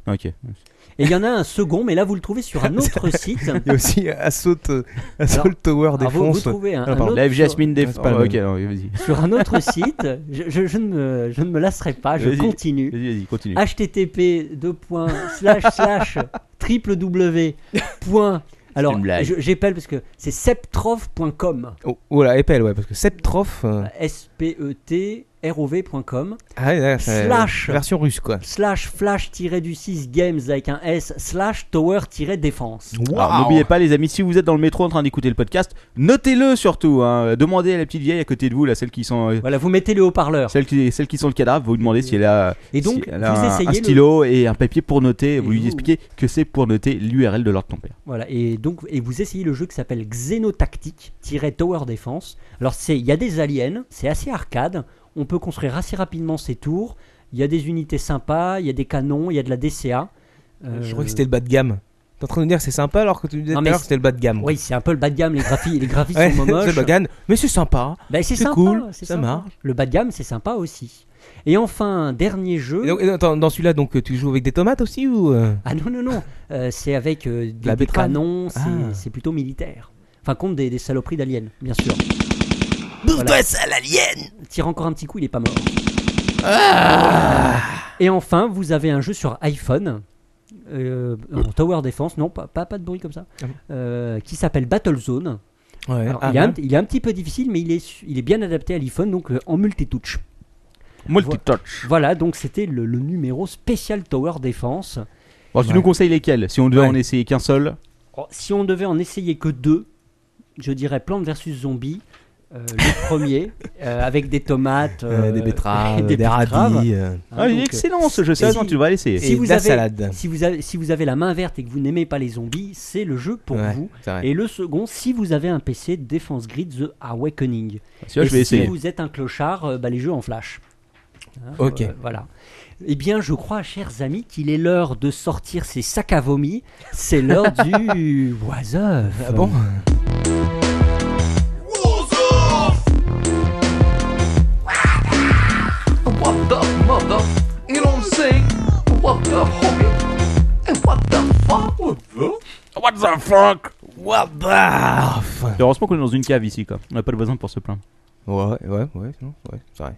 Speaker 1: Non, ok.
Speaker 4: Et il y en a un second, mais là, vous le trouvez sur un autre site.
Speaker 3: Il y a aussi Assault, euh, Assault
Speaker 4: Alors,
Speaker 3: Tower
Speaker 4: Alors, vous, vous
Speaker 3: Défense.
Speaker 4: trouvez un,
Speaker 3: Ah,
Speaker 4: un
Speaker 3: pardon.
Speaker 4: autre
Speaker 1: Live
Speaker 4: sur,
Speaker 1: Jasmine Defense.
Speaker 3: c'est pas le
Speaker 1: Oh, ok, non, vas-y.
Speaker 4: sur un autre site. Je, je- je ne me, je ne me lasserai pas, je
Speaker 1: Vas-y.
Speaker 4: continue.
Speaker 1: Vas-y, vas-y, continue.
Speaker 4: Ah. http deux points, slash slash triple w point alors
Speaker 1: une blague.
Speaker 4: je- j'épelle parce que c'est septroph.com
Speaker 3: Oh, oh là, épelle, ouais, parce que Septroph. euh,
Speaker 4: s p e t r o v.com
Speaker 3: ah, ouais, ouais, c'est-
Speaker 4: Slash.
Speaker 3: Version russe, quoi.
Speaker 4: slash flash du 6 games avec un s slash tower défense
Speaker 1: Alors, n'oubliez pas, les amis, si vous êtes dans le métro en train d'écouter le podcast, notez-le surtout. hein. Demandez à la petite vieille à côté de vous, là, celle qui sont. euh,
Speaker 4: voilà vous mettez le haut-parleur
Speaker 1: Celles qui, celles qui sont le cadavre, vous demandez si elle a,
Speaker 4: Et donc,
Speaker 1: si elle a
Speaker 4: vous
Speaker 1: un,
Speaker 4: essayez
Speaker 1: un
Speaker 4: le-
Speaker 1: stylo et un papier pour noter. Vous
Speaker 4: Et
Speaker 1: lui
Speaker 4: vous-
Speaker 1: expliquez que c'est pour noter l'URL de l'ordre de ton père.
Speaker 4: voilà et donc et vous essayez le jeu qui s'appelle xenotactique tower défense alors c'est il y a des aliens c'est assez arcade on peut construire assez rapidement ses tours il y a des unités sympas il y a des canons il y a de la DCA
Speaker 3: Je
Speaker 4: Euh,
Speaker 3: crois que c'était le bas de gamme. T'es en train de me dire que c'est sympa alors que tu me disais tout
Speaker 4: Non,
Speaker 3: à
Speaker 4: mais
Speaker 3: l'heure que
Speaker 4: c'est-
Speaker 3: c'était le bas de gamme.
Speaker 4: Oui, c'est un peu le bas de gamme, les, graphi les graphismes
Speaker 3: Ouais,
Speaker 4: sont
Speaker 3: c'est le
Speaker 4: moches.
Speaker 3: bas de gamme. Mais c'est sympa.
Speaker 4: Bah, c'est
Speaker 3: C'est
Speaker 4: sympa,
Speaker 3: cool,
Speaker 4: c'est
Speaker 3: ça
Speaker 4: sympa.
Speaker 3: marche.
Speaker 4: Le bas de gamme, c'est sympa aussi. Et enfin, dernier jeu.
Speaker 3: Et donc, et attends, dans celui-là, donc tu joues avec des tomates aussi ou euh,
Speaker 4: Ah non, non, non, euh, c'est avec euh, des,
Speaker 3: La
Speaker 4: des
Speaker 3: bécane.
Speaker 4: canons, c'est
Speaker 3: Ah.
Speaker 4: c'est plutôt militaire. Enfin, contre des, des saloperies d'aliens, bien sûr.
Speaker 7: Bouffe-toi ça, l'alien
Speaker 4: Tire encore un petit coup, il est pas mort. Et enfin, vous avez un jeu sur iPhone. euh, en Tower Defense, non, pas, pas, pas de bruit comme ça,
Speaker 3: Ah bon.
Speaker 4: euh, qui s'appelle Battle Zone.
Speaker 3: ouais,
Speaker 4: Alors,
Speaker 3: ah,
Speaker 4: il, est un,
Speaker 3: ouais.
Speaker 4: il est un petit peu difficile, mais il est, su- il est bien adapté à l'iPhone, donc euh, en multitouch.
Speaker 1: Multi-touch.
Speaker 4: Voilà, donc c'était le, le numéro spécial Tower Defense.
Speaker 1: Alors, tu
Speaker 3: Ouais.
Speaker 1: nous conseilles lesquels Si on devait
Speaker 3: Ouais.
Speaker 1: en essayer qu'un seul
Speaker 4: Oh, Si on devait en essayer que deux, je dirais Plante versus Zombie, euh, le premier, euh, avec des tomates,
Speaker 3: Euh,
Speaker 4: euh,
Speaker 3: des betteraves,
Speaker 4: et
Speaker 3: des,
Speaker 4: betteraves.
Speaker 3: radis, euh,
Speaker 4: Hein,
Speaker 1: Ah, il est
Speaker 4: donc, euh,
Speaker 1: excellent ce jeu, sérieusement,
Speaker 4: si-
Speaker 1: tu devrais l'essayer.
Speaker 4: si
Speaker 3: et
Speaker 4: vous
Speaker 3: de la
Speaker 4: avez-
Speaker 3: salade.
Speaker 4: si, vous avez, si vous avez la main verte et que vous n'aimez pas les zombies, c'est le jeu pour
Speaker 3: Ouais,
Speaker 4: vous.
Speaker 3: c'est vrai.
Speaker 4: Et le second, si vous avez un PC Defense Grid The Awakening.
Speaker 1: Celui-là, je vais
Speaker 4: Et si
Speaker 1: essayer.
Speaker 4: vous êtes un clochard, euh, bah, les jeux en flash. Hein,
Speaker 3: Ok.
Speaker 4: euh, voilà. Eh bien, je crois, chers amis, qu'il est l'heure de sortir ces sacs à vomi. C'est l'heure du oiseuf.
Speaker 3: Ah bon
Speaker 2: What the mother? You don't say what the hobby? And what the fuck? What the?
Speaker 7: What the fuck
Speaker 3: What the f-
Speaker 1: Heureusement qu'on est dans une cave ici, quoi. On n'a pas de voisin pour se plaindre.
Speaker 3: Ouais, ouais, ouais, non, ouais, c'est vrai.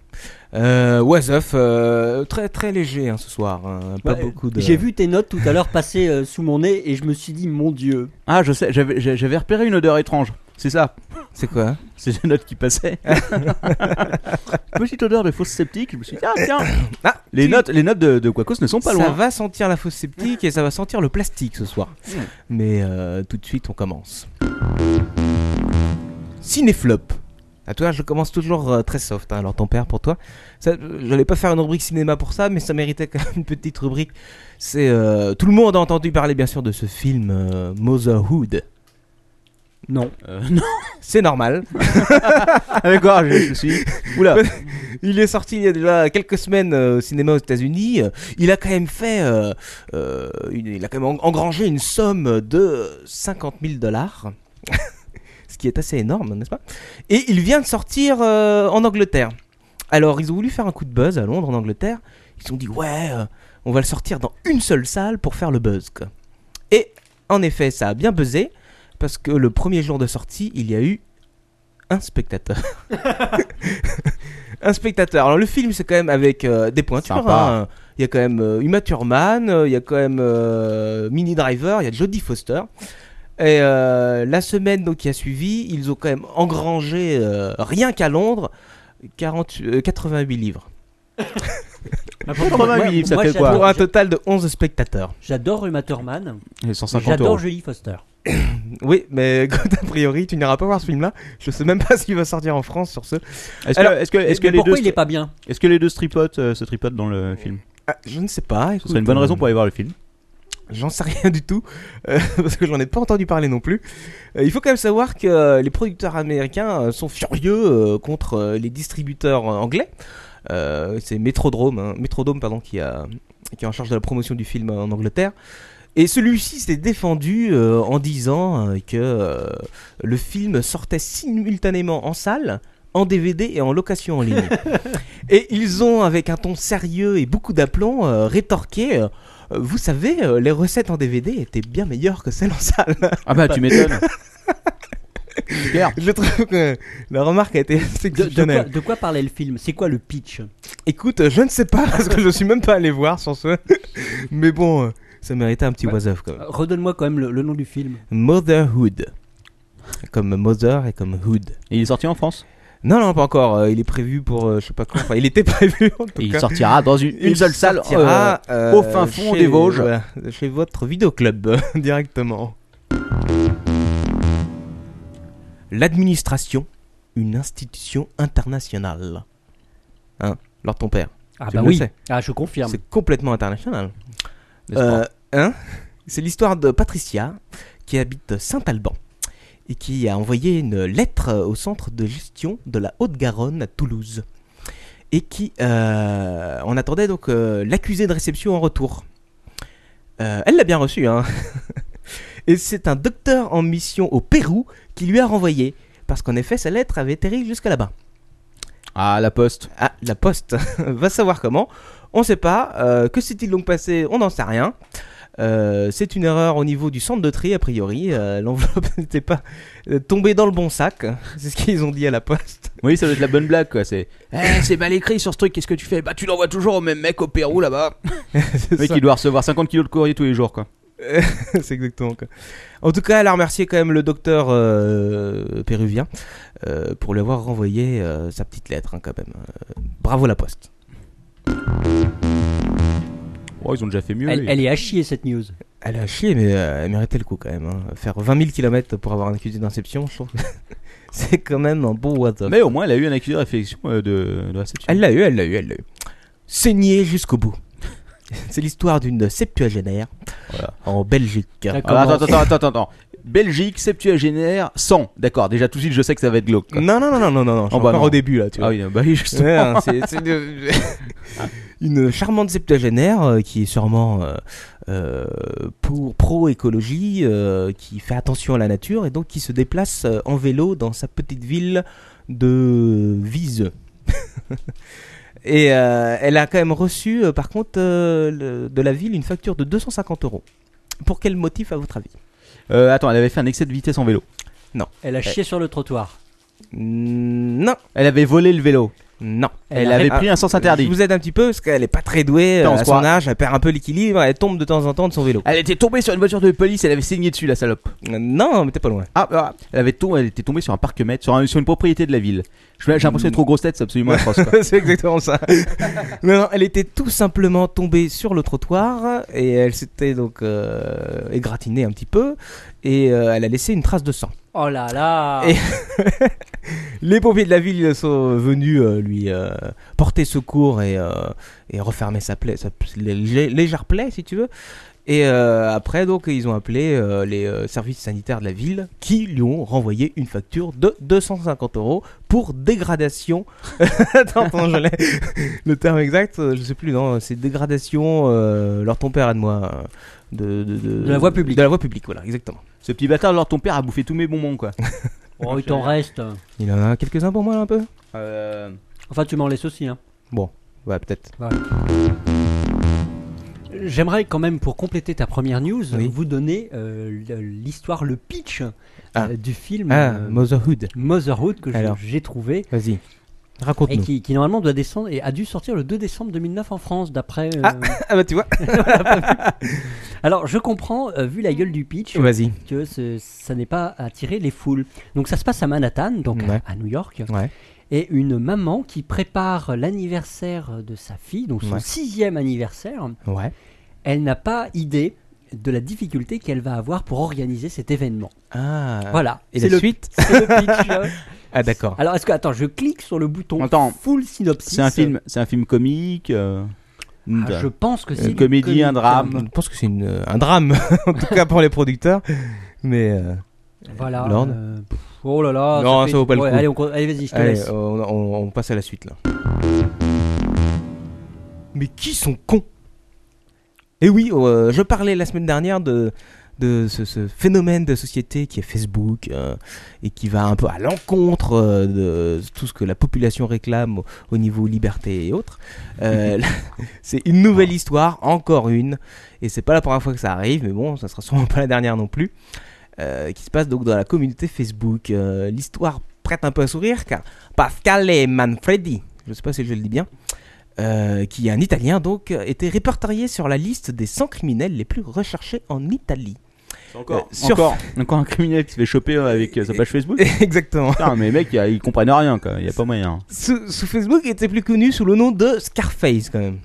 Speaker 3: Euh, was Up, euh, très très léger hein, ce soir. hein, pas
Speaker 4: Ouais,
Speaker 3: beaucoup de.
Speaker 4: J'ai vu tes notes tout à l'heure passer euh, sous mon nez et je me suis dit, mon Dieu.
Speaker 1: Ah, je sais, j'avais j'ai- j'avais repéré une odeur étrange. C'est ça,
Speaker 3: C'est quoi hein
Speaker 1: c'est une note qui passait. Petite odeur de fausse sceptique, je me suis dit, ah tiens
Speaker 3: Ah,
Speaker 1: Les
Speaker 3: tu-
Speaker 1: notes, les notes de, de Quacos ne sont pas
Speaker 3: Ça
Speaker 1: loin.
Speaker 3: va sentir la fosse sceptique et ça va sentir le plastique ce soir.
Speaker 1: Hmm.
Speaker 3: Mais euh, tout de suite, on commence. Cinéflop. À toi, je commence toujours euh, très soft. hein, alors ton père pour toi. Ça, euh, J'allais pas faire une rubrique cinéma pour ça, mais ça méritait quand même une petite rubrique. C'est euh, tout le monde a entendu parler bien sûr de ce film euh, Motherhood.
Speaker 4: Non.
Speaker 1: Euh, non,
Speaker 3: C'est normal.
Speaker 1: d'accord, je, je suis. Oula
Speaker 3: Il est sorti il y a déjà quelques semaines euh, au cinéma aux États-Unis. Euh, Il a quand même fait, euh, euh, une- il a quand même en- engrangé une somme de 50 000 dollars, ce qui est assez énorme, n'est-ce pas Et il vient de sortir euh, en Angleterre. Alors, ils ont voulu faire un coup de buzz à Londres, en Angleterre. Ils se sont dit ouais, euh, on va le sortir dans une seule salle pour faire le buzz. quoi. Et en effet, ça a bien buzzé parce que le premier jour de sortie, il y a eu un spectateur. un spectateur. Alors le film, c'est quand même avec euh, des pointures.
Speaker 1: Sympa.
Speaker 3: hein. Il y a quand même euh, Uma Thurman, euh, il y a quand même euh, Mini Driver, il y a Jodie Foster. Et euh, la semaine donc, qui a suivi, ils ont quand même engrangé, euh, rien qu'à Londres, 40, euh, 88 livres.
Speaker 4: Ah, moi,
Speaker 1: 88 livres, ça
Speaker 4: moi,
Speaker 1: fait
Speaker 4: j'adore-
Speaker 1: quoi
Speaker 3: Pour un total de 11 spectateurs.
Speaker 4: J'adore Uma Thurman.
Speaker 1: Et 150 euros.
Speaker 4: J'adore Julie Foster.
Speaker 3: Oui, mais écoute, a priori, tu n'iras pas voir ce film-là. Je sais même pas s'il va sortir en France sur ce.
Speaker 1: Est-ce
Speaker 3: Alors,
Speaker 1: que, est-ce que, est-ce que
Speaker 4: Mais
Speaker 1: les deux,
Speaker 4: pourquoi il est pas bien
Speaker 1: est-ce que les deux se tripotent, euh, se tripotent dans le film
Speaker 3: Ah, je ne sais pas. euh,
Speaker 1: Ce serait une bonne raison pour aller voir le film.
Speaker 3: J'en sais rien du tout, euh, parce que j'en ai pas entendu parler non plus. Euh, il faut quand même savoir que euh, les producteurs américains euh, sont furieux euh, contre euh, les distributeurs euh, anglais. Euh, c'est Metrodome, hein, Metrodome pardon, qui, a, qui est en charge de la promotion du film euh, en Angleterre. Et celui-ci s'est défendu euh, en disant euh, que euh, le film sortait simultanément en salle, en DVD et en location en ligne. et ils ont, avec un ton sérieux et beaucoup d'aplomb, euh, rétorqué euh, euh, Vous savez, euh, les recettes en DVD étaient bien meilleures que celles en salle.
Speaker 1: Ah bah, tu m'étonnes. Super.
Speaker 3: Je trouve que la remarque a été
Speaker 4: de, de quoi,
Speaker 3: exceptionnelle.
Speaker 4: de quoi parlait le film C'est quoi le pitch
Speaker 3: Écoute, je ne sais pas parce que je suis même pas allé voir sur ce. Mais bon, euh, ça méritait un petit
Speaker 4: Ouais.
Speaker 3: was-off quand même.
Speaker 4: Redonne-moi quand même le, le nom du film.
Speaker 3: Motherhood. Comme mother et comme hood.
Speaker 1: Et il est sorti en France.
Speaker 3: Non, non, pas encore. euh, Il est prévu pour. euh, Je sais pas quand. Enfin, il était prévu en tout
Speaker 1: Et il
Speaker 3: cas.
Speaker 1: sortira dans une, une
Speaker 3: Il
Speaker 1: seule salle.
Speaker 3: sortira, euh,
Speaker 1: au fin fond
Speaker 3: chez-
Speaker 1: des Vosges.
Speaker 3: voilà, chez votre vidéoclub, directement. L'administration, une institution internationale. Hein, Lord ton père.
Speaker 4: Ah
Speaker 3: bah oui.
Speaker 4: Ah je confirme.
Speaker 3: C'est complètement international.
Speaker 1: n'est-ce pas
Speaker 3: Euh, hein C'est l'histoire de Patricia qui habite Saint-Alban et qui a envoyé une lettre euh, au centre de gestion de la Haute-Garonne à Toulouse et qui euh, on attendait donc euh, l'accusé de réception en retour. Euh, elle l'a bien reçu hein. et c'est un docteur en mission au Pérou qui lui a renvoyé parce qu'en effet sa lettre avait atterri jusqu'à là-bas.
Speaker 1: Ah, la poste.
Speaker 3: Ah, la poste. Va savoir comment. On sait pas. Euh, que s'est-il donc passé On n'en sait rien. Euh, c'est une erreur au niveau du centre de tri, a priori. Euh, L'enveloppe n'était pas euh, tombée dans le bon sac. C'est ce qu'ils ont dit à la poste.
Speaker 1: Oui, ça doit être la bonne blague, quoi. C'est
Speaker 6: Eh, c'est mal écrit sur ce truc, qu'est-ce que tu fais Bah, tu l'envoies toujours au même mec au Pérou là-bas.
Speaker 3: C'est
Speaker 1: le mec
Speaker 3: ça.
Speaker 1: qui doit recevoir 50 kilos de courrier tous les jours, quoi.
Speaker 3: C'est exactement quoi. En tout cas, elle a remercié quand même le docteur euh, péruvien euh, pour lui avoir renvoyé euh, sa petite lettre, hein, quand même. Euh, bravo la poste.
Speaker 1: Oh, ils ont déjà fait mieux.
Speaker 4: Elle,
Speaker 1: oui.
Speaker 4: elle est à chier cette news.
Speaker 3: Elle a chié, mais euh, elle méritait le coup quand même. hein. Faire 20 000 km pour avoir un accusé d'inception, je trouve que c'est quand même un bon what the
Speaker 1: Mais au moins, elle a eu un accusé de réflexion euh, de, de réception.
Speaker 3: Elle l'a eu, elle l'a eu, elle l'a eu. Saigner jusqu'au bout. C'est l'histoire d'une septuagénaire
Speaker 1: Voilà.
Speaker 3: en Belgique.
Speaker 4: D'accord.
Speaker 1: Ah, attends,
Speaker 4: Comment-
Speaker 1: attends, attends, attends, attends. Belgique, septuagénaire, 100. D'accord, déjà tout de suite, je sais que ça va être glauque. quoi.
Speaker 3: Non, non, non, non, non, non, non. je suis
Speaker 1: Oh, bah
Speaker 3: encore
Speaker 1: non.
Speaker 3: au début là, tu
Speaker 1: Ah
Speaker 3: vois.
Speaker 1: oui, bah oui, justement.
Speaker 3: Mm. Ouais, hein, c'est- c'est de- une charmante septuagénaire euh, qui est sûrement euh, euh, pour pro-écologie, euh, qui fait attention à la nature et donc qui se déplace euh, en vélo dans sa petite ville de Viseux. et euh, elle a quand même reçu, euh, par contre, euh, le- de la ville une facture de 250 euros. Pour quel motif, à votre avis
Speaker 1: Euh, attends, elle avait fait un excès de vitesse en vélo.
Speaker 4: Elle a chié sur le trottoir.
Speaker 3: Mm, Non,
Speaker 1: Elle avait volé le vélo.
Speaker 3: non.
Speaker 1: Elle, Ah,
Speaker 4: a
Speaker 1: avait
Speaker 3: arrête-
Speaker 1: pris un sens
Speaker 3: Je
Speaker 1: interdit.
Speaker 3: vous aide un petit peu parce qu'elle est pas très douée euh,
Speaker 1: Putain, on se
Speaker 3: à son
Speaker 1: croirait-
Speaker 3: âge, elle perd un peu l'équilibre, elle tombe de temps en temps de son vélo.
Speaker 1: Elle était tombée sur une voiture de police, elle avait saigné dessus, la salope.
Speaker 3: Euh, Non, mais t'es pas loin.
Speaker 1: Ah, ah, elle, avait tom- elle était tombée sur un parc-mètre, sur, un- sur une propriété de la ville. Je- J'ai l'impression d'être trop grosse tête, c'est absolument atroce. quoi.
Speaker 3: c'est exactement ça. non, non, elle était tout simplement tombée sur le trottoir et elle s'était donc euh, égratignée un petit peu et euh, elle a laissé une trace de sang.
Speaker 4: Oh là là.
Speaker 3: Et- Les pompiers de la ville sont venus euh, lui euh, porter secours et, euh, et refermer sa plaie, sa p- lég- légère plaie si tu veux. Et euh, après donc ils ont appelé euh, les euh, services sanitaires de la ville qui lui ont renvoyé une facture de 250 euros pour dégradation. attends, attends, je l'ai. Le terme exact, euh, je sais plus. Non, c'est dégradation. Euh, leur ton père à de moi. euh, De, de,
Speaker 4: De la voie publique.
Speaker 3: De la voie publique, voilà, exactement.
Speaker 1: Ce petit bâtard, alors ton père a bouffé tous mes bonbons, quoi.
Speaker 4: Oh il t'en reste.
Speaker 3: Il en a quelques-uns pour moi, là, un peu
Speaker 1: Euh,
Speaker 4: Enfin tu m'en laisses aussi hein.
Speaker 3: Bon, ouais, peut-être.
Speaker 4: J'aimerais quand même, pour compléter ta première news,
Speaker 3: Oui.
Speaker 4: vous donner euh, l- l'histoire, le pitch euh,
Speaker 3: Ah.
Speaker 4: du film
Speaker 3: Ah,
Speaker 4: euh,
Speaker 3: Motherhood.
Speaker 4: Motherhood que je-
Speaker 3: Alors.
Speaker 4: j'ai trouvé
Speaker 3: Vas-y.
Speaker 4: et
Speaker 3: Raconte-nous.
Speaker 4: qui, qui normalement doit descendre et a dû sortir le 2 décembre 2009 en France, d'après. euh,
Speaker 3: Ah bah tu vois.
Speaker 4: Alors, je comprends, euh, vu la gueule du pitch,
Speaker 3: Vas-y.
Speaker 4: que ce- ça n'est pas attiré les foules. Donc, ça se passe à Manhattan, donc à-
Speaker 3: Ouais.
Speaker 4: à New York.
Speaker 3: Ouais.
Speaker 4: et une maman qui prépare l'anniversaire de sa fille, donc son
Speaker 3: Ouais.
Speaker 4: sixième anniversaire.
Speaker 3: Ouais.
Speaker 4: Elle n'a pas idée de la difficulté qu'elle va avoir pour organiser cet événement.
Speaker 3: Ah.
Speaker 4: voilà.
Speaker 3: Et
Speaker 4: C'est
Speaker 3: la
Speaker 4: le-
Speaker 3: suite
Speaker 4: c'est le pitch.
Speaker 3: Ah d'accord.
Speaker 4: Alors, est-ce que attends, je clique sur le bouton
Speaker 1: Attends.
Speaker 4: full synopsis.
Speaker 1: C'est un film, c'est un film comique. euh,
Speaker 4: Ah,
Speaker 1: une-
Speaker 4: je pense que c'est
Speaker 1: une comédie,
Speaker 4: comique.
Speaker 1: un drame.
Speaker 3: Je pense que c'est une, euh, un drame, en tout cas pour les producteurs. Mais euh,
Speaker 4: Voilà.
Speaker 3: Lord.
Speaker 4: euh, pff, oh là là.
Speaker 3: Non, ça
Speaker 4: fait-
Speaker 3: vaut pas le
Speaker 4: ouais,
Speaker 3: coup.
Speaker 4: Allez, on con- allez, vas-y, je te
Speaker 3: allez, euh,
Speaker 4: laisse.
Speaker 1: oh.
Speaker 3: on, on- on passe à la suite là. Mais qui sont cons Et oui, euh, je parlais la semaine dernière de de ce, ce phénomène de société qui est Facebook euh, et qui va un peu à l'encontre euh, de tout ce que la population réclame au, au niveau liberté et autres. Euh, là, c'est une nouvelle histoire, encore une, et c'est pas la première fois que ça arrive, mais bon, ça sera sûrement pas la dernière non plus, euh, qui se passe donc dans la communauté Facebook. Euh, L'histoire prête un peu à sourire car Pascal et Manfredi, je sais pas si je le dis bien, euh, qui est un Italien donc, était répertorié sur la liste des 100 criminels les plus recherchés en Italie.
Speaker 1: Encore,
Speaker 3: Euh, sur-
Speaker 1: encore, encore un criminel qui se fait choper avec euh, sa page Facebook.
Speaker 3: Exactement.
Speaker 1: Putain, mais mec, ils comprennent rien, quoi. Il y a pas moyen.
Speaker 3: Sous, sous Facebook, il était plus connu sous le nom de Scarface quand même.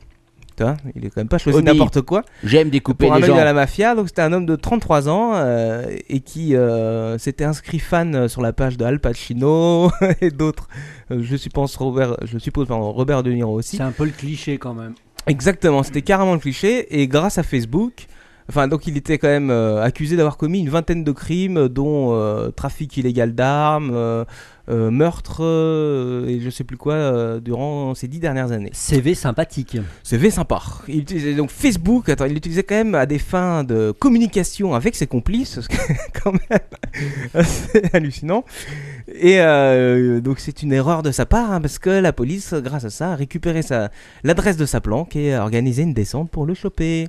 Speaker 3: Tu vois, il est quand même pas choisi
Speaker 1: Oni.
Speaker 3: n'importe quoi.
Speaker 1: J'aime découper
Speaker 3: Pour un
Speaker 1: les
Speaker 3: mec
Speaker 1: gens.
Speaker 3: de la mafia, donc c'était un homme de 33 ans euh, et qui euh, s'était inscrit fan euh, sur la page de Al Pacino et d'autres. Euh, je suppose Robert, je suppose pardon, Robert De Niro aussi.
Speaker 4: C'est un peu le cliché quand même.
Speaker 3: Exactement, c'était carrément le cliché. Et grâce à Facebook, enfin, donc il était quand même euh, accusé d'avoir commis une vingtaine de crimes, dont euh, trafic illégal d'armes, euh, euh, meurtre euh, et je sais plus quoi euh, durant ces dix dernières années.
Speaker 4: CV sympathique.
Speaker 3: CV sympa. Il utilisait donc Facebook, attends, il l'utilisait quand même à des fins de communication avec ses complices, ce qui est quand même assez hallucinant. Et euh, donc c'est une erreur de sa part, hein, parce que la police, grâce à ça, a récupéré sa- l'adresse de sa planque et a organisé une descente pour le choper.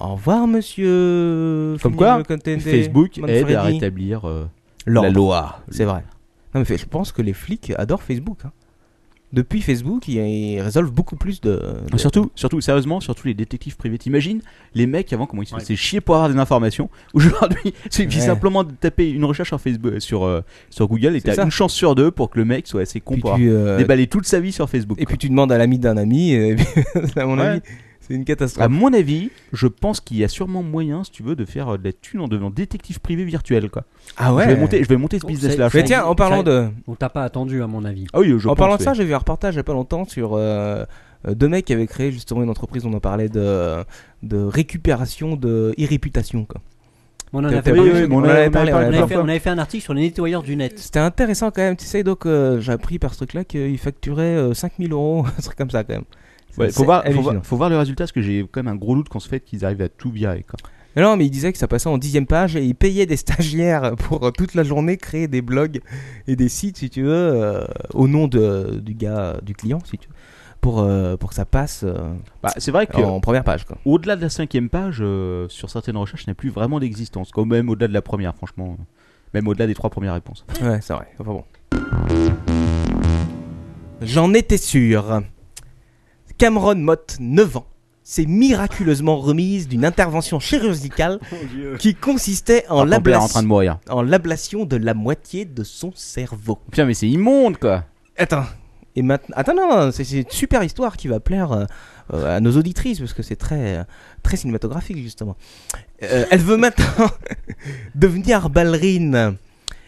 Speaker 3: Au revoir, monsieur.
Speaker 1: Comme
Speaker 3: Fumio
Speaker 1: quoi,
Speaker 3: Contente,
Speaker 1: Facebook aide
Speaker 3: Manfredi.
Speaker 1: à rétablir euh, la
Speaker 3: L'ordre.
Speaker 1: loi.
Speaker 3: C'est vrai. Non, mais fait- je pense que les flics adorent Facebook. hein. Depuis Facebook, ils, ils résolvent beaucoup plus de. de-
Speaker 1: Surtout, surtout, sérieusement, surtout les détectives privés. T'imagines les mecs avant comment ils se faisaient chier pour avoir des informations. Aujourd'hui, il suffit
Speaker 3: Ouais.
Speaker 1: simplement de taper une recherche sur Facebook, sur, euh, sur Google et
Speaker 3: C'est
Speaker 1: t'as
Speaker 3: ça.
Speaker 1: une chance sur deux pour que le mec soit assez con
Speaker 3: Puis
Speaker 1: pour
Speaker 3: tu, euh,
Speaker 1: déballer toute sa vie sur Facebook.
Speaker 3: Et puis tu demandes à l'ami d'un ami, et puis, à mon
Speaker 1: Ouais.
Speaker 3: avis, c'est une catastrophe.
Speaker 1: À mon avis, je pense qu'il y a sûrement moyen, si tu veux, de faire euh, de la thune en devenant détective privé virtuel. Quoi.
Speaker 3: Ah
Speaker 1: Je vais monter, je vais monter ce
Speaker 4: Oh,
Speaker 1: business-là.
Speaker 4: c'est-
Speaker 3: Mais
Speaker 1: je pense.
Speaker 3: tiens, en parlant de,
Speaker 4: On t'a pas attendu à mon avis.
Speaker 1: Ah oui, je
Speaker 3: en
Speaker 1: pense,
Speaker 3: parlant de
Speaker 1: oui.
Speaker 3: ça, j'ai vu un reportage il y a pas longtemps sur euh, euh, deux mecs qui avaient créé justement une entreprise. On en parlait de de récupération de irréputation. quoi.
Speaker 4: On en
Speaker 3: T'as-
Speaker 4: a
Speaker 3: t'as
Speaker 4: fait
Speaker 1: oui,
Speaker 4: parler.
Speaker 1: oui, mais on en
Speaker 3: on en
Speaker 1: avait
Speaker 3: avait
Speaker 1: parlé la
Speaker 3: parlé. on en
Speaker 4: On avait
Speaker 3: avait
Speaker 4: fait-
Speaker 3: parlé.
Speaker 4: on avait fait un article sur les nettoyeurs du net.
Speaker 3: C'était intéressant quand même. Tu sais donc, euh, j'ai appris par ce truc-là qu'ils facturaient 5000 euros, un truc comme ça quand même. C'est-
Speaker 1: Ouais,
Speaker 3: c'est
Speaker 1: faut, voir, faut,
Speaker 3: hallucinant.
Speaker 1: voir, faut voir le résultat parce que j'ai quand même un gros doute qu'on se fait qu'ils arrivent à tout virer. Quoi.
Speaker 3: Mais Non, mais il disait que ça passait en dixième page et il payait des stagiaires pour euh, toute la journée créer des blogs et des sites, si tu veux, euh, au nom de, du gars, euh, du client, si tu veux, pour, euh, pour que ça passe euh,
Speaker 1: Bah, c'est vrai que
Speaker 3: en première page. Quoi.
Speaker 1: au-delà de la cinquième page, euh, sur certaines recherches, il n'y a plus vraiment d'existence. Quand même au-delà de la première, franchement. euh, Même au-delà des trois premières réponses.
Speaker 3: Ouais, c'est vrai. Enfin bon. J'en étais sûr. Cameron Mott, 9 ans, s'est miraculeusement remise d'une intervention chirurgicale qui consistait
Speaker 1: Par
Speaker 3: en
Speaker 1: contre, elle est
Speaker 3: l'ablation-
Speaker 1: en train de mourir.
Speaker 3: en l'ablation de la moitié de son cerveau.
Speaker 1: Putain, mais c'est immonde quoi!
Speaker 3: Attends. Et maintenant, attends, non, non, c'est c'est une super histoire qui va plaire euh, euh, à nos auditrices parce que c'est très, euh, très cinématographique justement. Euh, elle veut maintenant devenir ballerine.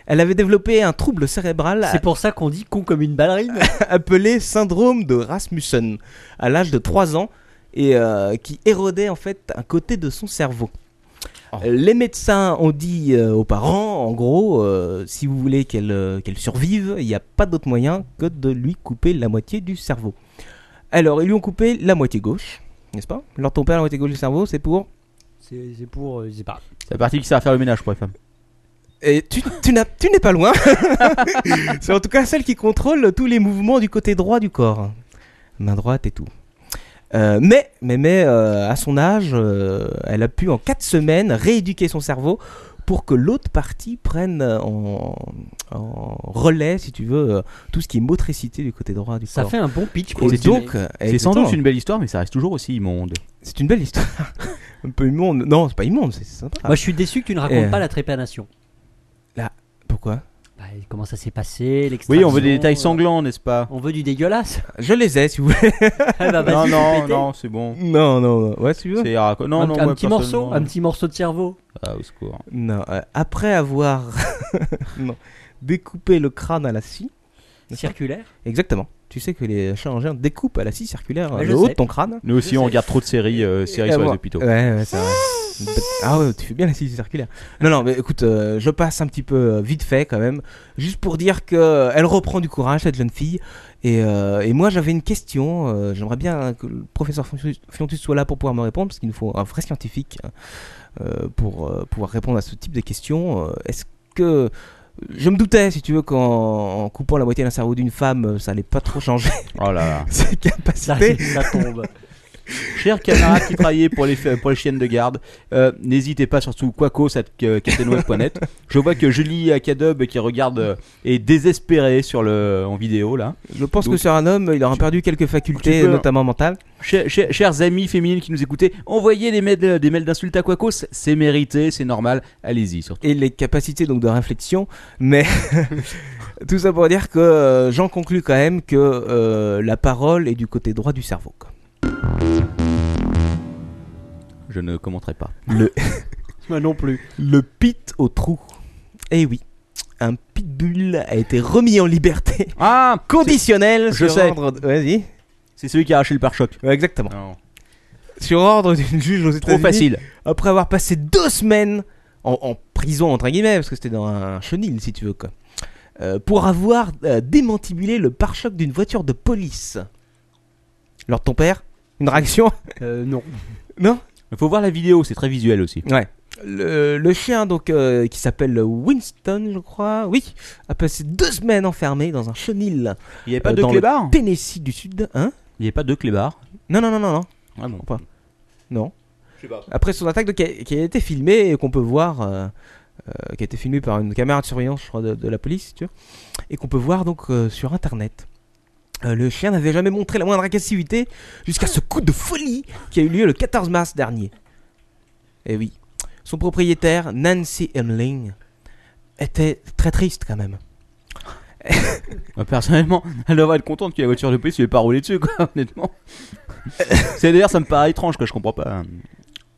Speaker 3: Elle avait développé un trouble cérébral
Speaker 4: C'est pour ça qu'on dit con comme une ballerine.
Speaker 3: appelé syndrome de Rasmussen à l'âge de 3 ans et euh, qui érodait en fait un côté de son cerveau. Euh, Les médecins ont dit euh, aux parents, en gros, euh, si vous voulez qu'elle euh, qu'elle survive, il n'y a pas d'autre moyen que de lui couper la moitié du cerveau. Alors, ils lui ont coupé la moitié gauche, n'est-ce pas Leur tomber la moitié gauche du cerveau, c'est pour...
Speaker 4: C'est c'est pour, euh, je sais pas.
Speaker 1: C'est la partie qui sert à faire le ménage pour les femmes.
Speaker 3: Et tu, tu n'as- tu n'es pas loin. c'est en tout cas celle qui contrôle tous les mouvements du côté droit du corps. Main droite et tout. Euh, mais, mais, mais euh, à son âge, euh, elle a pu en 4 semaines rééduquer son cerveau pour que l'autre partie prenne euh, en, en relais, si tu veux, euh, tout ce qui est motricité du côté droit du
Speaker 4: Ça
Speaker 3: corps.
Speaker 4: fait un bon pitch
Speaker 3: Et
Speaker 4: pour le
Speaker 1: C'est une-
Speaker 4: film.
Speaker 3: donc, euh,
Speaker 1: C'est sans
Speaker 3: exactement.
Speaker 1: doute une belle histoire, mais ça reste toujours aussi immonde.
Speaker 3: C'est une belle histoire. un peu immonde. Non, c'est pas immonde, c'est c'est sympa.
Speaker 4: Moi, je suis déçu que tu ne racontes
Speaker 3: Euh.
Speaker 1: Eh.
Speaker 4: pas la trépanation.
Speaker 3: Pourquoi
Speaker 4: Bah, comment ça s'est passé
Speaker 1: Oui, on veut des
Speaker 4: l'extraction,
Speaker 1: détails
Speaker 4: euh,
Speaker 1: sanglants, n'est-ce pas
Speaker 4: On veut du dégueulasse.
Speaker 3: Je les ai, si vous voulez.
Speaker 4: Ah bah, vas-y,
Speaker 1: Non,
Speaker 4: fais
Speaker 1: non,
Speaker 4: péter.
Speaker 1: non, c'est bon.
Speaker 3: non, non, non. Ouais, si tu veux.
Speaker 1: C'est raco- Non,
Speaker 4: un,
Speaker 1: non,
Speaker 4: un
Speaker 1: moi,
Speaker 4: petit morceau,
Speaker 1: personnellement-
Speaker 4: un petit morceau de cerveau.
Speaker 1: Ah, au secours.
Speaker 3: Non, euh, après avoir non, découpé le crâne à la scie. n'est-ce pas
Speaker 4: Circulaire.
Speaker 3: Exactement. Tu sais que les chirurgiens découpent à la scie circulaire
Speaker 4: Ouais, je
Speaker 3: le haut
Speaker 4: sais.
Speaker 3: de ton crâne.
Speaker 1: Nous aussi, on regarde trop de séries, euh, séries
Speaker 3: Et
Speaker 1: sur les
Speaker 3: avoir-
Speaker 1: hôpitaux.
Speaker 3: Ouais, ouais, c'est vrai. Une bête- Ah ouais, tu fais bien la scie circulaire. Non, non, mais écoute, euh, je passe un petit peu euh, vite fait quand même, juste pour dire que euh, elle reprend du courage cette jeune fille. Et, euh, et moi j'avais une question, euh, j'aimerais bien que le professeur Fiontus- Fiontus soit là pour pouvoir me répondre, parce qu'il nous faut un vrai scientifique euh, pour euh, pouvoir répondre à ce type de questions. Euh, Est-ce que je me doutais, si tu veux, qu'en en coupant la moitié d'un cerveau d'une femme, euh, ça allait pas trop changer
Speaker 1: Oh là là.
Speaker 3: ses
Speaker 4: Ça,
Speaker 3: capacités
Speaker 4: ça tombe.
Speaker 1: Chers camarades qui travaillaient pour les, pour les chiennes de garde, euh, n'hésitez pas surtout euh, quacos.captainweb.net. Je vois que Julie Acadub qui regarde euh, est désespérée sur le, en vidéo là.
Speaker 3: Je pense
Speaker 1: Donc,
Speaker 3: que sur un homme, il aura perdu quelques facultés,
Speaker 1: tu peux-
Speaker 3: notamment mentales.
Speaker 1: Chers, chers- chers amis féminines qui nous écoutez, envoyez des mails, euh, des mails d'insultes à Quacos, c'est mérité, c'est normal, allez-y surtout.
Speaker 3: et les capacités donc de réflexion, mais tout ça pour dire que euh, j'en conclus quand même que euh, la parole est du côté droit du cerveau. quoi.
Speaker 1: Je ne commenterai pas.
Speaker 4: Moi non plus.
Speaker 3: Le pit au trou. Eh oui, un pitbull a été remis en liberté
Speaker 1: Ah
Speaker 3: conditionnelle.
Speaker 1: Je
Speaker 3: sur
Speaker 1: sais.
Speaker 3: ordre de- Vas-y.
Speaker 1: C'est celui qui a arraché le pare-choc.
Speaker 3: Ouais, exactement.
Speaker 1: Non.
Speaker 3: Sur ordre d'une juge aux États-Unis.
Speaker 1: Trop facile.
Speaker 3: Après avoir passé deux semaines en, en prison entre guillemets, parce que c'était dans un chenil si tu veux quoi, euh, pour avoir euh, démantibulé le pare-choc d'une voiture de police. Lors de ton père, une réaction
Speaker 4: Euh, non.
Speaker 3: Non
Speaker 1: Il faut voir la vidéo, c'est très visuel aussi.
Speaker 3: Ouais. Le, le chien, donc, euh, qui s'appelle Winston, je crois, oui, a passé deux semaines enfermé dans un chenil
Speaker 1: Il n'y avait
Speaker 3: pas
Speaker 1: pas
Speaker 3: Euh, deux
Speaker 1: deux
Speaker 3: dans le-
Speaker 1: clébards
Speaker 3: Tennessee du Sud. Hein
Speaker 1: Il n'y avait pas deux clébards
Speaker 3: Non, non, non, non, non.
Speaker 1: Ah bon.
Speaker 3: Non. Après son attaque de- qui, a, qui a été filmée et qu'on peut voir, euh, euh, qui a été filmée par une caméra de surveillance, je crois, de, de la police, si tu vois, et qu'on peut voir donc euh, sur internet. Euh, le chien n'avait jamais montré la moindre agressivité jusqu'à ce coup de folie qui a eu lieu le 14 mars dernier. Et oui, son propriétaire, Nancy Hemling, était très triste quand même.
Speaker 1: Bah, personnellement, elle devrait être contente que la voiture de police lui ait pas roulé dessus, quoi, honnêtement. c'est d'ailleurs, ça me paraît étrange, quoi, je comprends pas.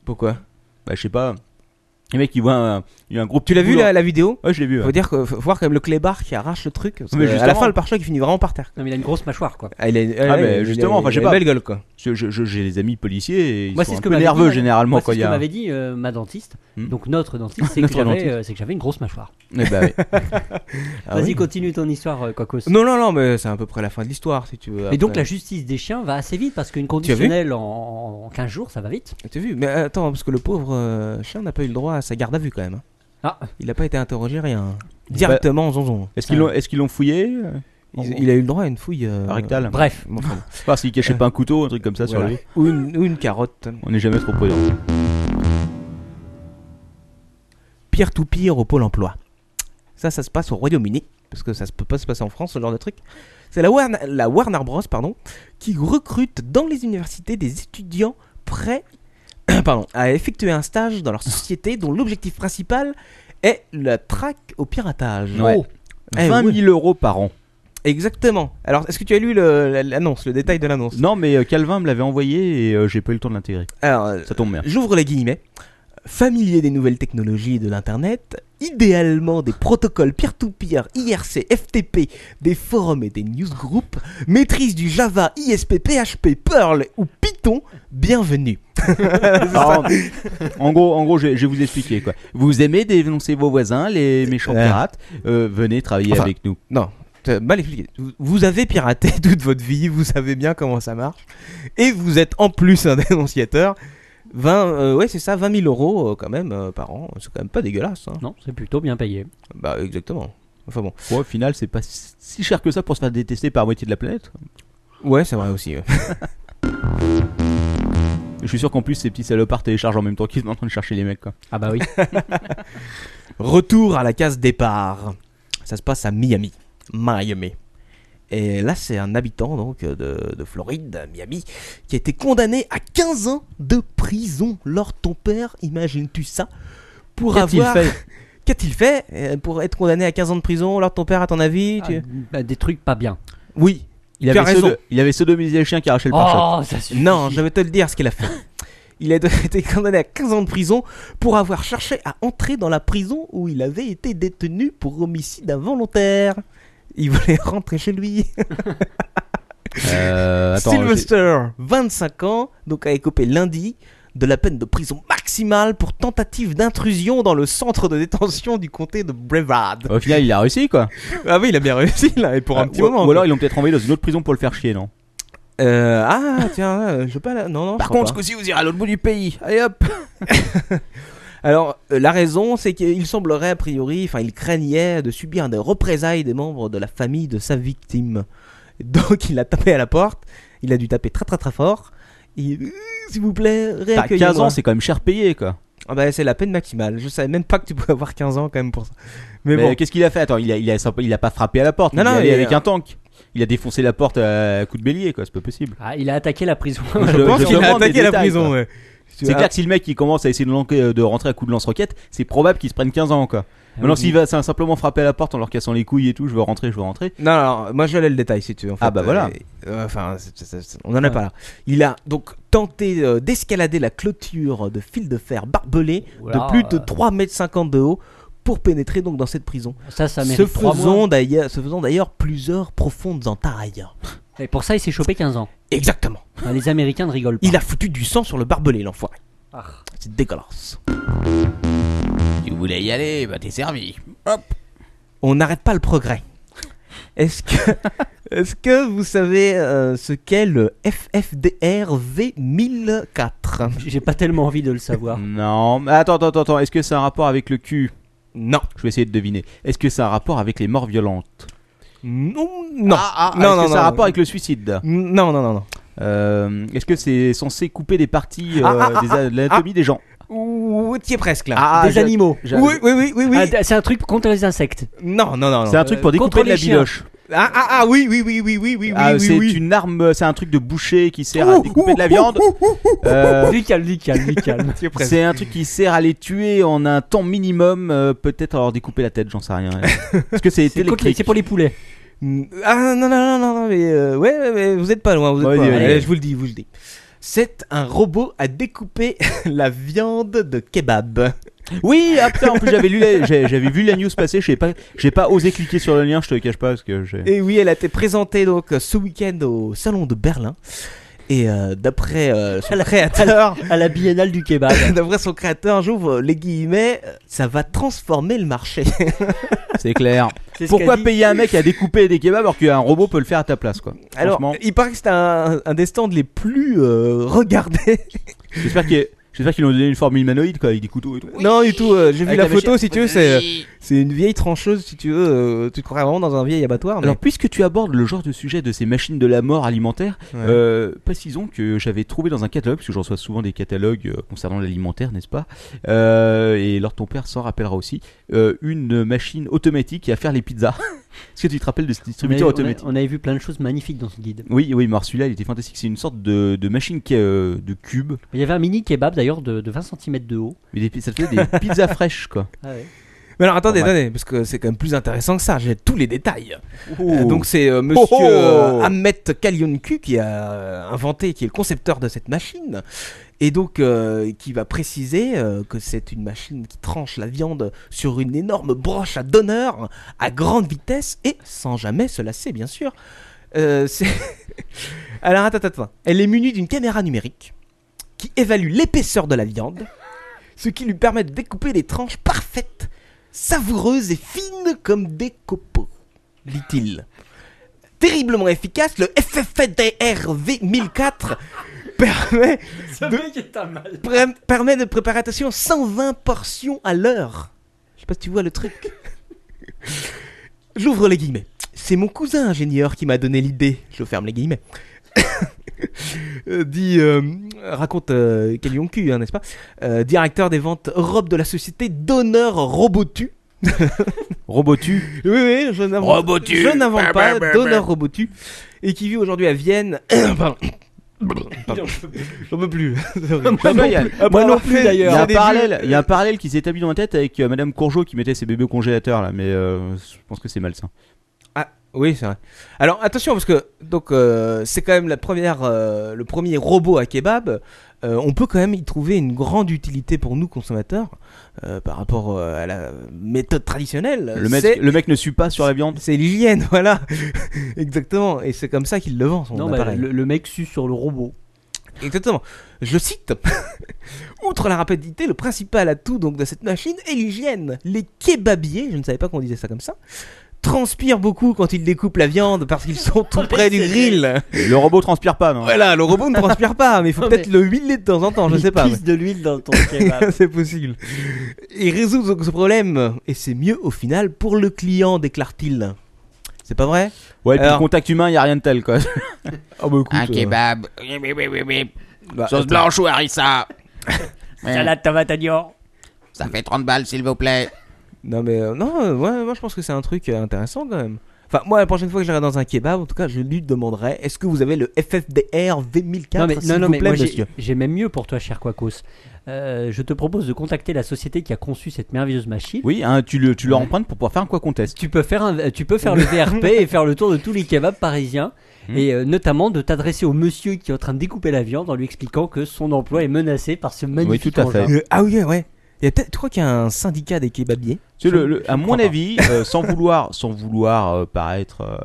Speaker 3: Pourquoi
Speaker 1: Bah, je sais pas. Les mecs, ils voient un, il y a un groupe.
Speaker 3: Tu l'as vu
Speaker 1: là
Speaker 3: la, la vidéo
Speaker 1: Ouais, je l'ai vu. ouais.
Speaker 3: Faut dire que faut voir quand même le clébard qui arrache le truc. parce
Speaker 1: Mais
Speaker 3: que à la
Speaker 1: justement.
Speaker 3: fin, le pare-choc il finit vraiment par terre.
Speaker 4: Non, mais il a une grosse mâchoire quoi.
Speaker 3: Ah, il a-
Speaker 1: Ah, mais
Speaker 3: il a-
Speaker 1: justement,
Speaker 3: il a-
Speaker 1: enfin,
Speaker 3: il
Speaker 1: je sais
Speaker 3: a
Speaker 1: pas.
Speaker 3: une belle gueule quoi.
Speaker 1: Je- je- je- J'ai des amis policiers et ils
Speaker 4: Moi,
Speaker 1: sont
Speaker 4: c'est ce
Speaker 1: un
Speaker 4: que
Speaker 1: peu
Speaker 4: m'avait
Speaker 1: nerveux
Speaker 4: dit-
Speaker 1: généralement
Speaker 4: Moi,
Speaker 1: quand
Speaker 4: c'est
Speaker 1: il
Speaker 4: ce
Speaker 1: y
Speaker 4: que
Speaker 1: a.
Speaker 4: m'avait dit euh, ma dentiste.
Speaker 1: Hmm.
Speaker 4: Donc notre dentiste, c'est que
Speaker 1: Notre
Speaker 4: j'avais
Speaker 1: dentiste.
Speaker 4: euh, c'est que j'avais une grosse mâchoire.
Speaker 1: Eh bah, ouais.
Speaker 3: Ah
Speaker 4: Vas-y,
Speaker 3: oui.
Speaker 4: continue ton histoire, euh, Quacos.
Speaker 3: Non, non, non, mais c'est à peu près la fin de l'histoire, si tu veux.
Speaker 4: Mais donc la
Speaker 3: Après-
Speaker 4: justice des chiens va assez vite parce qu'une
Speaker 3: as vu
Speaker 4: conditionnelle en, en 15 jours, ça va vite.
Speaker 3: T'as vu Mais attends, parce que le pauvre euh, chien n'a pas eu le droit à sa garde à vue quand même. hein.
Speaker 4: Ah.
Speaker 3: Il n'a pas été interrogé, rien. Directement en zonzon.
Speaker 1: Est-ce qu'ils l'ont est-ce qu'ils l'ont fouillé euh,
Speaker 3: Il, il a eu le droit à une fouille. euh,
Speaker 1: à rectal
Speaker 4: Bref,
Speaker 3: bon, enfin,
Speaker 1: Enfin, s'il cachait pas un couteau, un truc comme ça
Speaker 3: voilà.
Speaker 1: sur lui.
Speaker 3: ou, une, ou une carotte.
Speaker 1: On n'est jamais trop prudent.
Speaker 3: Pire tout pire au pôle emploi. Ça, ça se passe au Royaume-Uni, parce que ça ne peut pas se passer en France, ce genre de truc. C'est la Warner, la Warner Bros. Pardon, qui recrute dans les universités des étudiants prêts pardon, à effectuer un stage dans leur société dont l'objectif principal est la traque au piratage.
Speaker 1: Ouais.
Speaker 3: Oh. Eh
Speaker 1: 20
Speaker 3: oui.
Speaker 1: 000 euros par an.
Speaker 3: Exactement. Alors, est-ce que tu as lu le- l'annonce, le détail de l'annonce
Speaker 1: Non, mais euh, Calvin me l'avait envoyé et euh, j'ai pas eu le temps de l'intégrer.
Speaker 3: Alors, euh,
Speaker 1: Ça tombe bien.
Speaker 3: j'ouvre les guillemets. Familier des nouvelles technologies et de l'Internet, idéalement des protocoles peer-to-peer, IRC, FTP, des forums et des newsgroups, maîtrise du Java, ISP, PHP, Perl ou Python, bienvenue.
Speaker 1: Alors, en gros, en gros, je, je vais vous expliquer quoi. Vous aimez dénoncer vos voisins, les méchants
Speaker 3: Ouais.
Speaker 1: pirates. euh, venez travailler
Speaker 3: Enfin,
Speaker 1: avec nous.
Speaker 3: Non, t'as mal expliqué. Vous- Vous avez piraté toute votre vie, vous savez bien comment ça marche, et vous êtes en plus un dénonciateur. 20, euh, ouais, c'est ça, 20 000 euros euh, quand même euh, par an, c'est quand même pas dégueulasse. hein.
Speaker 4: non, c'est plutôt bien payé.
Speaker 3: Bah, exactement. Enfin bon.
Speaker 1: Ouais, au final, c'est pas si cher que ça pour se faire détester par la moitié de la planète.
Speaker 3: Ouais, c'est vrai aussi. ouais.
Speaker 1: Je suis sûr qu'en plus, ces petits salopards téléchargent en même temps qu'ils sont en train de chercher les mecs, quoi.
Speaker 4: Ah bah oui.
Speaker 3: Retour à la case départ. Ça se passe à Miami. Miami. Et là, c'est un habitant donc euh, de, de Floride, à Miami, qui a été condamné à 15 ans de prison. Lord ton père, imagines-tu ça Pour
Speaker 1: Qu'a-t-il
Speaker 3: avoir.
Speaker 1: fait
Speaker 3: Qu'a-t-il fait euh, pour être condamné à 15 ans de prison Lord ton père, à ton avis
Speaker 4: Ah,
Speaker 3: tu-
Speaker 4: bah, des trucs pas bien.
Speaker 3: Oui,
Speaker 1: il
Speaker 3: tu as
Speaker 1: avait,
Speaker 3: raison.
Speaker 1: sodo- il avait sodomisé le chien qui arrachait le pare-choc.
Speaker 4: Oh, ça suffit.
Speaker 3: Non, je vais te le dire ce qu'il a fait. Il a été condamné à 15 ans de prison pour avoir cherché à entrer dans la prison où il avait été détenu pour homicide involontaire. Il voulait rentrer chez lui.
Speaker 1: Euh, Bah, attends, j'ai-
Speaker 3: Sylvester, 25 ans, donc a écopé lundi de la peine de prison maximale pour tentative d'intrusion dans le centre de détention du comté de Brevard.
Speaker 1: au final, il a réussi, quoi.
Speaker 3: Ah oui, il a bien réussi là, et pour
Speaker 1: Ah,
Speaker 3: un petit
Speaker 1: ou,
Speaker 3: moment.
Speaker 1: Ou alors,
Speaker 3: quoi.
Speaker 1: ils l'ont peut-être envoyé dans une autre prison pour le faire chier, non
Speaker 3: Euh, ah tiens, euh, je sais pas là. Non, non, je
Speaker 6: Par
Speaker 3: crois
Speaker 6: contre, ce
Speaker 3: pas.
Speaker 6: coup-ci, vous irez à l'autre bout du pays. Allez hop.
Speaker 3: Alors, euh, la raison, c'est qu'il semblerait, a priori, enfin, il craignait de subir des représailles des membres de la famille de sa victime. Donc, il a tapé à la porte, il a dû taper très très très fort. Il- euh, S'il vous plaît,
Speaker 1: T'as
Speaker 3: réaccueillez
Speaker 1: 15 ans, c'est quand même cher payé, quoi.
Speaker 3: Ah bah, c'est la peine maximale. Je savais même pas que tu pouvais avoir 15 ans quand même pour ça. Mais,
Speaker 1: Mais,
Speaker 3: bon.
Speaker 1: qu'est-ce qu'il a fait Attends, il a, il, a, il a pas frappé à la porte.
Speaker 3: Non,
Speaker 1: il
Speaker 3: non,
Speaker 1: est allé
Speaker 3: il-
Speaker 1: avec un tank. Il a défoncé la porte à coups de bélier, quoi. C'est pas possible.
Speaker 4: Ah, il a attaqué la prison. Ah
Speaker 1: Je-
Speaker 3: Je pense
Speaker 1: je
Speaker 3: qu'il a
Speaker 1: demande des
Speaker 3: attaqué la
Speaker 1: détails,
Speaker 3: prison,
Speaker 1: quoi.
Speaker 3: ouais. Ah,
Speaker 1: C'est clair que si le mec il commence à essayer de, lancer- de rentrer à coups de lance-roquette, c'est probable qu'il se prenne 15 ans,
Speaker 3: Ah
Speaker 1: quoi. Maintenant,
Speaker 4: oui.
Speaker 1: s'il va sim- simplement frapper à la porte en leur cassant les couilles et tout, je veux rentrer, je veux rentrer.
Speaker 3: Non, non, moi je l'ai le détail si tu veux. en
Speaker 1: Ah,
Speaker 3: fait.
Speaker 1: bah, voilà.
Speaker 3: Euh, Enfin, c'est- c'est- c'est- on en est pas là. Il a donc tenté euh, d'escalader la clôture de fil de fer barbelé
Speaker 4: Oula,
Speaker 3: de plus de
Speaker 4: euh.
Speaker 3: 3,50 mètres de haut pour pénétrer donc dans cette prison.
Speaker 4: Ça, ça
Speaker 3: se,
Speaker 4: mérite trois mois.
Speaker 3: faisant d'ailleurs, se faisant d'ailleurs plusieurs profondes entailles.
Speaker 4: Et pour ça, il s'est chopé 15 ans.
Speaker 3: Exactement.
Speaker 4: Ah, les Américains ne rigolent pas.
Speaker 3: Il a foutu du sang sur le barbelé, l'enfoiré.
Speaker 4: Ah.
Speaker 3: C'est dégueulasse.
Speaker 6: Tu voulais y aller, bah t'es servi.
Speaker 3: On n'arrête pas le progrès. Est-ce que, est-ce que vous savez euh, ce qu'est le FFDR V1004
Speaker 4: J'ai pas tellement envie de le
Speaker 3: Ah.
Speaker 4: savoir.
Speaker 1: Non, mais attends, attends, attends, attends. Est-ce que c'est un rapport avec le cul
Speaker 3: Non.
Speaker 1: Je vais essayer de deviner. Est-ce que c'est un rapport avec les morts violentes
Speaker 3: Non, non.
Speaker 1: Ah, ah,
Speaker 3: Non,
Speaker 1: Est-ce
Speaker 3: non,
Speaker 1: que c'est
Speaker 3: non.
Speaker 1: un rapport avec le suicide
Speaker 3: Non, non, non, non.
Speaker 1: Euh, Est-ce que c'est censé couper des parties, euh,
Speaker 3: Ah, ah,
Speaker 1: des anatomies des gens
Speaker 3: Ouh, t'y es presque là.
Speaker 1: Ah,
Speaker 4: des
Speaker 1: je-
Speaker 4: animaux.
Speaker 1: je-
Speaker 3: oui, oui, oui, oui, oui.
Speaker 4: Ah, c'est un truc contre les insectes.
Speaker 3: non, non, non, non.
Speaker 1: C'est un truc pour
Speaker 4: Euh, contre
Speaker 1: découper de
Speaker 4: les
Speaker 1: la
Speaker 4: chiens.
Speaker 1: biloche.
Speaker 3: Ah, ah, ah, oui, oui, oui, oui, oui, oui,
Speaker 1: Ah,
Speaker 3: oui,
Speaker 1: c'est
Speaker 3: oui, oui.
Speaker 1: une arme, c'est un truc de boucher qui sert à découper de la viande. Euh,
Speaker 4: Du calme, du calme, du calme.
Speaker 3: T'y es presque.
Speaker 1: C'est un truc qui sert à les tuer en un temps minimum, euh, peut-être à leur découper la tête, j'en sais rien. Parce que c'est
Speaker 4: C'est contre les-
Speaker 1: électrique.
Speaker 4: c'est pour les poulets.
Speaker 3: Mm, Ah, non, non, non, non, non, mais euh, ouais, ouais, mais vous êtes pas loin, vous êtes
Speaker 1: Vas-y,
Speaker 3: pas loin.
Speaker 1: vas-y.
Speaker 3: Allez, Je vous le dis, je vous le dis. C'est un robot à découper la viande de kebab.
Speaker 1: Oui, ah, putain, en plus j'avais lu, la- j'ai- j'avais vu la news passer, j'ai pas, j'ai pas osé cliquer sur le lien, je te le cache pas parce que j'ai.
Speaker 3: Et oui, elle a été présentée donc ce week-end au salon de Berlin. Et euh, d'après euh, son créateur,
Speaker 4: À la biennale du kebab.
Speaker 3: d'après son créateur, j'ouvre les guillemets, euh, ça va transformer le marché.
Speaker 1: C'est clair.
Speaker 4: C'est ce
Speaker 1: Pourquoi
Speaker 4: qu'a dit-
Speaker 1: payer un mec à découper des kebabs alors qu'un robot peut le faire à ta place, quoi
Speaker 3: Alors,
Speaker 1: Franchement,
Speaker 3: il paraît que c'est un, un des stands les plus euh, regardés.
Speaker 1: j'espère qu'il y a- j'espère qu'ils lui ont donné une forme humanoïde, quoi, avec des couteaux et tout.
Speaker 3: non, du tout. euh, J'ai vu
Speaker 1: Avec
Speaker 3: la
Speaker 1: la
Speaker 3: photo,
Speaker 1: machine-
Speaker 3: si tu veux. C'est euh, c'est une vieille trancheuse, si tu veux. euh, tu te croirais vraiment dans un vieil abattoir. mais-
Speaker 1: Alors, puisque tu abordes le genre de sujet de ces machines de la mort alimentaire, euh, précisons que j'avais trouvé dans un catalogue, parce que je reçois souvent des catalogues euh, concernant l'alimentaire, n'est-ce pas Euh, Et Lord ton père s'en rappellera aussi, euh, une machine automatique à faire les pizzas. Est-ce que tu te rappelles de ce
Speaker 4: on avait,
Speaker 1: distributeur
Speaker 4: on avait-
Speaker 1: automatique
Speaker 4: on avait vu plein de choses magnifiques dans ce guide.
Speaker 1: Oui, oui, mais alors celui-là, il était fantastique. C'est une sorte de, de machine qui, euh, de cube,
Speaker 4: Il y avait un mini kebab d'ailleurs de, de 20 cm de haut.
Speaker 1: mais des pi- ça te fait des pizzas fraîches, quoi.
Speaker 3: Mais alors attendez,
Speaker 1: Bon, ouais.
Speaker 3: attendez, parce que c'est quand même plus intéressant que ça, j'ai tous les détails. Euh,
Speaker 1: Euh,
Speaker 3: donc
Speaker 1: donc,
Speaker 3: c'est euh, monsieur
Speaker 1: Oh, oh.
Speaker 3: euh, Ahmet Kalyonku qui a euh, inventé, qui est le concepteur de cette machine, et donc euh, qui va préciser euh, que c'est une machine qui tranche la viande sur une énorme broche à donneur, à grande vitesse et sans jamais se lasser bien sûr. Euh, c'est- alors attends, attends, attends. elle est munie d'une caméra numérique qui évalue l'épaisseur de la viande, ce qui lui permet de découper des tranches parfaites savoureuse et fine comme des copeaux, dit-il. Terriblement efficace, le FFDRV 1004 permet,
Speaker 4: Ça mec est un mal.
Speaker 3: pré- permet de préparer, attention, 120 portions à l'heure. Je sais pas si tu vois le truc. J'ouvre les guillemets. C'est mon cousin ingénieur qui m'a donné l'idée. Je ferme les guillemets. Euh, dit, euh, raconte euh, Kelly Yonku, hein, n'est-ce pas Euh, Directeur des ventes Europe de la société Donneur Robotu.
Speaker 1: Oh, Robotu.
Speaker 3: Oui, oui, je n'invente
Speaker 7: Robotu.
Speaker 3: je n'invente
Speaker 7: Bah,
Speaker 3: pas,
Speaker 7: bah, bah,
Speaker 3: Donneur Robotu, et qui vit aujourd'hui à Vienne. Pardon. Pardon. J'en peux plus.
Speaker 1: Moi non plus,
Speaker 4: Moi non plus
Speaker 1: Il y a
Speaker 4: d'ailleurs.
Speaker 1: un parallèle, il y a un parallèle qui s'est établi dans ma tête avec euh, Madame Courgeot qui mettait ses bébés au congélateur là, mais euh, je pense que c'est malsain.
Speaker 3: Ah, oui, c'est vrai. Alors attention parce que donc euh, c'est quand même la première, euh, le premier robot à kebab. Euh, on peut quand même y trouver une grande utilité pour nous consommateurs euh, par rapport euh, à la méthode traditionnelle.
Speaker 1: Le mec,
Speaker 3: C'est-
Speaker 1: le mec ne sue pas sur la viande.
Speaker 3: c'est l'hygiène, voilà, exactement. Et c'est comme ça qu'il le vend son
Speaker 4: Non, bah,
Speaker 3: appareil.
Speaker 4: le, le mec sue sur le robot.
Speaker 3: Exactement. Je cite Outre la rapidité, le principal atout donc de cette machine est l'hygiène. Les kebabiers, je ne savais pas qu'on disait ça comme ça, transpirent beaucoup quand ils découpent la viande parce qu'ils sont tout près du grill.
Speaker 1: Le robot transpire pas, non
Speaker 3: Voilà, le robot ne transpire pas, mais il faut
Speaker 4: Non,
Speaker 3: peut-être le huiler de temps en temps, Oh, je
Speaker 4: Il
Speaker 3: sais pas.
Speaker 4: pisse de l'huile dans ton kebab.
Speaker 3: mais C'est possible. Et résoudre donc ce problème, et c'est mieux au final pour le client, déclare-t-il. C'est pas vrai
Speaker 1: Ouais, puis
Speaker 3: Alors-
Speaker 1: le contact humain, il y a rien de tel quoi.
Speaker 3: Oh bah écoute,
Speaker 6: Un
Speaker 3: euh,
Speaker 6: kebab. Bip, bip, bip, bip.
Speaker 3: bah,
Speaker 6: Sauce blanche ou harissa Ouais,
Speaker 4: Salade tomate oignon.
Speaker 6: Ça fait 30 balles, s'il vous plaît.
Speaker 3: Non mais euh, non, euh, ouais, moi je pense que c'est un truc euh, intéressant quand même. Enfin, moi la prochaine fois que j'irai dans un kebab, en tout cas, je lui demanderai est-ce que vous avez le FFDR
Speaker 4: Non, mais,
Speaker 3: V1004
Speaker 4: non,
Speaker 3: s'il
Speaker 4: non,
Speaker 3: vous
Speaker 4: mais
Speaker 3: plaît,
Speaker 4: moi, j'ai-
Speaker 3: monsieur
Speaker 4: j'ai même mieux pour toi, cher Quacos. Euh, je te propose de contacter la société qui a conçu cette merveilleuse machine.
Speaker 1: Oui, hein, tu, le, tu leur empruntes pour pouvoir faire un quoi qu'on teste.
Speaker 4: Tu peux faire, un- tu peux faire le VRP et faire le tour de tous les kebabs parisiens.
Speaker 1: Hmm.
Speaker 4: Et euh, notamment de t'adresser au monsieur qui est en train de découper la viande en lui expliquant que son emploi est menacé par ce magnifique
Speaker 1: tout à fait.
Speaker 4: engin.
Speaker 3: Euh, Ah oui, ouais, ouais. Il y a peut-être, tu crois qu'il y a un syndicat des kebabiers
Speaker 1: Tu sais, le- le- à mon
Speaker 3: crois pas.
Speaker 1: avis, euh, sans vouloir, sans vouloir euh, paraître, euh,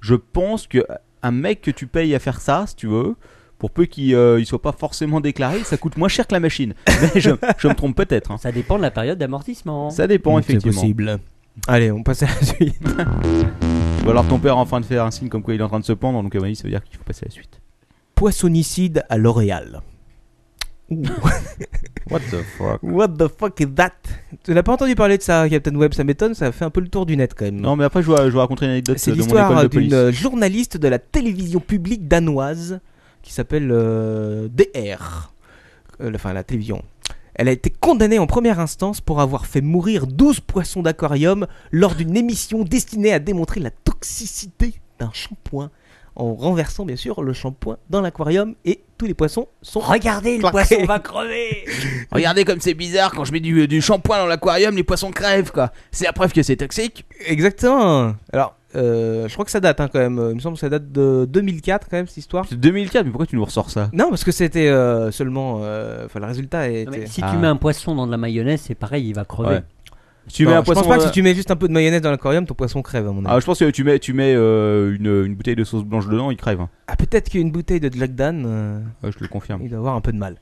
Speaker 1: je pense que euh, un mec que tu payes à faire ça, si tu veux, pour peu qu'il euh, il soit pas forcément déclaré, ça coûte moins cher que la machine. Mais je, je me trompe peut-être. hein.
Speaker 4: Ça dépend de la période d'amortissement.
Speaker 1: Ça dépend
Speaker 3: C'est
Speaker 1: effectivement.
Speaker 3: possible. Allez, on passe à la suite.
Speaker 1: Ou alors ton père est en train de faire un signe comme quoi il est en train de se pendre, donc à mon avis, ça veut dire qu'il faut passer à la suite.
Speaker 3: Poissonicide à L'Oréal. Ouh.
Speaker 1: What the fuck
Speaker 3: What the fuck is that Tu n'as pas entendu parler de ça, Captain Web, ça m'étonne, ça fait un peu le tour du net quand même.
Speaker 1: Non, mais après je vais, je vais raconter une anecdote euh,
Speaker 3: C'est
Speaker 1: de mon école
Speaker 3: l'histoire
Speaker 1: de police.
Speaker 3: d'une euh, journaliste de la télévision publique danoise qui s'appelle euh, DR. Euh, enfin, la télévision. Elle a été condamnée en première instance pour avoir fait mourir 12 poissons d'aquarium lors d'une émission destinée à démontrer la toxicité d'un shampoing. En renversant bien sûr le shampoing dans l'aquarium et tous les poissons sont.
Speaker 4: Regardez, le
Speaker 3: Claqué.
Speaker 4: poisson va crever.
Speaker 6: Regardez comme c'est bizarre quand je mets du, du shampoing dans l'aquarium, les poissons crèvent quoi. C'est la preuve que c'est toxique.
Speaker 3: Exactement Alors, euh, je crois que ça date hein, quand même. Il me semble que ça date de 2004 quand même cette histoire.
Speaker 1: C'est 2004, mais pourquoi tu nous ressors ça
Speaker 3: Non, parce que c'était euh, seulement. euh, Enfin, le résultat était.
Speaker 4: Non, mais si
Speaker 1: Ah.
Speaker 4: tu mets un poisson dans de la mayonnaise, c'est pareil, il va crever.
Speaker 1: Ouais. Tu
Speaker 3: Non,
Speaker 1: mets un
Speaker 3: je
Speaker 1: poisson
Speaker 3: pense pas que
Speaker 1: dans-
Speaker 3: si tu mets juste un peu de mayonnaise dans l'aquarium, ton poisson crève à mon avis.
Speaker 1: Ah, je pense que tu mets, tu mets euh, une, une bouteille de sauce blanche dedans, il crève. hein.
Speaker 3: Ah, peut-être qu'une bouteille de Jack Dan, euh,
Speaker 1: Ouais, je te le confirme.
Speaker 3: il doit avoir un peu de mal.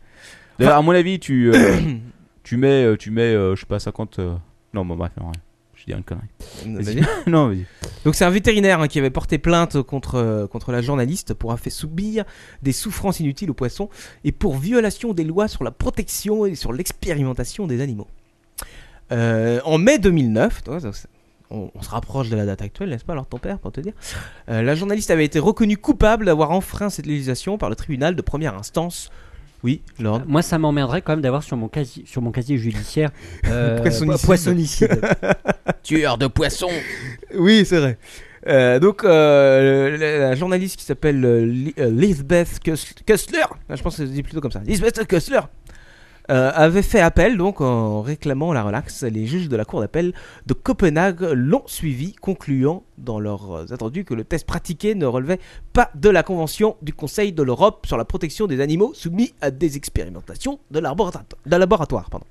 Speaker 1: D'ailleurs, à mon avis, tu, euh, tu mets, euh, tu mets, euh, je sais pas, 50. euh, Non, bon, bref, non, ouais. je dis une connerie. Vas-y. non, vas-y.
Speaker 3: Donc c'est un vétérinaire hein, qui avait porté plainte contre, euh, contre la journaliste pour avoir fait subir des souffrances inutiles aux poissons et pour violation des lois sur la protection et sur l'expérimentation des animaux. Euh, en mai 2009, tu vois, ça, c'est- on, on se rapproche de la date actuelle, n'est-ce pas alors ton père pour te dire Euh, La journaliste avait été reconnue coupable d'avoir enfreint cette législation par le tribunal de première instance. Oui, Lord.
Speaker 4: Moi, ça m'emmerderait quand même d'avoir sur mon casier, sur mon casier judiciaire euh,
Speaker 3: Poissonicide.
Speaker 4: po- poissonicide.
Speaker 6: Tueur de poissons.
Speaker 3: Oui, c'est vrai. Euh, donc, euh, la, la journaliste qui s'appelle euh, Li- euh, Lisbeth Kus- Kessler, ah, je pense que je dis plutôt comme ça, Lisbeth Kessler, euh, avait fait appel donc en réclamant la relaxe. Les juges de la cour d'appel de Copenhague l'ont suivi, concluant dans leurs attendus que le test pratiqué ne relevait pas de la Convention du Conseil de l'Europe sur la protection des animaux soumis à des expérimentations de laboratoire. De laboratoire pardon.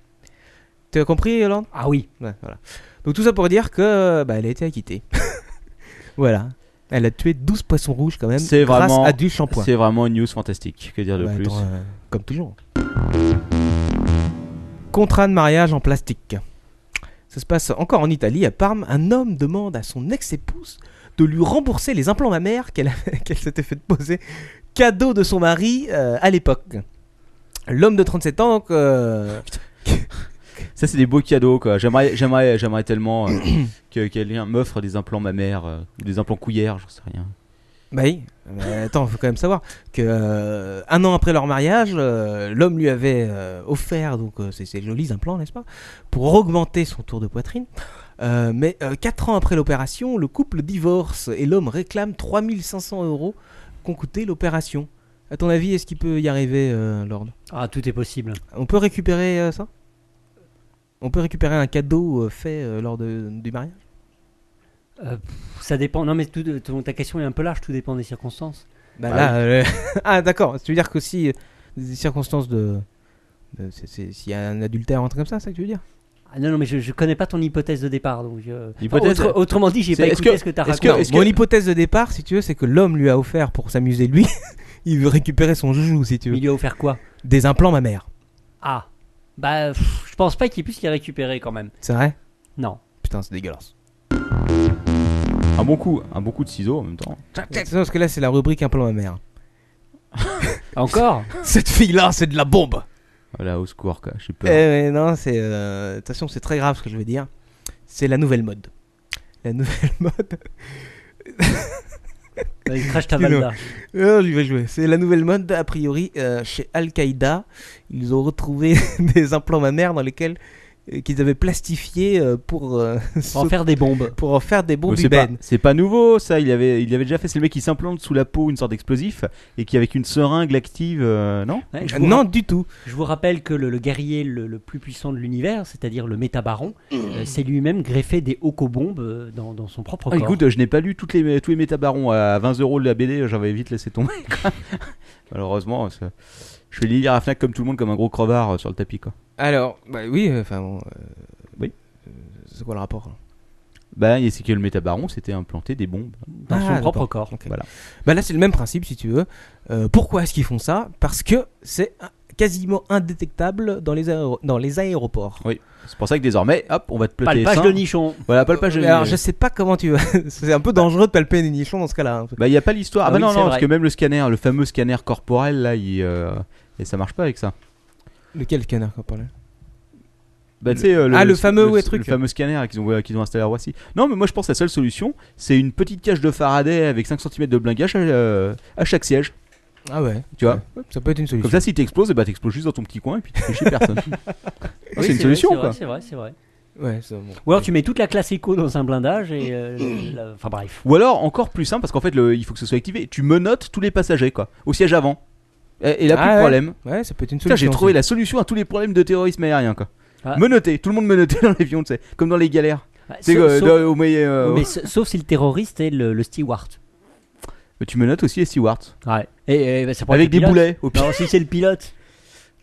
Speaker 3: Tu as compris, Hollande
Speaker 4: Ah oui.
Speaker 3: Ouais, voilà. Donc tout ça pour dire que bah, elle a été acquittée. voilà. Elle a tué 12 poissons rouges quand même
Speaker 1: C'est
Speaker 3: grâce
Speaker 1: vraiment-
Speaker 3: à du shampoing.
Speaker 1: C'est vraiment une news fantastique. Que dire de
Speaker 3: Bah,
Speaker 1: plus
Speaker 3: attends, euh, comme toujours. Contrat de mariage en plastique. Ça se passe encore en Italie, à Parme. Un homme demande à son ex-épouse de lui rembourser les implants mammaires qu'elle avait- qu'elle s'était fait poser, cadeau de son mari euh, à l'époque. L'homme de 37 ans, donc, euh,
Speaker 1: Ça, c'est des beaux cadeaux, quoi. J'aimerais, j'aimerais, j'aimerais tellement euh, que quelqu'un m'offre des implants mammaires euh, ou des implants couillères, j'en sais rien.
Speaker 3: Bah oui. Mais attends, faut quand même savoir que euh, un an après leur mariage, euh, l'homme lui avait euh, offert donc euh, c'est ces jolis implants, n'est-ce pas, pour augmenter son tour de poitrine. Euh, mais euh, quatre ans après l'opération, le couple divorce et l'homme réclame 3500 euros qu'ont coûté l'opération. À ton avis, est-ce qu'il peut y arriver, euh, Lord
Speaker 4: Ah, tout est possible.
Speaker 3: On peut récupérer euh, ça On peut récupérer un cadeau euh, fait euh, lors de- du mariage
Speaker 4: Ça dépend. Non, mais tout, ton- ta question est un peu large. Tout dépend des circonstances.
Speaker 3: Bah là, euh, ah d'accord, tu veux dire qu'aussi euh, des circonstances de, de- c'est- c'est- s'il y a un adultère, un truc comme ça, c'est ça que tu veux dire
Speaker 4: Ah, non, non, mais je, je connais pas ton hypothèse de départ. Donc, euh,
Speaker 1: Hypothèse-
Speaker 4: autre- autrement dit, j'ai
Speaker 1: C'est-
Speaker 4: pas
Speaker 1: est-ce
Speaker 4: écouté
Speaker 1: que-
Speaker 4: ce que t'as
Speaker 1: est-ce
Speaker 4: raconté.
Speaker 1: que- est-ce
Speaker 3: Mon hypothèse de départ, si tu veux, c'est que l'homme lui a offert pour s'amuser lui, il veut récupérer son joujou, si tu
Speaker 4: Il
Speaker 3: veux,
Speaker 4: lui a offert quoi
Speaker 3: des implants ma mère,
Speaker 4: Ah, bah, pff, je pense pas qu'il puisse les récupérer quand même.
Speaker 3: c'est vrai
Speaker 4: Non.
Speaker 3: Putain, c'est dégueulasse.
Speaker 1: Un bon coup, un bon coup de ciseau en même temps.
Speaker 3: Ah, C'est parce que là, c'est la rubrique implants ma mère.
Speaker 4: Encore
Speaker 3: Cette fille-là, c'est de la bombe.
Speaker 1: Voilà, au secours, quoi. J'ai
Speaker 3: Eh
Speaker 1: peur.
Speaker 3: ouais, non, c'est. euh, Attention, c'est très grave ce que je veux dire. C'est la nouvelle mode. La nouvelle mode.
Speaker 4: Avec Crash Tavalda.
Speaker 3: Oh, j'y vais jouer. C'est la nouvelle mode, a priori, euh, chez Al-Qaïda. Ils ont retrouvé des implants mammaires dans lesquels. euh, qu'ils avaient plastifiés euh, pour. euh,
Speaker 4: Pour en
Speaker 3: se-
Speaker 4: faire des bombes.
Speaker 3: pour en faire des bombes
Speaker 1: Mais c'est pas,
Speaker 3: humaines.
Speaker 1: c'est pas nouveau ça, il y avait, il y avait déjà fait, c'est le mec qui s'implante sous la peau une sorte d'explosif et qui avec une seringue l'active, euh, non
Speaker 4: Ouais, je
Speaker 3: Euh,
Speaker 4: vous
Speaker 3: Non, du tout.
Speaker 4: Je vous rappelle que le, le guerrier le, le plus puissant de l'univers, c'est-à-dire le métabaron, euh, s'est lui-même greffé des hocobombes euh, dans, dans son propre
Speaker 1: Ah,
Speaker 4: corps.
Speaker 1: écoute, je n'ai pas lu toutes les, tous les métabarons à 20 euros de la BD, j'avais vite laissé tomber. quoi. Malheureusement, ça- je vais les lire à Fnac comme tout le monde, comme un gros crevard euh, sur le tapis. Quoi.
Speaker 3: Alors, bah oui, euh, enfin bon. euh,
Speaker 1: Oui.
Speaker 3: euh, C'est quoi le rapport hein là
Speaker 1: Bah, et c'est que le métabaron s'était implanté des bombes.
Speaker 4: dans
Speaker 3: Ah,
Speaker 4: son
Speaker 3: d'accord.
Speaker 4: propre corps.
Speaker 3: Ok.
Speaker 1: Voilà.
Speaker 3: Bah là, c'est le même principe, si tu veux. Euh, pourquoi est-ce qu'ils font ça Parce que c'est un- quasiment indétectable dans les, aéro- dans les aéroports.
Speaker 1: C'est pour ça que désormais, hop, on va te plotter les
Speaker 4: Palpage
Speaker 1: seins.
Speaker 4: de nichon.
Speaker 1: Voilà, palpage de
Speaker 3: Mais Euh, Alors,
Speaker 1: nichon.
Speaker 3: je sais pas Bah. comment tu vas. c'est un peu dangereux de palper des nichons dans ce cas-là. hein.
Speaker 1: Bah, il n'y a pas l'histoire. Ah,
Speaker 4: Ah
Speaker 1: bah
Speaker 4: oui,
Speaker 1: non,
Speaker 4: c'est
Speaker 1: non,
Speaker 4: vrai.
Speaker 1: parce que même le scanner, le fameux scanner corporel, là, il. euh, Et ça marche pas avec ça.
Speaker 3: Lequel canard qu'on parlait
Speaker 1: Bah, tu sais, euh,
Speaker 3: Ah, le fameux, ouais, truc.
Speaker 1: Le fameux scanner qu'ils ont, qu'ils ont installé à Roissy. Non, mais moi je pense que la seule solution, c'est une petite cage de Faraday avec 5 cm de blingage à, euh, à chaque siège.
Speaker 3: Ah ouais.
Speaker 1: Tu vois
Speaker 3: Ouais, Ça peut être une solution.
Speaker 1: Comme ça, si t'exploses, eh ben, t'exploses juste dans ton petit coin et puis tu fais chier personne. Ah,
Speaker 4: Oui,
Speaker 1: c'est une
Speaker 4: vrai,
Speaker 1: solution,
Speaker 4: c'est
Speaker 1: quoi.
Speaker 4: vrai, C'est vrai, c'est vrai.
Speaker 3: Ouais, c'est bon.
Speaker 4: Ou alors tu mets toute la classe éco dans un blindage et. euh, la- Enfin bref.
Speaker 1: Ou alors, encore plus simple, parce qu'en fait, le- il faut que ce soit activé. Tu menottes tous les passagers, quoi, au siège avant. Et, et là,
Speaker 3: Ah
Speaker 1: plus de
Speaker 3: ouais.
Speaker 1: problème.
Speaker 3: Ouais, ça peut être une
Speaker 1: Putain,
Speaker 3: solution.
Speaker 1: j'ai trouvé la solution à tous les problèmes de terrorisme aérien, quoi.
Speaker 4: Ah.
Speaker 1: Menotté, tout le monde menotté dans l'avion, tu sais, comme dans les galères. C'est
Speaker 4: Sauf-
Speaker 1: que,
Speaker 4: sauf-
Speaker 1: dans- au moyen, euh,
Speaker 4: mais sa- sauf si le terroriste est le, le steward.
Speaker 1: Mais tu menottes aussi les stewards.
Speaker 4: Ouais. Et, et, bah, ça pourrait
Speaker 1: Avec
Speaker 4: être le
Speaker 1: des
Speaker 4: pilote.
Speaker 1: boulets, au pire.
Speaker 4: Non, si c'est le pilote.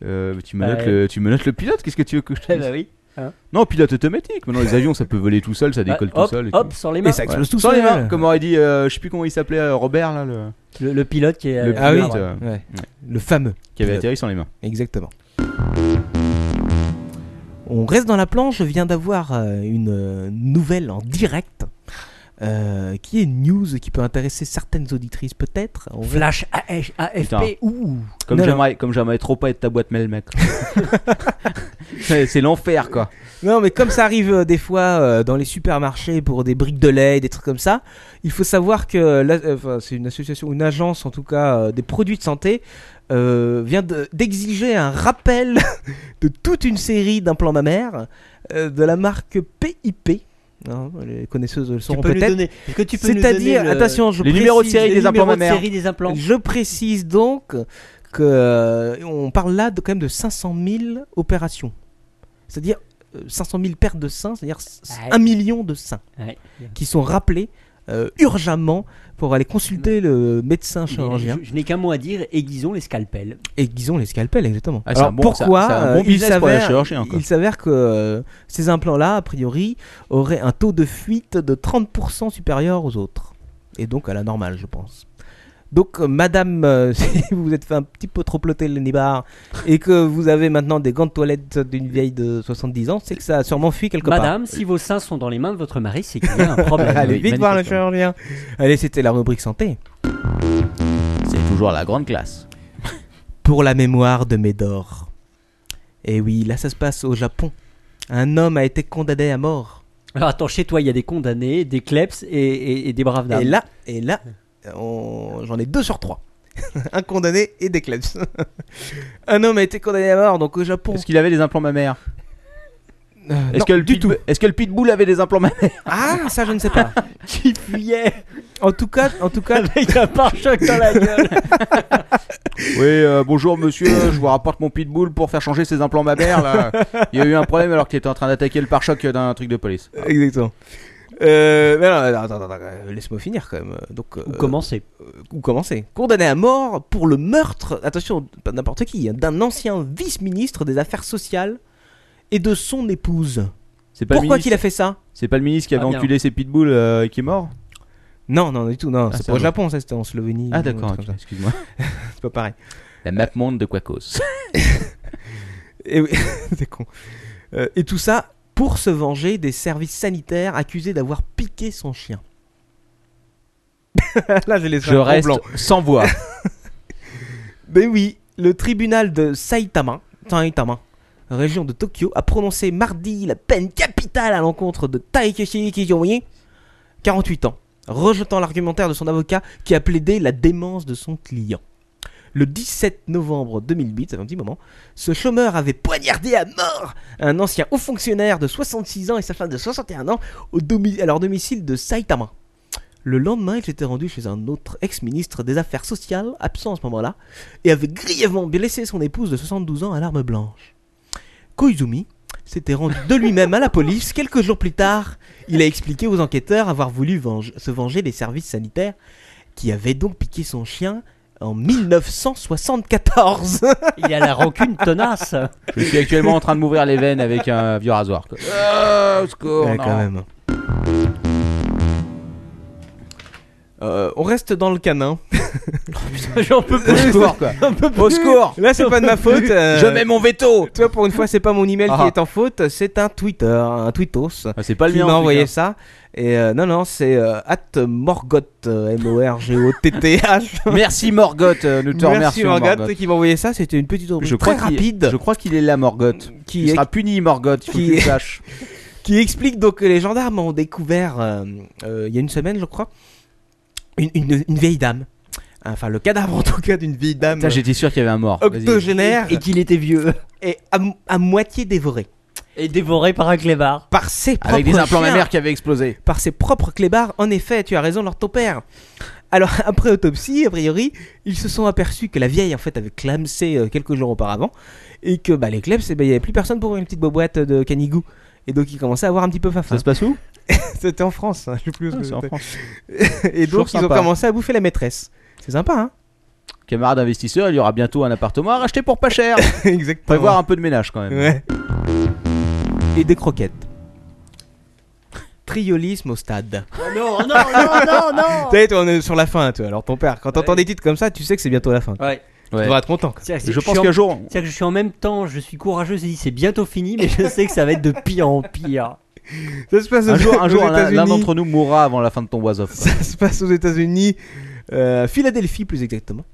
Speaker 1: Euh, mais tu, menottes
Speaker 4: Bah,
Speaker 1: le, tu menottes le pilote, qu'est-ce que tu veux que je te
Speaker 4: Eh
Speaker 1: dise
Speaker 4: bah oui.
Speaker 1: Non, pilote automatique. Maintenant, les avions, ça peut voler tout seul, ça décolle
Speaker 4: Ah, hop,
Speaker 1: tout seul. et
Speaker 4: Hop,
Speaker 1: tout.
Speaker 4: sans les mains.
Speaker 3: Et ça explose tout
Speaker 1: Sans les
Speaker 3: seul.
Speaker 1: mains, comme aurait dit, euh, je sais plus comment il s'appelait, euh, Robert, là, le,
Speaker 4: Le, le pilote qui est.
Speaker 1: le
Speaker 3: ah oui.
Speaker 1: pilote, euh,
Speaker 3: Ouais. Le fameux.
Speaker 1: qui avait
Speaker 3: Pilote.
Speaker 1: atterri sans les mains.
Speaker 3: Exactement. On reste dans la planche. Je viens d'avoir euh, une euh, nouvelle en direct euh, qui est une news qui peut intéresser certaines auditrices peut-être. On va-
Speaker 4: Flash AH,
Speaker 1: Putain.
Speaker 4: AFP. Ouh.
Speaker 1: Comme
Speaker 3: Non,
Speaker 1: j'aimerais, comme j'aimerais trop pas être ta boîte mail, mec. c'est c'est l'enfer, quoi.
Speaker 3: Non, mais comme ça arrive euh, des fois euh, dans les supermarchés pour des briques de lait, des trucs comme ça, il faut savoir que la- euh, enfin, c'est une association, une agence en tout cas euh, des produits de santé euh, vient de- d'exiger un rappel de toute une série d'implants mammaires euh, de la marque PIP. Hein, les connaisseuses le
Speaker 4: Tu
Speaker 3: sauront
Speaker 4: peux nous
Speaker 3: peut-être.
Speaker 4: donner. Est-ce que tu peux nous donner
Speaker 3: C'est-à-dire,
Speaker 4: le-
Speaker 3: attention, je
Speaker 1: Les
Speaker 3: précise,
Speaker 1: numéros de série
Speaker 4: les
Speaker 1: des implants
Speaker 4: numéros de
Speaker 1: mammaires.
Speaker 4: série des implants.
Speaker 3: Je précise donc que euh, on parle là de quand même de 500 000 opérations, c'est-à-dire euh, 500 000 pertes de seins, c'est-à-dire s-
Speaker 4: Ouais.
Speaker 3: un million de seins
Speaker 4: Ouais.
Speaker 1: Oh,
Speaker 3: qui sont rappelés euh, urgemment pour aller consulter le médecin chirurgien.
Speaker 4: Je, je n'ai qu'un mot à dire, aiguisons les scalpels.
Speaker 3: Et disons les scalpels, exactement.
Speaker 1: Ah, c'est
Speaker 3: Alors
Speaker 1: un bon-
Speaker 3: pourquoi
Speaker 1: c'est un- c'est un bon
Speaker 3: euh, il
Speaker 1: business pour les
Speaker 3: s'avère-
Speaker 1: chirurgiens, quoi.
Speaker 3: Il s'avère que euh, ces implants-là, a priori, auraient un taux de fuite de 30% supérieur aux autres. Et donc à la normale, je pense. Donc, euh, madame, euh, si vous vous êtes fait un petit peu trop ploter le nibar et que vous avez maintenant des gants de toilette d'une vieille de 70 ans, c'est que ça a sûrement fui quelque part.
Speaker 4: Madame, si vos seins sont dans les mains de votre mari, c'est qu'il y a un problème.
Speaker 3: Allez,
Speaker 1: Oui,
Speaker 3: vite voir le
Speaker 1: manifestement.
Speaker 3: chirurgien. Allez, c'était la rubrique santé.
Speaker 1: C'est toujours la grande classe.
Speaker 3: pour la mémoire de Médor. Et oui, là ça se passe au Japon. Un homme a été condamné à mort.
Speaker 4: Alors attends, chez toi, il y a des condamnés, des kleps et, et- et des braves dames.
Speaker 3: Et là, et là, on- j'en ai deux sur trois. un condamné et des clubs. un homme a été condamné à mort, donc au Japon.
Speaker 1: Est-ce qu'il avait des implants mammaires
Speaker 3: Euh,
Speaker 1: Est-ce
Speaker 3: non,
Speaker 1: que, le
Speaker 3: du
Speaker 1: pitbull-
Speaker 3: tout
Speaker 1: est-ce que le pitbull avait des implants mammaires
Speaker 3: Ah, ça je ne sais pas.
Speaker 4: Qui fuyait
Speaker 3: En tout cas, en tout cas,
Speaker 4: avec un pare-choc dans la gueule.
Speaker 1: Oui, euh, bonjour monsieur, je vous rapporte mon pitbull pour faire changer ses implants mammaires. Là. Il y a eu un problème alors qu'il était en train d'attaquer le pare-choc d'un truc de police.
Speaker 3: exactement. Euh, mais non, attends, attends, attends, euh, laisse-moi finir quand même. Donc,
Speaker 4: Ou
Speaker 3: euh,
Speaker 4: commencer.
Speaker 3: ou commencer. Condamné à mort pour le meurtre, attention, pas n'importe qui, hein, d'un ancien vice-ministre des Affaires sociales et de son épouse.
Speaker 1: C'est pas, le
Speaker 3: Pourquoi
Speaker 1: ministre-
Speaker 3: qu'il a fait ça
Speaker 1: c'est pas le ministre qui avait
Speaker 4: Ah, bien.
Speaker 1: enculé ses pitbulls euh, et qui est mort
Speaker 3: Non, non, du tout,
Speaker 1: Ah,
Speaker 3: non,
Speaker 1: c'est
Speaker 3: c'est pas au
Speaker 1: un
Speaker 3: Japon, ça c'était en Slovénie.
Speaker 1: Ah
Speaker 3: ou
Speaker 1: d'accord,
Speaker 3: un truc
Speaker 1: ok,
Speaker 3: comme ça.
Speaker 1: excuse-moi.
Speaker 3: c'est pas pareil.
Speaker 1: La map monde de Quacos.
Speaker 3: Et oui, c'est con. Euh, et tout ça pour se venger des services sanitaires accusés d'avoir piqué son chien. Là, je laisse
Speaker 1: Je reste sans voix.
Speaker 3: Mais Ben oui, le tribunal de Saitama, Saitama, région de Tokyo, a prononcé mardi la peine capitale à l'encontre de Taikeshi Kiyomi, 48 ans, rejetant l'argumentaire de son avocat qui a plaidé la démence de son client. Le 17 novembre 2008, ça fait un petit moment, ce chômeur avait poignardé à mort un ancien haut fonctionnaire de 66 ans et sa femme de 61 ans au domi- à leur domicile de Saitama. Le lendemain, il s'était rendu chez un autre ex-ministre des Affaires sociales, absent à ce moment-là, et avait grièvement blessé son épouse de 72 ans à l'arme blanche. Koizumi s'était rendu de lui-même à la police quelques jours plus tard. Il a expliqué aux enquêteurs avoir voulu venge- se venger des services sanitaires qui avaient donc piqué son chien en 1974.
Speaker 4: Il a la rancune tenace.
Speaker 1: Je suis actuellement en train de m'ouvrir les veines avec un vieux rasoir. quoi. Ah, au
Speaker 3: Oh,
Speaker 1: secours, non.
Speaker 3: Eh, même. Euh, on reste dans le canin.
Speaker 4: J'en peux
Speaker 1: Au
Speaker 4: plus.
Speaker 1: secours, quoi. Au secours
Speaker 3: Là, c'est pas de ma faute. euh,
Speaker 1: Je mets mon veto
Speaker 3: Toi, pour une fois, c'est pas mon email
Speaker 1: Ah.
Speaker 3: qui est en faute, c'est un Twitter, un tweetos.
Speaker 1: Ah, C'est pas le
Speaker 3: qui
Speaker 1: mien. en
Speaker 3: m'a
Speaker 1: tout
Speaker 3: envoyé
Speaker 1: cas.
Speaker 3: ça. Et euh, non, non, c'est euh, at Morgoth, euh, M-O-R-G-O-T-T-H.
Speaker 1: Merci Morgoth, euh, nous te
Speaker 3: Merci
Speaker 1: remercions. Morgoth.
Speaker 3: Morgoth qui m'a envoyé ça. C'était une petite rubrique
Speaker 1: Je crois
Speaker 3: très
Speaker 1: qu'il-
Speaker 3: rapide
Speaker 1: Je crois qu'il est là, Morgoth.
Speaker 3: qui,
Speaker 1: Il sera puni, Morgoth. Il faut
Speaker 3: qui-
Speaker 1: que tu le saches.
Speaker 3: qui explique donc que les gendarmes ont découvert, euh, euh, il y a une semaine, je crois, une, une- une vieille dame. Enfin, le cadavre en tout cas d'une vieille dame
Speaker 1: Putain, J'étais sûr qu'il y avait un mort. Vas-y.
Speaker 3: octogénaire
Speaker 4: Et qu'il était vieux.
Speaker 3: et à, mo- à moitié dévorée
Speaker 4: Et dévoré par un clébard.
Speaker 3: par ses propres
Speaker 1: Avec des implants
Speaker 3: chiens.
Speaker 1: mammaires qui avaient explosé.
Speaker 3: par ses propres clébards. En effet, tu as raison, leur ton père. Alors, après autopsie, a priori, ils se sont aperçus que la vieille, en fait, avait clamsé euh, quelques jours auparavant. Et que bah, les clems, eh ben, il n'y avait plus personne pour une petite boîte de canigou. Et donc, ils commençaient à avoir un petit peu faim.
Speaker 1: passe où
Speaker 3: C'était en France. hein, je sais plus où
Speaker 1: Ah, C'est en
Speaker 3: c'était.
Speaker 1: France.
Speaker 3: Et donc,
Speaker 1: Toujours
Speaker 3: ils ont
Speaker 1: sympa.
Speaker 3: commencé à bouffer la maîtresse. C'est sympa, hein
Speaker 1: Camarade investisseur, il y aura bientôt un appartement à racheter pour pas cher.
Speaker 3: Exactement.
Speaker 1: Prévoir un peu de ménage quand même.
Speaker 3: Ouais. Et des croquettes. Triolisme au stade.
Speaker 4: Ah non, non, non, non, non.
Speaker 3: Tu sais, toi, on est sur la fin, toi. Alors, ton père, quand t'entends des titres comme ça, tu sais que c'est bientôt la fin.
Speaker 4: Ouais.
Speaker 1: Ouais.
Speaker 3: Tu vas être content. quoi.
Speaker 4: C'est-à-dire que
Speaker 1: Je
Speaker 4: je
Speaker 1: pense
Speaker 4: suis en-
Speaker 1: qu'un jour,
Speaker 4: c'est-à-dire que je suis en même temps, je suis courageux, je dis c'est bientôt fini, mais je sais que ça va être de pire en pire.
Speaker 3: Ça se passe
Speaker 1: un
Speaker 3: aux-
Speaker 1: jour, un
Speaker 3: aux
Speaker 1: jour, l'un l'un
Speaker 3: États-Unis.
Speaker 1: d'entre nous mourra avant la fin de ton was off.
Speaker 3: Ça se passe aux États-Unis, euh, Philadelphie plus exactement,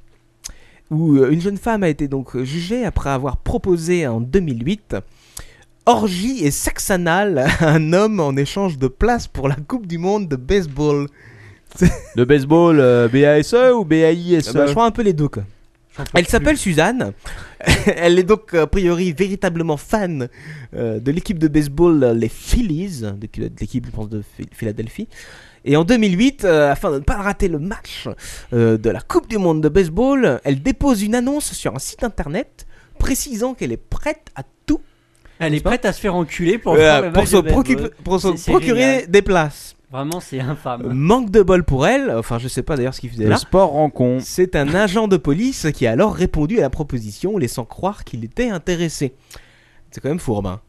Speaker 3: où euh, une jeune femme a été donc jugée après avoir proposé en 2008 orgie et sexe anal à un homme en échange de place pour la Coupe du Monde de baseball.
Speaker 1: De baseball, euh, BASE ou BAISE
Speaker 3: Bah, je crois un peu les deux quoi. Elle s'appelle Suzanne. Elle est donc a priori véritablement fan euh, de l'équipe de baseball euh, les Phillies, de, de l'équipe je pense de Phil- Philadelphie. Et en 2008, euh, afin de ne pas rater le match euh, de la Coupe du Monde de baseball, elle dépose une annonce sur un site internet précisant qu'elle est prête à tout
Speaker 4: Elle est prête à se faire enculer pour,
Speaker 3: euh,
Speaker 4: faire le
Speaker 3: pour
Speaker 4: match
Speaker 3: se
Speaker 4: de baseball.
Speaker 3: procu- pour se
Speaker 4: C'est- c'est
Speaker 3: procurer
Speaker 4: génial.
Speaker 3: des places.
Speaker 4: Vraiment, c'est
Speaker 3: Euh,
Speaker 4: infâme.
Speaker 3: Manque de bol pour elle, enfin je sais pas d'ailleurs ce qu'il faisait
Speaker 1: Le
Speaker 3: là.
Speaker 1: sport rend con.
Speaker 3: C'est un agent de police qui a alors répondu à la proposition, laissant croire qu'il était intéressé. C'est quand même fourbe. hein.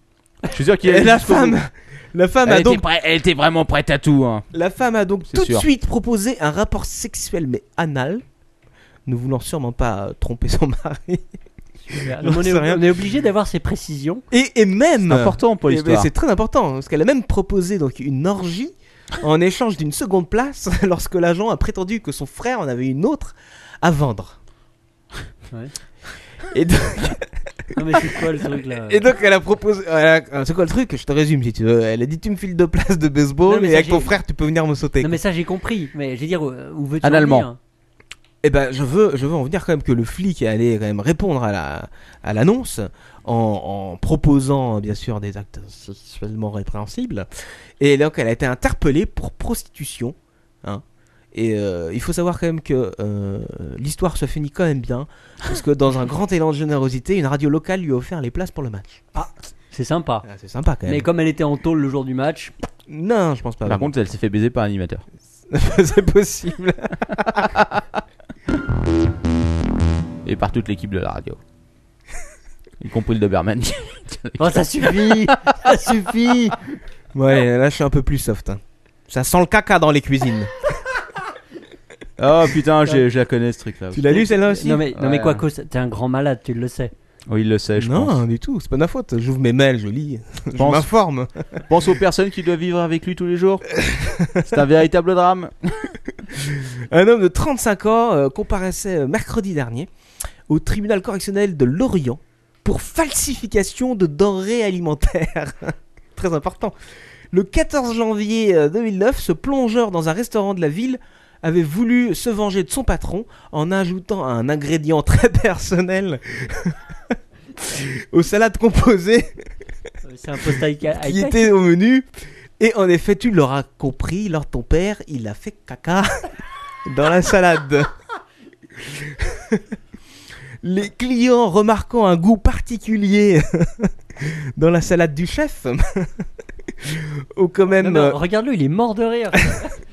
Speaker 1: Je suis sûr qu'il y a
Speaker 3: Et la femme, la femme
Speaker 1: Elle
Speaker 3: a
Speaker 1: était
Speaker 3: donc,
Speaker 1: prête- elle était vraiment prête à tout. hein.
Speaker 3: la femme a donc
Speaker 1: C'est
Speaker 3: tout
Speaker 1: sûr.
Speaker 3: de suite proposé un rapport sexuel mais anal, ne voulant sûrement pas euh, tromper son mari.
Speaker 4: Donc, Euh, on,
Speaker 3: c'est
Speaker 4: est,
Speaker 3: rien.
Speaker 4: on est obligé d'avoir ces précisions.
Speaker 3: Et, et même,
Speaker 1: C'est important pour
Speaker 3: Eh ben,
Speaker 1: l'histoire.
Speaker 3: c'est très important parce qu'elle a même proposé donc une orgie en échange d'une seconde place lorsque l'agent a prétendu que son frère en avait une autre à vendre.
Speaker 4: Ouais.
Speaker 3: Et donc,
Speaker 4: Non, mais c'est quoi le truc là
Speaker 3: Et donc elle a proposé. elle a- euh, C'est quoi le truc Je te résume si tu veux. Elle a dit tu me files deux places de baseball
Speaker 4: Non, mais
Speaker 3: et
Speaker 4: ça,
Speaker 3: avec ton
Speaker 4: j'ai-
Speaker 3: frère tu peux venir me sauter.
Speaker 4: Non, mais ça j'ai compris. Mais je veux dire, euh, où veux-tu
Speaker 1: Un
Speaker 4: en
Speaker 1: Allemand.
Speaker 4: venir
Speaker 3: Eh ben, je veux, je veux en venir quand même que le flic est allé quand même répondre à la, à l'annonce en, en proposant bien sûr des actes sexuellement répréhensibles. Et donc, elle a été interpellée pour prostitution. hein. Et euh, il faut savoir quand même que euh, l'histoire se finit quand même bien parce que dans un grand élan de générosité, une radio locale lui a offert les places pour le match.
Speaker 4: C'est sympa.
Speaker 3: Ah, c'est sympa quand même.
Speaker 4: Mais comme elle était en tôle le jour du match,
Speaker 3: Non, je pense pas.
Speaker 1: Par contre, elle s'est fait baiser par un animateur.
Speaker 3: c'est possible.
Speaker 1: Et par toute l'équipe de la radio. y compris le Doberman.
Speaker 4: oh, ça suffit Ça suffit
Speaker 3: Ouais, là je suis un peu plus soft. hein. Ça sent le caca dans les cuisines.
Speaker 1: oh putain, j'ai- je la connais ce truc là.
Speaker 3: tu l'as lu celle-là aussi
Speaker 4: Non mais, non, mais
Speaker 1: Ouais.
Speaker 4: quoi que t'es un grand malade, tu le sais.
Speaker 1: Oh, il le sait, je
Speaker 3: non,
Speaker 1: pense.
Speaker 3: du tout, c'est pas de ma faute. J'ouvre mes mails, je lis, euh, je
Speaker 1: Pense.
Speaker 3: m'informe.
Speaker 1: Pense aux personnes qui doivent vivre avec lui tous les jours. C'est un véritable drame.
Speaker 3: Un homme de 35 ans euh, comparaissait euh, mercredi dernier au tribunal correctionnel de Lorient pour falsification de denrées alimentaires. Très important. Le 14 janvier euh, 2009, ce plongeur dans un restaurant de la ville avait voulu se venger de son patron en ajoutant un ingrédient très personnel aux salades composées
Speaker 4: Euh, C'est un post high
Speaker 3: qui était au menu. Et en effet, tu l'auras compris, lors de ton père, il a fait caca dans la salade. Les clients remarquant un goût particulier dans la salade du chef ou quand même euh,
Speaker 4: Regarde-le, il est mort de rire.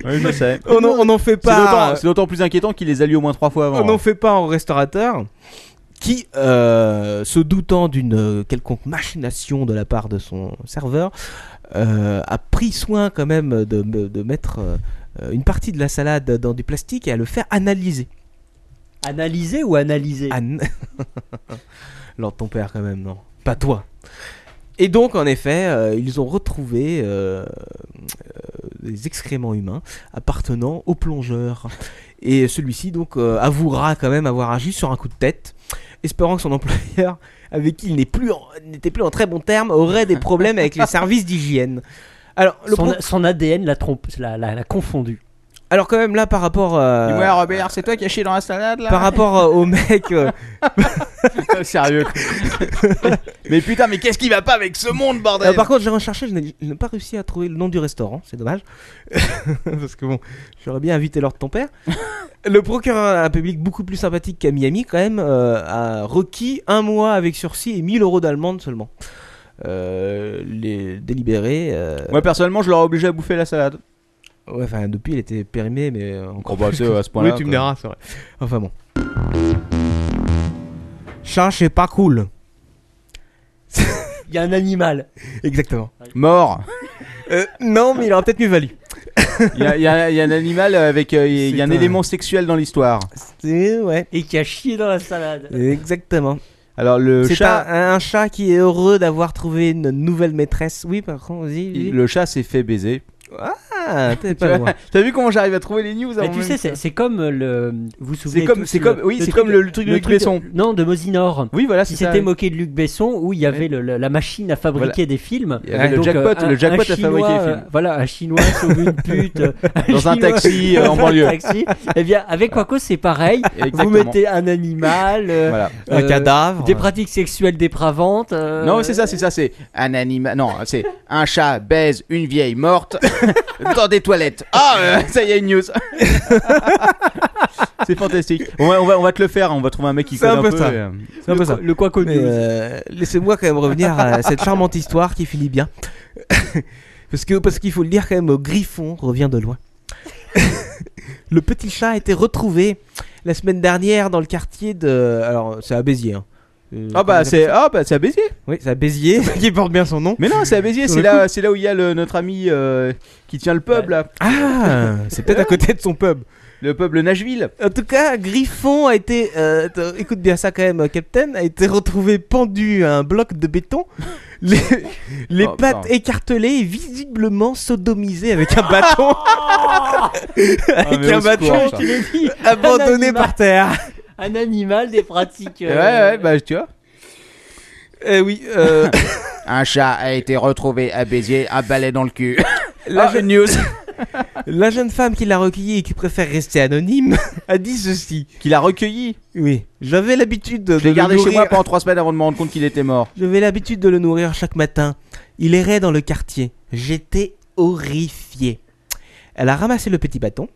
Speaker 1: Oui, je sais.
Speaker 3: on n'en- on n'en fait
Speaker 1: C'est d'autant-
Speaker 3: pas
Speaker 1: C'est d'autant plus inquiétant qu'il les a lus au moins trois fois avant.
Speaker 3: on n'en fait pas en restaurateur qui, euh, se doutant d'une euh, quelconque machination de la part de son serveur, euh, a pris soin quand même de, de mettre euh, une partie de la salade dans du plastique et à le faire analyser.
Speaker 4: Analyser ou analyser
Speaker 3: Anne. Lors de ton père, quand même, non. Pas toi. Et donc, en effet, euh, ils ont retrouvé euh, euh, des excréments humains appartenant au plongeur. Et celui-ci, donc, euh, avouera quand même avoir agi sur un coup de tête, espérant que son employeur, avec qui il n'est plus en- n'était plus en très bon terme, aurait des problèmes avec les services d'hygiène. Alors, le
Speaker 4: son,
Speaker 3: pro-
Speaker 4: son ADN l'a trompé, l'a, l'a- l'a confondu.
Speaker 3: Alors, quand même, là, par rapport, euh,
Speaker 6: Dis-moi, Robert, c'est toi qui as chié dans la salade là
Speaker 3: par rapport euh, au mec. euh,
Speaker 1: hein. Sérieux.
Speaker 6: Mais putain, mais qu'est-ce qui va pas avec ce monde, bordel
Speaker 3: Euh, par contre, j'ai recherché, je n'ai je n'ai pas réussi à trouver le nom du restaurant, c'est dommage. Parce que bon, j'aurais bien invité l'ordre de ton père. le procureur, un public beaucoup plus sympathique qu'à Miami, quand même, euh, a requis un mois avec sursis et 1000 euros d'allemande seulement. Euh, les délibérés. euh,
Speaker 1: Moi personnellement, je l'aurais obligé à bouffer la salade.
Speaker 3: ouais, enfin, depuis, elle était périmée, mais euh, encore.
Speaker 1: Oh, bah, tu sais, à ce
Speaker 3: Oui,
Speaker 1: point-là.
Speaker 3: tu me
Speaker 1: quoi.
Speaker 3: diras, c'est vrai. Enfin bon. Chat, c'est pas cool.
Speaker 4: Il y a un animal.
Speaker 3: Exactement.
Speaker 1: Mort.
Speaker 3: Euh, non, mais il aurait peut-être mieux valu.
Speaker 1: Il y, a- il y a il y a un animal avec. euh, Il y a un
Speaker 3: C'est un-
Speaker 1: élément sexuel dans l'histoire.
Speaker 3: C'est- Ouais.
Speaker 4: Et qui a chié dans la salade.
Speaker 3: Exactement.
Speaker 1: Alors le
Speaker 3: C'est
Speaker 1: chat.
Speaker 3: un, un chat qui est heureux d'avoir trouvé une nouvelle maîtresse. Oui, par contre, vas-y.
Speaker 1: il-
Speaker 3: vas-y.
Speaker 1: Le chat s'est fait baiser.
Speaker 3: Ah, t'es
Speaker 1: Tu
Speaker 3: pas
Speaker 1: vois,
Speaker 3: loin.
Speaker 1: T'as vu comment j'arrive à trouver les
Speaker 3: Bah,
Speaker 1: news
Speaker 4: Mais
Speaker 1: avant
Speaker 4: tu
Speaker 1: même
Speaker 4: sais,
Speaker 1: que ça
Speaker 4: c'est, c'est comme euh, le. Vous vous souvenez
Speaker 1: C'est comme,
Speaker 4: tous
Speaker 1: c'est
Speaker 4: le-
Speaker 1: comme, oui,
Speaker 4: le
Speaker 1: c'est
Speaker 4: truc
Speaker 1: comme le, le truc de
Speaker 4: le
Speaker 1: Luc
Speaker 4: truc
Speaker 1: Besson.
Speaker 4: Non, de Mosinor.
Speaker 1: Oui, voilà, c'est
Speaker 4: Qui
Speaker 1: ça.
Speaker 4: s'était moqué de Luc Besson, où il y avait le- le- la machine à fabriquer des films.
Speaker 1: Il y avait le
Speaker 4: Donc,
Speaker 1: jackpot,
Speaker 4: euh,
Speaker 1: le jackpot a
Speaker 4: un
Speaker 1: fabriqué les
Speaker 4: Chinois,
Speaker 1: films.
Speaker 4: euh, Voilà, un chinois sauve une pute euh,
Speaker 1: Dans un
Speaker 4: Chinois-
Speaker 1: taxi, euh, en
Speaker 4: dans un
Speaker 1: banlieue.
Speaker 4: taxi. Eh bien, avec Quaco, c'est pareil. Vous
Speaker 1: Exactement.
Speaker 4: mettez un animal, euh,
Speaker 1: Voilà.
Speaker 3: Un
Speaker 4: euh,
Speaker 3: cadavre.
Speaker 4: des pratiques sexuelles dépravantes. euh,
Speaker 1: Non, c'est ça, c'est ça, c'est
Speaker 6: Un animal. Non, c'est un chat baise une vieille morte dans des toilettes. Ah, euh, ça y est, une news.
Speaker 1: c'est fantastique. On va, on va, on va te le faire. hein. On va trouver un mec qui
Speaker 3: C'est
Speaker 1: code
Speaker 3: un
Speaker 1: un
Speaker 3: peu
Speaker 1: peu.
Speaker 3: ça.
Speaker 1: euh,
Speaker 3: C'est un peu ça.
Speaker 4: Le Quaco
Speaker 3: Mais,
Speaker 4: News.
Speaker 3: euh, Laissez-moi quand même revenir à cette charmante histoire qui finit bien. parce que parce qu'il faut le dire quand même, Griffon revient de loin. le petit chat a été retrouvé la semaine dernière dans le quartier de. Alors, c'est à Béziers. hein. Euh,
Speaker 1: Ah bah
Speaker 3: comment
Speaker 1: c'est, ah bah c'est à Béziers.
Speaker 3: Oui, c'est à Béziers, qui porte bien son nom.
Speaker 1: Mais non, c'est à Béziers.
Speaker 3: Sur
Speaker 1: C'est
Speaker 3: le
Speaker 1: là, c'est là où il y a le, notre ami euh, qui tient le pub là,
Speaker 3: Ah, c'est peut-être à côté de son pub.
Speaker 1: le pub le Nashville.
Speaker 3: En tout cas, Griffon a été. euh, attends, écoute bien ça quand même, euh, Captain, a été retrouvé pendu à un bloc de béton, les, les
Speaker 1: Oh,
Speaker 3: pattes
Speaker 1: putain.
Speaker 3: écartelées et visiblement sodomisées avec
Speaker 1: Ah,
Speaker 3: un bâton. avec
Speaker 1: mais
Speaker 3: un
Speaker 1: au secours,
Speaker 3: bâton
Speaker 1: ça.
Speaker 4: Tu l'as dit, un
Speaker 3: abandonné
Speaker 4: animal-
Speaker 3: par terre.
Speaker 4: Un animal des pratiques.
Speaker 1: Ouais, bah,
Speaker 4: euh,
Speaker 1: ouais, bah tu vois.
Speaker 3: Eh oui, euh,
Speaker 1: Un chat a été retrouvé à Béziers, un balai dans le cul. Ah,
Speaker 3: la, je-
Speaker 1: news.
Speaker 3: la jeune femme qui l'a recueilli et qui préfère rester anonyme a dit ceci.
Speaker 1: Qu'il a recueilli.
Speaker 3: Oui, j'avais l'habitude de
Speaker 1: Je l'ai
Speaker 3: le
Speaker 1: gardé chez
Speaker 3: nourrir-
Speaker 1: moi pendant trois semaines avant de me rendre compte qu'il était mort.
Speaker 3: J'avais l'habitude de le nourrir chaque matin. Il errait dans le quartier. J'étais horrifié. Elle a ramassé le petit bâton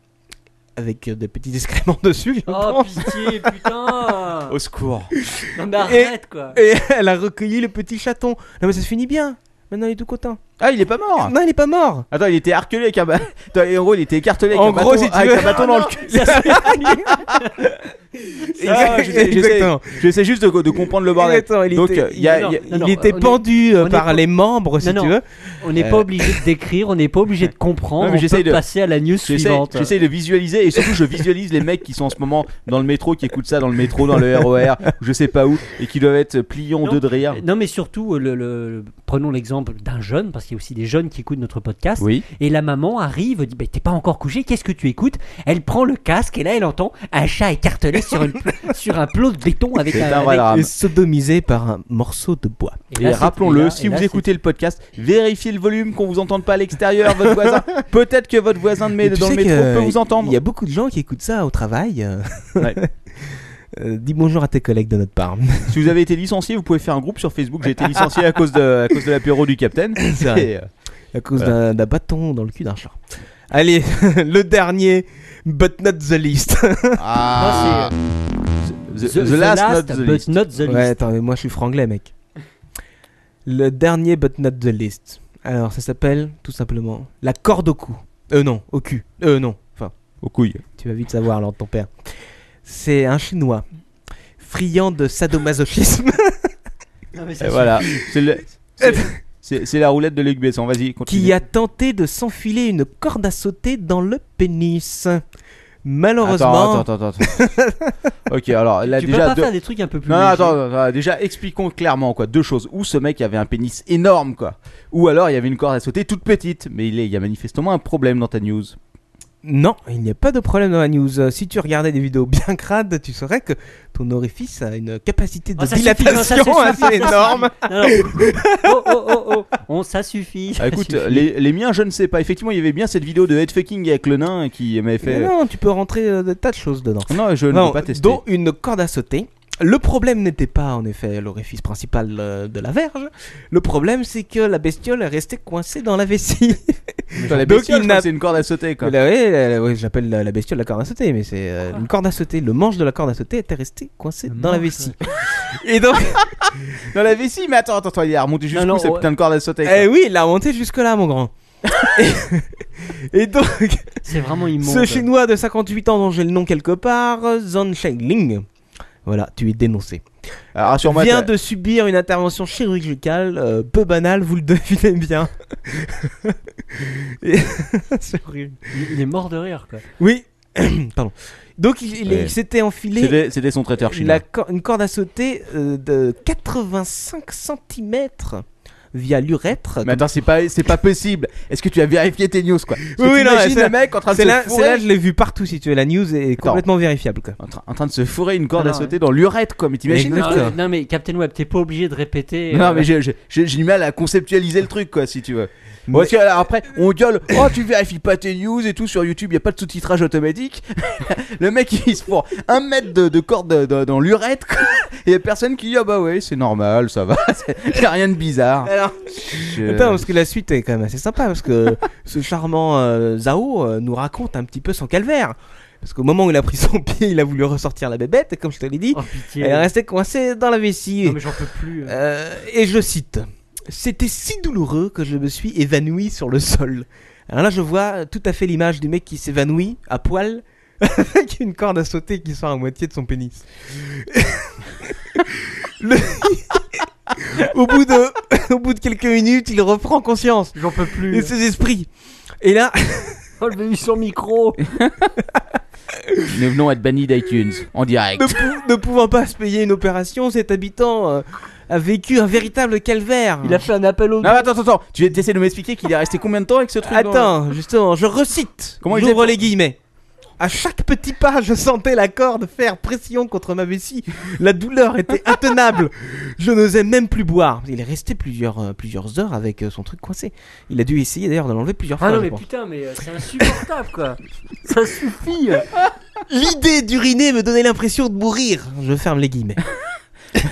Speaker 3: avec euh, des petits excréments dessus, je
Speaker 4: Oh
Speaker 3: pense.
Speaker 4: pitié, putain
Speaker 1: Au secours.
Speaker 4: Non mais arrête quoi
Speaker 3: Et elle a recueilli le petit chaton. Non mais ça se finit bien. Maintenant il est tout content.
Speaker 1: Ah, il est pas mort.
Speaker 3: Non, il est pas mort.
Speaker 1: Attends, il était arculé avec un bâton. En gros, il était écartelé avec,
Speaker 3: En
Speaker 1: un,
Speaker 3: gros,
Speaker 1: bâton,
Speaker 3: si tu
Speaker 1: avec
Speaker 3: veux.
Speaker 1: un bâton dans le cul.
Speaker 4: Ça, c'est-
Speaker 1: Ah, ouais, j'essaie-
Speaker 3: Exactement.
Speaker 1: j'essaie- J'essaie juste de, de comprendre le bordel.
Speaker 3: Exactement, il
Speaker 1: Donc,
Speaker 3: était,
Speaker 1: euh, il y a-
Speaker 3: il-
Speaker 1: il y a-
Speaker 3: il
Speaker 4: non,
Speaker 3: était
Speaker 4: on est-
Speaker 3: pendu euh,
Speaker 4: on est
Speaker 3: par
Speaker 4: pas-
Speaker 3: les membres, si
Speaker 4: Non,
Speaker 3: tu
Speaker 4: non.
Speaker 3: veux.
Speaker 4: On n'est
Speaker 3: Euh.
Speaker 4: pas obligé de décrire, on n'est pas obligé de comprendre,
Speaker 1: Ouais, mais
Speaker 4: on
Speaker 1: j'essaye
Speaker 4: peut
Speaker 1: de-
Speaker 4: passer à la news
Speaker 1: J'essaie
Speaker 4: suivante.
Speaker 1: j'essaie de visualiser et surtout je visualise les mecs qui sont en ce moment dans le métro, qui écoutent ça dans le métro, dans le RER, je sais pas où, et qui doivent être pliés en
Speaker 4: Non.
Speaker 1: deux de rire.
Speaker 4: Non mais surtout, euh, le, le- prenons l'exemple d'un jeune, parce qu'il y a aussi des jeunes qui écoutent notre podcast,
Speaker 1: Oui.
Speaker 4: et la maman arrive, dit, bah, t'es pas encore couché, qu'est-ce que tu écoutes Elle prend le casque et là elle entend un chat écartelé sur, une- sur un plot de béton avec
Speaker 1: C'est
Speaker 4: un...
Speaker 1: un vrai
Speaker 4: avec-
Speaker 1: drame.
Speaker 3: Et sodomisé par un morceau de bois.
Speaker 4: là,
Speaker 1: Et
Speaker 4: c'est- et
Speaker 1: rappelons-le,
Speaker 4: là-
Speaker 1: si
Speaker 4: et là,
Speaker 1: vous
Speaker 4: c'est-
Speaker 1: écoutez le podcast, vérifiez le volume qu'on vous entende pas à l'extérieur, votre voisin. Peut-être que votre voisin de
Speaker 3: Mais
Speaker 1: mes,
Speaker 3: tu
Speaker 1: dans le
Speaker 3: sais
Speaker 1: métro
Speaker 3: que
Speaker 1: peut vous entendre.
Speaker 3: Il y a beaucoup de gens qui écoutent ça au travail. euh.
Speaker 1: Ouais.
Speaker 3: Euh, dis bonjour à tes collègues de notre part.
Speaker 1: Si vous avez été licencié, vous pouvez faire un groupe sur Facebook. J'ai été licencié à cause de, à cause de l'apéro du capitaine.
Speaker 3: C'est vrai.
Speaker 1: Et, euh,
Speaker 3: À cause d'un- d'un bâton dans le cul d'un chat. Allez, le dernier, but not the least.
Speaker 4: Ah,
Speaker 6: euh,
Speaker 1: the, the last, not the
Speaker 4: but
Speaker 1: least.
Speaker 4: not the least.
Speaker 3: Ouais, attends, mais moi je suis franglais, mec. Le dernier, but not the least. Alors, ça s'appelle tout simplement la corde au cou. Euh, non, au cul. Euh, non. Enfin,
Speaker 1: Aux couilles.
Speaker 3: tu vas vite savoir alors de ton père. C'est un chinois, friand de sadomasochisme.
Speaker 4: Non, mais ça
Speaker 1: Et
Speaker 4: suffit.
Speaker 1: voilà. C'est le- c'est- C'est c'est la roulette de Luc Besson. Vas-y, continue.
Speaker 3: qui a tenté de s'enfiler une corde à sauter dans le pénis. Malheureusement,
Speaker 1: Attends, attends, attends. attends. ok, alors là
Speaker 4: tu peux
Speaker 1: déjà.
Speaker 4: pas
Speaker 1: deux-
Speaker 4: faire des trucs un peu plus...
Speaker 1: Non, non,
Speaker 4: légers.
Speaker 1: attends, attends, attends, déjà expliquons clairement quoi. Deux choses. Ou ce mec avait un pénis énorme quoi. Ou alors il y avait une corde à sauter toute petite. Mais il, est, il y a manifestement un problème dans ta news.
Speaker 3: non, il n'y a pas de problème dans la news. Euh, Si tu regardais des vidéos bien crades, tu saurais que ton orifice a une capacité de
Speaker 4: Ah, ça suffit, non, ça
Speaker 3: dilatation
Speaker 1: hein,
Speaker 4: suffit,
Speaker 3: assez
Speaker 4: ça
Speaker 3: énorme.
Speaker 4: Non, non. Oh, oh, oh, oh, on, ça suffit.
Speaker 1: Ah,
Speaker 4: ça
Speaker 1: écoute,
Speaker 4: suffit.
Speaker 1: les, les miens, je ne sais pas. Effectivement, il y avait bien cette vidéo de headfucking avec le nain qui m'avait
Speaker 3: Mais
Speaker 1: fait.
Speaker 3: Non, tu peux rentrer euh, des tas de choses dedans.
Speaker 1: Non, je ne
Speaker 3: Non,
Speaker 1: peux pas tester.
Speaker 3: dont une corde à sauter. Le problème n'était pas en effet l'orifice principal euh, de la verge. Le problème c'est que la bestiole est restée coincée dans la vessie.
Speaker 1: Dans la
Speaker 3: Donc,
Speaker 1: bestiole, je
Speaker 3: il
Speaker 1: crois
Speaker 3: n'a-
Speaker 1: que c'est une corde à sauter. Quoi.
Speaker 3: Mais là, ouais, là, là, ouais, j'appelle la, la bestiole la corde à sauter, mais c'est euh, une corde à sauter. Le manche de la corde à sauter était resté coincé
Speaker 4: Le
Speaker 3: dans la
Speaker 4: manche,
Speaker 3: vessie. Et donc,
Speaker 1: Dans la vessie, mais attends, attends, attends, il a remonté jusqu'où
Speaker 4: non,
Speaker 1: cette
Speaker 4: ouais.
Speaker 1: putain de corde à sauter. quoi.
Speaker 3: eh oui, il l'a monté jusque là, mon grand. et, et donc,
Speaker 4: C'est vraiment immonde.
Speaker 3: ce chinois de 58 ans dont j'ai le nom quelque part, euh, Zhang Shengling, voilà, tu es dénoncé.
Speaker 1: Alors, rassure-moi,
Speaker 3: vient
Speaker 1: t'as-
Speaker 3: de subir une intervention chirurgicale euh, peu banale, vous le devinez bien. Et- C'est horrible.
Speaker 4: Il, il est mort de rire quoi.
Speaker 3: Oui, pardon. Donc il, il-
Speaker 1: Ouais.
Speaker 3: il s'était enfilé
Speaker 1: c'était, c'était son traiteur chinois.
Speaker 3: la cor- une corde à sauter euh, de 85 cm via l'urètre.
Speaker 1: Mais attends, c'est pas, c'est pas possible. Est-ce que tu as vérifié tes news quoi Est-ce que
Speaker 3: Oui, oui, non,
Speaker 1: t'imagines
Speaker 3: c'est-
Speaker 1: le mec en train de
Speaker 3: C'est
Speaker 1: se
Speaker 3: là, c'est
Speaker 1: fourrer
Speaker 3: là, je l'ai vu partout si tu veux. La news est complètement vérifiable. Quoi.
Speaker 1: en, train, en train de se fourrer une corde
Speaker 3: Ah
Speaker 4: Non,
Speaker 1: à
Speaker 4: non,
Speaker 1: sauter dans l'urette quoi. Mais t'imagines
Speaker 4: Non,
Speaker 3: Exactement.
Speaker 4: mais- non, mais Captain Web, t'es pas obligé de répéter.
Speaker 1: Non,
Speaker 4: euh,
Speaker 1: mais j'ai, j'ai, j'ai- j'ai du mal à conceptualiser le truc quoi, si tu veux.
Speaker 3: Mais-
Speaker 1: Parce que alors, après, on gueule, oh tu vérifies pas tes news et tout sur YouTube, y a pas de sous-titrage automatique. le mec il se prend un mètre de, de corde de- de- dans l'urette quoi. Et y a personne qui dit ah bah ouais c'est normal, ça va, c'est- y a rien de bizarre.
Speaker 3: Alors,
Speaker 4: Euh,
Speaker 1: Je-
Speaker 3: Attends, parce que la suite est quand même assez sympa parce que ce charmant euh, Zao euh, nous raconte un petit peu son calvaire. Parce qu'au moment où il a pris son pied, il a voulu ressortir la bébête et comme je te l'ai dit,
Speaker 4: Oh pitié.
Speaker 3: elle est restée coincée dans la vessie.
Speaker 4: Non, mais j'en peux plus. euh.
Speaker 3: Euh, et je cite C'était si douloureux que je me suis évanoui sur le sol. Alors là, je vois tout à fait l'image du mec qui s'évanouit à poil avec une corde à sauter qui sort à moitié de son pénis. Le- au, bout de... au bout de quelques minutes, il reprend conscience
Speaker 4: J'en peux
Speaker 3: de
Speaker 4: plus. euh. Oh,
Speaker 3: ses esprits. Et là,
Speaker 4: Enlevez-lui son micro.
Speaker 1: Nous venons être bannis d'iTunes en direct.
Speaker 3: ne, pou- ne pouvant pas se payer une opération, cet habitant euh, a vécu un véritable calvaire.
Speaker 4: Il a fait un appel au.
Speaker 1: Non, mais attends, attends, attends, tu essaies de m'expliquer qu'il est resté combien de temps avec ce truc dans-
Speaker 3: Attends, justement, je recite.
Speaker 1: Comment il
Speaker 3: J'ouvre
Speaker 1: faisait
Speaker 3: les guillemets. À chaque petit pas, je sentais la corde faire pression contre ma vessie. La douleur était intenable. Je n'osais même plus boire. Il est resté plusieurs, euh, plusieurs heures avec euh, son truc coincé. Il a dû essayer d'ailleurs de l'enlever plusieurs fois.
Speaker 8: Ah non
Speaker 3: je
Speaker 8: mais
Speaker 3: pense.
Speaker 8: putain mais euh, c'est insupportable quoi Ça suffit
Speaker 3: L'idée d'uriner me donnait l'impression de mourir. Je ferme les guillemets.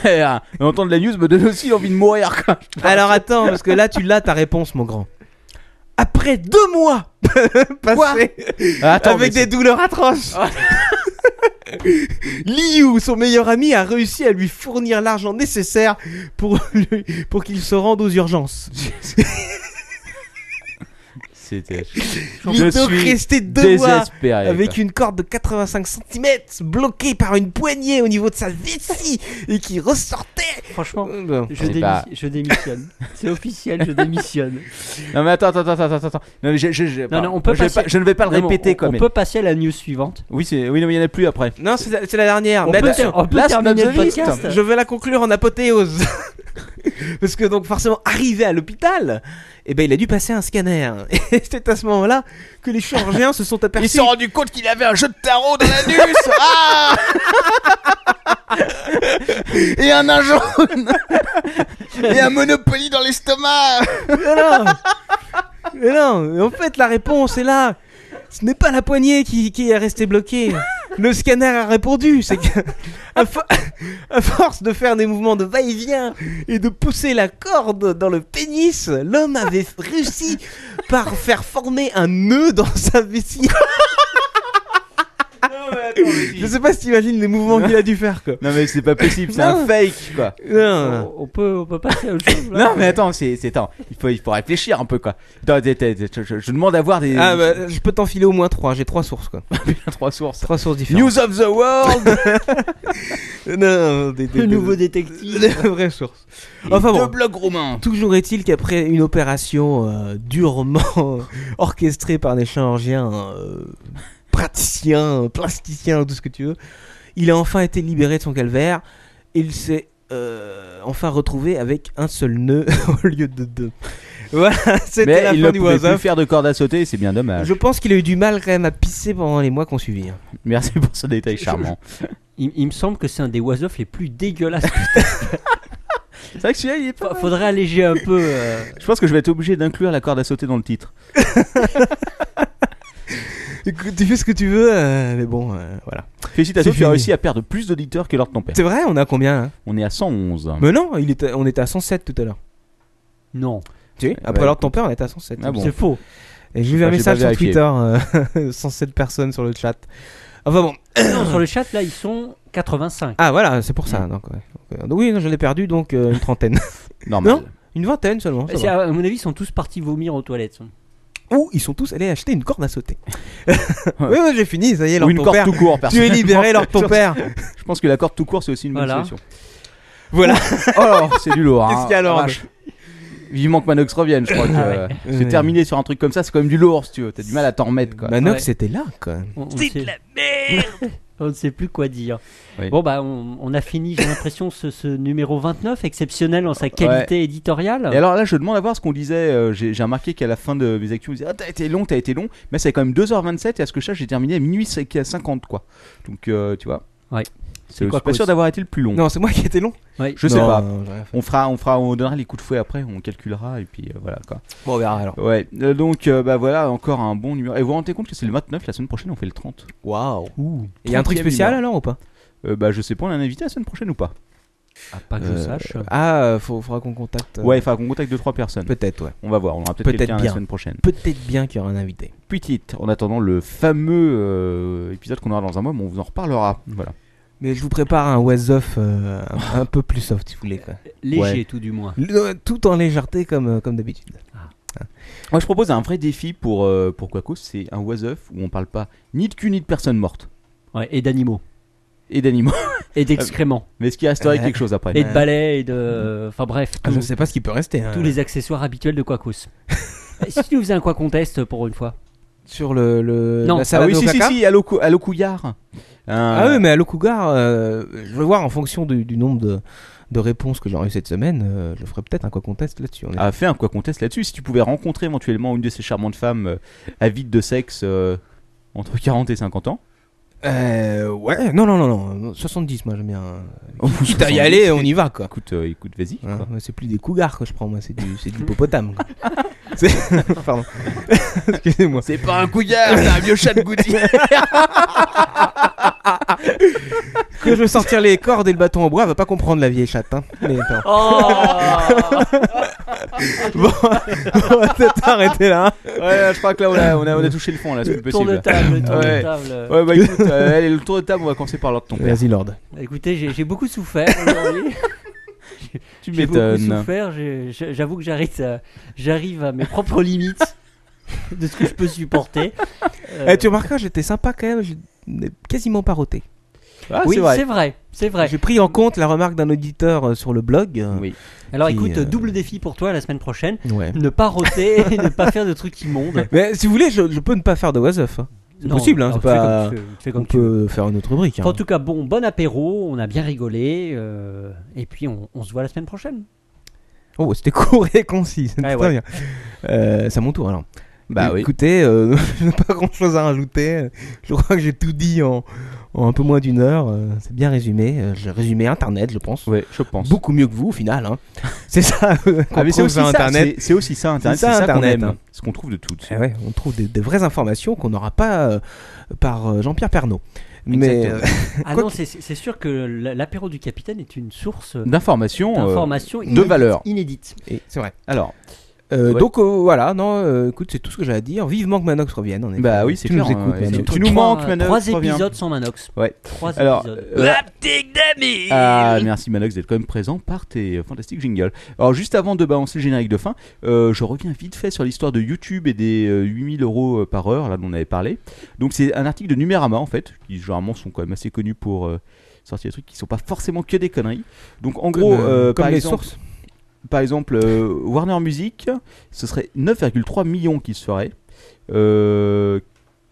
Speaker 1: Ah, Entendre la news me donne aussi envie de mourir. quoi.
Speaker 3: Alors attends, parce que là, tu l'as ta réponse, mon grand. Après deux mois passés
Speaker 1: Attends,
Speaker 3: avec
Speaker 1: mais
Speaker 3: des douleurs atroces. Liu, son meilleur ami, a réussi à lui fournir l'argent nécessaire pour, lui- pour qu'il se rende aux urgences.
Speaker 1: C'était.
Speaker 3: Il est donc
Speaker 1: suis
Speaker 3: resté deux mois
Speaker 1: Désespéré.
Speaker 3: avec une corde de 85 cm bloquée par une poignée au niveau de sa vessie et qui ressortait.
Speaker 4: Franchement, je,
Speaker 1: C'est
Speaker 4: démis-
Speaker 1: pas-
Speaker 4: je démissionne. C'est officiel, je démissionne.
Speaker 1: quoi. Non mais attends, attends, attends, attends, attends. Non mais je, je, je,
Speaker 4: Non, non, on peut
Speaker 1: je, vais
Speaker 4: passer-
Speaker 1: pas- je ne vais pas le
Speaker 4: Non, mais
Speaker 1: répéter
Speaker 4: on-
Speaker 1: quand
Speaker 4: on,
Speaker 1: même.
Speaker 4: peut passer à la news suivante.
Speaker 1: Oui, c'est, oui, non, mais il n'y en a plus après.
Speaker 3: Non, c'est la, c'est la dernière.
Speaker 4: On
Speaker 3: Mais
Speaker 4: peut,
Speaker 3: attention.
Speaker 4: ter- on peut
Speaker 1: là, c'est
Speaker 4: terminer le
Speaker 1: notre liste.
Speaker 4: podcast.
Speaker 3: Je vais la conclure en apothéose. Parce que donc forcément arrivé à l'hôpital, eh ben il a dû passer un scanner. Et c'est à ce moment-là que les chirurgiens se sont aperçus.
Speaker 1: rendu compte qu'il avait un jeu de tarot dans l'anus. ah Et un nain jaune. Et un Monopoly dans l'estomac.
Speaker 3: Mais non Mais non En fait la réponse est là Ce n'est pas la poignée qui, qui est restée bloquée Le scanner a répondu C'est que à, fo- à force de faire des mouvements de va-et-vient et de pousser la corde dans le pénis, l'homme avait réussi par faire former un nœud dans sa vessie Je sais pas si t'imagines les mouvements qu'il a dû faire quoi.
Speaker 1: Non mais c'est pas possible, c'est
Speaker 3: Non.
Speaker 1: un fake quoi.
Speaker 3: Non.
Speaker 4: On, on peut, on peut passer à autre chose. là.
Speaker 1: Non mais attends, c'est, c'est attends, il faut, il faut réfléchir un peu quoi. Attends, t'es- t'es- t'es- je, je- je demande à voir des
Speaker 3: Ah bah, je peux t'enfiler au moins trois, j'ai trois sources quoi.
Speaker 1: trois sources.
Speaker 3: Trois sources différentes.
Speaker 1: News of the world,
Speaker 3: Non, non, des,
Speaker 4: Le
Speaker 3: des-
Speaker 4: nouveau
Speaker 3: des-
Speaker 4: détective.
Speaker 3: des vraies sources. Enfin
Speaker 1: deux
Speaker 3: bon.
Speaker 1: blogs roumains.
Speaker 3: Toujours est-il qu'après une opération euh, durement orchestrée par des chirurgiens, euh, praticiens, plasticiens, tout ce que tu veux, il a enfin été libéré de son calvaire. Il s'est euh, enfin retrouvé avec un seul nœud au lieu de deux. Voilà, c'était
Speaker 1: Mais
Speaker 3: la
Speaker 1: il
Speaker 3: fin
Speaker 1: ne
Speaker 3: du
Speaker 1: pouvait plus
Speaker 3: WhatsApp.
Speaker 1: faire de corde à sauter, c'est bien dommage.
Speaker 3: Je pense qu'il a eu du mal quand même à pisser pendant les mois qu'on suivit. hein.
Speaker 1: Merci pour ce détail charmant.
Speaker 4: Il, il me semble que c'est un des was les plus dégueulasses.
Speaker 1: C'est vrai que celui-là, il est pas.
Speaker 4: Fa- Faudrait alléger un peu. euh,
Speaker 1: Je pense que je vais être obligé d'inclure la corde à sauter dans le titre.
Speaker 3: Écoute, tu fais ce que tu veux, euh, mais bon, euh, voilà.
Speaker 1: Félicitations,
Speaker 3: C'est
Speaker 1: tu as
Speaker 3: fini.
Speaker 1: réussi à perdre plus d'auditeurs que lors de ton père.
Speaker 3: C'est vrai, on a combien là
Speaker 1: On est à 111.
Speaker 3: Mais non, il était, on était à 107 tout à l'heure.
Speaker 4: Non,
Speaker 3: Tu sais, après
Speaker 1: Eh Ouais.
Speaker 3: l'heure de ton père, on était à 107.
Speaker 1: Ah bon.
Speaker 4: c'est faux.
Speaker 3: Et j'ai vu un
Speaker 1: Enfin, j'ai
Speaker 3: message
Speaker 1: pas
Speaker 3: sur
Speaker 1: vérifié.
Speaker 3: Twitter, euh, 107 personnes sur le chat. Enfin bon,
Speaker 4: Non, sur le chat, là, ils sont 85.
Speaker 3: ah voilà, c'est pour
Speaker 1: Mm.
Speaker 3: ça. Donc, ouais. Donc, euh, donc oui, non, j'en ai perdu donc euh, une trentaine.
Speaker 1: Normal.
Speaker 3: Non une vingtaine seulement. ça
Speaker 4: C'est-
Speaker 3: va.
Speaker 4: à mon avis, ils sont tous partis vomir aux toilettes.
Speaker 3: Ou ils sont tous allés acheter une corde à sauter. oui, oui, j'ai fini, ça y est, leur
Speaker 1: Ou une
Speaker 3: ton
Speaker 1: corde
Speaker 3: père.
Speaker 1: tout court,
Speaker 3: Tu es
Speaker 1: personnellement.
Speaker 3: libéré, leur ton père.
Speaker 1: Je pense que la corde tout court, c'est aussi une bonne
Speaker 4: Voilà.
Speaker 1: solution.
Speaker 3: Voilà.
Speaker 1: Oh, c'est du lourd. hein.
Speaker 3: Qu'est-ce qu'il y a, Laurent Ah
Speaker 1: Vache. Vivement que Manox revienne, je crois que euh, c'est
Speaker 3: Ouais.
Speaker 1: terminé sur un truc comme ça, c'est quand même du lourd si tu veux. T'as du mal à t'en remettre quoi.
Speaker 3: Manox
Speaker 4: Ouais.
Speaker 3: c'était Bah, là quand même.
Speaker 4: On, on
Speaker 2: C'est
Speaker 4: sait-
Speaker 2: de la merde
Speaker 4: on ne sait plus quoi dire.
Speaker 1: Oui.
Speaker 4: Bon, bah, on, on a fini, j'ai l'impression, ce, ce numéro 29, exceptionnel en sa qualité éditoriale.
Speaker 1: Et alors là, je demande à voir ce qu'on disait. euh, J'ai j'ai remarqué qu'à la fin de mes actus, on disait Ah, t'as été long, t'as été long. Mais c'est quand même 2h27 et à ce que je sache, j'ai terminé à minuit 50 quoi. Donc euh, tu vois.
Speaker 4: Ouais.
Speaker 1: C'est
Speaker 4: quoi
Speaker 1: quoi, pas
Speaker 4: cause
Speaker 1: sûr d'avoir été le plus long.
Speaker 3: Non, c'est moi qui étais long.
Speaker 4: Ouais.
Speaker 1: Mm. Je sais
Speaker 3: Non,
Speaker 1: pas.
Speaker 3: non, j'ai rien fait.
Speaker 1: On fera, on fera, on donnera les coups de fouet après, on calculera et puis euh, voilà quoi.
Speaker 3: Bon, on verra alors.
Speaker 1: Ouais. euh, donc euh, bah voilà encore un bon numéro. Et vous vous rendez compte que c'est le 29, la semaine prochaine on fait le 30.
Speaker 3: Waouh. Il y a un truc
Speaker 1: 30e
Speaker 3: spécial
Speaker 1: numéro.
Speaker 3: alors ou pas
Speaker 1: Euh, bah je sais pas, on a un invité la semaine prochaine ou pas
Speaker 4: Ah, pas que je
Speaker 3: Euh,
Speaker 4: sache.
Speaker 3: Ah, euh, faut, faudra qu'on contacte. euh,
Speaker 1: Ouais, enfin qu'on contacte deux trois personnes.
Speaker 3: Peut-être, ouais.
Speaker 1: On va voir, on aura peut-être
Speaker 3: Peut-être
Speaker 1: quelqu'un la
Speaker 3: bien.
Speaker 1: semaine prochaine.
Speaker 3: Peut-être bien qu'il y aura un invité.
Speaker 1: Petite, en attendant le fameux euh, épisode qu'on aura dans un mois, mais on vous en reparlera. Voilà.
Speaker 3: Mais je vous prépare un was off euh, un, un peu plus soft, si vous voulez. Quoi.
Speaker 4: Léger,
Speaker 1: ouais.
Speaker 4: tout du moins.
Speaker 3: Le- euh, tout en légèreté, comme, euh, comme d'habitude.
Speaker 1: Moi je propose un vrai défi pour euh, pour Quaco, c'est un was of où on parle pas ni de cul ni de personnes mortes
Speaker 4: Ouais, et d'animaux.
Speaker 1: et d'animaux.
Speaker 4: Et d'excréments.
Speaker 1: Mais est-ce qu'il resterait
Speaker 3: Euh,
Speaker 1: quelque chose après
Speaker 4: Et de balais, et de. Enfin, bref,
Speaker 3: Ah, je
Speaker 4: tout-
Speaker 3: ne sais pas ce qui peut rester. hein.
Speaker 4: tous les accessoires habituels de Quacos. si tu nous faisais un quoi contest pour une fois
Speaker 3: Sur le, le-
Speaker 4: Non.
Speaker 3: la
Speaker 1: Ah
Speaker 3: salade
Speaker 1: oui,
Speaker 3: au
Speaker 1: si, si,
Speaker 3: caca
Speaker 1: si, à l'eau cou- à l'eau couillard.
Speaker 3: Ah
Speaker 1: Euh,
Speaker 3: oui, mais à l'Okugar, euh, je vais voir en fonction du, du nombre de, de réponses que j'aurai eu cette semaine. euh, je ferai peut-être un quoi conteste là-dessus. en effet.
Speaker 1: a fait un quoi conteste là-dessus. Si tu pouvais rencontrer éventuellement une de ces charmantes femmes euh, avides de sexe, euh, Entre 40 et 50 ans.
Speaker 3: Euh, ouais, non, non, non, non, 70, moi j'aime bien. euh, Quitte à y
Speaker 1: 70,
Speaker 3: aller, on y va quoi.
Speaker 1: Écoute, euh, écoute vas-y.
Speaker 3: Hein,
Speaker 1: quoi.
Speaker 3: moi, c'est plus des cougars que je prends, moi, c'est du, c'est du hippopotame. quoi. C'est- Pardon. Excusez-moi.
Speaker 6: C'est pas un couillard, c'est un vieux chat de gouttière.
Speaker 3: Que je veux sortir les cordes et le bâton en bois, elle va pas comprendre la vieille chatte. Hein. Mais attends.
Speaker 2: Oh!
Speaker 3: Bon, on va peut-être arrêter là. hein.
Speaker 6: ouais, je crois que là, on a, on a, on a touché le fond, là, c'est plus
Speaker 4: Tour de
Speaker 6: possible.
Speaker 4: table, le tour
Speaker 6: Ouais.
Speaker 4: de table.
Speaker 6: Ouais, bah écoute, euh, allez, le tour de table, on va commencer par l'ordre de ton père.
Speaker 3: Vas-y, Lord.
Speaker 4: Écoutez, j'ai j'ai beaucoup souffert aujourd'hui.
Speaker 1: Tu
Speaker 4: J'ai beaucoup
Speaker 1: m'étonnes.
Speaker 4: souffert. j'ai- j'ai- J'avoue que j'arrive à, j'arrive à mes propres limites de ce que je peux supporter. Euh,
Speaker 3: Eh, tu remarqueras, j'étais sympa quand même, je n'ai quasiment pas roté.
Speaker 1: Ah,
Speaker 4: Euh, oui,
Speaker 1: c'est vrai.
Speaker 4: c'est vrai, c'est vrai.
Speaker 3: J'ai pris en compte la remarque d'un auditeur euh, sur le blog. euh,
Speaker 1: Oui.
Speaker 4: Alors
Speaker 3: Qui,
Speaker 4: écoute,
Speaker 3: euh,
Speaker 4: double défi pour toi la semaine prochaine.
Speaker 3: Ouais.
Speaker 4: Ne pas roter et ne pas faire de trucs immondes.
Speaker 3: Mais si vous voulez, je, je peux ne pas faire de was Up, hein. C'est
Speaker 4: Non,
Speaker 3: possible, hein,
Speaker 4: alors
Speaker 3: c'est
Speaker 4: tu fais
Speaker 3: pas.
Speaker 4: comme tu veux, tu fais
Speaker 3: On
Speaker 4: comme tu veux.
Speaker 3: peut faire une autre rubrique. hein.
Speaker 4: En tout cas, bon, bon apéro, on a bien rigolé, euh, et puis on, on se voit la semaine prochaine.
Speaker 3: Oh, c'était court et concis. c'est
Speaker 4: Ah Ouais,
Speaker 3: très
Speaker 4: ouais.
Speaker 3: bien. Euh, c'est à mon tour alors.
Speaker 1: Bah oui.
Speaker 3: Écoutez, euh, je n'ai pas grand chose à rajouter. Je crois que j'ai tout dit en, en un peu moins d'une heure. Euh, C'est bien résumé. Euh, J'ai résumé Internet, je pense.
Speaker 1: Ouais, je pense.
Speaker 3: Beaucoup mieux que vous au final. hein. C'est ça. euh, qu'on
Speaker 1: Ah, mais c'est
Speaker 3: trouve
Speaker 1: aussi
Speaker 3: sur
Speaker 1: ça,
Speaker 3: Internet.
Speaker 1: c'est- C'est aussi ça Internet.
Speaker 3: C'est
Speaker 1: C'est
Speaker 3: ça,
Speaker 1: ça qu'on
Speaker 3: Internet,
Speaker 1: aime.
Speaker 3: hein.
Speaker 1: Ce qu'on trouve de tout. dessus.
Speaker 3: Eh ouais, on trouve des, des vraies informations qu'on n'aura pas euh, par euh, Jean-Pierre Pernaud. Mais
Speaker 1: Exactement.
Speaker 4: Ah
Speaker 3: Quoi
Speaker 4: non, c'est- c'est c'est sûr que l- l'apéro du capitaine est une source
Speaker 1: D'informations. euh,
Speaker 4: d'informations
Speaker 1: de valeur.
Speaker 4: inédite.
Speaker 3: euh, et- c'est vrai.
Speaker 1: Alors,
Speaker 3: Euh,
Speaker 1: Ouais.
Speaker 3: Donc euh, voilà, non, euh, écoute, c'est tout ce que j'avais à dire. Vivement que Manox revienne. en effet.
Speaker 1: Bah oui, c'est
Speaker 3: Tu
Speaker 1: clair,
Speaker 3: nous
Speaker 1: hein,
Speaker 3: écoutes,
Speaker 1: ouais,
Speaker 3: Manox.
Speaker 1: c'est- Tu nous
Speaker 4: Trois-
Speaker 1: manques, Manox,
Speaker 4: Trois
Speaker 1: reviens.
Speaker 4: épisodes sans Manox.
Speaker 1: Ouais.
Speaker 4: Trois
Speaker 1: alors,
Speaker 4: épisodes.
Speaker 1: euh,
Speaker 7: La petite d'amis
Speaker 1: Ah, merci Manox d'être quand même présent par tes euh, fantastiques jingles. Alors, juste avant de balancer le générique de fin, euh, je reviens vite fait sur l'histoire de YouTube et des 8000 euros euh, par heure, là dont on avait parlé. Donc, c'est un article de Numérama en fait, qui généralement sont quand même assez connus pour euh, sortir des trucs qui sont pas forcément que des conneries. Donc, en
Speaker 3: Comme,
Speaker 1: gros,
Speaker 3: euh,
Speaker 1: euh,
Speaker 3: comme
Speaker 1: par
Speaker 3: les
Speaker 1: exemple,
Speaker 3: sources.
Speaker 1: par exemple euh, Warner Music, ce serait 9,3 millions qui se feraient. Euh,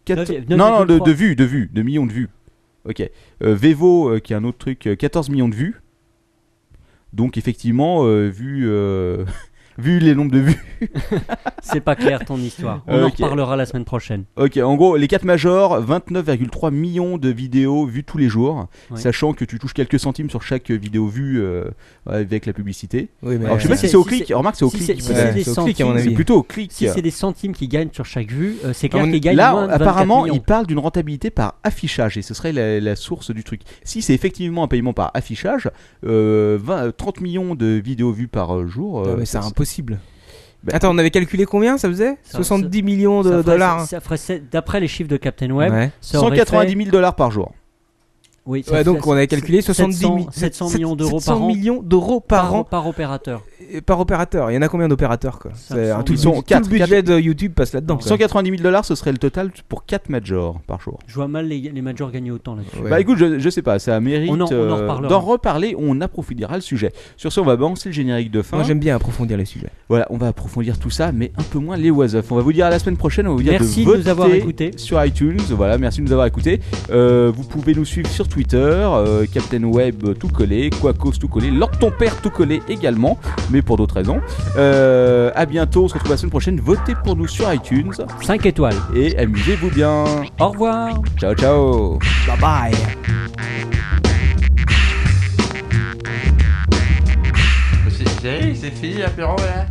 Speaker 1: quatre-
Speaker 4: 9,3.
Speaker 1: Non, non, de, de vues, de vues, de millions de vues. Ok. Euh, Vevo, euh, qui est un autre truc, euh, 14 millions de vues. Donc effectivement, euh, vu, euh, vu les nombres de vues.
Speaker 4: C'est pas clair ton histoire. On en
Speaker 1: euh, Ok.
Speaker 4: reparlera la semaine prochaine.
Speaker 1: Ok, en gros, les 4 majors, 29,3 millions de vidéos vues tous les jours,
Speaker 4: Ouais.
Speaker 1: sachant que tu touches quelques centimes sur chaque vidéo vue euh, avec la publicité.
Speaker 3: Oui, mais-
Speaker 1: Alors je sais pas
Speaker 4: Si
Speaker 1: si
Speaker 4: c'est-
Speaker 1: c'est au
Speaker 4: si
Speaker 1: clic,
Speaker 4: c'est-
Speaker 1: remarque c'est au
Speaker 4: si
Speaker 1: clic.
Speaker 4: c'est si
Speaker 3: ouais,
Speaker 4: c'est des
Speaker 3: c'est au clic, à mon
Speaker 4: centimes,
Speaker 3: avis.
Speaker 1: C'est plutôt au clic.
Speaker 4: si c'est des centimes qui gagnent sur chaque vue, euh, c'est
Speaker 3: Ah,
Speaker 4: clair
Speaker 3: on-
Speaker 4: qu'ils gagnent moins
Speaker 1: Là,
Speaker 4: de 24
Speaker 1: apparemment,
Speaker 4: millions.
Speaker 1: il parle d'une rentabilité par affichage et ce serait la, la source du truc. Si c'est effectivement un paiement par affichage, euh, 20, euh, 30 millions de vidéos vues par euh, jour.
Speaker 3: Non,
Speaker 1: euh,
Speaker 3: Ah, mais c'est
Speaker 1: ça-
Speaker 3: impossible.
Speaker 1: Bah-
Speaker 3: Attends, on avait calculé combien ça faisait
Speaker 4: Ça-
Speaker 3: 70 millions
Speaker 4: Ça
Speaker 3: de
Speaker 1: euh,
Speaker 4: ferait-
Speaker 1: hein.
Speaker 3: dollars.
Speaker 4: ça ferait sept- D'après les chiffres de Captain Web,
Speaker 3: Ouais.
Speaker 4: ça aurait fait-
Speaker 1: 190 000 dollars par jour.
Speaker 4: Oui, ça
Speaker 3: Ouais,
Speaker 4: fait-
Speaker 3: donc on avait calculé 70
Speaker 4: 700
Speaker 3: mi-
Speaker 4: 700 millions d'euros par
Speaker 3: 700
Speaker 4: an.
Speaker 3: millions d'euros par an
Speaker 4: par opérateur.
Speaker 3: et par opérateur. Il y en a combien d'opérateurs quoi C'est
Speaker 4: 500
Speaker 3: un tout,
Speaker 1: millions.
Speaker 3: tout le
Speaker 1: Quatre,
Speaker 3: budget de YouTube passe là-dedans. quoi.
Speaker 1: 190 000 dollars, ce serait le total pour 4 majors par jour.
Speaker 4: Je vois mal les, les majors gagner autant là-dessus.
Speaker 3: Ouais.
Speaker 1: Bah écoute, je, je sais pas, ça mérite
Speaker 4: On en- on en
Speaker 1: euh,
Speaker 4: reparlera.
Speaker 1: d'en reparler, on approfondira le sujet. Sur ce, on va balancer le générique de fin.
Speaker 3: Moi j'aime bien approfondir les sujets.
Speaker 1: Voilà, on va approfondir tout ça, mais un peu moins les was On va vous dire à la semaine prochaine, on va vous dire
Speaker 4: Merci
Speaker 1: de,
Speaker 4: de nous
Speaker 1: voter
Speaker 4: avoir écoutés.
Speaker 1: sur iTunes. Voilà, merci de nous avoir écoutés. Euh, vous pouvez nous suivre sur Twitter, euh, Captain Web euh, tout collé, Quacos tout collé, Lord ton père tout collé également, mais pour d'autres raisons. Euh, à bientôt, on se retrouve la semaine prochaine. Votez pour nous sur iTunes
Speaker 4: 5 étoiles.
Speaker 1: et amusez-vous bien.
Speaker 4: Au revoir.
Speaker 1: Ciao ciao.
Speaker 3: Bye bye.
Speaker 2: C'est c'est- c'est fini l'apéro là